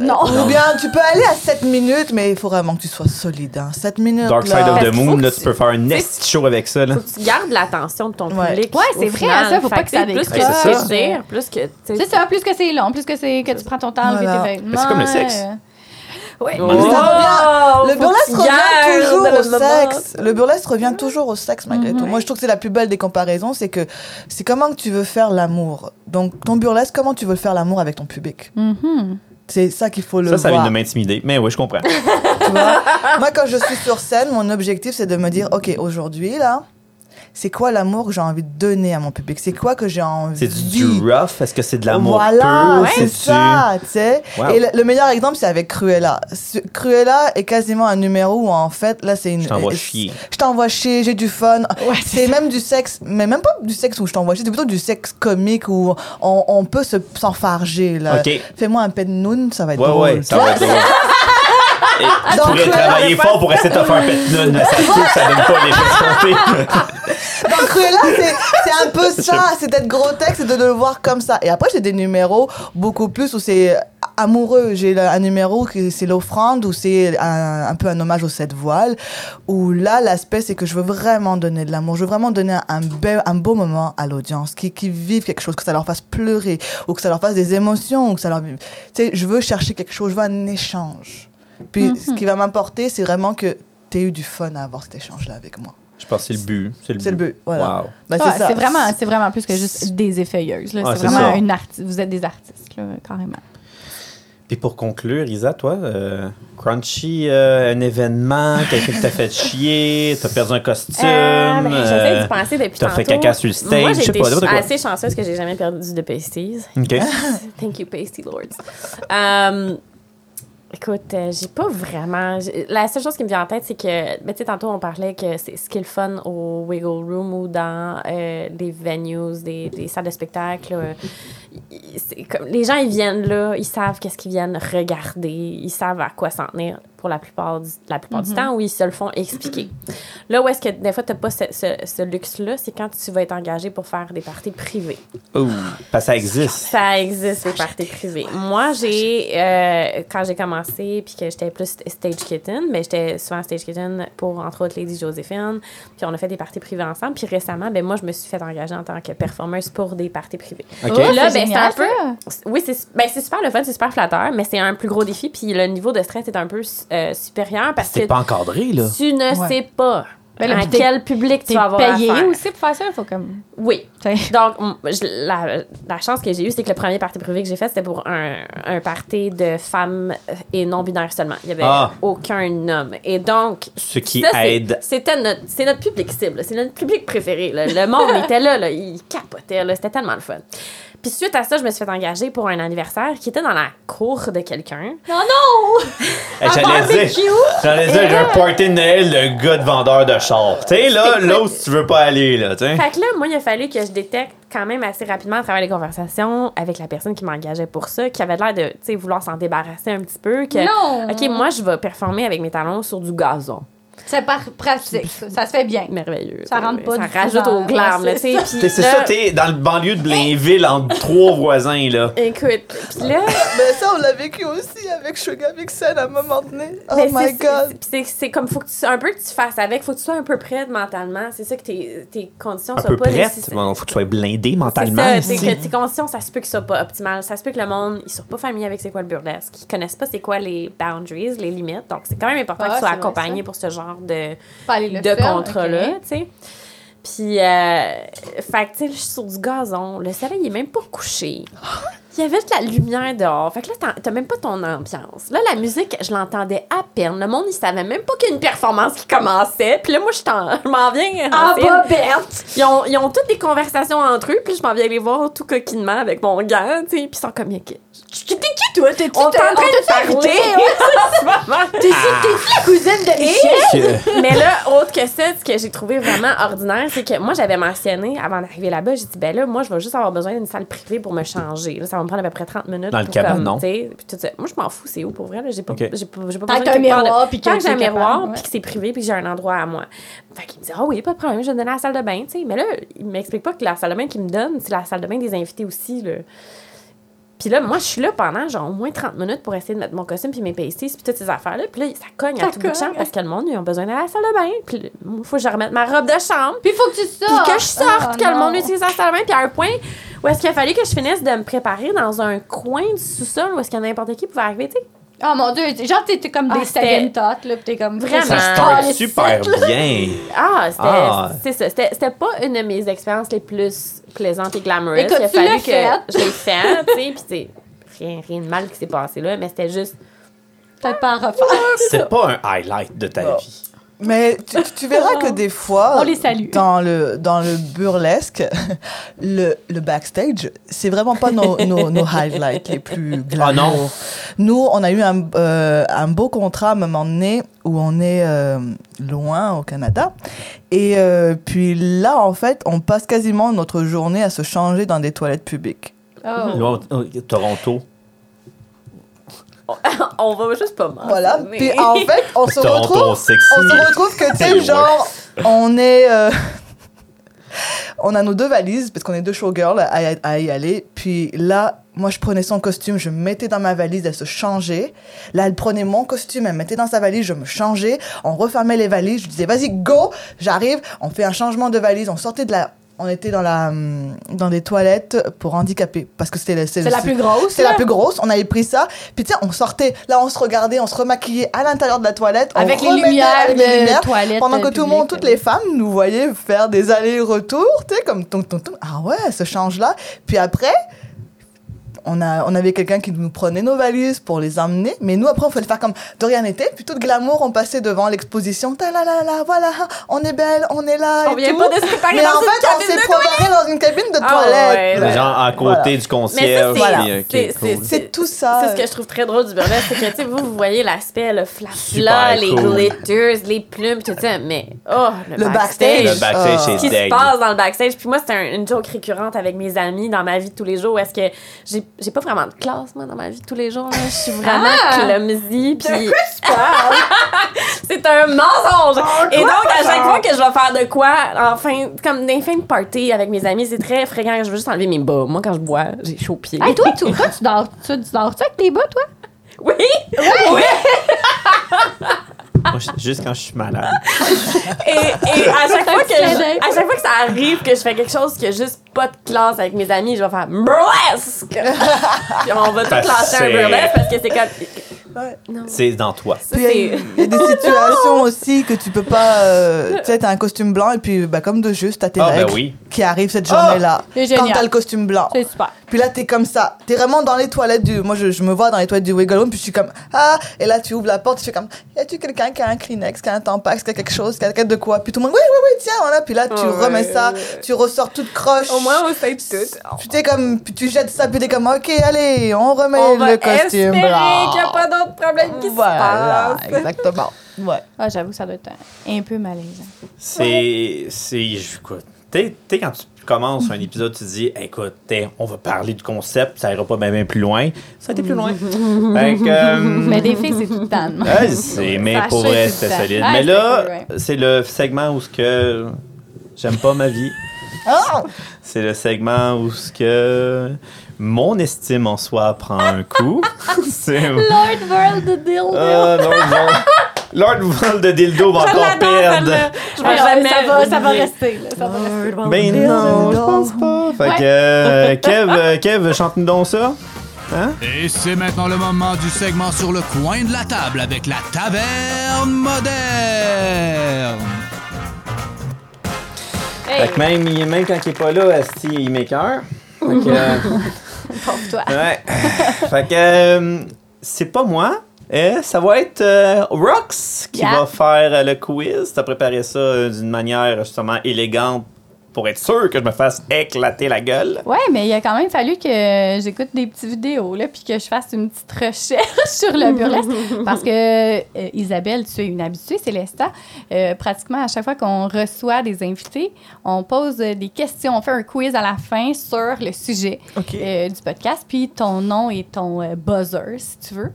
[SPEAKER 1] Non.
[SPEAKER 5] Ou bien, tu peux aller à 7 minutes, mais il faut vraiment que tu sois solide. Hein. 7 minutes.
[SPEAKER 2] Dark Side
[SPEAKER 5] là.
[SPEAKER 2] of
[SPEAKER 4] Parce
[SPEAKER 2] the
[SPEAKER 4] qu'il faut
[SPEAKER 2] Moon,
[SPEAKER 4] que
[SPEAKER 2] là, tu
[SPEAKER 4] tu-
[SPEAKER 2] peux faire un nest show avec ça, là.
[SPEAKER 4] Faut que tu gardes l'attention de ton
[SPEAKER 5] Ouais.
[SPEAKER 4] public.
[SPEAKER 1] Ouais,
[SPEAKER 4] au
[SPEAKER 1] c'est vrai,
[SPEAKER 4] final.
[SPEAKER 1] ça, faut
[SPEAKER 4] Fait
[SPEAKER 1] pas
[SPEAKER 4] que
[SPEAKER 1] que ça
[SPEAKER 4] tu sais, plus
[SPEAKER 2] décroche.
[SPEAKER 4] que tu
[SPEAKER 2] C'est
[SPEAKER 1] ça.
[SPEAKER 4] tires, plus que tu sais,
[SPEAKER 1] C'est ça, plus que c'est long, plus que c'est que tu prends ton temps,
[SPEAKER 5] Voilà.
[SPEAKER 1] lever tes vêtements.
[SPEAKER 2] Mais c'est comme le sexe.
[SPEAKER 1] euh, ouais.
[SPEAKER 5] Mais ça revient-
[SPEAKER 4] Oh,
[SPEAKER 5] le
[SPEAKER 4] faut
[SPEAKER 5] burlesque
[SPEAKER 4] que tu gardes
[SPEAKER 5] revient toujours
[SPEAKER 4] le
[SPEAKER 5] au
[SPEAKER 4] moment. Mhm.
[SPEAKER 5] sexe. Le burlesque revient toujours au sexe malgré tout. Moi, je trouve que c'est la plus belle des comparaisons, c'est que c'est comment que tu veux faire l'amour. Donc, ton burlesque, comment tu veux faire l'amour avec ton public
[SPEAKER 1] Mhm.
[SPEAKER 5] C'est ça qu'il faut le
[SPEAKER 2] Ça, ça vient
[SPEAKER 5] voir.
[SPEAKER 2] de m'intimider. Mais oui, je
[SPEAKER 5] <laughs>
[SPEAKER 2] comprends.
[SPEAKER 5] tu vois. Moi, quand je suis sur scène, mon objectif, c'est de me dire, ok, aujourd'hui là. c'est quoi l'amour que j'ai envie de donner à mon public C'est quoi que j'ai envie
[SPEAKER 2] C'est du, du rough? Est-ce que c'est de l'amour
[SPEAKER 5] voilà,
[SPEAKER 2] pur?
[SPEAKER 5] c'est
[SPEAKER 2] C'est-tu-
[SPEAKER 5] ça, tu sais.
[SPEAKER 2] Wow.
[SPEAKER 5] Et le, le meilleur exemple, c'est avec Cruella. Ce- Cruella est quasiment un numéro où, en fait, là, c'est une.
[SPEAKER 2] Je t'envoie
[SPEAKER 5] euh,
[SPEAKER 2] chier.
[SPEAKER 5] Je t'envoie chier, j'ai du fun. c'est même du sexe, mais même pas du sexe où je t'envoie chier, c'est plutôt du sexe comique où on, on peut se- s'enfarger, là.
[SPEAKER 2] Ok.
[SPEAKER 5] Fais-moi un pet noun, ça va être
[SPEAKER 2] Ouais,
[SPEAKER 5] drôle.
[SPEAKER 2] ouais, ça va
[SPEAKER 5] <laughs>
[SPEAKER 2] être drôle. Et Tu
[SPEAKER 5] Donc,
[SPEAKER 2] pourrais
[SPEAKER 5] euh,
[SPEAKER 2] travailler
[SPEAKER 5] c'est
[SPEAKER 2] fort pour essayer de te faire un pet mais ça se trouve, ça donne pas les
[SPEAKER 5] <laughs>
[SPEAKER 2] choses comptées.
[SPEAKER 5] Dans Cruella, c'est- c'est un peu ça, c'est d'être gros texte et de le voir comme ça. Et après, j'ai des numéros beaucoup plus où c'est amoureux. J'ai le- un numéro qui c'est l'offrande, où c'est un, un peu un hommage aux sept voiles, où là, l'aspect, c'est que je veux vraiment donner de l'amour. Je veux vraiment donner un, be- un beau moment à l'audience, qui, qui vivent quelque chose, que ça leur fasse pleurer, ou que ça leur fasse des émotions, ou que ça leur... Tu sais, je veux chercher quelque chose, je veux un échange. Puis, ce qui va m'importer, c'est vraiment que tu eu du fun à avoir cet échange-là avec moi.
[SPEAKER 2] Je pense que c'est le but.
[SPEAKER 5] C'est le but, voilà.
[SPEAKER 2] Wow.
[SPEAKER 5] Ben,
[SPEAKER 1] Ouais,
[SPEAKER 5] ça.
[SPEAKER 1] c'est vraiment, c'est vraiment plus que juste des effeuilleuses. là.
[SPEAKER 2] Ah,
[SPEAKER 1] c'est
[SPEAKER 2] c'est
[SPEAKER 1] vraiment
[SPEAKER 2] ça.
[SPEAKER 1] une artiste. Vous êtes des artistes, là, carrément.
[SPEAKER 2] Puis pour conclure, Isa, toi, euh, Crunchy, euh, un événement, quelqu'un qui t'a fait chier, t'as perdu un costume.
[SPEAKER 4] Euh, ben, J'essaie
[SPEAKER 2] euh,
[SPEAKER 4] d'y penser depuis
[SPEAKER 2] t'as fait
[SPEAKER 4] tantôt.
[SPEAKER 2] caca sur le stage,
[SPEAKER 4] Moi,
[SPEAKER 2] je sais
[SPEAKER 4] j'ai été
[SPEAKER 2] pas, n'importe quoi.
[SPEAKER 4] assez chanceuse que j'ai jamais perdu de pasties.
[SPEAKER 2] OK.
[SPEAKER 4] <laughs> Thank you, Pasty Lords. Euh, écoute, euh, j'ai pas vraiment. j'ai- La seule chose qui me vient en tête, c'est que, ben, tu sais, tantôt, on parlait que c'est ce qui est le fun au Wiggle Room ou dans euh, des venues, des, des salles de spectacle. là, y- y- c'est comme, les gens, ils viennent là, ils savent qu'est-ce qu'ils viennent regarder, ils savent à quoi s'en tenir pour la plupart du, la plupart du temps ou ils se le font expliquer. Là où est-ce que des fois t'as pas ce, ce, ce luxe-là, c'est quand tu vas être engagé pour faire des parties privées.
[SPEAKER 2] Ouh, parce que ça existe.
[SPEAKER 4] Ça existe, les parties privées. Moi, j'ai, euh, quand j'ai commencé, puis que j'étais plus stage kitten, mais j'étais souvent stage kitten pour, entre autres, Lady Joséphine, puis on a fait des parties privées ensemble. Puis récemment, ben moi, je me suis fait engager en tant que performeuse pour des parties privées.
[SPEAKER 2] OK.
[SPEAKER 1] Oh,
[SPEAKER 4] Là,
[SPEAKER 1] c'est
[SPEAKER 4] ben, c'est
[SPEAKER 1] génial,
[SPEAKER 4] un peu.
[SPEAKER 1] ça.
[SPEAKER 4] Oui, c'est ben, c'est super le fun, c'est super flatteur, mais c'est un plus gros défi, puis le niveau de stress est un peu euh, supérieur parce que
[SPEAKER 2] C'est pas encadré, là.
[SPEAKER 4] tu ne
[SPEAKER 5] Ouais.
[SPEAKER 4] sais pas
[SPEAKER 1] Ben là,
[SPEAKER 4] à
[SPEAKER 1] puis t'es-
[SPEAKER 4] quel public tu
[SPEAKER 1] T'es
[SPEAKER 4] vas avoir.
[SPEAKER 1] payé
[SPEAKER 4] affaire.
[SPEAKER 1] aussi pour faire ça. Il faut comme.
[SPEAKER 4] Oui.
[SPEAKER 1] T'sais.
[SPEAKER 4] Donc, m- je- la, la chance que j'ai eue, c'est que le premier party privé que j'ai fait, c'était pour un, un party de femmes euh, et non-binaires seulement. Il n'y avait
[SPEAKER 2] Ah.
[SPEAKER 4] aucun homme. Et donc,
[SPEAKER 2] Ce qui
[SPEAKER 4] ça, c'est-
[SPEAKER 2] aide.
[SPEAKER 4] C'était notre, c'est notre public cible. C'est notre public préféré. là. Le monde était là, là. Il capotait. là. C'était tellement le fun. Puis suite à ça, je me suis fait engager pour un anniversaire qui était dans la cour de quelqu'un.
[SPEAKER 1] Non, non!
[SPEAKER 2] Eh,
[SPEAKER 4] Ah,
[SPEAKER 2] J'allais dire, j'allais dire, j'ai un party de Noël de gars de vendeur de char. Tu sais, là,
[SPEAKER 4] C'est
[SPEAKER 2] là
[SPEAKER 4] quoi?
[SPEAKER 2] où tu veux pas aller, là, tu sais.
[SPEAKER 4] <laughs> Fait que là, moi, il a fallu que je détecte quand même assez rapidement à travers les conversations avec la personne qui m'engageait pour ça, qui avait l'air de, tu sais, vouloir s'en débarrasser un petit peu. Que,
[SPEAKER 1] Non!
[SPEAKER 4] OK, moi, je vais performer avec mes talons sur du gazon.
[SPEAKER 1] C'est par pratique. Ça, Ça se fait bien.
[SPEAKER 4] Merveilleux.
[SPEAKER 1] Ça rentre pas
[SPEAKER 4] Ça
[SPEAKER 1] du tout
[SPEAKER 4] rajoute
[SPEAKER 1] dans-
[SPEAKER 4] au glam,
[SPEAKER 1] Ouais,
[SPEAKER 4] là, tu sais. Puis
[SPEAKER 2] T'es- C'est
[SPEAKER 4] là- Eh!
[SPEAKER 2] ça, t'es dans le banlieue de Blainville
[SPEAKER 4] <laughs>
[SPEAKER 2] entre trois voisins, là.
[SPEAKER 4] Écoute,
[SPEAKER 1] <laughs>
[SPEAKER 4] puis là,
[SPEAKER 5] Mais ça, on l'a vécu aussi avec Sugar Vixen à un moment donné. Oh
[SPEAKER 4] Mais
[SPEAKER 5] my
[SPEAKER 4] c'est-
[SPEAKER 5] god.
[SPEAKER 4] c'est- c'est- C'est comme, faut que tu, un peu que tu fasses avec, faut que tu sois un peu prête mentalement. C'est ça que tes, tes conditions
[SPEAKER 2] Un
[SPEAKER 4] soient
[SPEAKER 2] peu
[SPEAKER 4] pas
[SPEAKER 2] prête.
[SPEAKER 4] nécessaires.
[SPEAKER 2] Bon, faut que tu sois blindé
[SPEAKER 4] C'est
[SPEAKER 2] mentalement.
[SPEAKER 4] ça,
[SPEAKER 2] aussi.
[SPEAKER 4] c'est que tes conditions, ça se peut que ce soit pas optimal. Ça se peut que le monde, ils soient pas familiers avec c'est quoi le burlesque. Ils connaissent pas c'est quoi les boundaries, les limites. Donc, c'est quand même important
[SPEAKER 1] Ah,
[SPEAKER 4] qu'ils soient
[SPEAKER 1] c'est vrai,
[SPEAKER 4] accompagnés
[SPEAKER 1] ça.
[SPEAKER 4] pour ce genre de,
[SPEAKER 1] Pas aller le
[SPEAKER 4] de
[SPEAKER 1] faire,
[SPEAKER 4] contrat-là,
[SPEAKER 1] ok.
[SPEAKER 4] tu sais. Puis, euh, fait que, tu sais, je suis sur du gazon. Le soleil, il est même pas couché. Il y avait de la lumière dehors. Fait que là, t'en- t'as même pas ton ambiance. Là, la musique, je l'entendais à peine. Le monde, il savait même pas qu'il y a une performance qui commençait. Puis là, moi, je t'en- je m'en viens.
[SPEAKER 1] Ah,
[SPEAKER 4] en scène.
[SPEAKER 1] bah, Berthe!
[SPEAKER 4] Ils ont, ils ont toutes des conversations entre eux, puis je m'en viens les voir tout coquinement avec mon gant, tu sais, puis ils sont comme, Yaki.
[SPEAKER 1] T'es qui, toi? T'es
[SPEAKER 4] On est en train de parler!
[SPEAKER 1] T'es la cousine de Michel?
[SPEAKER 2] Que- <laughs>
[SPEAKER 4] Mais là, autre que ça, ce que j'ai trouvé vraiment ordinaire, c'est que moi, j'avais mentionné, avant d'arriver là-bas, j'ai dit, ben là, moi, je vais juste avoir besoin d'une salle privée pour me changer. Là, ça va me prendre à peu près 30 minutes.
[SPEAKER 2] Dans le
[SPEAKER 4] pour
[SPEAKER 2] cabanon.
[SPEAKER 4] comme, tu sais, puis tout ça. Moi, je m'en fous, c'est où pour vrai, là. J'ai pas,
[SPEAKER 2] Ok.
[SPEAKER 4] j'ai pas, j'ai pas
[SPEAKER 1] Tant
[SPEAKER 4] besoin
[SPEAKER 1] que t'as un
[SPEAKER 4] quelque part de-
[SPEAKER 1] miroir, puis que
[SPEAKER 4] Tant que j'ai un
[SPEAKER 1] t'es capable,
[SPEAKER 4] miroir,
[SPEAKER 1] ouais.
[SPEAKER 4] puis que c'est privé, puis que j'ai un endroit à moi. Fait qu'il me dit, ah oui, pas de problème, je vais te donner la salle de bain, tu sais. Mais là, il m'explique pas que la salle de bain qu'il me donne, c'est la salle de bain des invités aussi, là. Puis là, moi, je suis là pendant genre au moins 30 minutes pour essayer de mettre mon costume puis mes pasties puis toutes ces affaires-là. Puis là, ça cogne
[SPEAKER 1] Ça
[SPEAKER 4] à tout bout de champ
[SPEAKER 1] cogne.
[SPEAKER 4] parce que le monde, ils ont besoin d'aller à la salle de bain. Puis là, moi, faut que je remette ma robe de chambre.
[SPEAKER 1] Puis faut que tu
[SPEAKER 4] Puis
[SPEAKER 1] sortes!
[SPEAKER 4] que je sorte,
[SPEAKER 1] Oh,
[SPEAKER 4] que le
[SPEAKER 1] non.
[SPEAKER 4] monde utilise la salle de bain. Puis à un point où est-ce qu'il a fallu que je finisse de me préparer dans un coin du sous-sol où est-ce que n'importe qui pouvait arriver, tu sais.
[SPEAKER 1] Oh mon dieu, t'es- genre t'es t'es comme
[SPEAKER 4] Ah,
[SPEAKER 1] des
[SPEAKER 4] c'était-
[SPEAKER 1] second thoughts, là, pis t'es comme
[SPEAKER 4] Vraiment.
[SPEAKER 2] Ça
[SPEAKER 4] Ah,
[SPEAKER 2] start
[SPEAKER 1] les
[SPEAKER 2] super
[SPEAKER 1] sites, là.
[SPEAKER 2] bien.
[SPEAKER 4] Ah, c'était
[SPEAKER 2] Ah.
[SPEAKER 4] c'est ça. C'était, c'était pas une de mes expériences les plus plaisantes et glamoureuses.
[SPEAKER 1] Écoute,
[SPEAKER 4] Il a
[SPEAKER 1] tu
[SPEAKER 4] fallu
[SPEAKER 1] l'as
[SPEAKER 4] que
[SPEAKER 1] faite.
[SPEAKER 4] je l'ai fait, tu sais. Puis c'est rien, rien de mal qui s'est passé là, mais c'était juste.
[SPEAKER 1] Peut-être pas à refaire.
[SPEAKER 2] C'est pas un highlight de ta
[SPEAKER 5] Non.
[SPEAKER 2] vie.
[SPEAKER 5] Mais tu, tu- tu verras que des fois,
[SPEAKER 1] On les salue.
[SPEAKER 5] dans le, dans le burlesque, <laughs> le, le backstage, c'est vraiment pas nos, nos, nos highlights les plus glamour.
[SPEAKER 2] Ah non.
[SPEAKER 5] Nous, on a eu un, euh, un beau contrat à un moment donné où on est euh, loin au Canada. Et euh, puis là, en fait, on passe quasiment notre journée à se changer dans des toilettes publiques.
[SPEAKER 4] Oh.
[SPEAKER 2] Là, on- on- Toronto.
[SPEAKER 4] On va juste pas mal.
[SPEAKER 1] Ah,
[SPEAKER 5] Voilà. Puis en fait, on se
[SPEAKER 2] Toronto
[SPEAKER 5] retrouve
[SPEAKER 2] sexy.
[SPEAKER 5] on se retrouve que, tu sais,
[SPEAKER 2] Ouais.
[SPEAKER 5] genre, on est. euh, <laughs> on a nos deux valises, parce qu'on est deux showgirls à, à y aller. Puis là, moi, je prenais son costume, je me mettais dans ma valise, elle se changeait. Là, elle prenait mon costume, elle me mettait dans sa valise, je me changeais. On refermait les valises, je disais, vas-y, go, j'arrive. On fait un changement de valise, on sortait de la. On était dans, la, hum, dans des toilettes pour handicapés. Parce que c'était le-
[SPEAKER 1] C'est la plus grosse.
[SPEAKER 5] c'est la
[SPEAKER 1] là.
[SPEAKER 5] plus grosse, on avait pris ça. Puis tu sais, on sortait, là on se regardait, on se remaquillait à l'intérieur de la toilette. on
[SPEAKER 1] Avec les
[SPEAKER 5] remettait
[SPEAKER 1] lumières
[SPEAKER 5] avec
[SPEAKER 1] de
[SPEAKER 5] les lumières.
[SPEAKER 1] toilette,
[SPEAKER 5] Pendant que
[SPEAKER 1] euh,
[SPEAKER 5] tout le monde,
[SPEAKER 1] publique,
[SPEAKER 5] toutes
[SPEAKER 1] oui.
[SPEAKER 5] les femmes nous voyaient faire des allers-retours, tu sais, comme ton ton ton. Ah ouais, ce change-là. Puis après, on, a, on avait quelqu'un qui nous prenait nos valises pour les emmener, mais nous après on fallait faire comme de rien n'était. Puis tout de glamour, on passait devant l'exposition. Ta la la la, voilà, on est belle, on est là.
[SPEAKER 4] On
[SPEAKER 5] et
[SPEAKER 4] vient
[SPEAKER 5] tout.
[SPEAKER 4] pas de se préparer
[SPEAKER 5] Mais
[SPEAKER 4] dans
[SPEAKER 5] en
[SPEAKER 4] une
[SPEAKER 5] fait, on
[SPEAKER 4] cabine
[SPEAKER 5] s'est
[SPEAKER 4] de
[SPEAKER 5] préparé dans une cabine de
[SPEAKER 4] Ah
[SPEAKER 5] toilette.
[SPEAKER 4] ouais.
[SPEAKER 2] Genre à côté
[SPEAKER 5] Voilà.
[SPEAKER 2] du
[SPEAKER 4] Mais ça,
[SPEAKER 2] concierge.
[SPEAKER 4] c'est
[SPEAKER 5] Voilà.
[SPEAKER 2] puis, ok,
[SPEAKER 4] c'est-
[SPEAKER 2] cool.
[SPEAKER 4] c'est-
[SPEAKER 5] C'est tout ça.
[SPEAKER 4] C'est ce que je trouve très drôle du burlesque, c'est que, tu sais, vous, vous voyez l'aspect, le flafla,
[SPEAKER 2] Super
[SPEAKER 4] les
[SPEAKER 2] cool.
[SPEAKER 4] glitters, les plumes, tout ça, mais, oh, le,
[SPEAKER 5] Le
[SPEAKER 4] backstage.
[SPEAKER 5] backstage.
[SPEAKER 2] Le backstage,
[SPEAKER 5] Ah.
[SPEAKER 2] c'est
[SPEAKER 4] Ce qui se
[SPEAKER 2] deg.
[SPEAKER 4] passe dans le backstage. Puis moi, c'est un- une joke récurrente avec mes amis dans ma vie de tous les jours. où Est-ce que j'ai j'ai pas vraiment de classe, moi, dans ma vie de tous les jours? là. Je suis vraiment clumsy. Puis <laughs> c'est un mensonge. Et donc, à chaque fois que je vais faire de quoi, enfin, comme des fins de party avec mes amis, c'est très fréquent. Je veux juste enlever mes bas. Moi, quand je bois, j'ai chaud aux pieds.
[SPEAKER 1] <laughs> Hey, Ah, toi, tu, toi, tu dors, tu, tu dors-tu avec tes bas, toi?
[SPEAKER 4] <laughs> Oui! Oui!
[SPEAKER 2] Moi, je- juste quand je suis malade.
[SPEAKER 4] Et, et à, chaque fois que
[SPEAKER 1] clin
[SPEAKER 4] je-
[SPEAKER 1] d'œil.
[SPEAKER 4] à chaque fois que ça arrive que je fais quelque chose qui a juste pas de classe avec mes amis, je vais faire burlesque! Puis on va tout
[SPEAKER 2] Parce
[SPEAKER 4] lancer un
[SPEAKER 2] c'est-
[SPEAKER 4] burlesque parce que c'est comme.
[SPEAKER 5] Ouais.
[SPEAKER 2] C'est dans toi.
[SPEAKER 4] ça,
[SPEAKER 5] Puis il y a-
[SPEAKER 4] c'est-
[SPEAKER 5] il y, a des
[SPEAKER 4] <laughs>
[SPEAKER 5] situations aussi que tu peux pas. euh, tu sais, t'as un costume blanc et puis, bah, comme de juste, t'as tes
[SPEAKER 2] Ah, ben
[SPEAKER 5] règles
[SPEAKER 2] oui.
[SPEAKER 5] qui arrivent cette journée-là.
[SPEAKER 4] Oh,
[SPEAKER 1] C'est
[SPEAKER 5] quand
[SPEAKER 1] génial.
[SPEAKER 5] t'as le costume blanc.
[SPEAKER 1] C'est super.
[SPEAKER 5] Puis là, t'es comme ça. T'es vraiment dans les toilettes du. Moi, je, je me vois dans les toilettes du Wiggle Room, puis je suis comme Ah Et là, tu ouvres la porte, tu fais comme Y a-tu quelqu'un qui a un Kleenex, qui a un Tampax, qui a quelque chose, qui a de quoi Puis tout le monde Oui, oui, oui, tiens, voilà. Puis là, tu
[SPEAKER 4] Ah ouais,
[SPEAKER 5] remets ça,
[SPEAKER 4] ouais.
[SPEAKER 5] tu ressors toute croche.
[SPEAKER 4] Au moins, on sait tout.
[SPEAKER 5] Puis t'es comme. Puis tu jettes ça, puis t'es comme Ok, allez, on remet
[SPEAKER 4] On va
[SPEAKER 5] le
[SPEAKER 4] espérer qu'il
[SPEAKER 5] costume
[SPEAKER 4] n'y
[SPEAKER 5] blanc.
[SPEAKER 4] a pas d'autres problèmes qui
[SPEAKER 5] voilà,
[SPEAKER 4] se passent.
[SPEAKER 5] exactement. Ouais.
[SPEAKER 1] Ah, j'avoue, ça doit être un, un peu malaisant.
[SPEAKER 2] C'est. C'est. je- écoute, Tu sais, quand tu commences un épisode, tu dis, écoute, t'sais, on va parler du concept, ça ira pas même plus loin. Ça a été plus loin. Fait que, euh,
[SPEAKER 1] Mais des filles, c'est tout le temps. de même. <laughs>
[SPEAKER 2] Ouais, Ah, c'est, mais
[SPEAKER 1] Ça
[SPEAKER 2] pour
[SPEAKER 1] achète
[SPEAKER 2] vrai,
[SPEAKER 1] tout
[SPEAKER 2] c'était
[SPEAKER 1] le temps.
[SPEAKER 2] solide.
[SPEAKER 1] Ouais,
[SPEAKER 2] mais
[SPEAKER 1] c'était
[SPEAKER 2] là,
[SPEAKER 1] cool, ouais.
[SPEAKER 2] c'est le segment où ce que j'aime pas ma vie.
[SPEAKER 1] Oh!
[SPEAKER 5] Ah
[SPEAKER 2] C'est le segment où ce que mon estime en soi prend un
[SPEAKER 1] <laughs>
[SPEAKER 2] coup. <laughs> c'est
[SPEAKER 1] Lord World the Dildo.
[SPEAKER 2] Ah, Lord Vol- Lord Vol de dildo va encore perdre.
[SPEAKER 1] Ah,
[SPEAKER 4] Je vais
[SPEAKER 1] ouais,
[SPEAKER 4] jamais.
[SPEAKER 1] ça, va, ça va
[SPEAKER 4] oublier.
[SPEAKER 1] rester. Là, ça va rester.
[SPEAKER 2] Mais
[SPEAKER 5] Dildo.
[SPEAKER 2] non, je pense pas. Fait que euh, Kev, euh, Kev, chante-nous donc ça.
[SPEAKER 7] Et c'est maintenant le moment du segment sur le coin de la table avec la taverne moderne.
[SPEAKER 2] Fait que même, il- même quand il est pas là, Asti, il m'écœure. Fait que,
[SPEAKER 1] <laughs>
[SPEAKER 2] euh,
[SPEAKER 1] Pour toi.
[SPEAKER 2] ouais. Fait que euh, c'est pas moi. Euh, ça va être euh, Rox qui
[SPEAKER 1] Yeah.
[SPEAKER 2] va faire euh, le quiz. T'as préparé ça euh, d'une manière justement élégante pour être sûr que je me fasse éclater la gueule.
[SPEAKER 1] Ouais, mais il a quand même fallu que j'écoute des petites vidéos, là, puis que je fasse une petite recherche <laughs> sur le burlesque. Parce que, euh, Isabelle, tu es une habituée, Célesta. Euh, pratiquement à chaque fois qu'on reçoit des invités, on pose euh, des questions, on fait un quiz à la fin sur le sujet euh, du podcast, puis ton nom et ton euh, buzzer, si tu veux.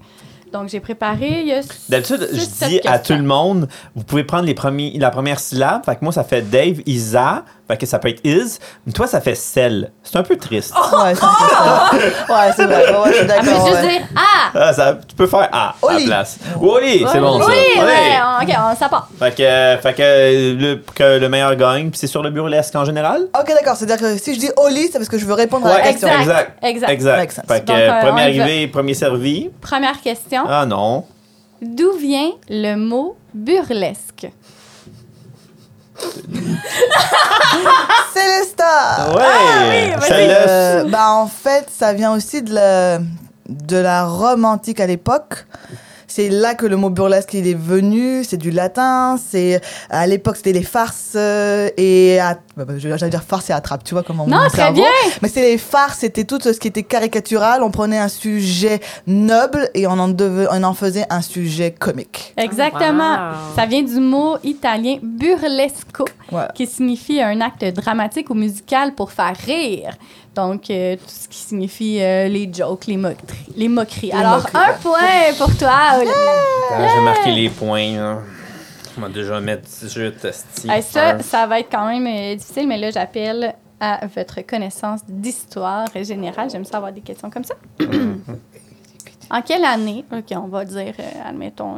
[SPEAKER 1] Donc, j'ai préparé. il y a
[SPEAKER 2] D'habitude,
[SPEAKER 1] six,
[SPEAKER 2] je
[SPEAKER 1] sept
[SPEAKER 2] dis à tout
[SPEAKER 1] questions.
[SPEAKER 2] le monde, vous pouvez prendre les premiers, la première syllabe. Fait que moi, ça fait Dave, Isa. Fait que ça peut être Is. Mais toi, ça fait Cell. C'est un peu triste.
[SPEAKER 5] Ouais, c'est un peu ça. Ouais, c'est vrai. Ouais, ouais, je suis
[SPEAKER 1] Elle veut
[SPEAKER 5] d'accord.
[SPEAKER 1] juste
[SPEAKER 5] ouais.
[SPEAKER 1] dire Ah!
[SPEAKER 2] Ah, ça- tu peux faire A à la
[SPEAKER 5] Oli.
[SPEAKER 2] place. Oli, c'est bon ça.
[SPEAKER 1] Oui,
[SPEAKER 2] Oli.
[SPEAKER 1] ouais, on- OK, on, ça part.
[SPEAKER 2] Fait que, fait que, le, que le meilleur gagne, puis c'est sur le burlesque en général?
[SPEAKER 5] Ok, d'accord. C'est-à-dire que si je dis Oli, c'est parce que je veux répondre à la
[SPEAKER 2] Ouais,
[SPEAKER 5] question.
[SPEAKER 1] exact.
[SPEAKER 2] exact.
[SPEAKER 1] exact.
[SPEAKER 2] Exact.
[SPEAKER 5] Exact.
[SPEAKER 2] Fait que,
[SPEAKER 1] Donc, euh,
[SPEAKER 2] premier
[SPEAKER 1] on y va.
[SPEAKER 2] arrivé, premier servi.
[SPEAKER 1] Première question.
[SPEAKER 2] Ah non.
[SPEAKER 1] D'où vient le mot burlesque?
[SPEAKER 5] Célesta
[SPEAKER 1] Ah.
[SPEAKER 2] Ouais! Ça laisse-
[SPEAKER 5] Euh, Bah, en fait, ça vient aussi de la, de la Rome antique à l'époque. C'est là que le mot burlesque il est venu. C'est du latin. C'est à l'époque c'était les farces euh, et à- bah, bah, je- j'allais dire farce et attrape. Tu vois comment
[SPEAKER 1] Non,
[SPEAKER 5] mon
[SPEAKER 1] très
[SPEAKER 5] cerveau-
[SPEAKER 1] bien.
[SPEAKER 5] Mais c'est les farces. C'était tout ce qui était caricatural. On prenait un sujet noble et on en devait, on en faisait un sujet comique.
[SPEAKER 1] Exactement.
[SPEAKER 4] Wow.
[SPEAKER 1] Ça vient du mot italien burlesco,
[SPEAKER 5] Voilà.
[SPEAKER 1] qui signifie un acte dramatique ou musical pour faire rire. Donc, euh, tout ce qui signifie euh, les jokes, les, moqueries- les moqueries. Alors,
[SPEAKER 5] moqueries.
[SPEAKER 1] un point pour toi, Olivier.
[SPEAKER 2] Ah, J'ai marqué les points. là. On va déjà mettre je testi.
[SPEAKER 1] Hey, Ah, ça,
[SPEAKER 2] Un.
[SPEAKER 1] ça va être quand même euh, difficile, mais là, j'appelle à votre connaissance d'histoire générale. J'aime ça avoir des questions comme
[SPEAKER 2] <coughs>
[SPEAKER 1] ça. en quelle année, OK, on va dire, euh, admettons,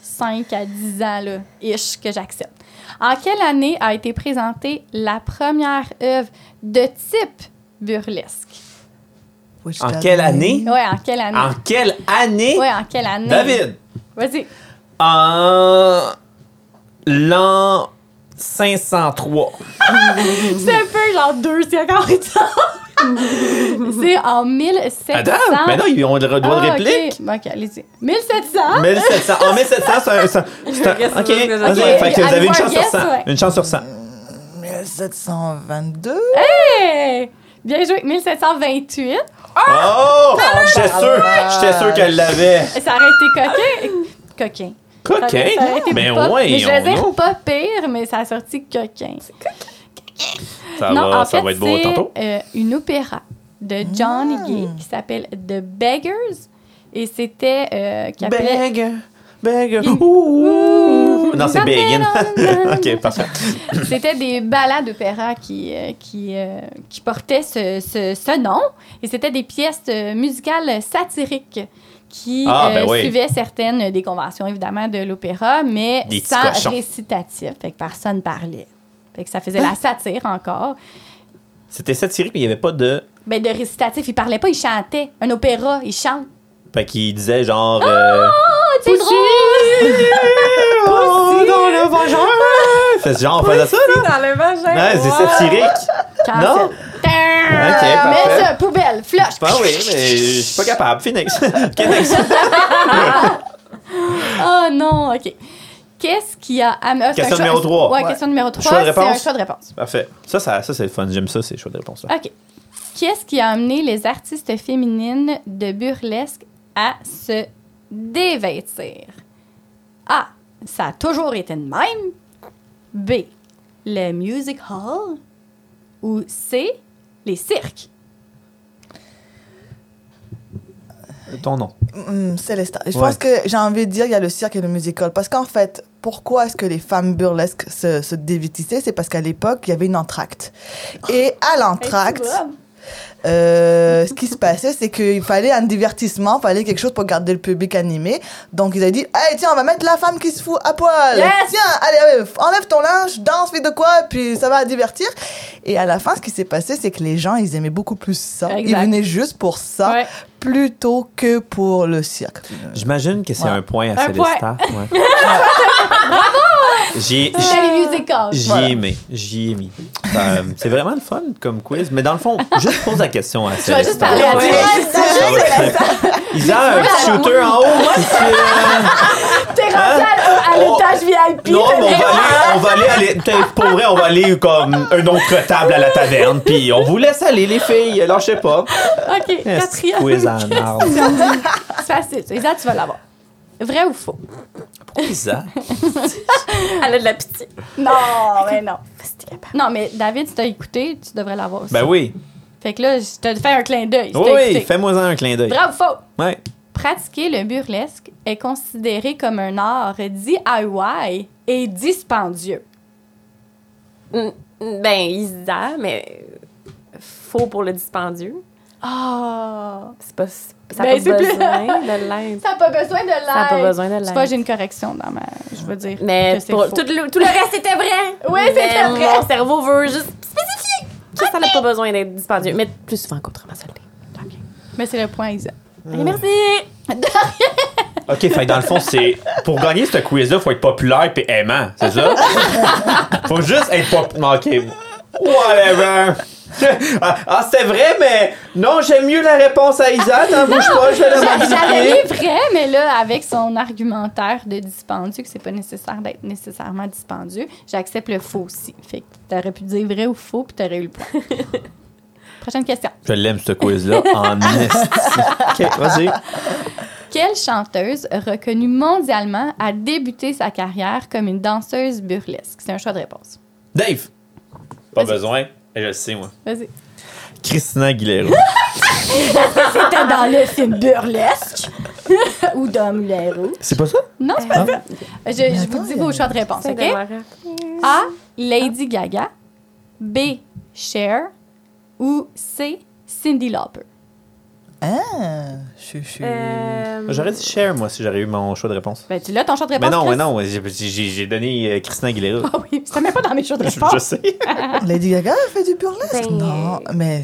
[SPEAKER 1] 5 à 10 ans, là, ish, que j'accepte. En quelle année a été présentée la première œuvre de type burlesque?
[SPEAKER 5] Which
[SPEAKER 2] En
[SPEAKER 5] that
[SPEAKER 2] quelle
[SPEAKER 5] means-
[SPEAKER 2] année?
[SPEAKER 1] Ouais, en quelle année?
[SPEAKER 2] Mmh. En quelle année?
[SPEAKER 1] Ouais, en quelle année?
[SPEAKER 2] David!
[SPEAKER 1] Vas-y.
[SPEAKER 2] En l'an 503.
[SPEAKER 1] C'est un peu genre deux siècles
[SPEAKER 2] <laughs>
[SPEAKER 1] en retard. C'est en 1700.
[SPEAKER 2] Attends, mais ben non, ils ont le droit de
[SPEAKER 1] Ah,
[SPEAKER 2] réplique.
[SPEAKER 1] OK, Ok, allez-y. 1700.
[SPEAKER 2] 1700. En 1700, c'est un. c'est un- c'est un-
[SPEAKER 4] Qu'est-ce que
[SPEAKER 2] ok,
[SPEAKER 4] c'est que ça?
[SPEAKER 2] vas-y,
[SPEAKER 4] Ok,
[SPEAKER 2] fait que vous
[SPEAKER 1] allez
[SPEAKER 2] avez une
[SPEAKER 1] voir,
[SPEAKER 2] chance sur
[SPEAKER 1] yes,
[SPEAKER 2] 100.
[SPEAKER 1] ouais.
[SPEAKER 2] Une chance sur 100.
[SPEAKER 5] 1722.
[SPEAKER 1] Hey! Bien joué. 1728. Ah!
[SPEAKER 2] Oh! J'étais sûr! J'étais sûr qu'elle l'avait.
[SPEAKER 1] Ça aurait été coquin. Coquin. Ça
[SPEAKER 2] Coquin!
[SPEAKER 1] aurait- ça aurait été
[SPEAKER 2] Mais
[SPEAKER 1] pas- Mais
[SPEAKER 2] ouais,
[SPEAKER 1] je vais
[SPEAKER 2] on-
[SPEAKER 1] dire pas pire, mais ça a sorti coquin.
[SPEAKER 2] Ça
[SPEAKER 1] non,
[SPEAKER 2] va,
[SPEAKER 1] en
[SPEAKER 2] ça
[SPEAKER 1] fait,
[SPEAKER 2] va être beau
[SPEAKER 1] c'est,
[SPEAKER 2] tantôt. Ah.
[SPEAKER 1] euh, une opéra de John Gay qui s'appelle The Beggars. Et c'était... Euh, qui appelait-
[SPEAKER 2] Beg, beg, ouh. Non, c'est Begin. ok, parfait.
[SPEAKER 1] C'était des ballades opéra qui, euh, qui, euh, qui portaient ce, ce- ce nom. Et c'était des pièces euh, musicales satiriques qui
[SPEAKER 2] Ah, ben
[SPEAKER 1] euh,
[SPEAKER 2] oui.
[SPEAKER 1] suivaient certaines des conventions, évidemment, de l'opéra, mais
[SPEAKER 2] Des petits
[SPEAKER 1] sans
[SPEAKER 2] cochons.
[SPEAKER 1] récitatif. Fait que personne parlait. Fait que ça faisait la satire encore.
[SPEAKER 2] C'était satirique, mais il n'y avait pas de.
[SPEAKER 1] Ben, de récitatif, il parlait pas, il chantait. Un opéra, il chante.
[SPEAKER 2] Fait qu'il disait genre. euh,
[SPEAKER 1] Oh, c'est drôle!
[SPEAKER 2] Oh, dans le vagin! C'est genre, on faisait ça, là?
[SPEAKER 4] Dans le vagin.
[SPEAKER 2] Ouais, c'est
[SPEAKER 4] wow.
[SPEAKER 2] satirique. Non?
[SPEAKER 1] Cancel. Tarn!
[SPEAKER 2] Ok, parfait.
[SPEAKER 1] Mets ça, poubelle, flush!
[SPEAKER 2] Ben oui, mais je suis pas capable. Phoenix. Ok, next.
[SPEAKER 1] Oh non, OK. Qu'est-ce qui a amené.
[SPEAKER 2] Question numéro trois.
[SPEAKER 1] Ouais,
[SPEAKER 5] Ouais.
[SPEAKER 1] question numéro 3.
[SPEAKER 2] Choix de
[SPEAKER 1] C'est un
[SPEAKER 2] réponse.
[SPEAKER 1] choix de réponse.
[SPEAKER 2] Parfait. Ça, ça, ça c'est le fun. J'aime ça, ces choix de réponse. là.
[SPEAKER 1] OK. Qu'est-ce qui a amené les artistes féminines de burlesque à se dévêtir? A. Ça a toujours été de même. B. Le music hall. Ou C. Les cirques. Euh,
[SPEAKER 2] Euh, Ton nom.
[SPEAKER 5] Hum, Célestin. Je
[SPEAKER 2] Ouais.
[SPEAKER 5] pense que j'ai envie de dire il y a le cirque et le musical. Parce qu'en fait, pourquoi est-ce que les femmes burlesques se, se dévêtissaient C'est parce qu'à l'époque, il y avait une entracte. Et à l'entracte, euh, ce qui se passait, c'est qu'il fallait un divertissement, il fallait quelque chose pour garder le public animé. Donc ils avaient dit Hey, tiens, on va mettre la femme qui se fout à poil.
[SPEAKER 1] Yes!
[SPEAKER 5] Tiens, allez, allez, enlève ton linge, danse, fais de quoi, puis ça va divertir. Et à la fin, ce qui s'est passé, c'est que les gens, ils aimaient beaucoup plus ça. Ils
[SPEAKER 1] Exact.
[SPEAKER 5] venaient juste pour ça
[SPEAKER 1] Ouais.
[SPEAKER 5] plutôt que pour le cirque.
[SPEAKER 2] J'imagine que c'est
[SPEAKER 5] Ouais.
[SPEAKER 2] un point à
[SPEAKER 1] Un
[SPEAKER 2] Célestin. Ouais.
[SPEAKER 1] <laughs>
[SPEAKER 2] J'ai.
[SPEAKER 1] C'était les music halls.
[SPEAKER 2] J'y ai aimé, j'y ai mis. Euh, c'est vraiment le fun comme quiz, mais dans le fond, juste pose la question à
[SPEAKER 1] <laughs> Je vais juste
[SPEAKER 2] Célestin.
[SPEAKER 1] parler à
[SPEAKER 4] Ouais.
[SPEAKER 1] toi.
[SPEAKER 2] Ça va
[SPEAKER 1] <laughs>
[SPEAKER 2] être simple. Ils ont un petit shooter en haut. puis, euh,
[SPEAKER 1] T'es rendu à,
[SPEAKER 2] Oh.
[SPEAKER 1] à l'étage VIP.
[SPEAKER 2] non,
[SPEAKER 1] t'as
[SPEAKER 2] mais on
[SPEAKER 1] dit-
[SPEAKER 2] va aller, on va aller, à l'é- peut-être, pour vrai, on va aller comme une autre table à la taverne, puis on vous laisse aller les filles. Alors je sais pas.
[SPEAKER 1] OK,
[SPEAKER 2] Est-ce
[SPEAKER 1] quatrième.
[SPEAKER 2] quiz en arbre.
[SPEAKER 1] C'est facile. <laughs> ça. Isa, tu vas l'avoir. Vrai ou faux?
[SPEAKER 2] Isa,
[SPEAKER 4] Elle a de la pitié.
[SPEAKER 1] Non, mais <laughs> non.
[SPEAKER 4] C'était capable.
[SPEAKER 1] Non, mais David, si t'as écouté, tu devrais l'avoir aussi.
[SPEAKER 2] Ben oui.
[SPEAKER 1] Fait que là, je te fais un clin d'œil. si t'as
[SPEAKER 2] Oui,
[SPEAKER 1] écouté.
[SPEAKER 2] fais-moi un clin d'œil.
[SPEAKER 1] Vrai ou faux?
[SPEAKER 2] Ouais.
[SPEAKER 1] Pratiquer le burlesque est considéré comme un art DIY et dispendieux.
[SPEAKER 4] Ben, Isa, mais faux pour le dispendieux.
[SPEAKER 1] Ah!
[SPEAKER 4] C'est pas. Ça n'a
[SPEAKER 1] Ben, c'est
[SPEAKER 4] pas
[SPEAKER 1] plus-
[SPEAKER 4] besoin de l'aide.
[SPEAKER 1] Ça n'a pas besoin de l'aide.
[SPEAKER 4] Ça n'a pas besoin de
[SPEAKER 1] Tu vois,
[SPEAKER 4] l'aide.
[SPEAKER 1] j'ai une correction dans ma. Je veux dire.
[SPEAKER 4] Mais
[SPEAKER 1] que c'est
[SPEAKER 4] pour
[SPEAKER 1] faux.
[SPEAKER 4] tout le, tout le reste était vrai.
[SPEAKER 1] Oui,
[SPEAKER 4] Mais
[SPEAKER 1] c'était vrai.
[SPEAKER 4] Mon cerveau veut juste spécifier que ça n'a pas besoin d'être dispendieux. Mais plus souvent qu'autrement, ça l'est. Ok.
[SPEAKER 1] Mais c'est le point, Isa.
[SPEAKER 4] Ok, Merci.
[SPEAKER 2] OK, fait que dans le fond, c'est. Pour gagner ce quiz-là, faut être populaire et <laughs> aimant, c'est ça? faut juste être populaire. OK. Whatever! ah, ah, c'était vrai, mais non, j'aime mieux la réponse à Isa. T'en bouge pas, je vais la
[SPEAKER 1] J'a- J'avais
[SPEAKER 2] modifier.
[SPEAKER 1] mis vrai, mais là, avec son argumentaire de dispendieux, que c'est pas nécessaire d'être nécessairement dispendieux, j'accepte le faux aussi. Fait que t'aurais pu dire vrai ou faux, puis t'aurais eu
[SPEAKER 6] <laughs>
[SPEAKER 1] le point. Prochaine question.
[SPEAKER 2] Je l'aime, ce quiz-là, <laughs> en esti. OK, vas-y.
[SPEAKER 1] Quelle chanteuse reconnue mondialement a débuté sa carrière comme une danseuse burlesque? C'est un choix de réponse.
[SPEAKER 2] Dave! Pas
[SPEAKER 1] Vas-y.
[SPEAKER 2] besoin. Je le sais, moi.
[SPEAKER 1] Vas-y.
[SPEAKER 2] Christina Aguilera.
[SPEAKER 6] C'était dans le film burlesque ou dans Mulero.
[SPEAKER 2] <laughs> C'est pas ça?
[SPEAKER 1] Non, c'est pas vrai. Je, je
[SPEAKER 5] Ah. attends,
[SPEAKER 1] vous dis
[SPEAKER 5] il y
[SPEAKER 1] vos
[SPEAKER 5] a-
[SPEAKER 1] choix de réponse,
[SPEAKER 4] C'est
[SPEAKER 1] OK?
[SPEAKER 4] de Marat.
[SPEAKER 1] A. Lady Gaga. B. Cher. Ou C. Cindy Lauper.
[SPEAKER 5] Ah, je suis- je suis.
[SPEAKER 4] Euh,
[SPEAKER 2] J'aurais dit Cher, moi, si j'aurais eu mon choix de réponse.
[SPEAKER 1] Ben, tu l'as ton choix de réponse.
[SPEAKER 2] Mais non,
[SPEAKER 1] Chris?
[SPEAKER 2] mais non, j'ai- j'ai j'ai donné euh, Christina Aguilera.
[SPEAKER 1] <laughs> Ah oui, ça met pas dans mes choix
[SPEAKER 2] <laughs>
[SPEAKER 1] de
[SPEAKER 2] Je, je
[SPEAKER 1] réponse.
[SPEAKER 2] sais.
[SPEAKER 5] Oh, Lady Gaga fait du burlesque
[SPEAKER 4] Ben,
[SPEAKER 5] Non, mais.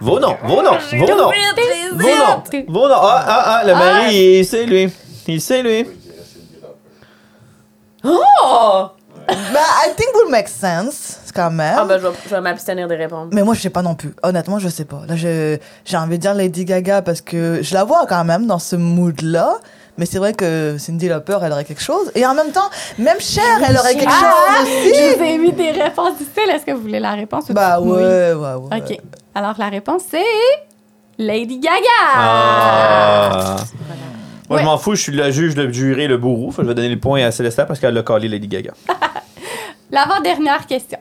[SPEAKER 2] Vos noms, vos noms, vos noms.
[SPEAKER 4] Vite,
[SPEAKER 2] Vos noms,
[SPEAKER 4] vite.
[SPEAKER 2] vos noms. Ah, ah, ah, le mari, il- il sait, lui. Il sait, lui.
[SPEAKER 4] Oh!
[SPEAKER 5] Bah, I think would make sense, quand même.
[SPEAKER 4] Ah ben, je vais, je vais m'abstenir de répondre.
[SPEAKER 5] Mais moi, je sais pas non plus. Honnêtement, je sais pas. Là, je- j'ai envie de dire Lady Gaga parce que je la vois quand même dans ce mood-là. Mais c'est vrai que Cindy Lauper, elle aurait quelque chose. Et en même temps, même Cher, elle aurait quelque
[SPEAKER 1] Ah,
[SPEAKER 5] chose
[SPEAKER 1] je vous
[SPEAKER 5] aussi.
[SPEAKER 1] ai mis des réponses difficiles. Est-ce que vous voulez la réponse ou
[SPEAKER 5] Bah
[SPEAKER 1] Oui.
[SPEAKER 5] ouais, ouais, ouais.
[SPEAKER 1] OK. Alors, la réponse, c'est Lady Gaga.
[SPEAKER 2] Ah. Moi, je
[SPEAKER 1] Ouais.
[SPEAKER 2] m'en fous, je suis le juge, le juré, le bourreau. Fait que Je vais donner le point à Célestin parce qu'elle l'a collé Lady Gaga.
[SPEAKER 1] L'avant-dernière question.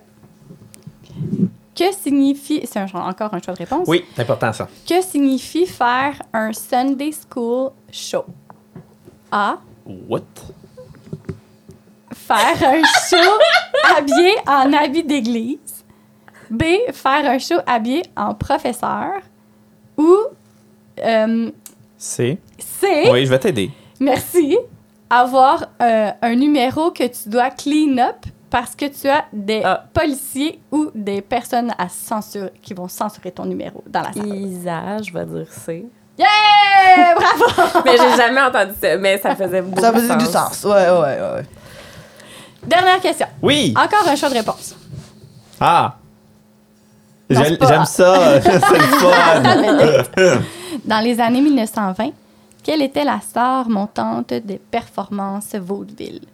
[SPEAKER 1] Que signifie... C'est un choix- encore un choix de réponse.
[SPEAKER 2] Oui, c'est important ça.
[SPEAKER 1] Que signifie faire un Sunday School show? A.
[SPEAKER 2] What?
[SPEAKER 1] Faire un show habillé en habit d'église. B. Faire un show habillé en professeur. Ou... euh,
[SPEAKER 2] C'est.
[SPEAKER 1] C.
[SPEAKER 2] Oui, je vais t'aider.
[SPEAKER 1] Merci. Avoir euh, un numéro que tu dois clean up parce que tu as des
[SPEAKER 4] Ah.
[SPEAKER 1] policiers ou des personnes à censurer, qui vont censurer ton numéro dans la salle.
[SPEAKER 4] Isa, je vais dire C.
[SPEAKER 1] Yeah! Bravo!
[SPEAKER 4] <laughs>
[SPEAKER 1] <laughs>
[SPEAKER 4] Mais j'ai jamais entendu ça, mais ça faisait beaucoup
[SPEAKER 5] Ça faisait du sens. Ouais, ouais, ouais. ouais.
[SPEAKER 1] Dernière question.
[SPEAKER 2] Oui!
[SPEAKER 1] Encore un choix de réponse.
[SPEAKER 2] Ah!
[SPEAKER 1] Non,
[SPEAKER 2] J'aime
[SPEAKER 1] c'est pas-
[SPEAKER 2] j'aime ça, <laughs> c'est le fun. <laughs>
[SPEAKER 1] Dans les années 1920, quelle était la star montante des performances vaudeville?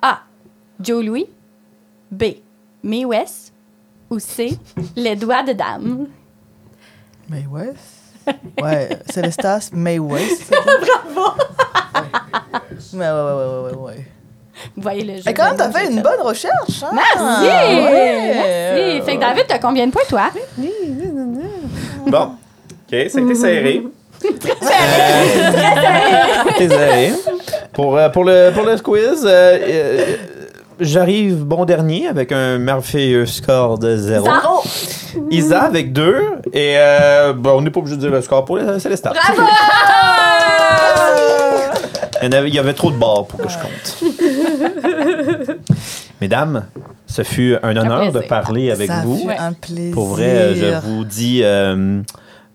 [SPEAKER 1] A. Joe Louis. B. Mae West. Ou C. Les doigts de dame.
[SPEAKER 5] May West Ouais, Célestas, May West. Bravo Ouais, ouais, ouais, ouais, ouais. ouais.
[SPEAKER 1] Vous voyez le jeu.
[SPEAKER 5] Et quand même, t'as
[SPEAKER 1] Je
[SPEAKER 5] fait une
[SPEAKER 1] fais-
[SPEAKER 5] bonne recherche. Hein?
[SPEAKER 1] Merci!
[SPEAKER 5] Ouais. Oh,
[SPEAKER 1] Merci! Fait que David, t'as combien de points, toi?
[SPEAKER 2] Bon. OK, ça a été serré. Très serré. Pour, euh, pour, le, pour le quiz, euh, euh, j'arrive bon dernier avec un merveilleux score de zéro.
[SPEAKER 5] oh,
[SPEAKER 1] Zéro.
[SPEAKER 2] Isa avec deux. Et euh, bon, on n'est pas obligé de dire le score pour les euh, Célestin.
[SPEAKER 1] Bravo!
[SPEAKER 2] Il y, en avait, il y avait trop de barres pour que je compte. Mesdames, ce fut un honneur de
[SPEAKER 1] plaisir.
[SPEAKER 2] parler avec
[SPEAKER 5] Ça
[SPEAKER 2] vous.
[SPEAKER 5] fut un plaisir.
[SPEAKER 2] Pour vrai, euh, je vous dis euh,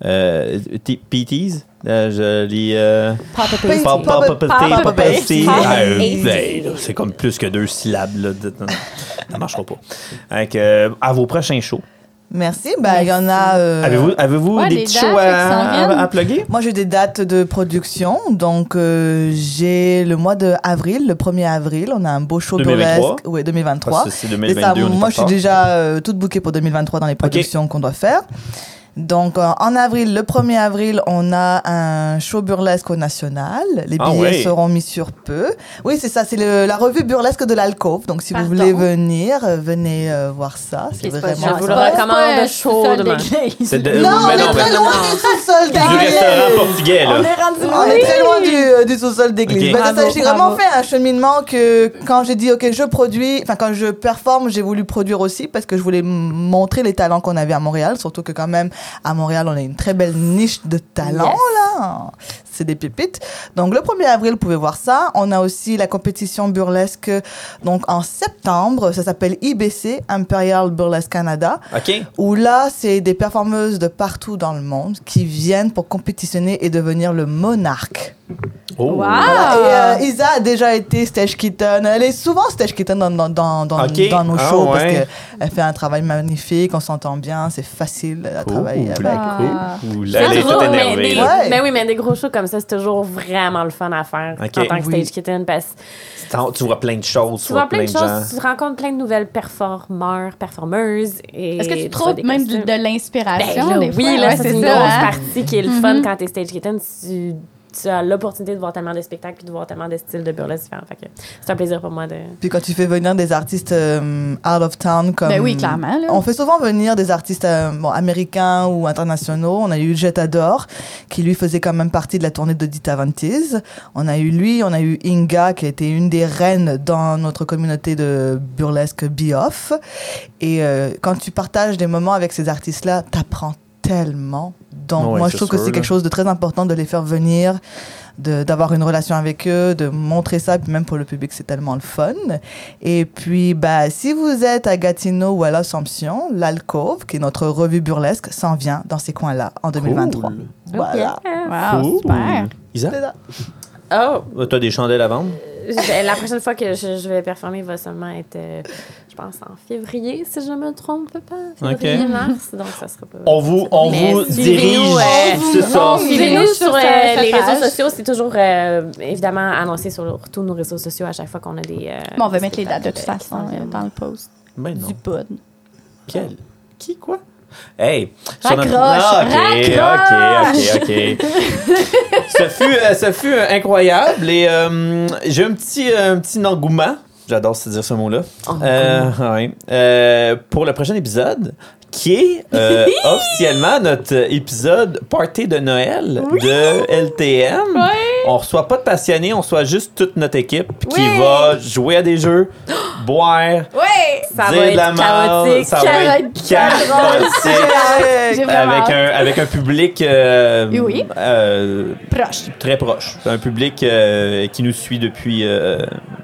[SPEAKER 2] euh, t- PTs. euh, je lis. euh,
[SPEAKER 1] Papa
[SPEAKER 5] Pink
[SPEAKER 2] pa-
[SPEAKER 5] Tea.
[SPEAKER 2] pa- pa- pa-
[SPEAKER 1] Papa
[SPEAKER 2] pa- pa-
[SPEAKER 1] Pay.
[SPEAKER 2] tea.
[SPEAKER 1] Papa
[SPEAKER 2] Ah, euh,
[SPEAKER 1] Pay.
[SPEAKER 2] ben, là, C'est comme plus que deux syllabes. Là. Dites- non, non, Ça marchera pas. Donc, euh, à vos prochains shows.
[SPEAKER 5] Merci. Bah, il y en a. euh,
[SPEAKER 2] Avez-vous avez-vous
[SPEAKER 1] Ouais,
[SPEAKER 2] des
[SPEAKER 1] les
[SPEAKER 2] petits
[SPEAKER 1] dates
[SPEAKER 2] shows à,
[SPEAKER 1] qui s'en
[SPEAKER 2] à,
[SPEAKER 1] viennent.
[SPEAKER 2] à plugger?
[SPEAKER 5] Moi, j'ai des dates de production. Donc, euh, j'ai le mois de avril, le 1er avril. On a un beau show
[SPEAKER 2] 2023.
[SPEAKER 5] burlesque. Oui, 2023.
[SPEAKER 2] Parce que c'est
[SPEAKER 5] Et
[SPEAKER 2] 2022,
[SPEAKER 5] ça,
[SPEAKER 2] on est
[SPEAKER 5] moi,
[SPEAKER 2] pas
[SPEAKER 5] je suis
[SPEAKER 2] fort.
[SPEAKER 5] déjà euh, toute bookée pour 2023 dans les productions qu'on doit faire. Donc, euh, en avril, le 1er avril, on a un show burlesque au National. Les billets
[SPEAKER 2] Ah ouais.
[SPEAKER 5] seront mis sur peu. Oui, c'est ça, c'est le- la revue burlesque de l'alcôve. Donc, si
[SPEAKER 1] Pardon.
[SPEAKER 5] vous voulez venir, euh, venez euh, voir ça. C'est
[SPEAKER 1] Ok, c'est
[SPEAKER 5] vraiment
[SPEAKER 1] pas
[SPEAKER 4] Je vous
[SPEAKER 1] C'est
[SPEAKER 4] le
[SPEAKER 1] pas- c'est pas
[SPEAKER 4] recommande chaudement.
[SPEAKER 2] C'est de-
[SPEAKER 5] Non, on
[SPEAKER 2] mais
[SPEAKER 5] est
[SPEAKER 2] non,
[SPEAKER 5] très
[SPEAKER 2] mais-
[SPEAKER 5] loin du sous-sol
[SPEAKER 2] Du
[SPEAKER 5] d'église.
[SPEAKER 2] restaurant portugais, là.
[SPEAKER 5] On est très loin du, euh, du sous-sol
[SPEAKER 2] Ok.
[SPEAKER 5] d'église. Ben, c'est ça,
[SPEAKER 1] Bravo,
[SPEAKER 5] j'ai
[SPEAKER 1] bravo.
[SPEAKER 5] vraiment fait un cheminement que quand j'ai dit, OK, je produis, enfin, quand je performe, j'ai voulu produire aussi parce que je voulais m- montrer les talents qu'on avait à Montréal. Surtout que quand même, à Montréal, on a une très belle niche de talents, là. C'est des pépites. Donc, le 1er avril, vous pouvez voir ça. On a aussi la compétition burlesque, donc, en septembre. Ça s'appelle IBC, Imperial Burlesque Canada
[SPEAKER 2] OK.
[SPEAKER 5] où là, c'est des performeuses de partout dans le monde qui viennent pour compétitionner et devenir le monarque
[SPEAKER 2] Oh.
[SPEAKER 1] Ah
[SPEAKER 5] Voilà, Et euh, Isa a déjà été stage kitten. Elle est souvent stage kitten dans, dans, dans, dans,
[SPEAKER 2] Ok.
[SPEAKER 5] dans nos
[SPEAKER 2] Ah,
[SPEAKER 5] shows parce
[SPEAKER 2] ouais.
[SPEAKER 5] qu'elle fait un travail magnifique, on s'entend bien, c'est facile à
[SPEAKER 2] Cool,
[SPEAKER 5] travailler avec.
[SPEAKER 1] Ah.
[SPEAKER 2] cool.
[SPEAKER 4] Ah, C'est
[SPEAKER 2] Là, elle est
[SPEAKER 4] toujours-
[SPEAKER 2] toute
[SPEAKER 4] mais
[SPEAKER 2] énervée.
[SPEAKER 4] des-
[SPEAKER 2] là.
[SPEAKER 5] Ouais.
[SPEAKER 4] mais oui, mais des gros shows comme ça, c'est toujours vraiment le fun à faire
[SPEAKER 2] Ok.
[SPEAKER 4] en tant que
[SPEAKER 5] Oui.
[SPEAKER 4] stage kitten parce que
[SPEAKER 2] Tant- Tu vois plein de choses,
[SPEAKER 4] tu vois plein de
[SPEAKER 2] gens.
[SPEAKER 4] choses, tu rencontres plein de nouvelles performeurs, performeuses. et
[SPEAKER 1] Est-ce que tu
[SPEAKER 4] vois
[SPEAKER 1] trouves
[SPEAKER 4] des
[SPEAKER 1] même
[SPEAKER 4] costumes.
[SPEAKER 1] de, de l'inspiration?
[SPEAKER 4] Ben là,
[SPEAKER 1] des
[SPEAKER 4] oui,
[SPEAKER 1] fois?
[SPEAKER 4] là,
[SPEAKER 1] Ouais,
[SPEAKER 4] c'est Mhm. une
[SPEAKER 1] ça,
[SPEAKER 4] grosse
[SPEAKER 1] hein?
[SPEAKER 4] partie qui est le fun quand t'es stage kitten. Tu, tu as l'opportunité de voir tellement de spectacles puis de voir tellement de styles de burlesque différents. Fait que c'est un plaisir pour moi de.
[SPEAKER 5] Puis quand tu fais venir des artistes euh, out of town comme.
[SPEAKER 1] Ben oui, clairement. Là.
[SPEAKER 5] On fait souvent venir des artistes euh, bon, américains ou internationaux. On a eu Jet Adore, qui lui faisait quand même partie de la tournée de Dita Vantis. On a eu lui, on a eu Inga, qui était une des reines dans notre communauté de burlesque be-off. Et euh, quand tu partages des moments avec ces artistes-là, t'apprends tellement. Donc,
[SPEAKER 2] Ouais,
[SPEAKER 5] moi,
[SPEAKER 2] c'est
[SPEAKER 5] je trouve que
[SPEAKER 2] sûr,
[SPEAKER 5] c'est quelque
[SPEAKER 2] là.
[SPEAKER 5] chose de très important de les faire venir, de- d'avoir une relation avec eux, de montrer ça. Puis même pour le public, c'est tellement le fun. Et puis, bah, si vous êtes à Gatineau ou à l'Assomption, l'Alcove, qui est notre revue burlesque, s'en vient dans ces coins-là en 2023.
[SPEAKER 2] Cool.
[SPEAKER 5] Voilà.
[SPEAKER 1] Wow,
[SPEAKER 2] Cool.
[SPEAKER 1] super.
[SPEAKER 2] Isa,
[SPEAKER 5] C'est ça.
[SPEAKER 4] Oh!
[SPEAKER 2] t'as des chandelles à vendre?
[SPEAKER 4] Ben, la prochaine fois que je, je vais performer va seulement être, euh, je pense, en février, si je me trompe pas. Février,
[SPEAKER 2] Ok.
[SPEAKER 4] mars. Donc, ça sera pas.
[SPEAKER 2] On vous, on
[SPEAKER 4] Mais
[SPEAKER 2] vous
[SPEAKER 4] suivez-nous,
[SPEAKER 2] dirige.
[SPEAKER 4] ouais.
[SPEAKER 2] C'est ça.
[SPEAKER 4] Suivez-nous sur,
[SPEAKER 1] sa-
[SPEAKER 4] euh,
[SPEAKER 1] sa
[SPEAKER 4] les
[SPEAKER 1] page.
[SPEAKER 4] réseaux sociaux. C'est toujours, euh, évidemment, annoncé sur le- tous nos réseaux sociaux à chaque fois qu'on a des. euh,
[SPEAKER 1] Bon, on va
[SPEAKER 4] des
[SPEAKER 1] mettre les dates de toute
[SPEAKER 4] spectacles qui
[SPEAKER 1] façon
[SPEAKER 4] s'en
[SPEAKER 1] euh,
[SPEAKER 4] viennent.
[SPEAKER 1] dans le post
[SPEAKER 2] Mais non.
[SPEAKER 1] du pod.
[SPEAKER 2] Quel? Qui, quoi? Hey! sur
[SPEAKER 1] Raccroche,
[SPEAKER 2] Ah, ok, ok, ok, <laughs> ok. ce, fut, euh, ce fut euh, incroyable et euh, j'ai un petit, euh, un petit engouement. J'adore se dire ce mot-là. Euh, ouais. Euh, pour le prochain épisode, qui est euh, officiellement notre épisode Party de Noël de LTM. On reçoit pas de passionnés, on reçoit juste toute notre équipe qui va jouer à des jeux, boire,
[SPEAKER 4] Ça
[SPEAKER 2] dire
[SPEAKER 4] va
[SPEAKER 2] de la
[SPEAKER 4] être
[SPEAKER 2] merde,
[SPEAKER 4] chaotique.
[SPEAKER 2] ça
[SPEAKER 1] <laughs>
[SPEAKER 2] va être chaotique
[SPEAKER 1] J'ai vraiment
[SPEAKER 2] avec un, avec un public euh,
[SPEAKER 1] Et oui.
[SPEAKER 2] euh,
[SPEAKER 1] proche.
[SPEAKER 2] très proche. Un public euh, qui nous suit depuis euh,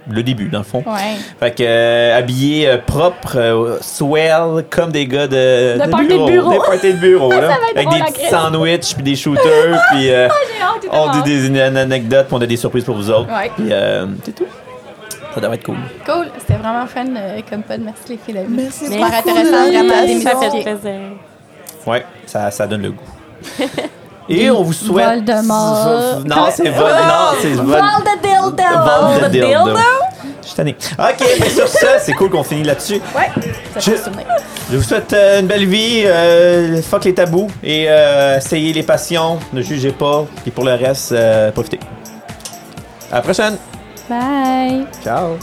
[SPEAKER 2] le début, dans le fond.
[SPEAKER 1] Ouais.
[SPEAKER 2] Fait que euh, habillés euh, propres, euh, swell, comme des gars de,
[SPEAKER 1] De party de bureau.
[SPEAKER 2] Des parties de
[SPEAKER 1] <laughs>
[SPEAKER 2] bureau, là.
[SPEAKER 1] va être
[SPEAKER 2] Avec
[SPEAKER 1] drôle,
[SPEAKER 2] des
[SPEAKER 1] la
[SPEAKER 2] petits
[SPEAKER 1] crise.
[SPEAKER 2] sandwichs, puis des
[SPEAKER 1] <laughs>
[SPEAKER 2] shooters, puis euh, on dit
[SPEAKER 1] des...
[SPEAKER 2] des an- anecdotes, puis on a des surprises pour vous autres.
[SPEAKER 1] Ouais.
[SPEAKER 2] Puis, euh, c'est tout. Ça devrait être cool.
[SPEAKER 1] Cool, c'était vraiment fun euh, comme pod. Merci les filles d'amis.
[SPEAKER 5] Merci
[SPEAKER 1] Super
[SPEAKER 5] beaucoup
[SPEAKER 1] intéressant,
[SPEAKER 5] de
[SPEAKER 1] vraiment
[SPEAKER 4] Ça
[SPEAKER 5] l'invitation.
[SPEAKER 4] fait
[SPEAKER 1] démystifier.
[SPEAKER 4] plaisir.
[SPEAKER 2] Ouais, ça, ça donne le goût. Et on vous souhaite.
[SPEAKER 1] Voldemort.
[SPEAKER 2] Non, c'est Vol. Non, c'est Vol.
[SPEAKER 1] de dildo!
[SPEAKER 2] Vol de dildo. Je suis tanné. Ok, mais sur ça, c'est cool qu'on finisse là-dessus.
[SPEAKER 1] Ça
[SPEAKER 2] Je-
[SPEAKER 1] fait tourner.
[SPEAKER 2] Je vous souhaite euh, une belle vie. Euh, fuck les tabous et euh, essayez les passions. Ne jugez pas. Et pour le reste, euh, profitez. À la prochaine.
[SPEAKER 1] Bye!
[SPEAKER 2] Ciao.